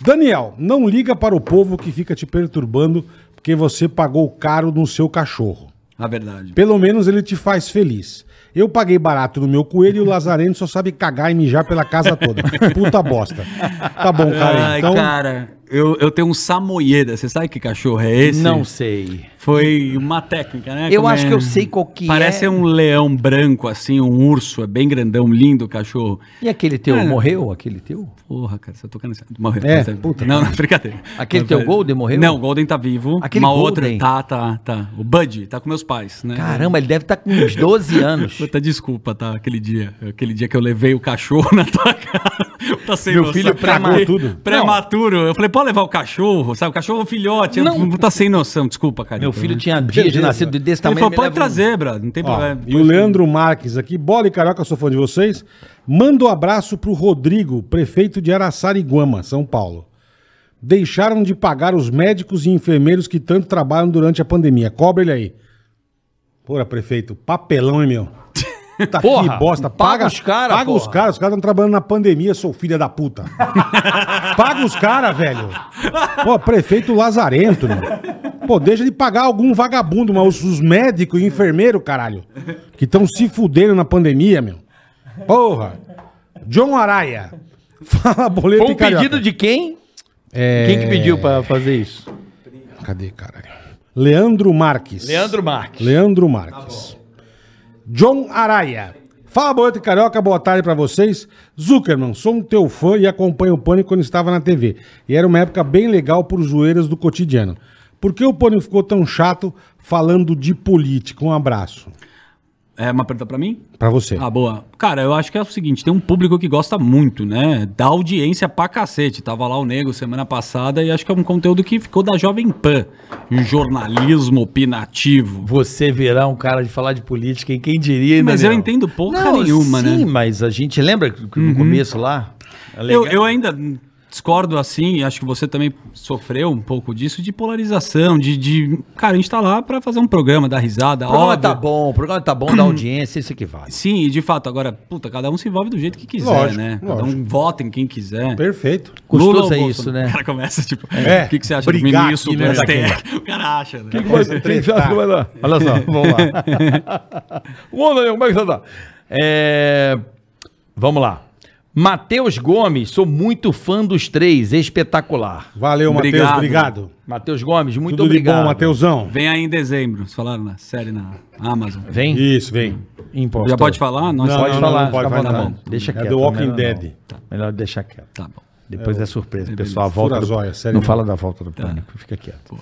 [SPEAKER 2] Daniel, não liga para o povo que fica te perturbando porque você pagou caro no seu cachorro.
[SPEAKER 4] A verdade.
[SPEAKER 2] Pelo menos ele te faz feliz. Eu paguei barato no meu coelho e o Lazareno só sabe cagar e mijar pela casa toda. Puta bosta. Tá bom, cara.
[SPEAKER 4] Ai,
[SPEAKER 2] Então,
[SPEAKER 4] cara, eu, eu tenho um samoyeda. Você sabe que cachorro é esse?
[SPEAKER 3] Não sei.
[SPEAKER 4] Foi uma técnica, né?
[SPEAKER 3] Eu
[SPEAKER 4] Como
[SPEAKER 3] acho que eu sei qual que
[SPEAKER 4] Parece
[SPEAKER 3] é.
[SPEAKER 4] um leão branco, assim, um urso. É bem grandão, lindo o cachorro.
[SPEAKER 3] E aquele teu,
[SPEAKER 4] É.
[SPEAKER 3] morreu? Aquele teu?
[SPEAKER 4] Porra, cara, você tocando esse... Morreu.
[SPEAKER 2] É,
[SPEAKER 4] Tá certo.
[SPEAKER 2] puta.
[SPEAKER 4] Não, não, brincadeira.
[SPEAKER 3] Aquele
[SPEAKER 4] Mas,
[SPEAKER 3] teu
[SPEAKER 4] é,
[SPEAKER 3] Golden morreu?
[SPEAKER 4] Não, o Golden tá vivo.
[SPEAKER 3] Aquele
[SPEAKER 4] uma
[SPEAKER 3] Golden?
[SPEAKER 4] outra. Tá, tá, tá. O Bud tá com meus pais, né?
[SPEAKER 3] Caramba, ele deve estar com uns 12 anos.
[SPEAKER 4] Puta, desculpa, tá? Aquele dia. Aquele dia que eu levei o cachorro na tua casa. Tá sem
[SPEAKER 3] Meu
[SPEAKER 4] noção.
[SPEAKER 3] filho prema-
[SPEAKER 2] tudo.
[SPEAKER 4] Prematuro. Eu falei, pode levar o cachorro, sabe? O cachorro é um filhote.
[SPEAKER 3] Não.
[SPEAKER 4] Não. Tá sem noção, desculpa, cara. Então, né?
[SPEAKER 3] Meu filho tinha dias de
[SPEAKER 2] Beleza.
[SPEAKER 3] nascido desse
[SPEAKER 4] Ele
[SPEAKER 3] tamanho.
[SPEAKER 4] falou,
[SPEAKER 3] me
[SPEAKER 4] pode
[SPEAKER 3] leva um-
[SPEAKER 4] trazer, brother. Não tem
[SPEAKER 2] Ó,
[SPEAKER 4] problema.
[SPEAKER 2] e o Leandro Marques aqui, bola e carioca, sou fã de vocês. Manda um abraço pro Rodrigo, prefeito de Araçariguama, São Paulo. Deixaram de pagar os médicos e enfermeiros que tanto trabalham durante a pandemia. Cobra ele aí. Porra, prefeito, papelão, hein, meu? Tá
[SPEAKER 3] Porra,
[SPEAKER 2] que bosta. Paga,
[SPEAKER 3] paga os cara,
[SPEAKER 2] Paga os
[SPEAKER 3] porra.
[SPEAKER 2] caras, os caras estão trabalhando na pandemia, sou filha da puta. paga os caras, velho. Pô, prefeito Lazarento, meu. Pô, deixa de pagar algum vagabundo, mas os, os médicos e enfermeiros, caralho, que estão se fudendo na pandemia, meu. Porra. John Araia. Fala, boleto
[SPEAKER 3] Foi um
[SPEAKER 2] e carioca.
[SPEAKER 3] pedido de quem?
[SPEAKER 2] É...
[SPEAKER 3] Quem que pediu pra fazer isso?
[SPEAKER 2] Cadê, caralho? Leandro Marques.
[SPEAKER 3] Leandro Marques.
[SPEAKER 2] Leandro Marques. John Araia. Fala, Boeto e Carioca, boa tarde pra vocês. Zuckerman, sou um teu fã e acompanho o Pânico quando estava na TV. E era uma época bem legal por zoeiras do cotidiano. Por que o Pânico ficou tão chato falando de política? Um abraço
[SPEAKER 4] É uma pergunta pra mim?
[SPEAKER 2] pra você.
[SPEAKER 4] Ah, boa. Cara, eu acho que é o seguinte, tem um público que gosta muito, né? Da audiência pra cacete. Tava lá o Nego semana passada e acho que é um conteúdo que ficou da Jovem Pan. Um jornalismo opinativo.
[SPEAKER 3] Você virar um cara de falar de política, hein? quem diria, hein,
[SPEAKER 4] Mas eu
[SPEAKER 3] Daniel?
[SPEAKER 4] entendo porra
[SPEAKER 3] Não,
[SPEAKER 4] nenhuma,
[SPEAKER 3] sim,
[SPEAKER 4] né?
[SPEAKER 3] mas a gente lembra que no
[SPEAKER 2] Uhum.
[SPEAKER 3] começo lá? É legal.
[SPEAKER 4] Eu, eu ainda discordo assim, e acho que você também sofreu um pouco disso, de polarização, de... de... Cara, a gente tá lá pra fazer um programa, dar risada,
[SPEAKER 3] O programa
[SPEAKER 4] óbvio.
[SPEAKER 3] tá bom, o programa tá bom da audiência, isso que vale.
[SPEAKER 4] Sim, e de fato, agora, puta, cada um se envolve do jeito que quiser,
[SPEAKER 2] Lógico,
[SPEAKER 4] né? Cada
[SPEAKER 2] lógico.
[SPEAKER 4] um vota em quem quiser.
[SPEAKER 2] Perfeito.
[SPEAKER 3] Custoso
[SPEAKER 4] ou
[SPEAKER 3] é
[SPEAKER 4] Bolsonaro?
[SPEAKER 3] isso, né?
[SPEAKER 4] O cara começa, tipo,
[SPEAKER 2] É,
[SPEAKER 4] o que, que você acha do
[SPEAKER 2] brigar
[SPEAKER 4] ministro
[SPEAKER 2] aqui,
[SPEAKER 4] do
[SPEAKER 2] né,
[SPEAKER 4] STF? O cara acha, né?
[SPEAKER 2] Tretar.
[SPEAKER 3] Olha só, vamos lá. Bom, Daniel, como é que você tá? É, Vamos lá. Matheus Gomes, sou muito fã dos três, espetacular.
[SPEAKER 2] Valeu, Matheus,
[SPEAKER 4] Obrigado.
[SPEAKER 2] obrigado.
[SPEAKER 3] Matheus Gomes, muito
[SPEAKER 2] Tudo
[SPEAKER 3] obrigado.
[SPEAKER 2] de bom, Matheusão.
[SPEAKER 4] Vem aí em dezembro, vocês falaram na série na Amazon.
[SPEAKER 3] Vem, Hum.
[SPEAKER 2] Isso, vem.
[SPEAKER 3] impostor.
[SPEAKER 4] Já pode falar? Tá Nós
[SPEAKER 2] Não,
[SPEAKER 3] Pode
[SPEAKER 2] não,
[SPEAKER 3] falar,
[SPEAKER 2] não pode
[SPEAKER 3] fica à
[SPEAKER 2] falar.
[SPEAKER 3] vontade. Deixa
[SPEAKER 2] É
[SPEAKER 3] quieto.
[SPEAKER 2] The Walking
[SPEAKER 3] melhor não.
[SPEAKER 2] Dead.
[SPEAKER 3] Tá, Melhor deixar quieto.
[SPEAKER 4] Tá bom.
[SPEAKER 3] Depois é, surpresa. O pessoal volta.
[SPEAKER 2] Fura
[SPEAKER 3] do-
[SPEAKER 2] zóia, sério
[SPEAKER 3] não
[SPEAKER 2] mesmo.
[SPEAKER 3] fala da
[SPEAKER 4] É.
[SPEAKER 3] volta do pânico. Fica quieto.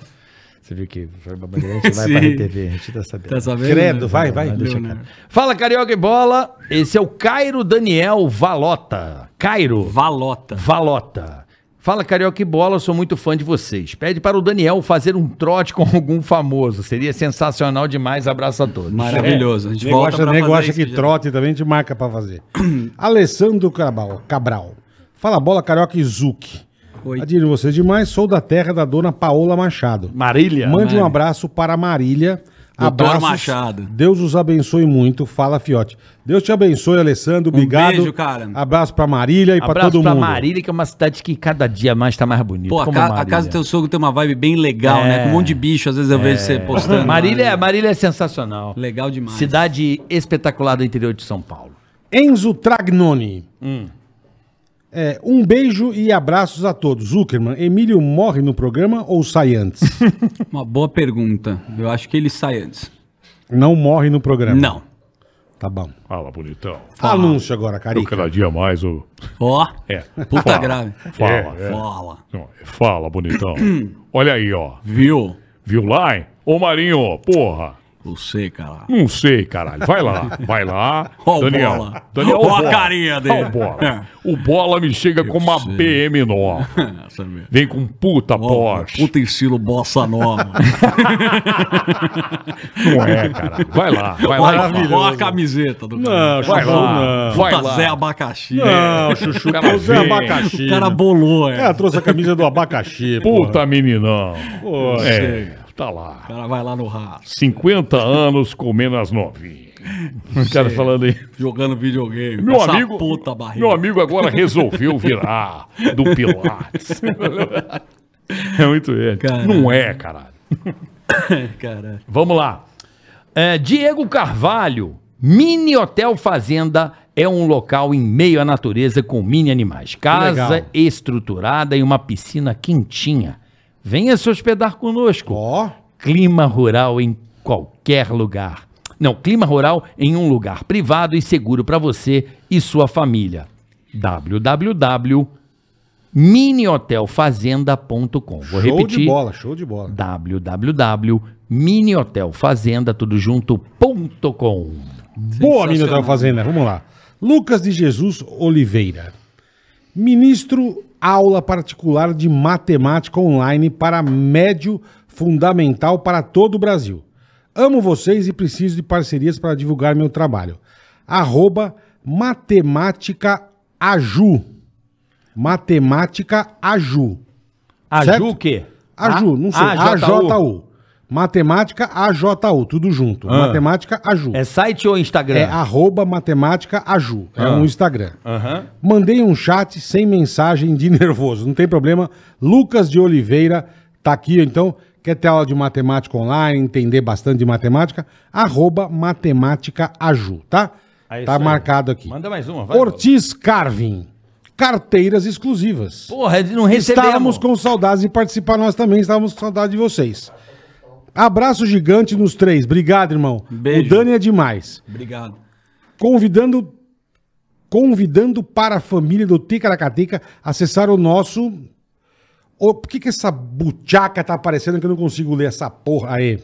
[SPEAKER 3] Você viu que vai pra Bandeirante, vai pra
[SPEAKER 4] Sim.
[SPEAKER 3] RTV, a gente tá sabendo.
[SPEAKER 4] Tá sabendo? né?
[SPEAKER 2] Credo, vai, vai.
[SPEAKER 3] Deixa quieto. Fala, Carioca e Bola. Esse é o Cairo Daniel Valota. Cairo
[SPEAKER 4] Valota.
[SPEAKER 3] Valota. Fala, Carioca e Bola, eu sou muito fã de vocês. Pede para o Daniel fazer um trote com algum famoso. Seria sensacional demais. Abraço a todos.
[SPEAKER 4] Maravilhoso. A gente
[SPEAKER 2] Nego
[SPEAKER 4] volta
[SPEAKER 2] acha,
[SPEAKER 4] pra
[SPEAKER 2] nego
[SPEAKER 4] fazer
[SPEAKER 2] acha
[SPEAKER 4] isso
[SPEAKER 2] que
[SPEAKER 4] já.
[SPEAKER 2] trote também, a gente marca pra fazer. Alessandro Cabral. Cabral. Fala bola, Carioca e Zuc.
[SPEAKER 4] Oi.
[SPEAKER 2] Admiro vocês demais, sou da terra da dona Paola Machado.
[SPEAKER 3] Marília.
[SPEAKER 2] Mande um abraço para Marília.
[SPEAKER 4] Doutor
[SPEAKER 2] Abraços.
[SPEAKER 4] Machado.
[SPEAKER 2] Deus os abençoe muito. Fala, Fiote. Deus te abençoe, Alessandro. Obrigado.
[SPEAKER 4] Um beijo, cara.
[SPEAKER 2] Abraço para Marília e para
[SPEAKER 3] Abraço
[SPEAKER 2] todo
[SPEAKER 3] pra
[SPEAKER 2] mundo.
[SPEAKER 3] Marília, que é uma cidade que cada dia mais tá mais bonita.
[SPEAKER 4] Pô, a,
[SPEAKER 3] Como
[SPEAKER 4] ca- a
[SPEAKER 3] Marília.
[SPEAKER 4] casa do teu sogro tem uma vibe bem legal,
[SPEAKER 3] É.
[SPEAKER 4] né? Com um monte de bicho, às vezes eu vejo
[SPEAKER 2] É.
[SPEAKER 4] você postando.
[SPEAKER 3] Marília,
[SPEAKER 4] lá, né?
[SPEAKER 3] Marília é sensacional.
[SPEAKER 4] Legal demais.
[SPEAKER 3] Cidade espetacular do interior de São Paulo.
[SPEAKER 2] Enzo Tragnoni.
[SPEAKER 4] Hum.
[SPEAKER 2] É, um beijo e abraços a todos. Zuckerman, Emílio morre no programa ou sai antes?
[SPEAKER 4] Uma boa pergunta. Eu acho que ele sai antes.
[SPEAKER 2] Não morre no programa.
[SPEAKER 4] Não.
[SPEAKER 2] Tá bom.
[SPEAKER 5] Fala, bonitão.
[SPEAKER 2] Anúncio agora,
[SPEAKER 5] Eu
[SPEAKER 2] Carica.
[SPEAKER 5] cada dia mais o.
[SPEAKER 4] Ó.
[SPEAKER 5] É.
[SPEAKER 4] Puta
[SPEAKER 5] fala,
[SPEAKER 4] grave.
[SPEAKER 5] Fala. é.
[SPEAKER 4] Fala.
[SPEAKER 5] Não, Fala, bonitão. Olha aí, ó.
[SPEAKER 4] Viu?
[SPEAKER 5] Viu lá, hein? Ô, Marinho, porra.
[SPEAKER 4] Eu sei, cara.
[SPEAKER 5] Não sei, caralho. Vai lá, vai lá.
[SPEAKER 4] Ó o Bola.
[SPEAKER 5] Daniel,
[SPEAKER 4] Ó a
[SPEAKER 5] Bola.
[SPEAKER 4] carinha dele. É.
[SPEAKER 5] Ó o Bola. O Bola me chega com uma
[SPEAKER 4] sei.
[SPEAKER 5] PM nova.
[SPEAKER 4] Essa mesmo.
[SPEAKER 5] Vem com puta
[SPEAKER 4] Ó,
[SPEAKER 5] Porsche.
[SPEAKER 4] puta estilo bossa nova.
[SPEAKER 5] Não é, caralho. Vai lá, vai lá. e
[SPEAKER 4] Olha
[SPEAKER 5] fala.
[SPEAKER 4] a camiseta do
[SPEAKER 2] Não,
[SPEAKER 4] cara.
[SPEAKER 5] Vai
[SPEAKER 2] Chuchu,
[SPEAKER 5] lá,
[SPEAKER 2] não.
[SPEAKER 5] vai
[SPEAKER 4] Puta
[SPEAKER 5] lá.
[SPEAKER 4] Zé Abacaxi.
[SPEAKER 2] Não, Chuchu,
[SPEAKER 5] Cara
[SPEAKER 2] trouxe
[SPEAKER 5] feio.
[SPEAKER 2] abacaxi.
[SPEAKER 4] O cara bolou, é.
[SPEAKER 2] Ela trouxe a camisa do abacaxi. porra.
[SPEAKER 5] Puta meninão. É, tá
[SPEAKER 4] O
[SPEAKER 5] lá.
[SPEAKER 4] cara vai lá no rastro,
[SPEAKER 5] 50 anos comendo as novinhas. O cara falando aí.
[SPEAKER 4] jogando videogame.
[SPEAKER 5] Meu
[SPEAKER 4] essa
[SPEAKER 5] amigo,
[SPEAKER 4] puta barriga.
[SPEAKER 5] meu amigo agora resolveu virar do Pilates. É muito ele.
[SPEAKER 4] Caralho.
[SPEAKER 5] Não é, caralho.
[SPEAKER 4] Cara,
[SPEAKER 5] Vamos lá.
[SPEAKER 3] É, Diego Carvalho, mini hotel fazenda é um local em meio à natureza com mini animais. Casa
[SPEAKER 2] legal.
[SPEAKER 3] estruturada e uma piscina quentinha. Venha se hospedar conosco.
[SPEAKER 2] Ó.
[SPEAKER 3] Clima rural em qualquer lugar. Não, clima rural em um lugar privado e seguro para você e sua família. www.minihotelfazenda.com. Vou
[SPEAKER 2] Show
[SPEAKER 3] repetir
[SPEAKER 2] de bola, show de bola.
[SPEAKER 3] www.minihotelfazenda, tudo junto.com.
[SPEAKER 2] Boa, menina da Fazenda. Vamos lá. Lucas de Jesus Oliveira. Ministro aula particular de matemática online para médio fundamental para todo o Brasil. Amo vocês e preciso de parcerias para divulgar meu trabalho. Arroba Matemática Aju. Matemática Aju. Certo?
[SPEAKER 3] Aju o quê? Ah,
[SPEAKER 2] Aju,
[SPEAKER 3] A-
[SPEAKER 2] não sei.
[SPEAKER 3] AJU.
[SPEAKER 2] AJU. Matemática AJU, tudo junto. Matemática AJU.
[SPEAKER 3] Ah. É Ah. site ou Instagram?
[SPEAKER 2] É arroba matemática Aju. É um Instagram. Mandei um chat sem mensagem de nervoso. Não tem problema. Lucas de Oliveira tá aqui, então. Quer ter aula de matemática online, entender bastante de matemática? Arroba matemática Aju, tá?
[SPEAKER 3] É
[SPEAKER 2] tá
[SPEAKER 3] isso aí.
[SPEAKER 2] marcado aqui.
[SPEAKER 3] Manda mais uma, vai.
[SPEAKER 2] Ortiz Carvin. Carteiras exclusivas.
[SPEAKER 3] Porra, não é recebemos.
[SPEAKER 2] Estávamos com saudades de participar, nós também estávamos com saudade de vocês. Abraço gigante nos três. Obrigado, irmão.
[SPEAKER 4] Beijo.
[SPEAKER 2] O Dani é demais
[SPEAKER 4] obrigado.
[SPEAKER 2] convidando convidando para a família do Ticaracateca acessar o nosso o por que que essa buchaca tá aparecendo que eu não consigo ler essa porra aí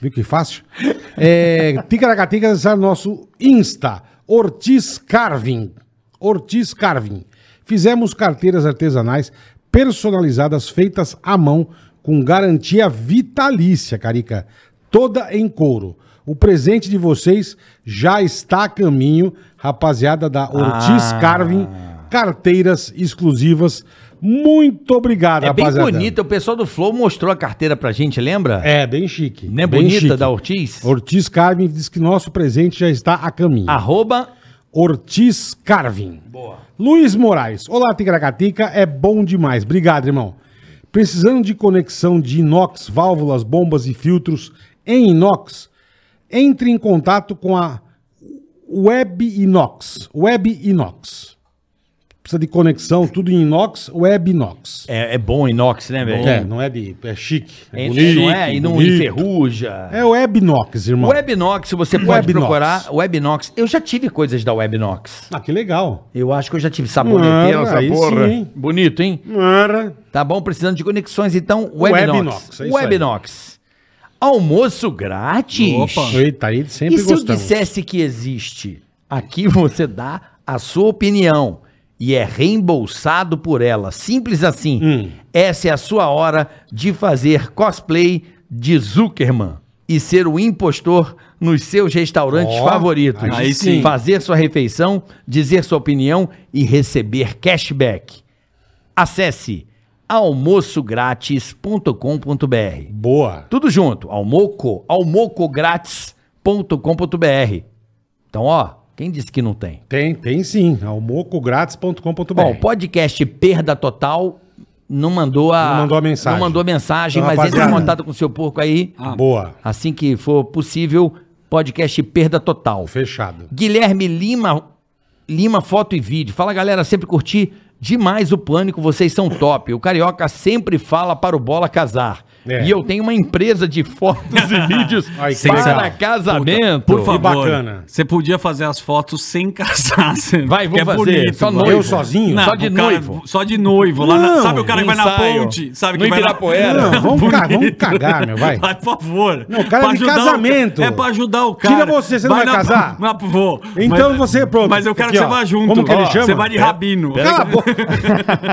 [SPEAKER 2] viu que fácil é, Ticaracateca acessar o nosso Insta Ortiz Carvin Ortiz Carvin fizemos carteiras artesanais personalizadas feitas à mão com garantia vitalícia Carica toda em couro o presente de vocês já está a caminho, rapaziada da Ortiz
[SPEAKER 3] Ah.
[SPEAKER 2] Carvin, carteiras exclusivas. Muito obrigado,
[SPEAKER 3] É bem
[SPEAKER 2] rapaziada.
[SPEAKER 3] bonita, o pessoal do Flow mostrou a carteira pra gente, lembra?
[SPEAKER 2] É, bem chique.
[SPEAKER 3] Né,
[SPEAKER 2] bem
[SPEAKER 3] bonita
[SPEAKER 2] chique.
[SPEAKER 3] da Ortiz? Ah.
[SPEAKER 2] Ortiz Carvin diz que nosso presente já está a caminho.
[SPEAKER 3] Arroba
[SPEAKER 2] Ortiz Carvin. Boa. Luiz Moraes. Olá, Ticaracatica. É bom demais. Obrigado, irmão. Precisando de conexão de inox, válvulas, bombas e filtros em inox, entre em contato com a Web Inox. Web Inox. Precisa de conexão, tudo em inox, Web Inox.
[SPEAKER 3] É, é bom inox, né, velho?
[SPEAKER 2] É, não é de. É chique.
[SPEAKER 3] É,
[SPEAKER 2] bonito,
[SPEAKER 3] não é? E não
[SPEAKER 2] bonito.
[SPEAKER 3] enferruja.
[SPEAKER 2] É Web Inox, irmão.
[SPEAKER 3] Webnox, você pode
[SPEAKER 2] Webnox.
[SPEAKER 3] procurar. Webnox. Eu já tive coisas da Webnox.
[SPEAKER 2] Ah, que legal.
[SPEAKER 3] Eu acho que eu já tive saboneteiro,
[SPEAKER 2] Ah,
[SPEAKER 3] essa
[SPEAKER 2] aí
[SPEAKER 3] porra.
[SPEAKER 2] sim, hein?
[SPEAKER 3] Bonito, hein?
[SPEAKER 2] Mara.
[SPEAKER 3] Tá bom? Precisando de conexões, então,
[SPEAKER 2] Webnox,
[SPEAKER 3] Webnox.
[SPEAKER 2] é isso aí.
[SPEAKER 3] Webnox. Almoço grátis.
[SPEAKER 4] Opa.
[SPEAKER 2] Eita, aí sempre
[SPEAKER 3] E se eu
[SPEAKER 2] gostamos.
[SPEAKER 3] dissesse que existe? Aqui você dá a sua opinião. e é reembolsado por ela. Simples assim. Essa é a sua hora de fazer cosplay de Zuckerman e ser o impostor nos seus restaurantes
[SPEAKER 2] Ó,
[SPEAKER 3] favoritos.
[SPEAKER 4] aí sim.
[SPEAKER 3] Fazer sua refeição, dizer sua opinião e receber cashback. Acesse almoçogratis.com.br.
[SPEAKER 2] Boa.
[SPEAKER 3] Tudo junto, almoco, almocogratis.com.br. Então, ó, quem disse que não tem?
[SPEAKER 2] Tem, tem sim. É Almocogratis.com.br.
[SPEAKER 3] Bom, o podcast Perda Total não mandou a
[SPEAKER 2] Não mandou a mensagem.
[SPEAKER 3] não mandou mensagem,
[SPEAKER 2] Então,
[SPEAKER 3] mas entra em
[SPEAKER 2] rapaziada.
[SPEAKER 3] contato com o seu porco aí,
[SPEAKER 4] Ah.
[SPEAKER 2] Boa.
[SPEAKER 3] assim que for possível, podcast Perda Total.
[SPEAKER 2] Fechado.
[SPEAKER 3] Guilherme Lima, Lima Foto e Vídeo. Fala galera, sempre curti demais o Pânico, vocês são top. O Carioca sempre fala para o Bola casar.
[SPEAKER 2] É.
[SPEAKER 3] E eu tenho uma empresa de fotos e vídeos
[SPEAKER 2] Ai, que
[SPEAKER 3] para
[SPEAKER 2] legal.
[SPEAKER 3] casamento.
[SPEAKER 4] Ah, Por favor.
[SPEAKER 2] bacana.
[SPEAKER 4] Você podia fazer as fotos sem casar. você-
[SPEAKER 3] Vai, vou
[SPEAKER 4] que é
[SPEAKER 3] fazer.
[SPEAKER 4] bonito,
[SPEAKER 3] Só
[SPEAKER 4] vai.
[SPEAKER 3] noivo.
[SPEAKER 2] Eu sozinho?
[SPEAKER 4] Não,
[SPEAKER 3] Só de
[SPEAKER 4] o cara-
[SPEAKER 3] noivo.
[SPEAKER 4] Só de noivo. Lá na-
[SPEAKER 3] Não,
[SPEAKER 4] sabe o cara que vai na
[SPEAKER 3] ensaio.
[SPEAKER 4] ponte? Sabe
[SPEAKER 3] No
[SPEAKER 4] que vai na...
[SPEAKER 3] Ibirapuera.
[SPEAKER 2] Não, vamos, ca- vamos cagar, meu, vai.
[SPEAKER 4] Vai, por favor.
[SPEAKER 2] Não, o cara é de
[SPEAKER 4] ajudar o-
[SPEAKER 2] casamento.
[SPEAKER 4] é pra ajudar o cara.
[SPEAKER 2] Tira você, você não vai
[SPEAKER 4] na-
[SPEAKER 2] casar?
[SPEAKER 4] Na, vou.
[SPEAKER 2] Então você, pronto.
[SPEAKER 4] Mas eu quero
[SPEAKER 2] Aqui,
[SPEAKER 4] que
[SPEAKER 2] ó.
[SPEAKER 4] você vá junto.
[SPEAKER 2] Como que ele
[SPEAKER 4] Ó,
[SPEAKER 2] chama? É. Ah,
[SPEAKER 4] Você vai de rabino.
[SPEAKER 2] Cala a boca.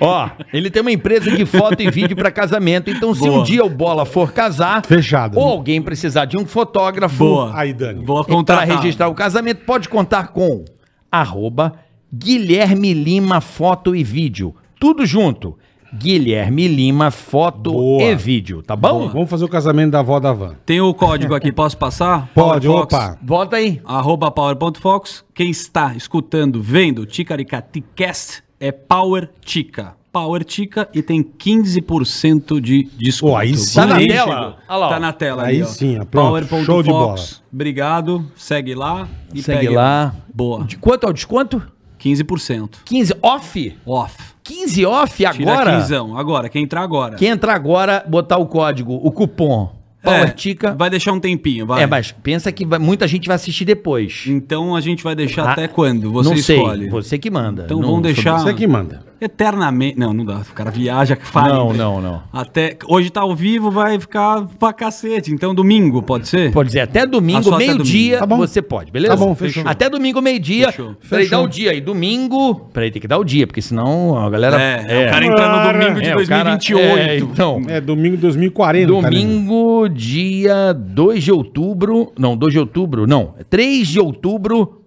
[SPEAKER 3] Ó, ele tem uma empresa de foto e vídeo para casamento. Então, se um
[SPEAKER 4] Boa.
[SPEAKER 3] dia o Bola for casar,
[SPEAKER 2] Fechado.
[SPEAKER 3] ou alguém precisar de um fotógrafo
[SPEAKER 4] Boa.
[SPEAKER 2] Aí, Dani.
[SPEAKER 4] Boa
[SPEAKER 3] para
[SPEAKER 4] contratar.
[SPEAKER 3] registrar o casamento, pode contar com arroba Guilherme Lima Foto e Vídeo. Tudo junto. Guilherme Lima Foto
[SPEAKER 2] Boa.
[SPEAKER 3] e Vídeo, tá bom?
[SPEAKER 2] Vamos fazer o casamento da avó da van.
[SPEAKER 4] Tem o código aqui, posso passar?
[SPEAKER 2] Pode,
[SPEAKER 4] Power Fox.
[SPEAKER 2] opa.
[SPEAKER 3] Bota aí.
[SPEAKER 4] Arroba power.fox. Quem está escutando, vendo Ticaricaticast é Power Tica. Power Tica e tem 15% de desconto.
[SPEAKER 2] Pô, aí sim,
[SPEAKER 3] Tá na
[SPEAKER 2] hein,
[SPEAKER 3] tela? Olha lá, ó.
[SPEAKER 4] Tá na tela
[SPEAKER 2] Aí
[SPEAKER 4] ó.
[SPEAKER 2] sim, ó, pronto.
[SPEAKER 4] Power.fox,
[SPEAKER 2] Show de bola.
[SPEAKER 4] Obrigado. Segue lá e
[SPEAKER 3] Segue
[SPEAKER 4] pegue
[SPEAKER 3] lá.
[SPEAKER 4] Boa.
[SPEAKER 3] De quanto é o desconto?
[SPEAKER 4] 15%.
[SPEAKER 3] 15 off?
[SPEAKER 4] Off.
[SPEAKER 3] 15 off
[SPEAKER 4] Tira
[SPEAKER 3] agora?
[SPEAKER 4] quinzão. Agora, quem entrar agora.
[SPEAKER 3] Quem entrar agora, botar o código, o cupom
[SPEAKER 4] É,
[SPEAKER 3] PowerTica.
[SPEAKER 4] Vai deixar um tempinho, vai.
[SPEAKER 3] É, mas pensa que vai- muita gente vai assistir depois.
[SPEAKER 4] Então a gente vai deixar
[SPEAKER 3] Ah,
[SPEAKER 4] até quando? Você
[SPEAKER 3] não sei,
[SPEAKER 4] escolhe.
[SPEAKER 3] você que manda.
[SPEAKER 4] Então
[SPEAKER 3] Não
[SPEAKER 4] vamos deixar
[SPEAKER 2] Você que manda. Tá
[SPEAKER 4] eternamente. Não, não dá. O cara viaja que faz.
[SPEAKER 3] Não, não, não.
[SPEAKER 4] Até hoje tá ao vivo, vai ficar pra cacete. Então domingo, pode ser?
[SPEAKER 3] Pode dizer, até
[SPEAKER 4] Ah,
[SPEAKER 3] domingo,
[SPEAKER 4] só até
[SPEAKER 3] meio-dia,
[SPEAKER 4] domingo.
[SPEAKER 2] Tá bom.
[SPEAKER 3] você pode, beleza?
[SPEAKER 2] Tá bom, fechou.
[SPEAKER 3] Até domingo, meio-dia.
[SPEAKER 4] Fechou.
[SPEAKER 3] Peraí, dá
[SPEAKER 2] Fechou.
[SPEAKER 3] o dia aí. Domingo. Peraí, tem que dar o dia, porque senão a galera.
[SPEAKER 4] É, o cara entra no
[SPEAKER 2] Cara,
[SPEAKER 4] domingo de
[SPEAKER 5] é, o cara-
[SPEAKER 4] 2028.
[SPEAKER 3] É, então.
[SPEAKER 2] É domingo 2040. né?
[SPEAKER 3] Domingo, dia 2 de outubro. Não, 2 de outubro, não. 3 de outubro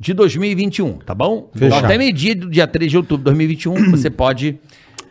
[SPEAKER 3] de 2021, tá bom?
[SPEAKER 2] Fechado.
[SPEAKER 3] Então, até meio-dia do dia 3 de outubro de 2021, você pode.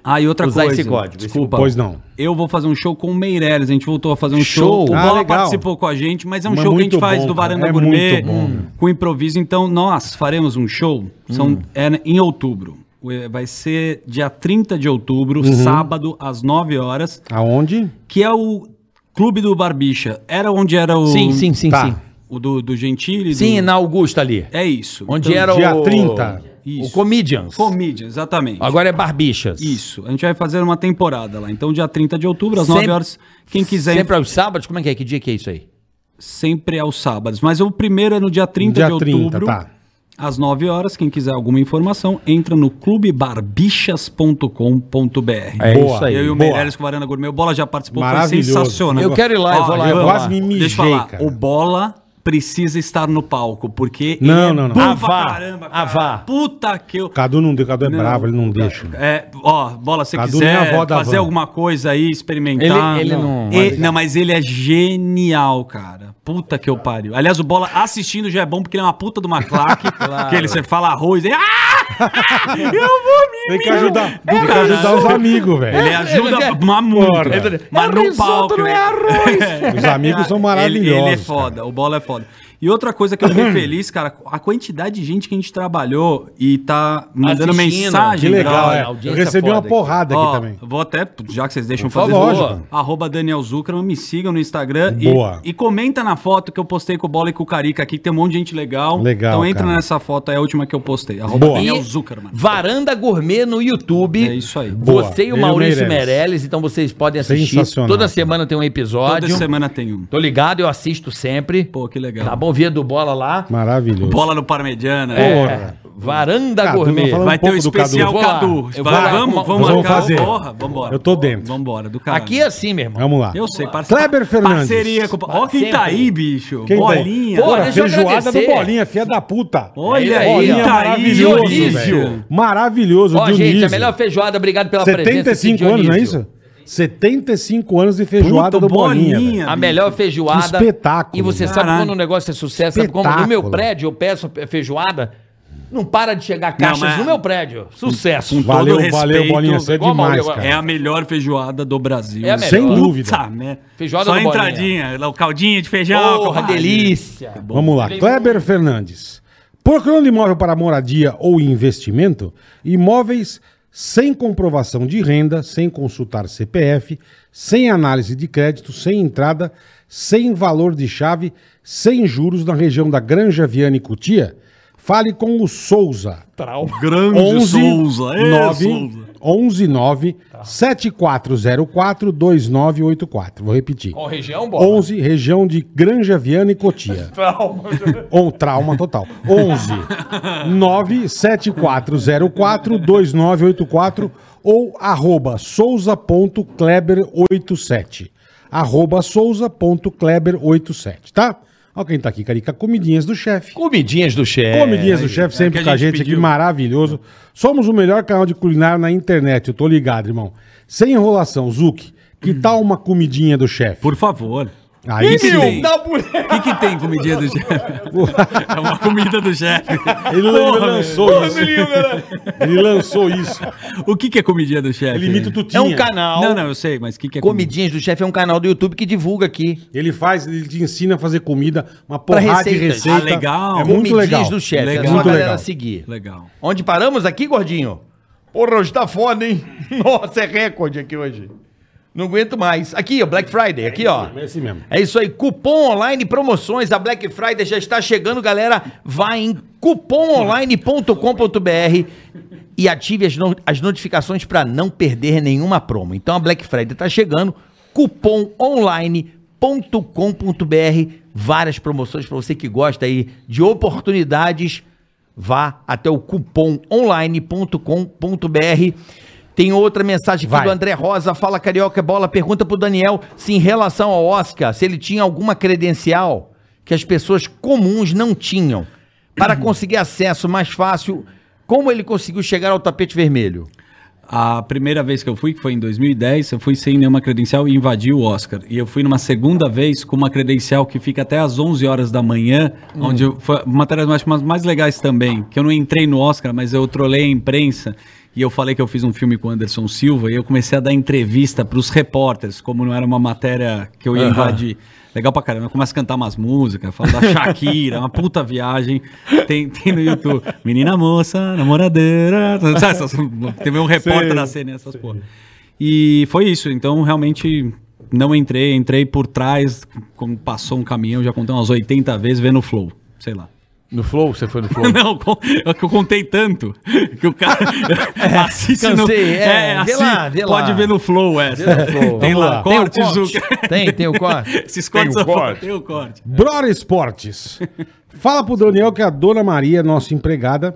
[SPEAKER 4] Ah, e outra
[SPEAKER 3] Usar
[SPEAKER 4] coisa.
[SPEAKER 3] esse código, esse
[SPEAKER 4] Desculpa.
[SPEAKER 2] Pois não.
[SPEAKER 4] Eu vou fazer um show com o Meirelles. A gente voltou a fazer um show.
[SPEAKER 3] Show?
[SPEAKER 4] O
[SPEAKER 2] Ah,
[SPEAKER 4] Bola
[SPEAKER 2] legal.
[SPEAKER 4] participou com a gente, mas é um
[SPEAKER 2] Mas
[SPEAKER 4] show que a gente
[SPEAKER 2] muito
[SPEAKER 4] faz
[SPEAKER 2] bom,
[SPEAKER 4] do
[SPEAKER 2] cara.
[SPEAKER 4] Varanda
[SPEAKER 2] É
[SPEAKER 4] Gourmet
[SPEAKER 2] muito bom, né?
[SPEAKER 4] com improviso. Então, nós faremos um show. São, é em outubro. Ué, Vai ser dia 30 de outubro, sábado, às 9 horas,
[SPEAKER 2] Aonde?
[SPEAKER 4] que é o Clube do Barbicha. Era onde era o.
[SPEAKER 3] sim,
[SPEAKER 2] Tá.
[SPEAKER 4] O do, do Gentili.
[SPEAKER 3] Sim,
[SPEAKER 4] do...
[SPEAKER 3] na Augusta ali.
[SPEAKER 4] É isso.
[SPEAKER 3] Onde
[SPEAKER 4] Então,
[SPEAKER 3] era
[SPEAKER 2] dia
[SPEAKER 3] o.
[SPEAKER 2] 30.
[SPEAKER 3] O
[SPEAKER 4] Isso.
[SPEAKER 3] Comedians.
[SPEAKER 4] Comedian, exatamente.
[SPEAKER 3] Agora é Barbixas.
[SPEAKER 4] Isso. A gente vai fazer uma temporada lá. Então, dia 30 de outubro, às 9
[SPEAKER 3] Sempre-
[SPEAKER 4] horas. Quem quiser
[SPEAKER 3] Sempre aos sábados? Como é que é? Que dia que é isso aí?
[SPEAKER 4] sempre aos sábados. Mas o primeiro é no dia 30
[SPEAKER 2] Dia
[SPEAKER 4] de
[SPEAKER 2] 30,
[SPEAKER 4] outubro,
[SPEAKER 2] tá.
[SPEAKER 4] às 9 horas. Quem quiser alguma informação, entra no clubebarbixas.com.br.
[SPEAKER 3] É
[SPEAKER 2] Boa.
[SPEAKER 3] isso aí.
[SPEAKER 4] Eu e o
[SPEAKER 2] boa.
[SPEAKER 4] Meirelles com o Varanda Gourmet, o Bola já participou, foi
[SPEAKER 2] Maravilhoso.
[SPEAKER 4] sensacional.
[SPEAKER 3] Eu quero ir lá, eu
[SPEAKER 4] Ó,
[SPEAKER 3] vou lá, eu
[SPEAKER 2] eu
[SPEAKER 3] vou
[SPEAKER 2] quase
[SPEAKER 3] lá.
[SPEAKER 2] me mijei,
[SPEAKER 4] Deixa eu falar,
[SPEAKER 2] cara.
[SPEAKER 4] o Bola precisa estar no palco, porque
[SPEAKER 2] Não, não, não.
[SPEAKER 4] bom
[SPEAKER 3] Ah,
[SPEAKER 4] pra
[SPEAKER 3] vá,
[SPEAKER 4] caramba,
[SPEAKER 3] ah,
[SPEAKER 4] cara.
[SPEAKER 3] vá.
[SPEAKER 4] Puta que eu...
[SPEAKER 2] Cadu não deu, Cadu é
[SPEAKER 4] Não,
[SPEAKER 2] bravo, ele não deixa. né?
[SPEAKER 4] É, ó, bola, se
[SPEAKER 2] Cadu nem a
[SPEAKER 4] quiser
[SPEAKER 2] avó da
[SPEAKER 4] fazer
[SPEAKER 2] van.
[SPEAKER 4] alguma coisa aí, experimentar.
[SPEAKER 3] Ele- ele não-
[SPEAKER 4] E- não, mas ele é genial, cara. Puta que eu pariu. Aliás, o bola assistindo já é bom porque ele é uma puta de uma claque. Que ele você fala arroz. Ele, ah! Eu vou me.
[SPEAKER 2] Tem que ajudar, tem que
[SPEAKER 4] caralho.
[SPEAKER 2] ajudar os amigos, velho.
[SPEAKER 4] é Ele ajuda
[SPEAKER 3] ele é-
[SPEAKER 4] mas muito.
[SPEAKER 2] Porra.
[SPEAKER 4] cara. Mas
[SPEAKER 3] o
[SPEAKER 4] no
[SPEAKER 3] risoto
[SPEAKER 4] palco.
[SPEAKER 3] não é
[SPEAKER 4] né?
[SPEAKER 3] arroz.
[SPEAKER 2] Os amigos são maravilhosos.
[SPEAKER 4] Ele, ele
[SPEAKER 2] cara.
[SPEAKER 4] é foda, o bola é foda. E outra coisa que eu fiquei feliz, cara, a quantidade de gente que a gente trabalhou e tá mandando
[SPEAKER 3] Assistindo.
[SPEAKER 4] mensagem.
[SPEAKER 2] Que legal,
[SPEAKER 4] pra-
[SPEAKER 3] Não, a
[SPEAKER 2] é. Eu
[SPEAKER 3] audiência
[SPEAKER 2] recebi
[SPEAKER 3] é
[SPEAKER 2] uma
[SPEAKER 3] foda
[SPEAKER 2] porrada aqui,
[SPEAKER 4] Ó,
[SPEAKER 2] também.
[SPEAKER 4] Vou até, já que vocês deixam
[SPEAKER 2] Por
[SPEAKER 4] fazer.
[SPEAKER 2] favor,
[SPEAKER 4] boa.
[SPEAKER 2] lógico.
[SPEAKER 4] Arroba Daniel Zuckerman, me sigam no Instagram. e-
[SPEAKER 2] Boa.
[SPEAKER 4] E, comenta na foto que eu postei com o Bola e com o Carica aqui, que tem um monte de gente legal.
[SPEAKER 2] Legal,
[SPEAKER 4] Então entra
[SPEAKER 2] cara.
[SPEAKER 4] nessa foto, é a última que eu postei. Arroba
[SPEAKER 2] Boa.
[SPEAKER 4] Daniel
[SPEAKER 3] E
[SPEAKER 4] Zuckerman.
[SPEAKER 3] Varanda Gourmet no YouTube.
[SPEAKER 4] É isso aí.
[SPEAKER 2] Boa.
[SPEAKER 3] Você e o
[SPEAKER 2] Eu e o
[SPEAKER 3] Maurício
[SPEAKER 2] Meirelles.
[SPEAKER 3] Meirelles, então vocês podem assistir.
[SPEAKER 2] Sensacional.
[SPEAKER 3] Toda semana tem um episódio.
[SPEAKER 4] Toda semana tem um.
[SPEAKER 3] Tô ligado, eu assisto sempre.
[SPEAKER 4] Pô, que legal.
[SPEAKER 3] Tá bom, via do bola lá.
[SPEAKER 2] Maravilhoso.
[SPEAKER 3] É.
[SPEAKER 5] É.
[SPEAKER 4] Bola no Parmegiana.
[SPEAKER 2] Porra.
[SPEAKER 5] Varanda
[SPEAKER 2] Cadu,
[SPEAKER 5] Gourmet.
[SPEAKER 2] nós falamos
[SPEAKER 4] Vai
[SPEAKER 2] um
[SPEAKER 4] ter o
[SPEAKER 2] pouco do Cadu.
[SPEAKER 4] especial
[SPEAKER 5] Vou lá.
[SPEAKER 4] Cadu. Vai-
[SPEAKER 5] Eu vou lá.
[SPEAKER 4] Vamos,
[SPEAKER 2] Nós
[SPEAKER 4] vamos
[SPEAKER 2] vamos
[SPEAKER 4] marcar.
[SPEAKER 2] fazer.
[SPEAKER 4] Porra, vambora.
[SPEAKER 2] Eu tô dentro.
[SPEAKER 4] Vambora, do caralho.
[SPEAKER 5] Aqui é assim, meu irmão.
[SPEAKER 2] Vamos lá.
[SPEAKER 4] Eu sei, parceiro.
[SPEAKER 2] Kleber Fernandes.
[SPEAKER 4] Parceria com. Ó, quem
[SPEAKER 5] Sempre.
[SPEAKER 4] tá aí, bicho.
[SPEAKER 2] Quem tá aí?
[SPEAKER 4] Bolinha.
[SPEAKER 5] Porra,
[SPEAKER 2] Porra,
[SPEAKER 5] deixa eu
[SPEAKER 2] feijoada do
[SPEAKER 5] agradecer.
[SPEAKER 2] Bolinha, filha da puta.
[SPEAKER 4] Olha
[SPEAKER 5] aí,
[SPEAKER 4] aí,
[SPEAKER 5] ó.
[SPEAKER 4] tá aí,
[SPEAKER 2] maravilhoso,
[SPEAKER 5] Dionísio.
[SPEAKER 2] velho. Maravilhoso,
[SPEAKER 5] Ó, gente,
[SPEAKER 2] Dionísio.
[SPEAKER 5] a melhor feijoada, obrigado pela presença.
[SPEAKER 2] 75 anos, não é
[SPEAKER 5] Dionísio.
[SPEAKER 2] isso? 75 anos de feijoada do
[SPEAKER 4] Puta,
[SPEAKER 2] Bolinha.
[SPEAKER 4] Bolinha.
[SPEAKER 2] velho.
[SPEAKER 5] A melhor feijoada.
[SPEAKER 2] Que espetáculo. né?
[SPEAKER 5] E você sabe
[SPEAKER 4] Caralho.
[SPEAKER 5] quando o negócio é sucesso, sabe como no meu
[SPEAKER 2] Espetáculo.
[SPEAKER 5] prédio eu peço feijoada, não para de chegar caixas
[SPEAKER 4] mas-
[SPEAKER 5] no meu prédio. Sucesso.
[SPEAKER 4] Com-
[SPEAKER 2] Valeu,
[SPEAKER 4] todo
[SPEAKER 2] valeu,
[SPEAKER 4] respeito,
[SPEAKER 2] Bolinha. Você é
[SPEAKER 5] igual a
[SPEAKER 2] demais,
[SPEAKER 5] Mauro,
[SPEAKER 2] cara.
[SPEAKER 4] É a melhor feijoada do Brasil.
[SPEAKER 5] É a melhor.
[SPEAKER 2] Sem
[SPEAKER 5] Puta
[SPEAKER 2] dúvida.
[SPEAKER 4] Puta merda.
[SPEAKER 5] Feijoada
[SPEAKER 4] Só
[SPEAKER 5] do
[SPEAKER 4] a
[SPEAKER 5] Bolinha.
[SPEAKER 4] entradinha, lá, o caldinho de feijão.
[SPEAKER 5] Porra,
[SPEAKER 4] compadre.
[SPEAKER 5] delícia.
[SPEAKER 2] Vamos lá. Kleber Fernandes. Procurando imóvel para moradia ou investimento, imóveis sem comprovação de renda, sem consultar CPF, sem análise de crédito, sem entrada, sem valor de chave, sem juros na região da Granja Viana e Cutia, fale com o Souza.
[SPEAKER 4] Grande
[SPEAKER 2] 11
[SPEAKER 4] Souza. Ê,
[SPEAKER 2] 9
[SPEAKER 4] Souza.
[SPEAKER 2] 11 9 7404 2984. Vou repetir.
[SPEAKER 5] Qual região, Bola?
[SPEAKER 2] 11, região de Granja Viana e Cotia. Ou trauma total. 11 97404 2984 ou arroba souza.kleber87. Arroba souza.kleber87, tá? Ó quem tá aqui, Carica. Comidinhas do chefe.
[SPEAKER 5] Comidinhas do chefe.
[SPEAKER 2] Comidinhas do
[SPEAKER 5] é
[SPEAKER 2] chefe
[SPEAKER 4] que
[SPEAKER 2] sempre
[SPEAKER 4] a
[SPEAKER 2] com a
[SPEAKER 4] gente
[SPEAKER 2] gente aqui,
[SPEAKER 4] pediu.
[SPEAKER 2] maravilhoso. Somos o melhor canal de culinária na internet, eu tô ligado, irmão. Sem enrolação, Zuc, que
[SPEAKER 5] Hum.
[SPEAKER 2] tal uma comidinha do chefe?
[SPEAKER 4] Por favor.
[SPEAKER 2] Aí sim.
[SPEAKER 4] Sim. O que, que tem comidinha do chefe? é uma comida do chefe.
[SPEAKER 2] Ele lançou isso. Ele lançou isso.
[SPEAKER 4] O que, que é comidinha do chefe?
[SPEAKER 2] Ele imita o Tutinha.
[SPEAKER 5] É um canal.
[SPEAKER 4] Não, não, eu sei, mas o que, que é
[SPEAKER 5] Comidinhas do chefe é um canal do YouTube que divulga aqui.
[SPEAKER 2] Ele faz, ele te ensina a fazer comida, uma porrada de
[SPEAKER 5] receitas.
[SPEAKER 2] receita.
[SPEAKER 4] Ah, legal.
[SPEAKER 2] É muito
[SPEAKER 5] Comidinhas
[SPEAKER 2] legal.
[SPEAKER 5] do chefe. É
[SPEAKER 4] Legal.
[SPEAKER 5] só a
[SPEAKER 2] Muito
[SPEAKER 5] galera
[SPEAKER 2] legal.
[SPEAKER 5] seguir.
[SPEAKER 4] Legal.
[SPEAKER 5] Onde paramos aqui, gordinho? Porra, hoje tá foda, hein? Nossa, é recorde aqui hoje. Não aguento mais. Aqui, ó, Black Friday, aqui, ó.
[SPEAKER 2] É esse mesmo.
[SPEAKER 5] É isso aí, cupom online, promoções, a Black Friday já está chegando, galera. Vai em cupomonline.com.br e ative as, no- as notificações para não perder nenhuma promo. Então a Black Friday está chegando, cupomonline.com.br, várias promoções para você que gosta aí de oportunidades. Vá até o cupomonline.com.br. Tem outra mensagem aqui
[SPEAKER 2] Vai.
[SPEAKER 5] do André Rosa, fala carioca é bola, pergunta pro Daniel se em relação ao Oscar, se ele tinha alguma credencial que as pessoas comuns não tinham. Para conseguir acesso mais fácil, como ele conseguiu chegar ao tapete vermelho?
[SPEAKER 4] A primeira vez que eu fui, que foi em 2010, eu fui sem nenhuma credencial e invadi o Oscar. E eu fui numa segunda vez com uma credencial que fica até às 11 horas da manhã, onde eu, foi uma das matérias mais, mais legais também, que eu não entrei no Oscar, mas eu trolei a imprensa e eu falei que eu fiz um filme com o Anderson Silva e eu comecei a dar entrevista para os repórteres, como não era uma matéria que eu ia invadir. Legal pra caramba. Eu começo a cantar umas músicas, falo da Shakira, uma puta viagem. Tem, tem no YouTube. Menina moça, namoradeira. Sabe, essas, teve um repórter da CNN, essas porra. E foi isso. Então, realmente, não entrei. Entrei por trás, como passou um caminhão, já contei umas 80 vezes, vendo o Flow. Sei lá.
[SPEAKER 7] No Flow? Você foi no Flow?
[SPEAKER 4] Não, con- é que eu contei tanto que o cara assiste
[SPEAKER 5] cansei,
[SPEAKER 4] no...
[SPEAKER 5] é, vê
[SPEAKER 4] assi-
[SPEAKER 5] lá, vê lá.
[SPEAKER 4] Pode ver no Flow, é. Tem
[SPEAKER 5] Vamos
[SPEAKER 4] lá,
[SPEAKER 5] lá.
[SPEAKER 4] corte,
[SPEAKER 5] Tem o corte.
[SPEAKER 4] Zucca.
[SPEAKER 5] Tem, tem o corte.
[SPEAKER 4] Esses cortes
[SPEAKER 7] Tem o
[SPEAKER 4] são-
[SPEAKER 7] corte.
[SPEAKER 4] Tem o corte.
[SPEAKER 2] Brother Esportes. Fala pro Daniel que a dona Maria, nossa empregada,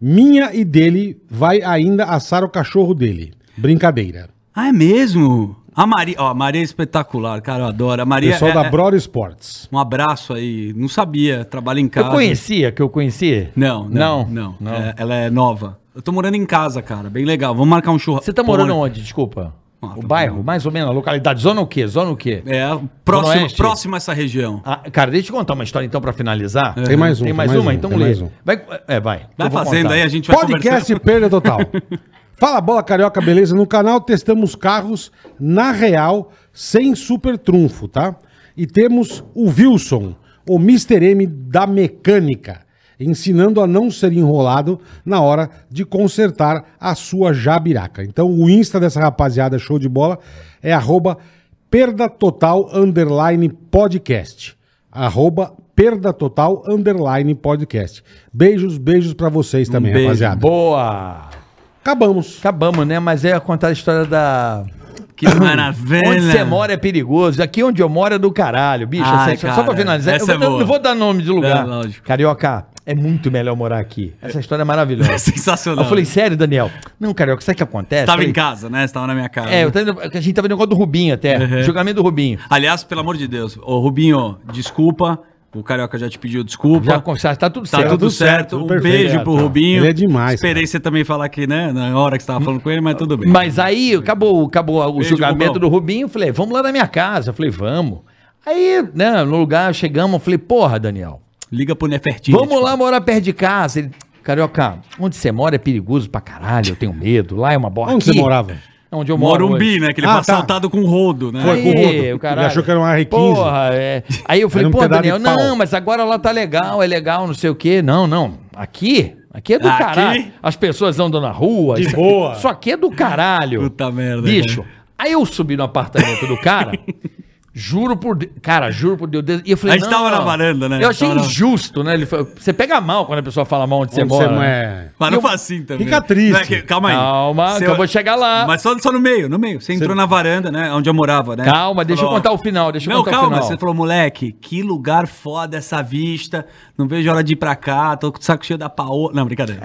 [SPEAKER 2] minha e dele, vai ainda assar o cachorro dele. Brincadeira.
[SPEAKER 4] Ah, é mesmo? A Maria, ó, a Maria é espetacular, cara, eu adoro. A Maria
[SPEAKER 2] Pessoal
[SPEAKER 4] é-
[SPEAKER 2] da
[SPEAKER 4] é-
[SPEAKER 2] Brother Esportes.
[SPEAKER 4] Um abraço aí. Não sabia, trabalha em casa.
[SPEAKER 5] Eu conhecia, que eu conhecia?
[SPEAKER 4] Não, não,
[SPEAKER 5] Não,
[SPEAKER 4] não.
[SPEAKER 5] não.
[SPEAKER 4] É, ela é nova. Eu tô morando em casa, cara, bem legal. Vamos marcar um churrasco.
[SPEAKER 5] Você tá morando onde, desculpa?
[SPEAKER 4] Ah,
[SPEAKER 5] o
[SPEAKER 4] tá
[SPEAKER 5] bairro, mais ou menos, a localidade. Zona o quê? Zona o quê?
[SPEAKER 4] É, próximo,
[SPEAKER 5] Oeste?
[SPEAKER 4] próximo a essa região.
[SPEAKER 5] Ah, cara, deixa eu te contar uma história então pra finalizar.
[SPEAKER 2] Tem mais um.
[SPEAKER 5] Tem mais uma? Então
[SPEAKER 2] tem
[SPEAKER 5] lê.
[SPEAKER 2] mais um.
[SPEAKER 5] Vai, é, vai.
[SPEAKER 4] É. Vai
[SPEAKER 5] Eu vou
[SPEAKER 4] fazendo
[SPEAKER 5] contar.
[SPEAKER 4] aí, a gente vai
[SPEAKER 2] Podcast Perda Total. Fala Bola Carioca, beleza? No canal testamos carros na real, sem super trunfo, tá? E temos o Wilson, o Mr. M da mecânica, ensinando a não ser enrolado na hora de consertar a sua jabiraca. Então o Insta dessa rapaziada show de bola é arroba perda total underline podcast arroba Perda Total Underline Podcast. Beijos, beijos pra vocês também,
[SPEAKER 4] beijo.
[SPEAKER 2] rapaziada.
[SPEAKER 5] Boa!
[SPEAKER 2] Acabamos.
[SPEAKER 5] Acabamos, né? Mas é contar a história da.
[SPEAKER 4] Que maravilha.
[SPEAKER 5] Onde você mora é perigoso. Aqui onde eu moro é do caralho, bicho.
[SPEAKER 4] Ai,
[SPEAKER 5] Essa- só pra
[SPEAKER 4] cara,
[SPEAKER 5] finalizar, eu
[SPEAKER 4] essa
[SPEAKER 5] vou
[SPEAKER 4] é
[SPEAKER 5] dar-
[SPEAKER 4] boa.
[SPEAKER 5] não vou dar nome de lugar.
[SPEAKER 4] É, lógico.
[SPEAKER 5] Carioca,
[SPEAKER 3] É muito melhor morar aqui. Essa história é maravilhosa.
[SPEAKER 4] É sensacional.
[SPEAKER 3] Eu falei, sério, Daniel? Não, Carioca, sabe o que acontece?
[SPEAKER 4] Tava
[SPEAKER 3] Falei,
[SPEAKER 4] em casa, né? Você tava na minha casa.
[SPEAKER 3] É, eu tava indo- a gente tava no negócio do Rubinho até. Julgamento do Rubinho.
[SPEAKER 4] Aliás, pelo amor de Deus, ô Rubinho, desculpa. O Carioca já te pediu desculpa.
[SPEAKER 3] Já conversa, tá tudo
[SPEAKER 4] Tá
[SPEAKER 3] certo.
[SPEAKER 4] tudo certo.
[SPEAKER 2] certo,
[SPEAKER 4] Um
[SPEAKER 2] perfeito.
[SPEAKER 4] beijo pro
[SPEAKER 2] Tá.
[SPEAKER 4] Rubinho.
[SPEAKER 2] Ele é demais,
[SPEAKER 4] Esperei você também falar aqui, né? Na hora que você tava falando com ele, mas tudo bem.
[SPEAKER 3] Mas aí acabou, acabou o
[SPEAKER 4] Beijo,
[SPEAKER 3] julgamento
[SPEAKER 4] Rubão.
[SPEAKER 3] do Rubinho. eu Falei, vamos lá na minha casa. Eu falei, vamos. Aí, né, no lugar, chegamos. eu Falei, porra, Daniel,
[SPEAKER 4] Liga pro Nefertiti.
[SPEAKER 3] vamos lá morar perto de casa. Ele, Carioca, onde você mora é perigoso pra caralho. Eu tenho medo. Lá é uma borda.
[SPEAKER 2] Onde você morava?
[SPEAKER 3] Onde eu moro. hoje.
[SPEAKER 4] Morumbi, né? Que ele
[SPEAKER 2] Ah,
[SPEAKER 4] foi
[SPEAKER 2] tá.
[SPEAKER 4] assaltado com rodo, né?
[SPEAKER 2] Foi.
[SPEAKER 3] Aí,
[SPEAKER 2] com o rodo.
[SPEAKER 3] o caralho.
[SPEAKER 2] Ele achou que era uma R15.
[SPEAKER 3] Porra, é. Aí eu falei,
[SPEAKER 2] Era um
[SPEAKER 3] pô,
[SPEAKER 2] pedaço de
[SPEAKER 3] Daniel,
[SPEAKER 2] pau.
[SPEAKER 3] não, mas agora lá tá legal, é legal, não sei o quê. Não, não. Aqui, aqui é do
[SPEAKER 4] Aqui?
[SPEAKER 3] caralho. As pessoas andam na rua.
[SPEAKER 2] De
[SPEAKER 3] isso,
[SPEAKER 2] boa.
[SPEAKER 3] Isso aqui é do caralho.
[SPEAKER 4] Puta merda, né?
[SPEAKER 3] Bicho.
[SPEAKER 4] cara.
[SPEAKER 3] Aí eu subi no apartamento do cara. Juro por Deus. Cara, juro por Deus. E eu falei,
[SPEAKER 4] A gente tava na varanda, né?
[SPEAKER 3] Eu achei
[SPEAKER 4] Tava na-
[SPEAKER 3] injusto, né? Ele falou, você pega mal quando a pessoa fala mal onde você
[SPEAKER 2] Onde
[SPEAKER 3] mora. né?
[SPEAKER 2] é...
[SPEAKER 4] Mas não
[SPEAKER 3] Eu-
[SPEAKER 4] faz assim também.
[SPEAKER 2] Fica triste.
[SPEAKER 4] Não é que- calma aí.
[SPEAKER 3] Calma, que eu vou chegar lá.
[SPEAKER 4] Mas só, só no meio, no meio. Você entrou na varanda, né? Onde eu morava, né?
[SPEAKER 3] Calma, deixa eu
[SPEAKER 4] Falou,
[SPEAKER 3] contar o final, deixa eu
[SPEAKER 4] não,
[SPEAKER 3] contar o
[SPEAKER 4] calma.
[SPEAKER 3] final.
[SPEAKER 4] Você falou, moleque, que lugar foda essa vista. Não vejo a hora de ir pra cá. Tô com o saco cheio da paola. Não, brincadeira.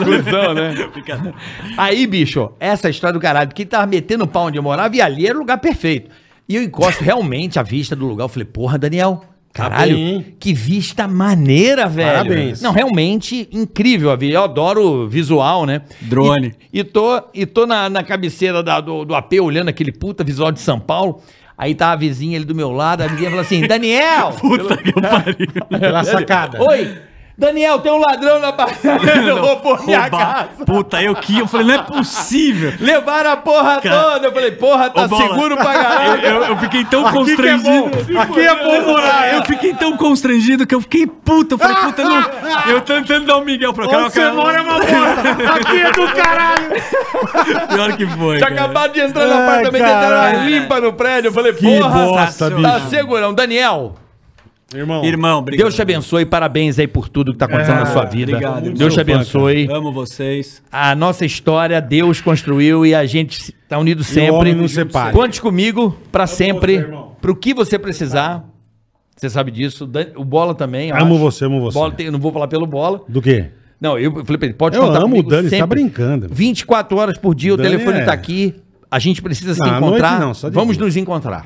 [SPEAKER 8] Ilusão, né?
[SPEAKER 4] brincadeira.
[SPEAKER 3] Aí, bicho, essa é história do caralho, porque tava metendo pau onde eu morava e ali era o lugar perfeito. E eu encosto realmente a vista do lugar. Eu falei, porra, Daniel,
[SPEAKER 4] Tá
[SPEAKER 3] caralho,
[SPEAKER 2] bem, hein?
[SPEAKER 3] que vista maneira, velho.
[SPEAKER 2] Parabéns.
[SPEAKER 3] Não, realmente incrível a vista. Eu adoro o visual, né?
[SPEAKER 4] Drone.
[SPEAKER 3] E, e tô, e tô na, na cabeceira da- do, do AP olhando aquele puta visual de São Paulo. Aí tá a vizinha ali do meu lado, a vizinha fala assim, Daniel!
[SPEAKER 4] Puta que pariu.
[SPEAKER 2] Pela sacada.
[SPEAKER 3] Oi! Daniel, tem um ladrão na barriga, roubou minha
[SPEAKER 4] Roubar.
[SPEAKER 3] casa!
[SPEAKER 4] Puta, eu que. Eu falei, não é possível.
[SPEAKER 3] Levaram a porra
[SPEAKER 4] Cara,
[SPEAKER 3] toda. Eu falei, porra, tá
[SPEAKER 4] ô, Bola.
[SPEAKER 3] seguro pra
[SPEAKER 4] Eu,
[SPEAKER 3] caralho.
[SPEAKER 4] eu- eu fiquei tão
[SPEAKER 3] é
[SPEAKER 4] constrangido.
[SPEAKER 2] Aqui é bom morar.
[SPEAKER 4] Ah, Eu fiquei tão constrangido que eu fiquei puto. Eu falei, puta, eu não. Eu tentando dar o Miguel pra
[SPEAKER 2] Onde você mora é uma porra. Aqui é do caralho.
[SPEAKER 4] Pior que foi.
[SPEAKER 3] Tinha
[SPEAKER 4] cara.
[SPEAKER 3] acabado de entrar no
[SPEAKER 2] Ai,
[SPEAKER 3] apartamento, entraram
[SPEAKER 2] caralho.
[SPEAKER 3] uma limpa no prédio. Eu falei,
[SPEAKER 2] Que
[SPEAKER 3] porra,
[SPEAKER 2] bosta,
[SPEAKER 3] tá,
[SPEAKER 2] bicho.
[SPEAKER 3] tá segurão. Daniel,
[SPEAKER 2] Irmão.
[SPEAKER 4] Irmão, obrigado.
[SPEAKER 3] Deus te abençoe. Parabéns aí por tudo que tá acontecendo na
[SPEAKER 2] É,
[SPEAKER 3] sua vida.
[SPEAKER 4] obrigado, irmão.
[SPEAKER 3] Deus te
[SPEAKER 4] Sou fã,
[SPEAKER 3] abençoe.
[SPEAKER 4] Amo vocês.
[SPEAKER 3] A nossa história, Deus construiu e a gente se- tá unido sempre.
[SPEAKER 2] homem nos separe.
[SPEAKER 3] Conte comigo pra sempre.
[SPEAKER 2] irmão.
[SPEAKER 3] Pro que você precisar. Você sabe disso. Dan- O Bola também. eu
[SPEAKER 2] Amo
[SPEAKER 3] acho.
[SPEAKER 2] você, amo você.
[SPEAKER 3] Bola tem- eu não vou falar pelo Bola.
[SPEAKER 2] Do quê?
[SPEAKER 3] Não, eu falei pra ele, pode
[SPEAKER 2] Eu
[SPEAKER 3] contar
[SPEAKER 2] amo
[SPEAKER 3] comigo
[SPEAKER 2] o Dani, você
[SPEAKER 3] sempre.
[SPEAKER 2] tá brincando.
[SPEAKER 3] 24 horas por dia, o
[SPEAKER 2] Dani
[SPEAKER 3] telefone
[SPEAKER 2] é-
[SPEAKER 3] tá aqui. A gente precisa
[SPEAKER 2] Não,
[SPEAKER 3] se
[SPEAKER 2] à noite
[SPEAKER 3] encontrar.
[SPEAKER 2] não, só de
[SPEAKER 3] Vamos
[SPEAKER 2] dia.
[SPEAKER 3] nos encontrar.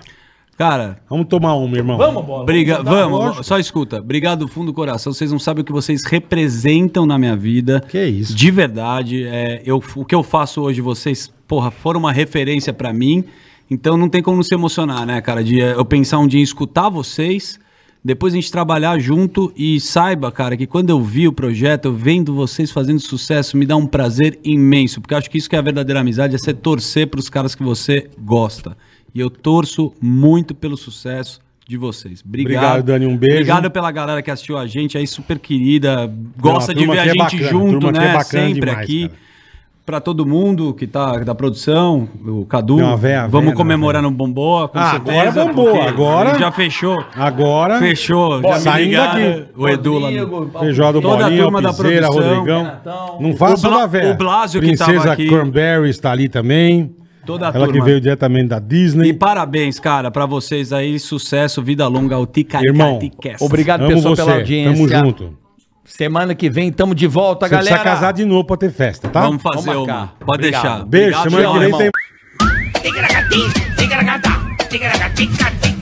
[SPEAKER 4] Cara,
[SPEAKER 2] Vamos tomar uma, irmão. Vamos, bora.
[SPEAKER 4] briga, vamos,
[SPEAKER 2] lógico.
[SPEAKER 4] só escuta. Obrigado do fundo do coração. Vocês não sabem o que vocês representam na minha vida.
[SPEAKER 2] Que isso.
[SPEAKER 4] De verdade, é, eu, o que eu faço hoje, vocês, porra, foram uma referência pra mim. Então não tem como não se emocionar, né, cara? De é, eu pensar um dia em escutar vocês, depois a gente trabalhar junto e saiba, cara, que quando eu vi o projeto, eu vendo vocês fazendo sucesso, me dá um prazer imenso, porque eu acho que isso que é a verdadeira amizade, é você torcer pros caras que você gosta. E eu torço muito pelo sucesso de vocês. Obrigado.
[SPEAKER 2] Obrigado, Dani, um beijo.
[SPEAKER 4] Obrigado pela galera que assistiu a gente aí, super querida, gosta
[SPEAKER 2] a
[SPEAKER 4] de
[SPEAKER 2] turma
[SPEAKER 4] ver a gente
[SPEAKER 2] aqui é bacana, a
[SPEAKER 4] junto,
[SPEAKER 2] turma aqui
[SPEAKER 4] né?
[SPEAKER 2] é bacana
[SPEAKER 4] Sempre
[SPEAKER 2] demais,
[SPEAKER 4] aqui.
[SPEAKER 2] cara.
[SPEAKER 4] Pra todo mundo que tá da produção, o Cadu,
[SPEAKER 2] Não, a véia, a
[SPEAKER 4] vamos
[SPEAKER 2] véia,
[SPEAKER 4] comemorar no Bomboa, com
[SPEAKER 2] Ah, agora
[SPEAKER 4] certeza.
[SPEAKER 2] Bomboa,
[SPEAKER 4] porque
[SPEAKER 2] agora-
[SPEAKER 4] ele Já fechou.
[SPEAKER 2] Agora,
[SPEAKER 4] Fechou,
[SPEAKER 2] Bom,
[SPEAKER 4] já me
[SPEAKER 2] saindo
[SPEAKER 4] ligaram.
[SPEAKER 2] aqui.
[SPEAKER 4] O Edu lá.
[SPEAKER 3] Rodrigo,
[SPEAKER 4] no-
[SPEAKER 2] feijoada do
[SPEAKER 4] Toda a
[SPEAKER 2] Bolinha,
[SPEAKER 4] turma da
[SPEAKER 2] Piseira,
[SPEAKER 4] produção.
[SPEAKER 2] Rodrigão.
[SPEAKER 3] Renatão.
[SPEAKER 2] Não faça
[SPEAKER 4] O Bla-
[SPEAKER 2] da velha.
[SPEAKER 4] o Blasio que
[SPEAKER 2] Princesa
[SPEAKER 4] tava aqui.
[SPEAKER 2] Cranberry está ali também.
[SPEAKER 4] Toda a
[SPEAKER 2] Ela que
[SPEAKER 4] turma.
[SPEAKER 2] veio diretamente da Disney.
[SPEAKER 4] E parabéns, cara, pra vocês aí, sucesso, vida longa, ao Ticacati
[SPEAKER 2] Irmão,
[SPEAKER 3] Obrigado,
[SPEAKER 2] Amo
[SPEAKER 3] pessoal,
[SPEAKER 2] você.
[SPEAKER 3] pela audiência.
[SPEAKER 2] Tamo junto.
[SPEAKER 3] Semana que vem, tamo de volta,
[SPEAKER 2] Você
[SPEAKER 3] galera.
[SPEAKER 2] precisa casar de novo pra ter festa, tá?
[SPEAKER 4] Vamos fazer
[SPEAKER 3] Vamos
[SPEAKER 4] uma.
[SPEAKER 3] marcar.
[SPEAKER 4] Pode
[SPEAKER 3] Obrigado.
[SPEAKER 4] deixar.
[SPEAKER 2] Beijo,
[SPEAKER 4] Obrigado,
[SPEAKER 2] semana que
[SPEAKER 4] irmão.
[SPEAKER 2] vem tem
[SPEAKER 1] tá. Ticaracati, ticaracata, ticaracati,